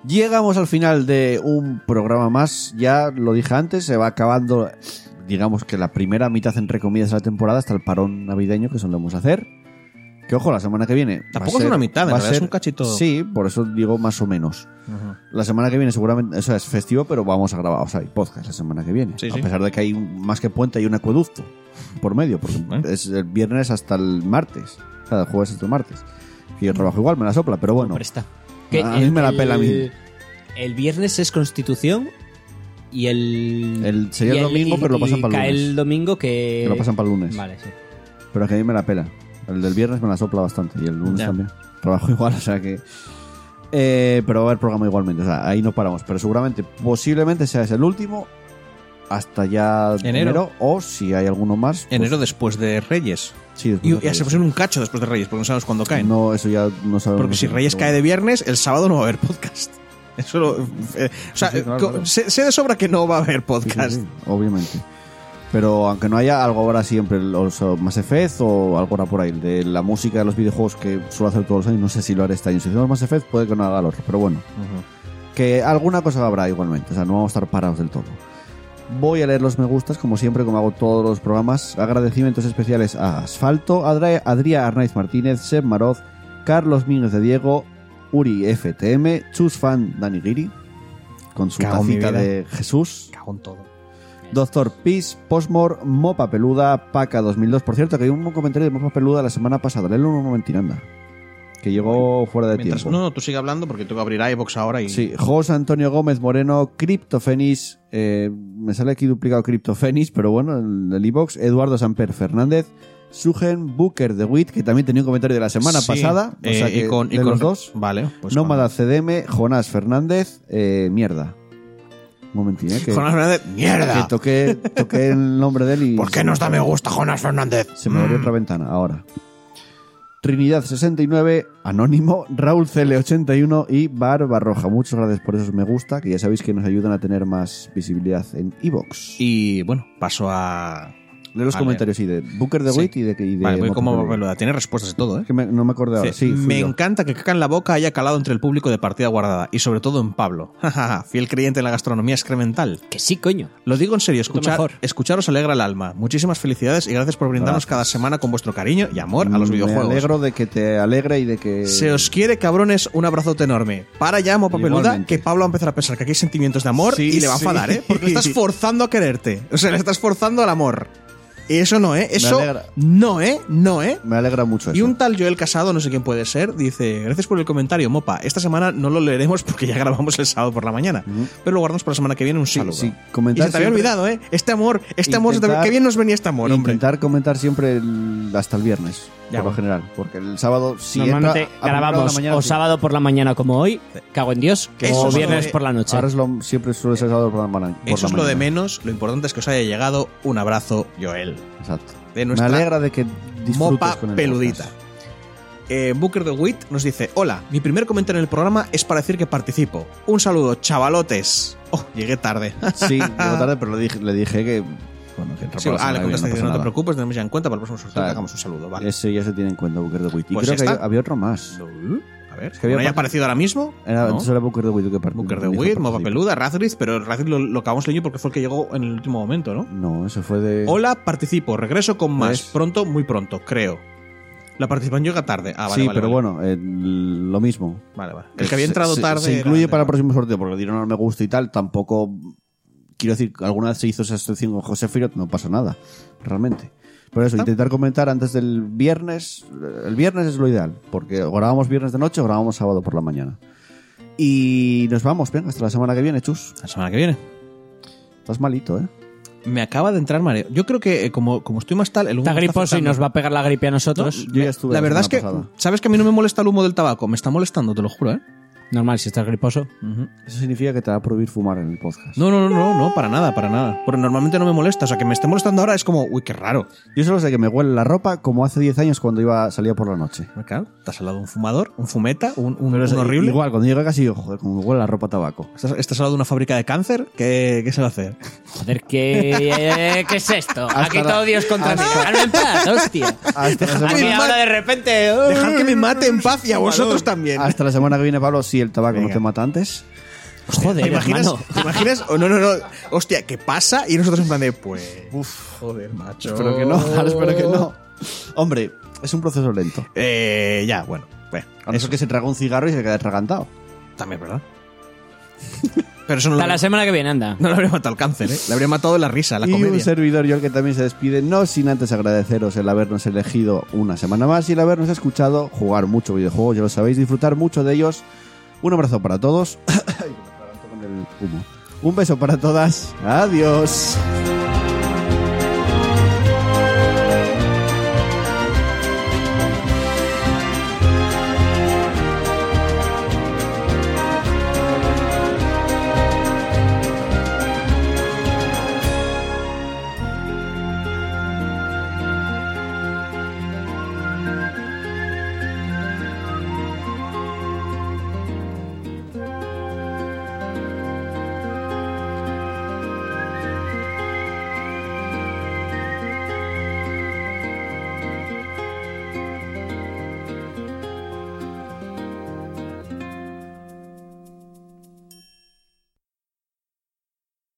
[SPEAKER 1] Llegamos al final de un programa más. Ya lo dije antes, se va acabando, digamos que la primera mitad, entre comillas, de la temporada hasta el parón navideño que solemos hacer. Que ojo, la semana que viene. va
[SPEAKER 2] Tampoco
[SPEAKER 1] a
[SPEAKER 2] es una mitad, en
[SPEAKER 1] va a
[SPEAKER 2] realidad es un cachito.
[SPEAKER 1] Sí, por eso digo más o menos. La semana que viene, seguramente, eso es festivo, pero vamos a grabar. O sea, hay podcast la semana que viene.
[SPEAKER 2] Sí,
[SPEAKER 1] a
[SPEAKER 2] sí.
[SPEAKER 1] pesar de que hay un- más que puente, hay un acueducto por medio, porque
[SPEAKER 2] Bueno.
[SPEAKER 1] es el viernes hasta el martes. O sea, el jueves hasta el martes. Y yo trabajo igual, me la sopla, pero bueno.
[SPEAKER 3] Hombre, está.
[SPEAKER 1] a mí me la pela a mí.
[SPEAKER 3] El viernes es Constitución y el.
[SPEAKER 1] El- sería
[SPEAKER 3] y
[SPEAKER 1] el domingo,
[SPEAKER 3] y-
[SPEAKER 1] pero lo pasan
[SPEAKER 3] y
[SPEAKER 1] pa'l
[SPEAKER 3] cae
[SPEAKER 1] lunes.
[SPEAKER 3] el domingo que.
[SPEAKER 1] Que
[SPEAKER 2] este
[SPEAKER 1] lo pasan para el lunes.
[SPEAKER 3] Vale, sí.
[SPEAKER 1] Pero que a mí me la pela. El del viernes me la sopla bastante y el lunes
[SPEAKER 2] Ya.
[SPEAKER 1] también. Trabajo igual, o sea que. Eh, pero va a haber programa igualmente, o sea, ahí no paramos. Pero seguramente, posiblemente sea ese el último hasta ya
[SPEAKER 2] Enero.
[SPEAKER 1] o si hay alguno más. pues,
[SPEAKER 2] Enero después de Reyes.
[SPEAKER 1] Sí, después
[SPEAKER 2] Y,
[SPEAKER 1] de
[SPEAKER 2] y se
[SPEAKER 1] Reyes.
[SPEAKER 2] pusieron un cacho después de Reyes, porque no sabemos cuándo caen.
[SPEAKER 1] No, eso ya no sabemos.
[SPEAKER 2] Porque si Reyes cae de viernes, el sábado no va a haber podcast. Eso lo- eh, o sea,
[SPEAKER 1] Sí, sí, claro,
[SPEAKER 2] co-
[SPEAKER 1] claro.
[SPEAKER 2] sé, sé de sobra que no va a haber podcast.
[SPEAKER 1] obviamente. Pero aunque no haya algo ahora siempre, los uh, Mass Effect o algo ahora por ahí, de la música de los videojuegos que suelo hacer todos los años, no sé si lo haré este año. Si hacemos Mass Effect, puede que no haga el otro, pero bueno. que alguna cosa habrá igualmente, o sea, no vamos a estar parados del todo. Voy a leer los me gustas, como siempre, como hago todos los programas. Agradecimientos especiales a Asfalto, Adria, Adrià Arnaiz Martínez, Seb Maroz, Carlos Mínguez de Diego, Uri FTM, Chus Fan Dani Giri, con su
[SPEAKER 2] Cago en mi
[SPEAKER 1] tacita
[SPEAKER 2] vida.
[SPEAKER 1] de Jesús,
[SPEAKER 2] Cago en todo.
[SPEAKER 1] Doctor Peace, Postmore, Mopa Peluda, Paca 2002. Por cierto, que hay un comentario de Mopa Peluda la semana pasada. Léelo un momentín, anda. Que llegó fuera de
[SPEAKER 2] Mientras,
[SPEAKER 1] tiempo.
[SPEAKER 2] no, no, tú sigue hablando porque tengo que abrir iBox ahora y.
[SPEAKER 1] Sí, José Antonio Gómez Moreno, Cryptofenis, eh, me sale aquí duplicado Cryptofenis, pero bueno, el el iBox, Eduardo Samper Fernández, Sugen Booker de Witt, que también tenía un comentario de la semana
[SPEAKER 2] Sí.
[SPEAKER 1] pasada, o
[SPEAKER 2] Eh,
[SPEAKER 1] sea que
[SPEAKER 2] y con, y
[SPEAKER 1] de
[SPEAKER 2] con-
[SPEAKER 1] los dos,
[SPEAKER 2] Vale. Pues
[SPEAKER 1] Nómada CDM, Jonás Fernández, eh, mierda. Un momentín, eh, que,
[SPEAKER 2] Jonas Fernández,
[SPEAKER 1] que
[SPEAKER 2] ¡mierda!
[SPEAKER 1] toqué, toqué el nombre de él y...
[SPEAKER 2] ¿Por qué nos da me gusta Jonas Fernández?
[SPEAKER 1] Se me abrió
[SPEAKER 2] Mm.
[SPEAKER 1] otra ventana, ahora. Trinidad69, Anónimo, Raúl CL81 y Barba Roja. Muchas gracias por esos me gusta, que ya sabéis que nos ayudan a tener más visibilidad en Evox.
[SPEAKER 2] Y bueno, paso a.
[SPEAKER 1] Lee los
[SPEAKER 2] Vale.
[SPEAKER 1] comentarios, sí, de Booker de
[SPEAKER 2] Sí.
[SPEAKER 1] Wait y de... y de
[SPEAKER 2] Vale, voy
[SPEAKER 1] Motor
[SPEAKER 2] como
[SPEAKER 1] Peludo.
[SPEAKER 2] Peluda. Tiene respuestas y todo, ¿eh?
[SPEAKER 1] Es que me- no me acordé ahora.
[SPEAKER 2] Dice,
[SPEAKER 1] Sí, fui
[SPEAKER 2] me
[SPEAKER 1] yo.
[SPEAKER 2] encanta que caca en la boca haya calado entre el público de partida guardada y sobre todo en Pablo. Jajaja, Fiel creyente en la gastronomía excremental.
[SPEAKER 3] Que sí, coño.
[SPEAKER 2] Lo digo en serio, escuchar,
[SPEAKER 3] mejor.
[SPEAKER 2] escucharos alegra el alma. Muchísimas felicidades y gracias por brindarnos cada semana con vuestro cariño y amor a
[SPEAKER 1] Mm,
[SPEAKER 2] los
[SPEAKER 1] Me
[SPEAKER 2] videojuegos.
[SPEAKER 1] alegro de que te alegre y de que...
[SPEAKER 2] Se os quiere, cabrones, un abrazote enorme. Para ya, mopa peluda,
[SPEAKER 1] Igualmente.
[SPEAKER 2] que Pablo va a empezar a pensar que aquí hay sentimientos de amor
[SPEAKER 1] Sí,
[SPEAKER 2] y le va a
[SPEAKER 1] sí.
[SPEAKER 2] enfadar, ¿eh? Porque le estás forzando a quererte. O sea, le estás forzando al amor. Eso no, ¿eh? Eso
[SPEAKER 1] alegra.
[SPEAKER 2] no, ¿eh? No, ¿eh?
[SPEAKER 1] Me alegra mucho eso.
[SPEAKER 2] Y un tal Joel Casado, no sé quién puede ser, dice, gracias por el comentario, Mopa. Esta semana no lo leeremos porque ya grabamos el sábado por la mañana. Pero lo guardamos para la semana que viene un saludo.
[SPEAKER 1] sí, comentar
[SPEAKER 2] y se te había
[SPEAKER 1] siempre-
[SPEAKER 2] olvidado, ¿eh? Este amor, este amor, se te-
[SPEAKER 1] Intentar-
[SPEAKER 2] qué bien nos venía este amor, hombre.
[SPEAKER 1] Intentar comentar siempre el- hasta el viernes, por
[SPEAKER 2] Ya,
[SPEAKER 1] lo
[SPEAKER 2] bueno.
[SPEAKER 1] general. Porque el sábado, si
[SPEAKER 5] Normalmente
[SPEAKER 1] entra a primera hora de la
[SPEAKER 5] grabamos
[SPEAKER 1] mañana,
[SPEAKER 5] o
[SPEAKER 1] sí.
[SPEAKER 5] sábado por la mañana como hoy, cago en Dios,
[SPEAKER 2] Que eso
[SPEAKER 5] o
[SPEAKER 2] es lo
[SPEAKER 5] viernes
[SPEAKER 2] de-
[SPEAKER 5] por la noche.
[SPEAKER 1] Ahora es lo, siempre suele ser sábado por la mala- por la mañana.
[SPEAKER 2] Eso es lo de menos. Lo importante es que os haya llegado un abrazo, Joel.
[SPEAKER 1] Exacto.
[SPEAKER 2] De nuestra
[SPEAKER 1] Me alegra de que disfrutes
[SPEAKER 2] Mopa
[SPEAKER 1] con el
[SPEAKER 2] peludita.
[SPEAKER 1] podcast.
[SPEAKER 2] Eh, Booker de Wit nos dice: Hola, mi primer comentario en el programa es para decir que participo. Un saludo, chavalotes. Oh, llegué tarde.
[SPEAKER 1] Sí, llego tarde, pero le dije, le dije que. Bueno, que entra
[SPEAKER 2] Sí,
[SPEAKER 1] por la
[SPEAKER 2] ah,
[SPEAKER 1] semana que
[SPEAKER 2] le
[SPEAKER 1] viene,
[SPEAKER 2] contesté,
[SPEAKER 1] no pasa
[SPEAKER 2] dice, no, te
[SPEAKER 1] nada".
[SPEAKER 2] preocupes, tenemos ya en cuenta para el próximo sorteo que
[SPEAKER 1] Claro.
[SPEAKER 2] hagamos un saludo, ¿vale?
[SPEAKER 1] Ese ya se tiene en cuenta, Booker de Wit. Y
[SPEAKER 2] Pues
[SPEAKER 1] creo
[SPEAKER 2] ya
[SPEAKER 1] que hay-
[SPEAKER 2] está.
[SPEAKER 1] había otro más.
[SPEAKER 2] A ver,
[SPEAKER 1] que había
[SPEAKER 2] ¿no hay
[SPEAKER 1] part-
[SPEAKER 2] aparecido ahora mismo?
[SPEAKER 1] Era,
[SPEAKER 2] No.
[SPEAKER 1] Antes era Booker de Wit, ¿qué parte?
[SPEAKER 2] Booker de
[SPEAKER 1] Dijo
[SPEAKER 2] Wit,
[SPEAKER 1] por
[SPEAKER 2] Mopa
[SPEAKER 1] sí.
[SPEAKER 2] Peluda, Razgriz, pero Razgriz lo, lo acabamos leyendo porque fue el que llegó en el último momento, ¿no?
[SPEAKER 1] No, eso fue de.
[SPEAKER 2] Hola, participo, regreso con más.
[SPEAKER 1] Es-
[SPEAKER 2] Pronto, muy pronto, creo. La participación llega tarde. Ah,
[SPEAKER 1] sí,
[SPEAKER 2] vale, vale,
[SPEAKER 1] pero
[SPEAKER 2] vale.
[SPEAKER 1] bueno, el- lo mismo.
[SPEAKER 2] Vale, vale. El que había entrado
[SPEAKER 1] se,
[SPEAKER 2] tarde.
[SPEAKER 1] Se
[SPEAKER 2] era-
[SPEAKER 1] incluye para el próximo sorteo, porque le dieron al me gusta y tal. Tampoco. Quiero decir, alguna vez se hizo esa excepción con José Firot, no pasa nada, realmente. Pero eso, intentar comentar antes del viernes. El viernes es lo ideal, porque o grabamos viernes de noche o grabamos sábado por la mañana. Y nos vamos, venga, hasta la semana que viene, chus.
[SPEAKER 2] La semana que viene.
[SPEAKER 1] Estás malito, ¿eh?
[SPEAKER 2] Me acaba de entrar mareo. Yo creo que eh, como, como estoy más tal, el humo
[SPEAKER 5] Está
[SPEAKER 2] me está
[SPEAKER 5] griposo y
[SPEAKER 2] afectando.
[SPEAKER 5] nos va a pegar la gripe a nosotros.
[SPEAKER 1] Yo ya estuve
[SPEAKER 2] La verdad es que,
[SPEAKER 1] semana pasada.
[SPEAKER 2] ¿sabes que a mí no me molesta el humo del tabaco? Me está molestando, te lo juro, ¿eh?
[SPEAKER 5] Normal, si estás griposo.
[SPEAKER 1] Eso significa que te va a prohibir fumar en el podcast.
[SPEAKER 2] No, no, no, no, no, para nada, para nada. Porque normalmente no me molesta. O sea, que me esté molestando ahora es como, uy, qué raro.
[SPEAKER 1] Yo solo sé que me huele la ropa como hace 10 años cuando iba salía por la noche.
[SPEAKER 2] Hombre, Claro, te has al lado de un fumador, un fumeta, un, un- un
[SPEAKER 1] O sea,
[SPEAKER 2] horrible.
[SPEAKER 1] Igual, cuando llego casi, joder, como me huele la ropa a tabaco.
[SPEAKER 2] Estás, estás al lado de una fábrica de cáncer. ¿Qué, qué se va a hacer?
[SPEAKER 5] Joder, ¿qué, ¿qué es esto? Aquí
[SPEAKER 1] la-
[SPEAKER 5] todo Dios contra mí. Déjame en paz, hostia.
[SPEAKER 1] Hasta la semana-
[SPEAKER 5] Aquí ahora de repente... uh,
[SPEAKER 2] Dejad que me mate en paz y a vosotros también.
[SPEAKER 1] Hasta la semana que viene, Pablo, si el tabaco no
[SPEAKER 2] Venga.
[SPEAKER 1] te mata antes.
[SPEAKER 5] Joder,
[SPEAKER 2] ¿Te imaginas?
[SPEAKER 5] hermano.
[SPEAKER 2] ¿Te imaginas? Oh, no, no, no. Hostia, ¿qué pasa? Y nosotros en plan de, pues. Uf, joder, macho.
[SPEAKER 1] Espero que no, ojalá, espero que no. Hombre, es un proceso lento.
[SPEAKER 2] Eh, ya, bueno. bueno
[SPEAKER 1] A no ser que se traga un cigarro y se queda atragantado.
[SPEAKER 2] También, ¿verdad? Pero eso no lo,
[SPEAKER 5] Hasta la semana que viene, anda.
[SPEAKER 2] no le habría matado el cáncer, ¿eh? Le habría matado la risa, la
[SPEAKER 1] y
[SPEAKER 2] comedia.
[SPEAKER 1] un servidor yo el que también se despide, no sin antes agradeceros el habernos elegido una semana más y el habernos escuchado jugar mucho videojuegos, ya lo sabéis, disfrutar mucho de ellos. Un abrazo para todos. Ay, me atraganto con el humo. Un beso para todas. Adiós.